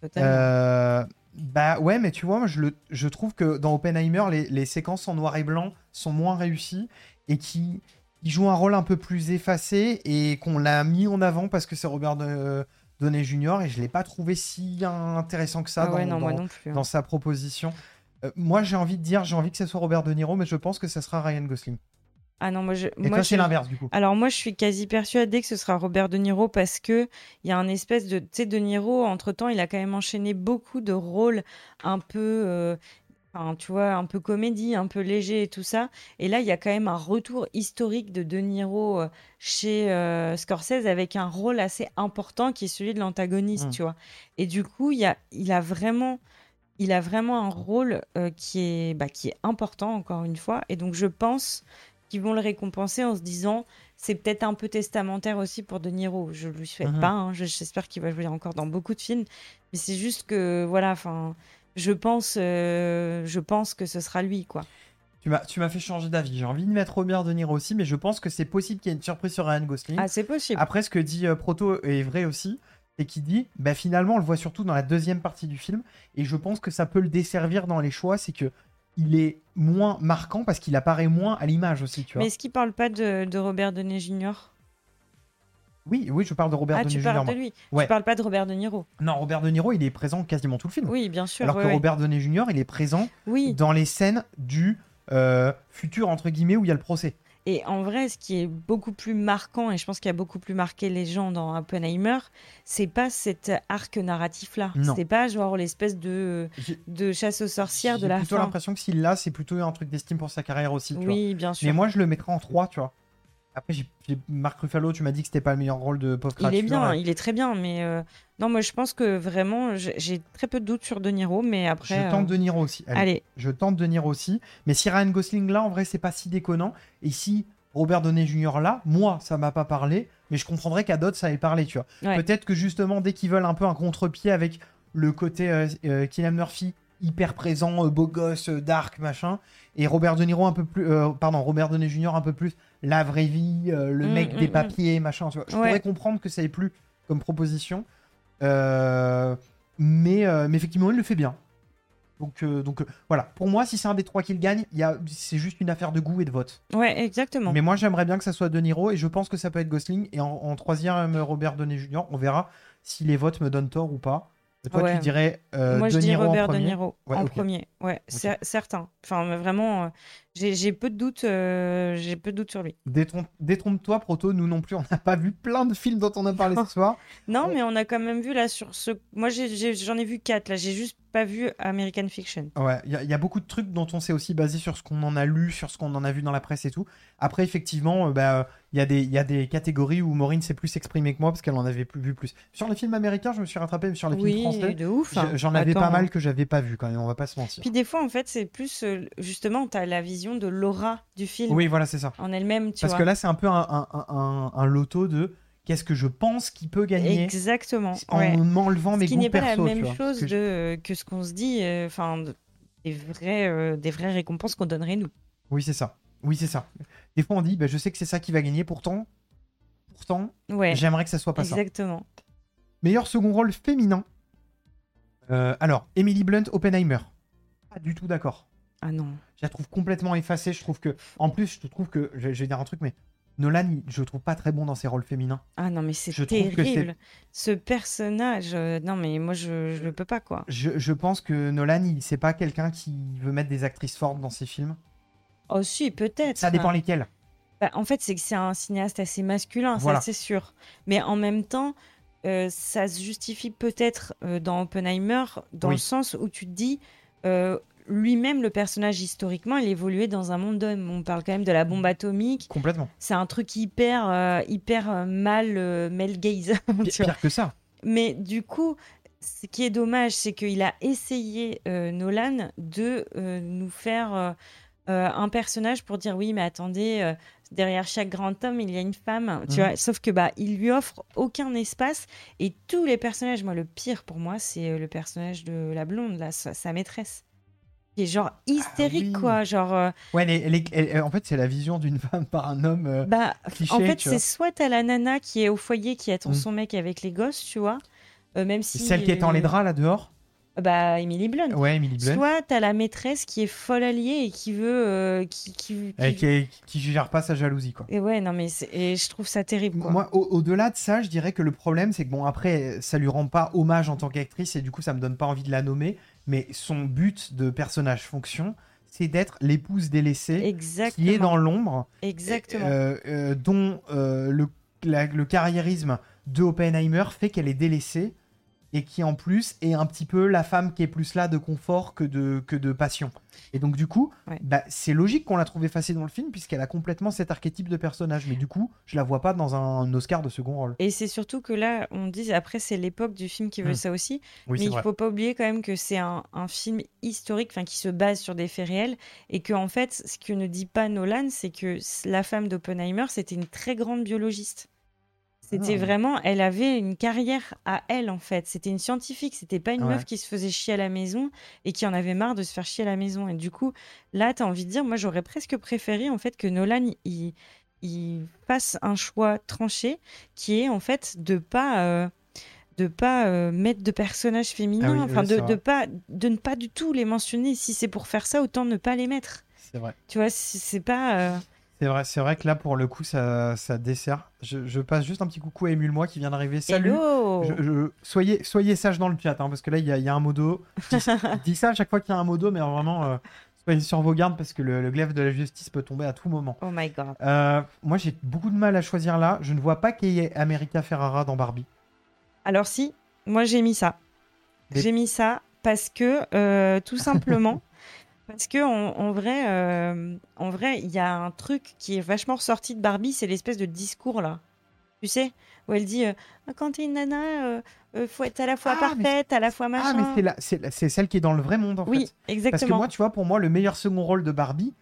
B: Totalement.
A: Euh, bah ouais, mais tu vois, moi, je, le, je trouve que dans Oppenheimer, les, les séquences en noir et blanc sont moins réussies et qui il joue un rôle un peu plus effacé et qu'on l'a mis en avant parce que c'est Robert de, Downey Jr. et je l'ai pas trouvé si intéressant que ça
B: ah ouais,
A: dans,
B: non, moi
A: dans-
B: non plus. hein.
A: dans sa proposition. Euh, moi, j'ai envie de dire, j'ai envie que ce soit Robert De Niro, mais je pense que ça sera Ryan Gosling.
B: Ah non, moi je.
A: Et
B: moi,
A: toi, c'est
B: je-
A: l'inverse du coup.
B: Alors moi, je suis quasi persuadée que ce sera Robert De Niro parce que il y a un espèce de, tu sais, De Niro. Entre temps, il a quand même enchaîné beaucoup de rôles un peu, euh, enfin, tu vois, un peu comédie, un peu léger et tout ça. Et là, il y a quand même un retour historique de De Niro euh, chez euh, Scorsese avec un rôle assez important qui est celui de l'antagoniste,
A: Mm.
B: tu vois. Et du coup, il y a, il a vraiment il a vraiment un rôle euh, qui, est, bah, qui est important, encore une fois. Et donc, je pense qu'ils vont le récompenser en se disant c'est peut-être un peu testamentaire aussi pour De Niro. Je lui souhaite
A: Mhm.
B: pas. hein. Je- J'espère qu'il va jouer encore dans beaucoup de films. Mais c'est juste que, voilà, enfin, je pense, euh, je pense que ce sera lui, quoi.
A: Tu m'as, tu m'as fait changer d'avis. J'ai envie de mettre Robert De Niro aussi, mais je pense que c'est possible qu'il y ait une surprise sur Ryan Gosling.
B: Ah, c'est possible.
A: Après, ce que dit euh, Proto est vrai aussi, c'est qu'il dit, bah, finalement, on le voit surtout dans la deuxième partie du film, et je pense que ça peut le desservir dans les choix, c'est que il est moins marquant parce qu'il apparaît moins à l'image aussi, tu vois.
B: Mais est-ce qu'il parle pas de, de Robert Downey Jr.
A: Oui, oui, je parle de Robert
B: Ah,
A: De
B: tu
A: Niro.
B: parles de
A: moi.
B: lui.
A: Ouais.
B: Tu parles pas de Robert De Niro.
A: Non, Robert De Niro, il est présent quasiment tout le film.
B: Oui, bien sûr.
A: Hmm. Alors
B: ouais,
A: que
B: ouais.
A: Robert Downey Jr., il est présent
B: Oui.
A: dans les scènes du euh, futur, entre guillemets, où il y a le procès.
B: Et en vrai, ce qui est beaucoup plus marquant, et je pense qu'il a beaucoup plus marqué les gens dans Oppenheimer, c'est pas cet arc narratif-là.
A: Non.
B: C'est pas genre l'espèce de,
A: J'ai-
B: de chasse aux sorcières de
A: J'ai
B: la
A: plutôt
B: fin.
A: l'impression que s'il l'a, c'est plutôt un truc d'estime pour sa carrière aussi. Tu vois.
B: Oui, bien sûr.
A: Mais moi, je le mettrais en 3, tu vois. Après, j'ai- j'ai- Marc Ruffalo, tu m'as dit que c'était pas le meilleur rôle de pop
B: il est
A: créature,
B: bien,
A: et-
B: il est très bien, mais euh, non, moi je pense que vraiment, j'ai- j'ai très peu de doutes sur De Niro, mais après.
A: Je tente
B: euh,
A: De Niro aussi. Allez,
B: Allez,
A: Je tente De Niro aussi. Mais si Ryan Gosling là, en vrai, c'est pas si déconnant. Et si Robert Downey Jr. là, moi, ça m'a pas parlé. Mais je comprendrais qu'à d'autres, ça ait parlé, tu vois.
B: Ouais.
A: Peut-être que justement, dès qu'ils veulent un peu un contre-pied avec le côté euh, euh, Cillian Murphy hyper présent, euh, beau gosse, euh, dark, machin, et Robert De Niro un peu plus, euh, pardon, Robert Downey Jr. un peu plus la vraie vie, euh, le
B: Mm,
A: mec
B: mm,
A: des
B: mm.
A: papiers, machin. Tu vois. Je
B: Ouais.
A: pourrais comprendre que ça ait plu comme proposition. Euh, mais, euh, mais effectivement, il le fait bien. Donc, euh, donc euh, voilà, pour moi, si c'est un des trois qu'il gagne, il y a- c'est juste une affaire de goût et de vote.
B: ouais, exactement.
A: Mais moi, j'aimerais bien que ça soit De Niro et je pense que ça peut être Gosling. Et en, en troisième, Robert Downey Jr. On verra si les votes me donnent tort ou pas. Toi,
B: Ouais.
A: tu dirais euh,
B: moi
A: De
B: je dis
A: Niro en
B: Robert De
A: premier.
B: Niro
A: Ouais,
B: en
A: ok.
B: premier, ouais, cer- certain. Enfin, mais vraiment, euh, j'ai j'ai peu de doutes, euh, j'ai peu de doutes sur lui.
A: Détrompe- Détrompe-toi, Proto. Nous non plus, on n'a pas vu plein de films dont on a parlé ce soir.
B: Non,
A: On-
B: mais on a quand même vu là sur ce. Moi j'ai- j'ai- j'en ai, vu quatre là, j'ai juste pas vu American Fiction.
A: Ouais, il y, a- il y a beaucoup de trucs dont on s'est aussi basé sur ce qu'on en a lu, sur ce qu'on en a vu dans la presse et tout. Après, effectivement, euh, bah, euh, il y, a des- il y a des catégories où Maureen s'est plus exprimée que moi parce qu'elle en avait plus, vu plus. Sur les films américains, je me suis rattrapé, mais sur les films
B: Oui,
A: français,
B: de ouf. hein.
A: j'- j'en avais pas
B: Attends.
A: mal que j'avais pas vu quand même, on va pas se mentir.
B: Puis des fois en fait, c'est plus euh, justement, t'as la vision de l'aura du film
A: Oui, voilà, c'est ça.
B: en elle-même, tu
A: Parce
B: vois.
A: que là, c'est un peu un, un, un- un- un loto de qu'est-ce que je pense qui peut gagner
B: Exactement.
A: en
B: ouais.
A: m'enlevant mes
B: Ce qui
A: goûts
B: n'est pas la
A: perso, tu
B: même
A: vois.
B: chose
A: Parce que
B: de, euh, que ce qu'on se dit, euh, enfin, de- des, vraies, euh, des vraies récompenses qu'on donnerait nous.
A: je- Oui, c'est ça. Oui, c'est ça. Des fois, on dit, bah, je sais que c'est ça qui va gagner, pourtant, pourtant,
B: Ouais,
A: j'aimerais que ça soit pas ça.
B: exactement.
A: Meilleur second rôle féminin. Euh, alors, Emily Blunt, Oppenheimer. Pas du tout d'accord.
B: Ah non.
A: Je la trouve complètement effacée. Je trouve que, en plus, je trouve que, je, je vais dire un truc, mais Nolan, il- je le trouve pas très bon dans ses rôles féminins.
B: Ah non, mais c'est
A: Je trouve que c'est-
B: terrible. Ce personnage, euh, non, mais moi, je ne peux pas, quoi.
A: Je, je pense que Nolan, il c'est pas quelqu'un qui veut mettre des actrices fortes dans ses films.
B: Oh, si, peut-être.
A: Ça dépend lesquels.
B: Bah, en fait, c'est que c'est un cinéaste assez masculin,
A: Voilà.
B: ça c'est sûr. Mais en même temps, euh, ça se justifie peut-être euh, dans Oppenheimer, dans
A: Oui.
B: le sens où tu te dis, euh, lui-même, le personnage historiquement, il évoluait dans un monde d'hommes. On parle quand même de la bombe atomique.
A: Complètement.
B: C'est un truc hyper, euh, hyper euh, mal, euh, male gaze.
A: Pi-
B: tu vois.
A: Pire que ça.
B: Mais du coup, ce qui est dommage, c'est qu'il a essayé, euh, Nolan, de euh, nous faire euh, euh, un personnage pour dire oui, mais attendez, euh, derrière chaque grand homme, il y a une femme. Tu
A: Mhm.
B: vois Sauf que bah, il lui offre aucun espace. Et tous les personnages, moi, le pire pour moi, c'est euh, le personnage de la blonde, là, sa, sa maîtresse. Qui est genre hystérique,
A: Ah oui.
B: quoi. Genre, euh,
A: Ouais, les- les- les- en fait, c'est la vision d'une femme par un homme euh,
B: bah,
A: cliché.
B: en fait,
A: tu
B: c'est
A: vois.
B: soit t'as la nana qui est au foyer, qui attend
A: Mhm.
B: son mec avec les gosses, tu vois. euh, même si.
A: celle qui est en les draps là dehors.
B: Bah, Emily Blunt.
A: Ouais, Emily Blunt.
B: Soit t'as la maîtresse qui est folle alliée et qui veut. euh, qui, qui, qui-
A: Euh, qui, est- qui gère pas sa jalousie, quoi.
B: Et ouais, non, mais c'est- et je trouve ça terrible. Quoi.
A: Moi, au- au-delà de ça, je dirais que le problème, c'est que bon, après, ça lui rend pas hommage en tant qu'actrice et du coup, ça me donne pas envie de la nommer. Mais son but de personnage-fonction, c'est d'être l'épouse délaissée
B: Exactement.
A: qui est dans l'ombre,
B: Exactement.
A: euh, euh, dont euh, le, la- le carriérisme de Oppenheimer fait qu'elle est délaissée et qui en plus est un petit peu la femme qui est plus là de confort que de, que de passion. Et donc, du coup,
B: Ouais.
A: bah, c'est logique qu'on la trouve effacée dans le film puisqu'elle a complètement cet archétype de personnage. Mais du coup, je la vois pas dans un Oscar de second rôle.
B: Et c'est surtout que là, on dit, après, c'est l'époque du film qui veut
A: Mm.
B: ça aussi.
A: Oui,
B: mais
A: c'est
B: il
A: vrai.
B: faut pas oublier quand même que c'est un, un film historique, enfin, qui se base sur des faits réels. Et que, en fait, ce que ne dit pas Nolan, c'est que s- la femme d'Oppenheimer, c'était une très grande biologiste. C'était
A: Ah.
B: vraiment, elle avait une carrière à elle en fait. C'était une scientifique, c'était pas une
A: Ouais.
B: meuf qui se faisait chier à la maison et qui en avait marre de se faire chier à la maison. Et du coup, là, t'as envie de dire, moi j'aurais presque préféré en fait que Nolan il, il fasse un choix tranché qui est en fait de pas euh, de pas euh, mettre de personnages féminins,
A: Ah oui,
B: enfin
A: oui, c'est
B: de,
A: vrai.
B: de pas de ne pas du tout les mentionner. Si c'est pour faire ça, autant ne pas les mettre.
A: C'est vrai.
B: Tu vois, c'est c'est pas euh,
A: C'est vrai, c'est vrai que là, pour le coup, ça, ça dessert. Je, je passe juste un petit coucou à Émule-moi qui vient d'arriver. Salut
B: Hello
A: Je- je- soyez, soyez sages dans le chat, hein, parce que là, il y, a- il y a un modo. Je dis, je dis ça à chaque fois qu'il y a un modo, mais vraiment, euh, Soyez sur vos gardes parce que le, le glaive de la justice peut tomber à tout moment.
B: Oh my god.
A: Euh, moi, j'ai beaucoup de mal à choisir là. Je ne vois pas qu'il y ait America Ferrara dans Barbie.
B: Alors si, moi j'ai mis ça.
A: Des-
B: J'ai mis ça parce que euh, tout simplement, parce que en, en vrai, euh, en vrai, il y a un truc qui est vachement ressorti de Barbie, c'est l'espèce de discours là. Tu sais, où elle dit euh, Ah, quand t'es une nana, euh, euh, faut être à la fois
A: Ah, mais
B: parfaite, à la fois
A: Ah,
B: machin.
A: mais c'est la- c'est la- c'est celle qui est dans le vrai monde en
B: oui,
A: fait. Parce que
B: exactement.
A: moi, tu vois, pour moi, le meilleur second rôle de Barbie,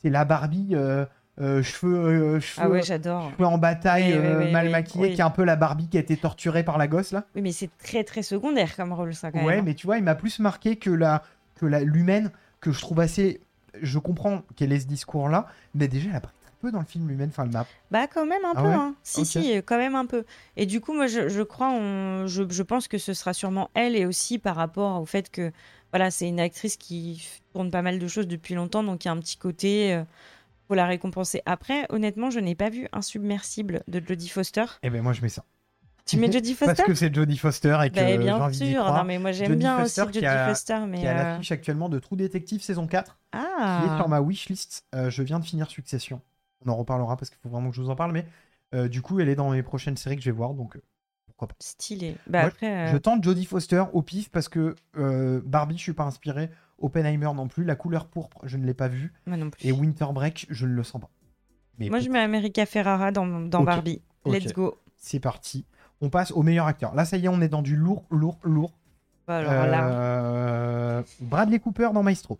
A: c'est la Barbie euh, euh, cheveux, euh, cheveux,
B: ah ouais, j'adore.
A: cheveux en bataille,
B: Oui, oui,
A: euh,
B: oui,
A: mal
B: oui,
A: maquillée,
B: oui.
A: qui est un peu la Barbie qui a été torturée par la gosse là.
B: Oui, mais c'est très très secondaire comme rôle ça quand
A: ouais,
B: même. hein.
A: mais tu vois, il m'a plus marqué que la que la l'humaine que je trouve assez. Je comprends qu'elle ait ce discours là, mais déjà, elle apparaît très peu dans le film humaine. Enfin, elle m'a-
B: Bah quand même un
A: Ah
B: peu,
A: ouais
B: hein. Si,
A: Ok.
B: si, euh, quand même un peu. Et du coup, moi, je, je crois, on- je, je pense que ce sera sûrement elle et aussi par rapport au fait que, voilà, c'est une actrice qui f- tourne pas mal de choses depuis longtemps, donc il y a un petit côté, euh, faut la récompenser. Après, honnêtement, je n'ai pas vu Insubmersible de Jodie Foster.
A: Eh ben moi, je mets ça.
B: Tu mets Jodie
A: Parce
B: Foster
A: que c'est Jodie Foster et que
B: Bah,
A: j'ai
B: bien
A: envie d'y
B: sûr.
A: croire.
B: Non, mais moi, j'aime
A: Jodie
B: bien aussi
A: Foster qui
B: Jodie
A: a-
B: Foster, mais
A: qui est à
B: euh,
A: l'affiche actuellement de Trou Détective saison 4, qui est
B: ah,
A: sur ma wishlist. Euh, je viens de finir Succession. On en reparlera parce qu'il faut vraiment que je vous en parle, mais euh, du coup, elle est dans mes prochaines séries que je vais voir, donc euh, pourquoi pas.
B: stylé. Bah
A: Moi,
B: après, euh,
A: Je tente Jodie Foster au pif parce que euh, Barbie, je suis pas inspiré. Oppenheimer non plus. La couleur pourpre, je ne l'ai pas vue.
B: moi non plus.
A: Et Winter Break, je ne le sens pas. Mais
B: Moi,
A: bon,
B: je mets America Ferrara dans, dans
A: Ok,
B: Barbie.
A: ok.
B: Let's go.
A: c'est parti. On passe au meilleur acteur. Là, ça y est, on est dans du lourd, lourd, lourd.
B: Bah, alors là,
A: Euh, Bradley Cooper dans Maestro.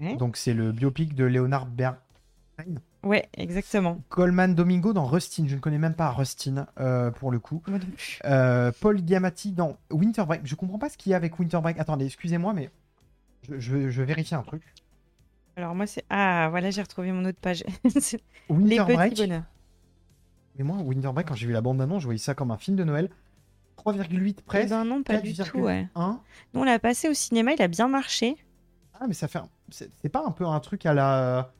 B: Ouais.
A: Donc, c'est le biopic de Leonard Bernstein.
B: ouais, exactement.
A: Coleman Domingo dans Rustin. Je ne connais même pas Rustin euh, pour le coup.
B: Moi non plus.
A: Euh, Paul Giamatti dans Winter Break. Je comprends pas ce qu'il y a avec Winter Break. Attendez, excusez-moi, mais je, je, je vérifie un truc.
B: Alors moi c'est ah voilà j'ai retrouvé mon autre page. C'est les
A: Winter
B: petits
A: Break.
B: bonheurs.
A: Mais moi, Winter Break, quand j'ai vu la bande-annonce, je voyais ça comme un film de Noël. 3,8
B: Eh
A: presse.
B: ben non pas du
A: 4,1.
B: tout ouais.
A: Ah,
B: Nous on l'a passé au cinéma il a bien marché.
A: mais ça fait. un- C'est c'est pas un peu un truc à la.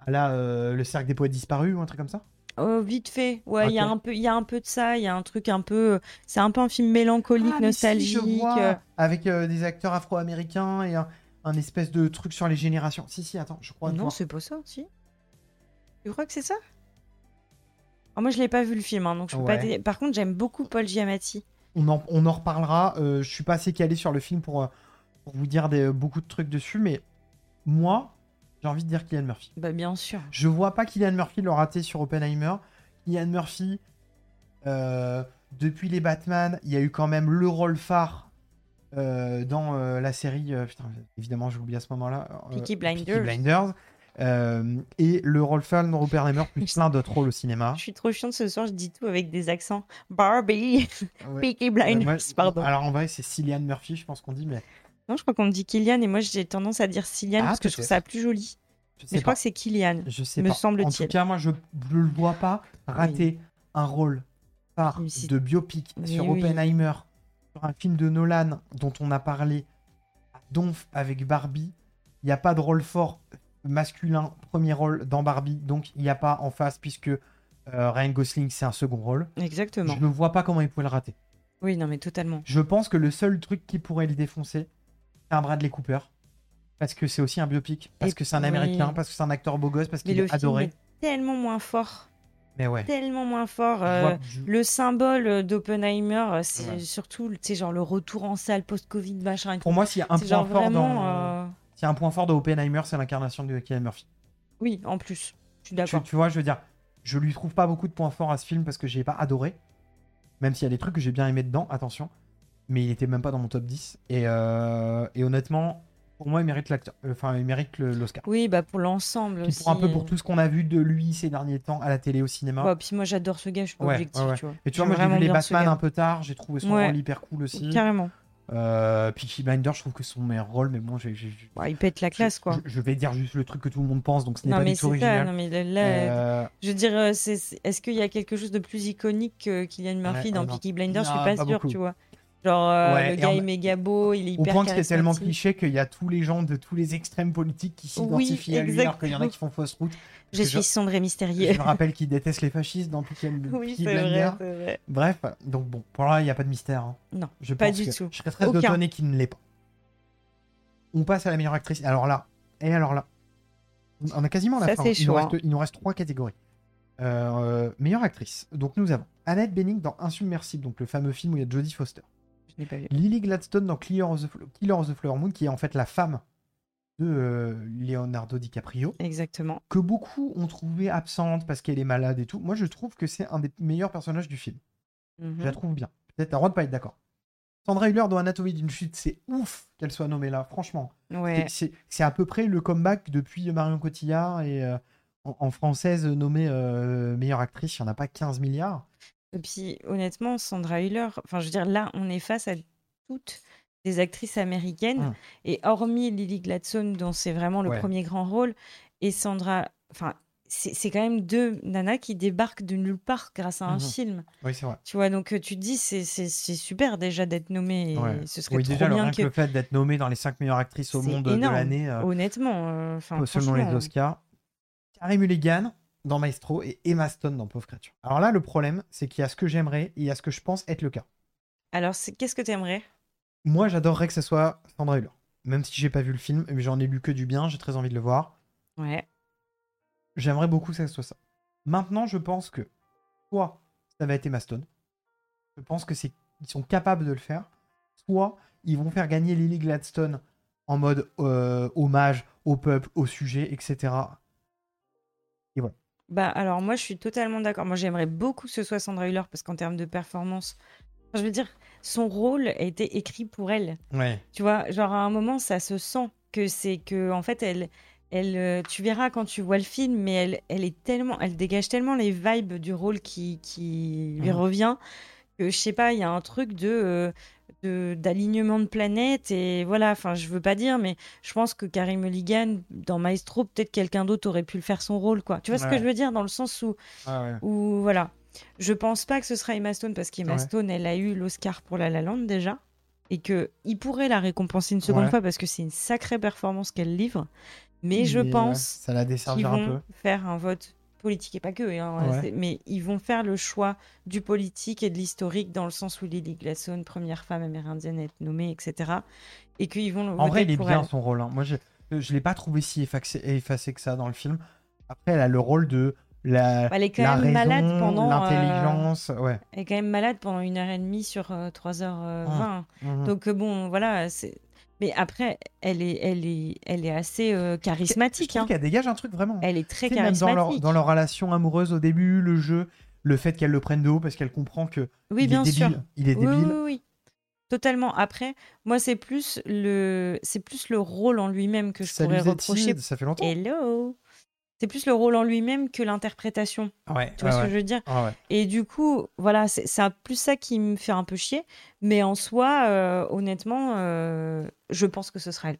A: À la. euh, le cercle des poètes disparus ou un truc comme ça
B: Oh, vite fait ouais il y a
A: Ok.
B: un peu il y a un peu de ça il y a un truc un peu c'est un peu un film mélancolique
A: Ah, mais si,
B: nostalgique.
A: je vois,
B: euh,
A: Avec euh, des acteurs afro-américains et un, un espèce de truc sur les générations. Si, si, attends, je crois.
B: Non
A: voir.
B: c'est pas ça si. Tu crois que c'est ça? Alors, moi je l'ai pas vu le film hein, donc je peux pas.
A: Ah, Ouais.
B: dé- Par contre j'aime beaucoup Paul Giamatti.
A: on en, on en reparlera. euh, je suis pas assez calé sur le film pour, euh, pour vous dire des- beaucoup de trucs dessus, mais moi, j'ai envie de dire Kylian Murphy.
B: Bah bien sûr.
A: Je vois pas Kylian Murphy le rater sur Oppenheimer. Kylian Murphy, euh, depuis les Batman, il y a eu quand même le rôle phare euh, dans euh, la série. euh, putain, évidemment, j'oublie à ce moment-là. euh,
B: Peaky Blinders.
A: Blinders, euh, et le rôle phare dans Oppenheimer, plus plein d'autres rôles au cinéma.
B: Je suis trop chiante ce soir je dis tout avec des accents. Barbie,
A: Ouais.
B: Peaky
A: Euh,
B: Blinders
A: moi-
B: pardon.
A: Alors en vrai, c'est Cillian Murphy, je pense qu'on dit, mais
B: Non, je crois qu'on me dit Kylian et moi j'ai tendance à dire Cillian
A: Ah,
B: parce que je
A: peut-être.
B: trouve ça plus joli.
A: je sais
B: Mais
A: pas.
B: je crois que c'est Kylian.
A: Je sais
B: Me
A: pas. En tout
B: semble-t-il.
A: cas, moi, je ne le vois pas rater un rôle par
B: Mais si-
A: de biopic
B: Mais
A: sur
B: oui.
A: Oppenheimer, sur un film de Nolan dont on a parlé, à Donf avec Barbie. Il n'y a pas de rôle fort masculin, premier rôle dans Barbie, donc il n'y a pas en face, puisque euh, Ryan Gosling, c'est un second rôle.
B: Exactement.
A: Je ne vois pas comment il pouvait le rater.
B: Oui, non, mais totalement.
A: Je pense que le seul truc qui pourrait le défoncer, c'est un Bradley Cooper. Parce que c'est aussi un biopic, parce
B: Et-
A: que c'est un
B: oui.
A: américain, parce que c'est un acteur beau gosse, parce
B: Mais
A: qu'il
B: le
A: est
B: film
A: adoré.
B: est tellement moins fort.
A: Mais ouais.
B: Tellement moins fort. euh,
A: Je vois- je-
B: Le symbole d'Oppenheimer, euh, c'est
A: Ouais.
B: surtout tu sais, genre le retour en salle post-Covid, machin. et tout.
A: Pour moi, s'il y a un
B: C'est genre
A: point fort
B: vraiment.
A: dans,
B: euh,
A: s'il y a un point fort de Oppenheimer, c'est l'incarnation de Cillian Murphy.
B: Oui, en plus. Je
A: Tu,
B: suis d'accord.
A: tu vois, je veux dire, je lui trouve pas beaucoup de points forts à ce film parce que j'ai pas adoré, même s'il y a des trucs que j'ai bien aimé dedans, attention, mais il était même pas dans mon top 10. Et, euh, et honnêtement, pour moi, il mérite l'acteur, euh, enfin, il mérite le- l'Oscar.
B: Oui, bah pour l'ensemble.
A: Puis
B: aussi.
A: pour un peu pour tout ce qu'on a vu de lui ces derniers temps à la télé, au cinéma.
B: euh, Ouais, puis moi j'adore ce gars, je suis pas
A: Ouais,
B: objective,
A: ouais, ouais.
B: tu vois.
A: Et tu vois,
B: J'aime
A: moi j'ai vu
B: vraiment
A: les
B: bien ce
A: Batman
B: gars.
A: un peu tard, j'ai trouvé son
B: Ouais.
A: rôle hyper cool aussi.
B: Carrément.
A: Euh, Peaky Blinders, je trouve que c'est son meilleur rôle, mais bon, j'ai, j'ai- j'ai-
B: Bah, il pète la
A: je-
B: classe, quoi.
A: Je, je vais dire juste le truc que tout le monde pense, donc ce n'est
B: Non
A: pas
B: mais
A: du tout
B: c'est ça,
A: original.
B: non mais là, là,
A: Euh,
B: Je veux dire, euh, c'est- c'est- est-ce qu'il y a quelque chose de plus iconique euh, que Kylian Murphy
A: Ouais,
B: dans
A: ah non.
B: Peaky Blinders Je suis
A: Non,
B: pas,
A: pas
B: sûre,
A: beaucoup.
B: tu vois. Genre, euh,
A: Ouais, et
B: le gars
A: en-
B: est méga beau, il est
A: Au
B: hyper
A: point que c'est tellement
B: charismatique.
A: cliché qu'il y a tous les gens de tous les extrêmes politiques qui s'identifient à lui,
B: exactement.
A: alors qu'il y en a qui font fausse route.
B: Je
A: Je-
B: suis sombre et mystérieux.
A: Je me rappelle qu'ils détestent les fascistes dans Peaky
B: oui,
A: Peaky
B: c'est vrai,
A: Blinders.
B: c'est vrai.
A: Bref, donc bon, pour là, il n'y a pas de mystère. hein.
B: Non,
A: Je
B: pas
A: pense
B: du
A: que
B: tout.
A: Je serais très
B: Aucun.
A: étonné qu'il ne l'ait pas. On passe à la meilleure actrice. Alors là, Et alors là, on- on a quasiment la
B: Ça,
A: fin.
B: c'est
A: il,
B: chaud,
A: nous reste,
B: hein.
A: il nous reste trois catégories. Euh, meilleure actrice. Donc nous avons Annette Bening dans Insubmersible, donc le fameux film où il y a Jodie Foster.
B: Je l'ai pas vu.
A: Lily Gladstone dans Killer of the, Fl- Killer of the Flower Moon, qui est en fait la femme de euh, Leonardo DiCaprio,
B: Exactement.
A: que beaucoup ont trouvé absente parce qu'elle est malade et tout. Moi, je trouve que c'est un des meilleurs personnages du film.
B: Mhm.
A: Je la trouve bien. Peut-être t'as le droit de pas être d'accord. Sandra Hüller dans Anatomie d'une chute, c'est ouf qu'elle soit nommée là, franchement.
B: Ouais.
A: C'est- C'est c'est à peu près le comeback depuis Marion Cotillard et euh, en, en française nommée euh, meilleure actrice, il n'y en a pas 15 milliards.
B: Et puis honnêtement, Sandra Hüller, enfin je veux dire, là on est face à toutes des actrices américaines
A: Mm.
B: et hormis Lily Gladstone dont c'est vraiment le
A: Ouais.
B: premier grand rôle et Sandra, enfin c'est c'est quand même deux nanas qui débarquent de nulle part grâce à un
A: Mhm.
B: film.
A: Oui, c'est vrai.
B: Tu vois, donc euh, tu te dis c'est c'est- c'est super déjà d'être nommée et
A: Ouais.
B: ce serait
A: Oui,
B: trop
A: déjà, le-
B: bien
A: rien que...
B: que
A: le fait d'être nommée dans les 5 meilleures actrices au
B: C'est
A: monde de
B: énorme.
A: l'année, euh,
B: honnêtement euh, enfin
A: selon les
B: franchement,
A: Oscars. Carrie Mulligan dans Maestro et Emma Stone dans Pauvre Créature. Alors là, le problème, c'est qu'il y a ce que j'aimerais et il y a ce que je pense être le cas.
B: Alors c'est- qu'est-ce que tu aimerais
A: Moi, j'adorerais que ce soit Sandra Hüller. Même si j'ai pas vu le film, mais j'en ai lu que du bien, j'ai très envie de le voir.
B: Ouais.
A: J'aimerais beaucoup que ça soit ça. Maintenant, je pense que soit ça va être Emma Stone. Je pense que c'est ils sont capables de le faire. Soit ils vont faire gagner Lily Gladstone en mode euh, hommage au peuple, au sujet, etc.
B: Bah alors moi je suis totalement d'accord. Moi j'aimerais beaucoup que ce soit Sandra Hüller parce qu'en termes de performance, enfin, je veux dire, son rôle a été écrit pour elle.
A: Ouais.
B: Tu vois, genre à un moment ça se sent que c'est que en fait elle, elle, euh, tu verras quand tu vois le film, mais elle, elle est tellement, elle dégage tellement les vibes du rôle qui, qui lui
A: Mhm.
B: revient que je sais pas, il y a un truc de euh, de- d'alignement de, planète et voilà. Enfin, je veux pas dire, mais je pense que Karim Mulligan dans Maestro, peut-être quelqu'un d'autre aurait pu le faire son rôle, quoi. Tu vois ce
A: Ouais.
B: que je veux dire dans le sens où ou voilà. Je pense pas que ce sera Emma Stone parce qu'Emma
A: Ouais.
B: Stone, elle a eu l'Oscar pour La La Land déjà et que il pourrait la récompenser une seconde
A: Ouais.
B: fois parce que c'est une sacrée performance qu'elle livre. Mais je pense
A: ça la
B: qu'ils
A: desservira un peu.
B: vont faire un vote politique et pas que, hein,
A: Ouais.
B: c'est- mais ils vont faire le choix du politique et de l'historique dans le sens où Lily Gladstone, première femme amérindienne à être nommée, etc. Et qu'ils vont le
A: En vrai,
B: voter
A: il est
B: pour
A: bien
B: elle.
A: son rôle. hein. Moi, je je l'ai pas trouvé si effacé, effacé que ça dans le film. Après, elle a le rôle de la,
B: Elle est quand
A: la
B: même
A: raison,
B: malade pendant. euh,
A: l'intelligence. Ouais.
B: elle est quand même malade pendant une heure et demie sur euh, 3h20.
A: Mhm.
B: Donc euh, bon, voilà, c'est. Mais après, elle est, elle est, elle est assez euh,
A: Je
B: charismatique.
A: trouve
B: hein.
A: qu'elle dégage un truc vraiment.
B: Elle est très
A: Tu sais, même dans
B: charismatique.
A: leur, dans leur relation amoureuse au début, le jeu, le fait qu'elle le prenne de haut parce qu'elle comprend que
B: Oui,
A: il,
B: bien
A: est
B: sûr.
A: débile, il est
B: Oui,
A: débile.
B: oui, oui. Totalement. Après, moi, c'est plus le, c'est plus le rôle en lui-même que je
A: Ça
B: pourrais
A: lui faisait
B: reprocher.
A: timide, ça fait longtemps.
B: Hello. C'est plus le rôle en lui-même que l'interprétation.
A: Ouais,
B: Tu
A: ouais,
B: vois ce que
A: ouais.
B: je veux dire
A: Ah ouais.
B: Et du coup, voilà, c'est c'est un- plus ça qui me fait un peu chier. Mais en soi, euh, honnêtement, euh, je pense que ce sera elle.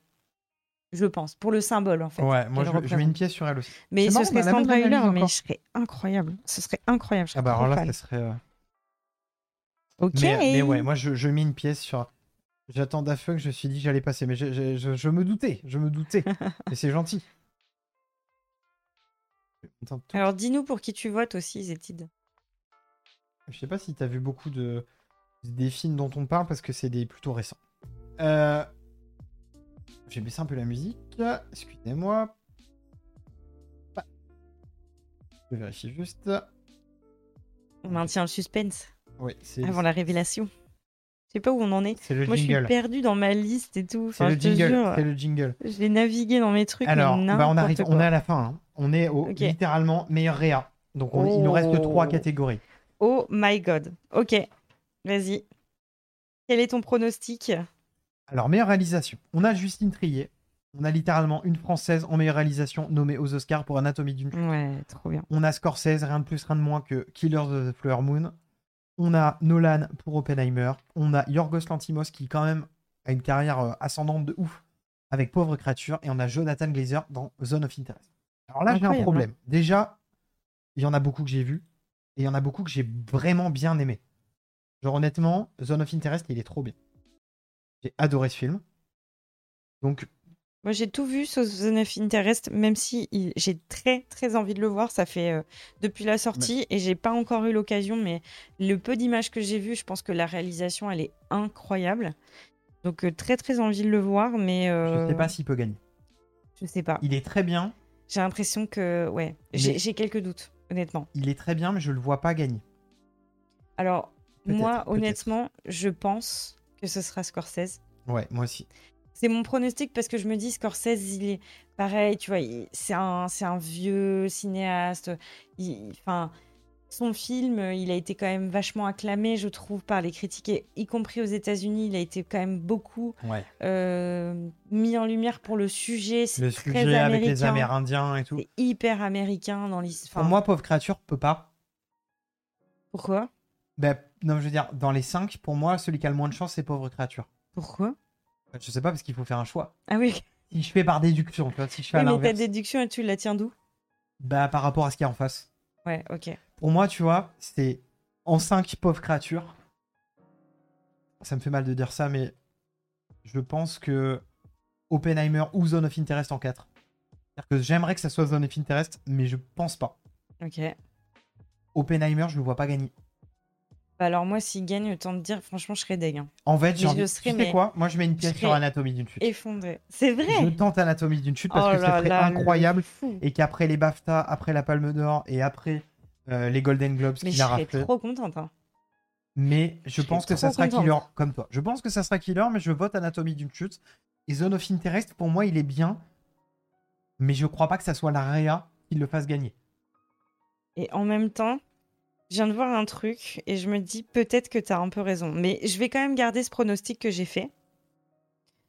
B: Je pense. Pour le symbole, en fait.
A: Ouais, moi je, je
B: qu'elle
A: mets
B: représente.
A: une pièce sur elle aussi. C'est
B: Mais ce
A: marrant, on
B: serait
A: a la même
B: Sandra Hüller,
A: analyse
B: mais
A: encore.
B: je serais incroyable. Ce serait incroyable. je
A: Ah bah
B: serais
A: alors là,
B: fan.
A: ça serait. euh,
B: ok.
A: Mais, mais ouais, moi je, je mets une pièce sur. J'attends à feu que je me suis dit que j'allais passer, mais je, je- je- je me doutais, je me doutais. Et c'est gentil. Attends, tout-
B: Alors dis-nous pour qui tu votes aussi, Zétide.
A: Je sais pas si t'as vu beaucoup de des films dont on parle parce que c'est des plutôt récents. Euh, J'ai baissé un peu la musique. Excusez-moi. Ah. Je vais vérifier juste.
B: On maintient le suspense
A: Oui, c'est
B: avant la révélation. Je sais pas où on en est.
A: c'est le
B: Ah, Moi, je suis
A: jingle.
B: perdue dans ma liste et tout.
A: C'est
B: Enfin,
A: le
B: je te
A: jingle.
B: jure,
A: C'est le jingle.
B: j'ai navigué dans mes trucs. mais
A: Alors, bah, on
B: n'importe
A: arrive,
B: quoi.
A: on est à la fin. hein. On est au
B: Ok.
A: littéralement meilleur réa. Donc on- il nous reste
B: Oh.
A: trois catégories.
B: Oh my god. Ok. Vas-y. Quel est ton pronostic
A: Alors, meilleure réalisation. On a Justine Trier. On a littéralement une française en meilleure réalisation nommée aux Oscars pour Anatomie d'une
B: Ouais, trop bien.
A: On a Scorsese, rien de plus, rien de moins que Killers of the Flower Moon. On a Nolan pour Oppenheimer. On a Yorgos Lantimos qui, quand même, a une carrière euh, ascendante de ouf avec Pauvre Créature. Et on a Jonathan Glazer dans Zone of Interest. Alors là, j'ai un
B: Incroyable,
A: problème. Déjà, il y en a beaucoup que j'ai vu. Et il y en a beaucoup que j'ai vraiment bien aimé. Genre, honnêtement, Zone of Interest, il est trop bien. J'ai adoré ce film. Donc,
B: Moi, j'ai tout vu sauf The Neuf Interest, même si il- j'ai très très envie de le voir. Ça fait euh, depuis la sortie et j'ai pas encore eu l'occasion, mais le peu d'images que j'ai vues, je pense que la réalisation elle est incroyable. Donc euh, très très envie de le voir, mais
A: je
B: euh,
A: sais pas s'il peut gagner.
B: Je sais pas.
A: Il est très bien,
B: J'ai l'impression que, ouais, j'ai j'ai quelques doutes, honnêtement.
A: il est très bien, mais je le vois pas gagner.
B: Alors,
A: Peut-être,
B: moi,
A: peut-être.
B: honnêtement, je pense que ce sera Scorsese.
A: Ouais, moi aussi.
B: C'est mon pronostic parce que je me dis Scorsese, il est pareil, tu vois, il- c'est un, c'est un vieux cinéaste. il- Enfin, son film, il a été quand même vachement acclamé, je trouve, par les critiques, et y compris aux États-Unis, il a été quand même beaucoup
A: Ouais.
B: euh, mis en lumière pour le sujet. C'est
A: Le
B: très
A: sujet avec les
B: américain,
A: Amérindiens et tout.
B: C'est hyper américain dans l'histoire.
A: Pour moi, pauvre créature peut pas.
B: Pourquoi
A: Ben, non, je veux dire, dans les 5, pour moi, celui qui a le moins de chance, c'est pauvre créature. Ben,
B: Pourquoi
A: Je sais pas, parce qu'il faut faire un choix.
B: Ah oui,
A: Si je fais par déduction, tu vois, si je fais à
B: oui, mais ta
A: l'inverse,
B: déduction, et tu la tiens d'où
A: bah, par rapport à ce qu'il y a en face.
B: Ouais, ok.
A: Pour moi, tu vois, c'est en 5, pauvre créature. Ça me fait mal de dire ça, mais je pense que Oppenheimer ou Zone of Interest en 4. C'est-à-dire que j'aimerais que ça soit Zone of Interest, mais je pense pas.
B: Ok.
A: Oppenheimer, je le vois pas gagner.
B: Bah alors, moi, s'il gagne, autant te dire, franchement, je serais deg. hein.
A: En fait,
B: Mais
A: j'ai envie-
B: je
A: tu
B: serais,
A: sais
B: mais-
A: quoi Moi, je mets une pièce
B: je
A: sur
B: serais
A: Anatomie d'une chute.
B: Effondré. C'est vrai
A: Je tente Anatomie d'une chute parce
B: Oh
A: que ça
B: là
A: serait
B: là,
A: incroyable.
B: le fou.
A: Et qu'après les BAFTA, après la Palme d'Or et après euh, les Golden Globes
B: Mais
A: qu'il
B: je
A: a
B: serais
A: raflé.
B: trop contente. hein.
A: Mais je
B: je
A: pense
B: serais
A: que ça
B: trop
A: sera
B: contente.
A: Killer, comme toi. Je pense que ça sera Killer, mais je vote Anatomie d'une chute. Et Zone of Interest, pour moi, il est bien. Mais je crois pas que ça soit la Réa qui le fasse gagner.
B: Et en même temps, je viens de voir un truc et je me dis peut-être que tu as un peu raison. Mais je vais quand même garder ce pronostic que j'ai fait.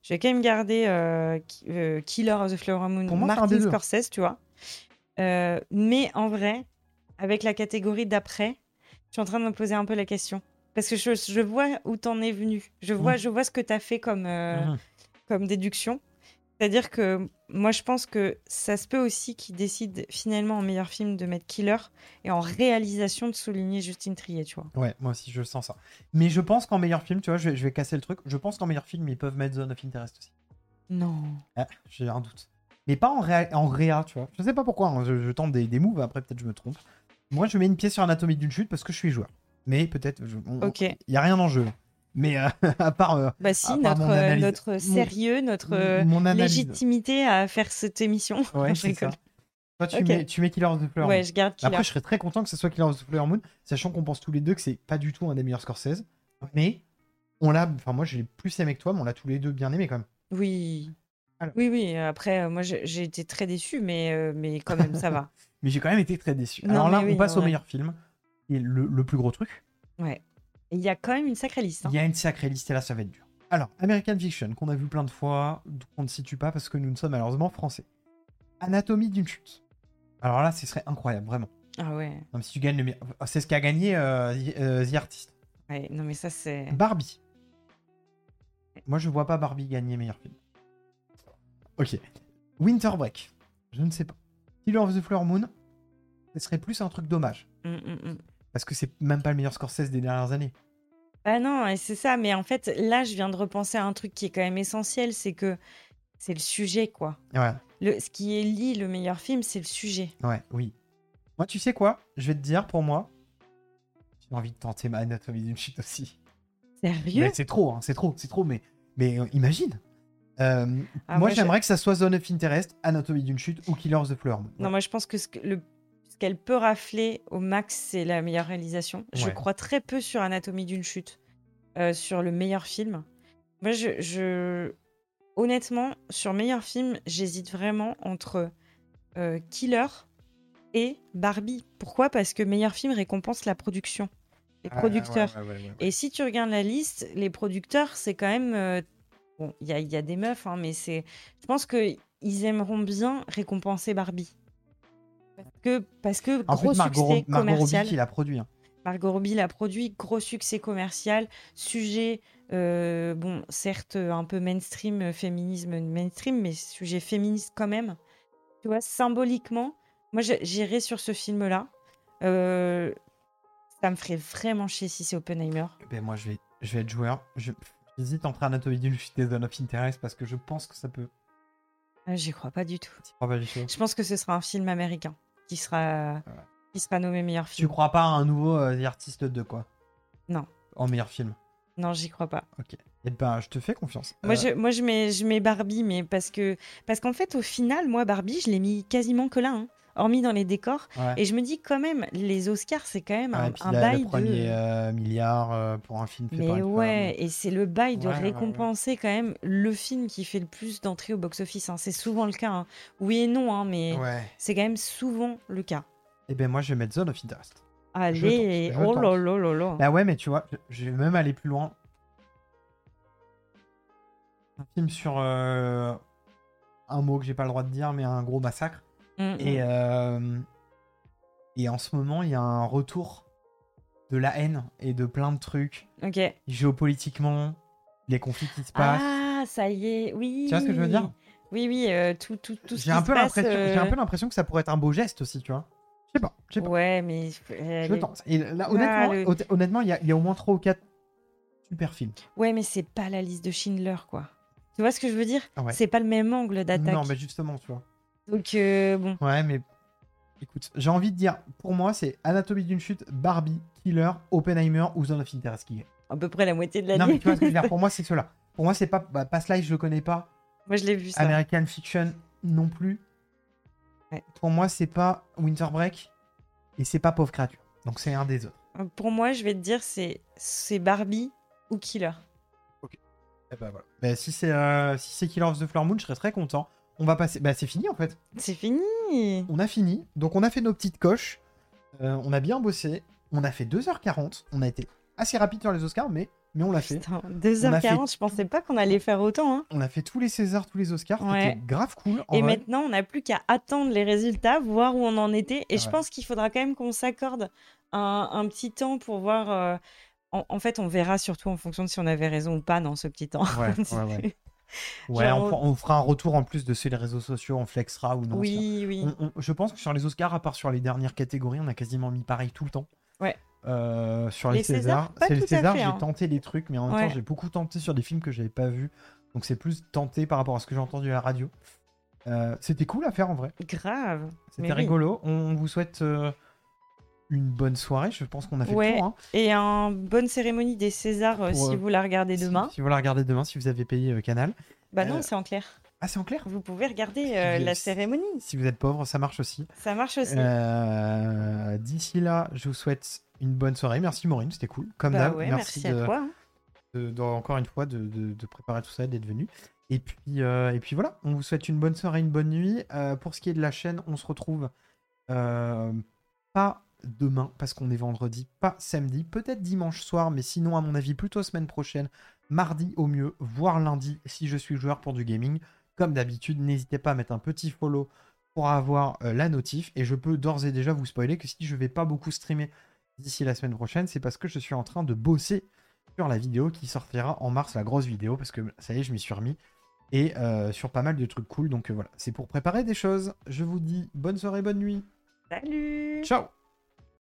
B: Je vais quand même garder euh, Ki- euh, Killer of the Flower Moon,
A: Pour moi, c'est un
B: Martin
A: des deux.
B: Scorsese, tu vois. Euh, mais en vrai, avec la catégorie d'après, je suis en train de me poser un peu la question. Parce que je, je vois où t'en es venu. Je vois,
A: Mhm.
B: je vois ce que t'as fait comme, euh,
A: Mhm.
B: comme déduction. C'est-à-dire que moi, je pense que ça se peut aussi qu'ils décident finalement en meilleur film de mettre Killer et en réalisation de souligner Justine Trier, tu vois.
A: Ouais, moi aussi, je sens ça. Mais je pense qu'en meilleur film, tu vois, je vais, je vais casser le truc. Je pense qu'en meilleur film, ils peuvent mettre Zone of Interest aussi.
B: Non.
A: Ah, j'ai un doute. Mais pas en, réa, en réa, tu vois. Je sais pas pourquoi, hein, je, je tente des, des moves, après peut-être je me trompe. Moi, je mets une pièce sur Anatomie d'une chute parce que je suis joueur. Mais peut-être, je- on-
B: Ok.
A: il y a rien en jeu. Mais euh, à part euh,
B: Bah si,
A: Ah, bah,
B: notre,
A: mon
B: euh,
A: analyse-
B: notre sérieux, notre euh,
A: mon analyse.
B: légitimité à faire cette émission.
A: Ouais,
B: Je
A: c'est ça.
B: rigole.
A: Toi, tu,
B: Ok.
A: mets, tu mets Killer of the Flower
B: Ouais,
A: Moon.
B: je garde Killer.
A: Après, je serais très content que ce soit Killer of the Flower Moon, sachant qu'on pense tous les deux que c'est pas du tout un des meilleurs Scorsese. Mais on l'a, enfin, moi, je l'ai plus aimé que toi, mais on l'a tous les deux bien aimé quand même.
B: Oui.
A: Alors.
B: Oui, oui. Après, euh, moi, j'ai j'ai été très déçue, mais, euh, mais quand même, ça va.
A: Mais j'ai quand même été très déçu.
B: Non,
A: Alors là,
B: mais oui,
A: on passe
B: ouais.
A: au meilleur film. Et le, le plus gros truc,
B: Ouais. Et Il y a quand même une sacrée liste. hein.
A: il y a une sacrée liste et là, ça va être dur. Alors, American Fiction, qu'on a vu plein de fois, qu'on ne situe pas parce que nous ne sommes malheureusement français. Anatomie d'une chute. Alors là, ce serait incroyable, vraiment.
B: Ah ouais.
A: Non, mais si tu gagnes le meilleur- C'est ce qu'a gagné euh, The- euh, The Artist.
B: ouais. Non, mais ça, c'est...
A: Barbie. Moi, je vois pas Barbie gagner meilleur film. Ok. Winter Break. Je ne sais pas. Killer of the Flower Moon, ce serait plus un truc dommage.
B: Mm, mm, mm.
A: Parce que c'est même pas le meilleur Scorsese des dernières années.
B: Ah non, et c'est ça, mais en fait, là, je viens de repenser à un truc qui est quand même essentiel, c'est que c'est le sujet, quoi.
A: Ouais,
B: Le, ce qui est lié le meilleur film, c'est le sujet.
A: ouais, oui. Moi, tu sais quoi Je vais te dire, pour moi, j'ai envie de tenter ma anatomie d'une chute aussi.
B: Sérieux
A: Mais c'est trop, hein, c'est trop, c'est trop, mais, mais euh, imagine. Euh,
B: Ah,
A: moi,
B: je-
A: j'aimerais que ça soit Zone of Interest, Anatomie d'une chute ou Killer of the Flower Moon.
B: Non, moi, je pense que ce que- le- ce qu'elle peut rafler au max, c'est la meilleure réalisation. Je
A: Ouais.
B: crois très peu sur Anatomie d'une chute, euh, sur le meilleur film. Moi, je, je- honnêtement, sur meilleur film, j'hésite vraiment entre euh, Killer et Barbie. Pourquoi Parce que meilleur film récompense la production, les producteurs.
A: Ah, ouais, ouais, ouais, ouais, ouais.
B: Et si tu regardes la liste, les producteurs, c'est quand même. euh, bon, il y a, il y a des meufs, hein, mais c'est. Je pense que ils aimeront bien récompenser Barbie. Parce que, parce que
A: En
B: gros
A: plus, Margot,
B: succès
A: Rob- Margot Robbie
B: commercial.
A: qui l'a produit. hein.
B: Margot Robbie l'a produit, gros succès commercial, sujet, euh, bon, certes un peu mainstream, euh, féminisme mainstream, mais sujet féministe quand même. Tu vois, symboliquement, moi je- j'irai sur ce film-là. Euh, ça me ferait vraiment chier si c'est Oppenheimer.
A: Ben, moi, je vais, je vais être joueur. Je- J'hésite entre Anatomie d'une chute et Zone of Interest parce que je pense que ça peut.
B: Ah, J'y crois pas du tout.
A: Tu crois pas du tout
B: Je pense que ce sera un film américain qui sera,
A: Ouais.
B: qui sera nommé meilleur
A: Tu
B: film.
A: crois pas à un nouveau euh, The Artist 2, quoi
B: Non.
A: En meilleur film.
B: Non, j'y crois pas.
A: Ok. Eh ben, je te fais confiance.
B: Moi,
A: Euh,
B: je, moi je, mets, je mets Barbie, mais parce que parce qu'en fait, au final, moi, Barbie, je l'ai mis quasiment que là, hein, hormis dans les décors.
A: ouais.
B: Et je me dis quand même, les Oscars, c'est quand même
A: Ouais,
B: un,
A: et puis
B: un
A: la-
B: bail
A: le premier
B: de...
A: euh, milliard euh, pour un film fait par
B: Mais
A: une
B: ouais, et c'est le bail de
A: Ouais, ouais, ouais.
B: récompenser quand même le film qui fait le plus d'entrées au box-office. hein. C'est souvent le cas. hein. Oui et non, hein, mais
A: femme. Ouais.
B: c'est quand même souvent le cas.
A: Et ben moi je vais mettre Zone of Interest.
B: Allez,
A: je
B: oh
A: tente.
B: là là là là.
A: Bah ouais, mais tu vois, je- je vais même aller plus loin. Un film sur euh, un mot que j'ai pas le droit de dire, mais un gros massacre.
B: Mm,
A: Et, euh, et en ce moment, il y a un retour de la haine et de plein de trucs
B: mm, Ok.
A: géopolitiquement, les conflits qui se passent.
B: Ah, ça y est, oui.
A: Tu vois ce que je veux dire
B: Oui, oui, euh, tout, tout, tout ce
A: J'ai
B: qui
A: un
B: se
A: peu
B: passe,
A: l'impression, j'ai un
B: euh,
A: peu l'impression que ça pourrait être un beau geste aussi, tu vois. Je sais pas, je sais pas.
B: Ouais, mais. euh,
A: Je
B: les-
A: tente. Et là,
B: Ah,
A: honnêtement,
B: le-
A: hon- honnêtement, il y, a- il y a au moins 3 ou 4 super films.
B: Ouais, mais c'est pas la liste de Schindler, quoi. Tu vois ce que je veux dire
A: Ah ouais.
B: C'est pas le même angle d'attaque.
A: Non, mais justement, tu vois.
B: Donc, euh, bon.
A: Ouais, mais écoute, j'ai envie de dire, pour moi, c'est Anatomie d'une chute, Barbie, Killer, Oppenheimer ou Zone of Interest qui est.
B: à peu près la moitié de l'année.
A: Non, mais tu vois ce que je veux dire, pour moi, c'est cela. Pour moi, c'est pas bah, Past Life, je le connais pas.
B: Moi, je l'ai vu ça.
A: American Fiction non plus.
B: Ouais.
A: Pour moi, c'est pas Winter Break et c'est pas Pauvre Créature. Donc, c'est un des autres.
B: Pour moi, je vais te dire, c'est c'est Barbie ou Killer.
A: Eh ben, voilà. Bah, si c'est euh, si c'est Killer of the Flower Moon, je serais très content. On va passer. Bah, c'est fini en fait.
B: C'est fini.
A: On a fini. Donc, on a fait nos petites coches. Euh, on a bien bossé. On a fait 2h40. On a été assez rapide sur les Oscars, mais, mais on l'a fait.
B: Putain,
A: On a
B: 2h40, je pensais pas qu'on allait faire autant. hein.
A: On a fait tous les Césars, tous les Oscars.
B: Ouais.
A: C'était grave cool. En
B: Et
A: vrai.
B: maintenant, on n'a plus qu'à attendre les résultats, voir où on en était. Et
A: Ah
B: je
A: ouais.
B: pense qu'il faudra quand même qu'on s'accorde un, un petit temps pour voir. euh, En, en fait, on verra surtout en fonction de si on avait raison ou pas dans ce petit temps.
A: Ouais, ouais, ouais. Ouais,
B: Genre,
A: on, fera- on fera un retour en plus de sur les réseaux sociaux. On flexera ou non. tiens.
B: oui, oui.
A: On- on- je pense que sur les Oscars, à part sur les dernières catégories, on a quasiment mis pareil tout le temps.
B: Ouais.
A: Euh, sur les,
B: Les Césars,
A: Césars,
B: pas
A: c'est le
B: tout à
A: César,
B: fait,
A: j'ai
B: hein.
A: tenté des trucs, mais en même
B: Ouais.
A: temps, j'ai beaucoup tenté sur des films que j'avais pas vus. Donc c'est plus tenté par rapport à ce que j'ai entendu à la radio. Euh, C'était cool à faire en vrai.
B: Grave. Mais
A: C'était
B: oui.
A: rigolo. On vous souhaite euh, une bonne soirée. Je pense qu'on a fait
B: Ouais,
A: le tour. hein.
B: Et une bonne cérémonie des Césars euh,
A: Pour,
B: si
A: euh,
B: vous la regardez
A: Si-
B: demain.
A: Si, vous la regardez demain, si vous avez payé euh, Canal.
B: Bah non,
A: euh,
B: c'est en clair.
A: Ah, c'est en clair
B: Vous pouvez regarder
A: si
B: euh,
A: j'ai-
B: la cérémonie.
A: Si vous êtes pauvre, ça marche aussi.
B: Ça marche aussi.
A: Euh, D'ici là, je vous souhaite une bonne soirée. Merci Maureen, c'était cool. Comme
B: Bah
A: d'hab,
B: ouais,
A: merci,
B: merci,
A: de-
B: à toi. hein.
A: de- de- encore une fois de, de- de préparer tout ça, d'être venu. Et puis, euh, et puis voilà, on vous souhaite une bonne soirée, une bonne nuit. Euh, pour ce qui est de la chaîne, on se retrouve euh, pas demain parce qu'on est vendredi, pas samedi, peut-être dimanche soir, mais sinon à mon avis plutôt semaine prochaine, mardi au mieux, voire lundi si je suis joueur pour du gaming. Comme d'habitude, n'hésitez pas à mettre un petit follow pour avoir euh, la notif. Et je peux d'ores et déjà vous spoiler que si je vais pas beaucoup streamer d'ici la semaine prochaine, c'est parce que je suis en train de bosser sur la vidéo qui sortira en mars, la grosse vidéo, parce que ça y est, je m'y suis remis. Et euh, sur pas mal de trucs cool. Donc euh, voilà, c'est pour préparer des choses. Je vous dis bonne soirée, bonne nuit.
B: Salut
A: Ciao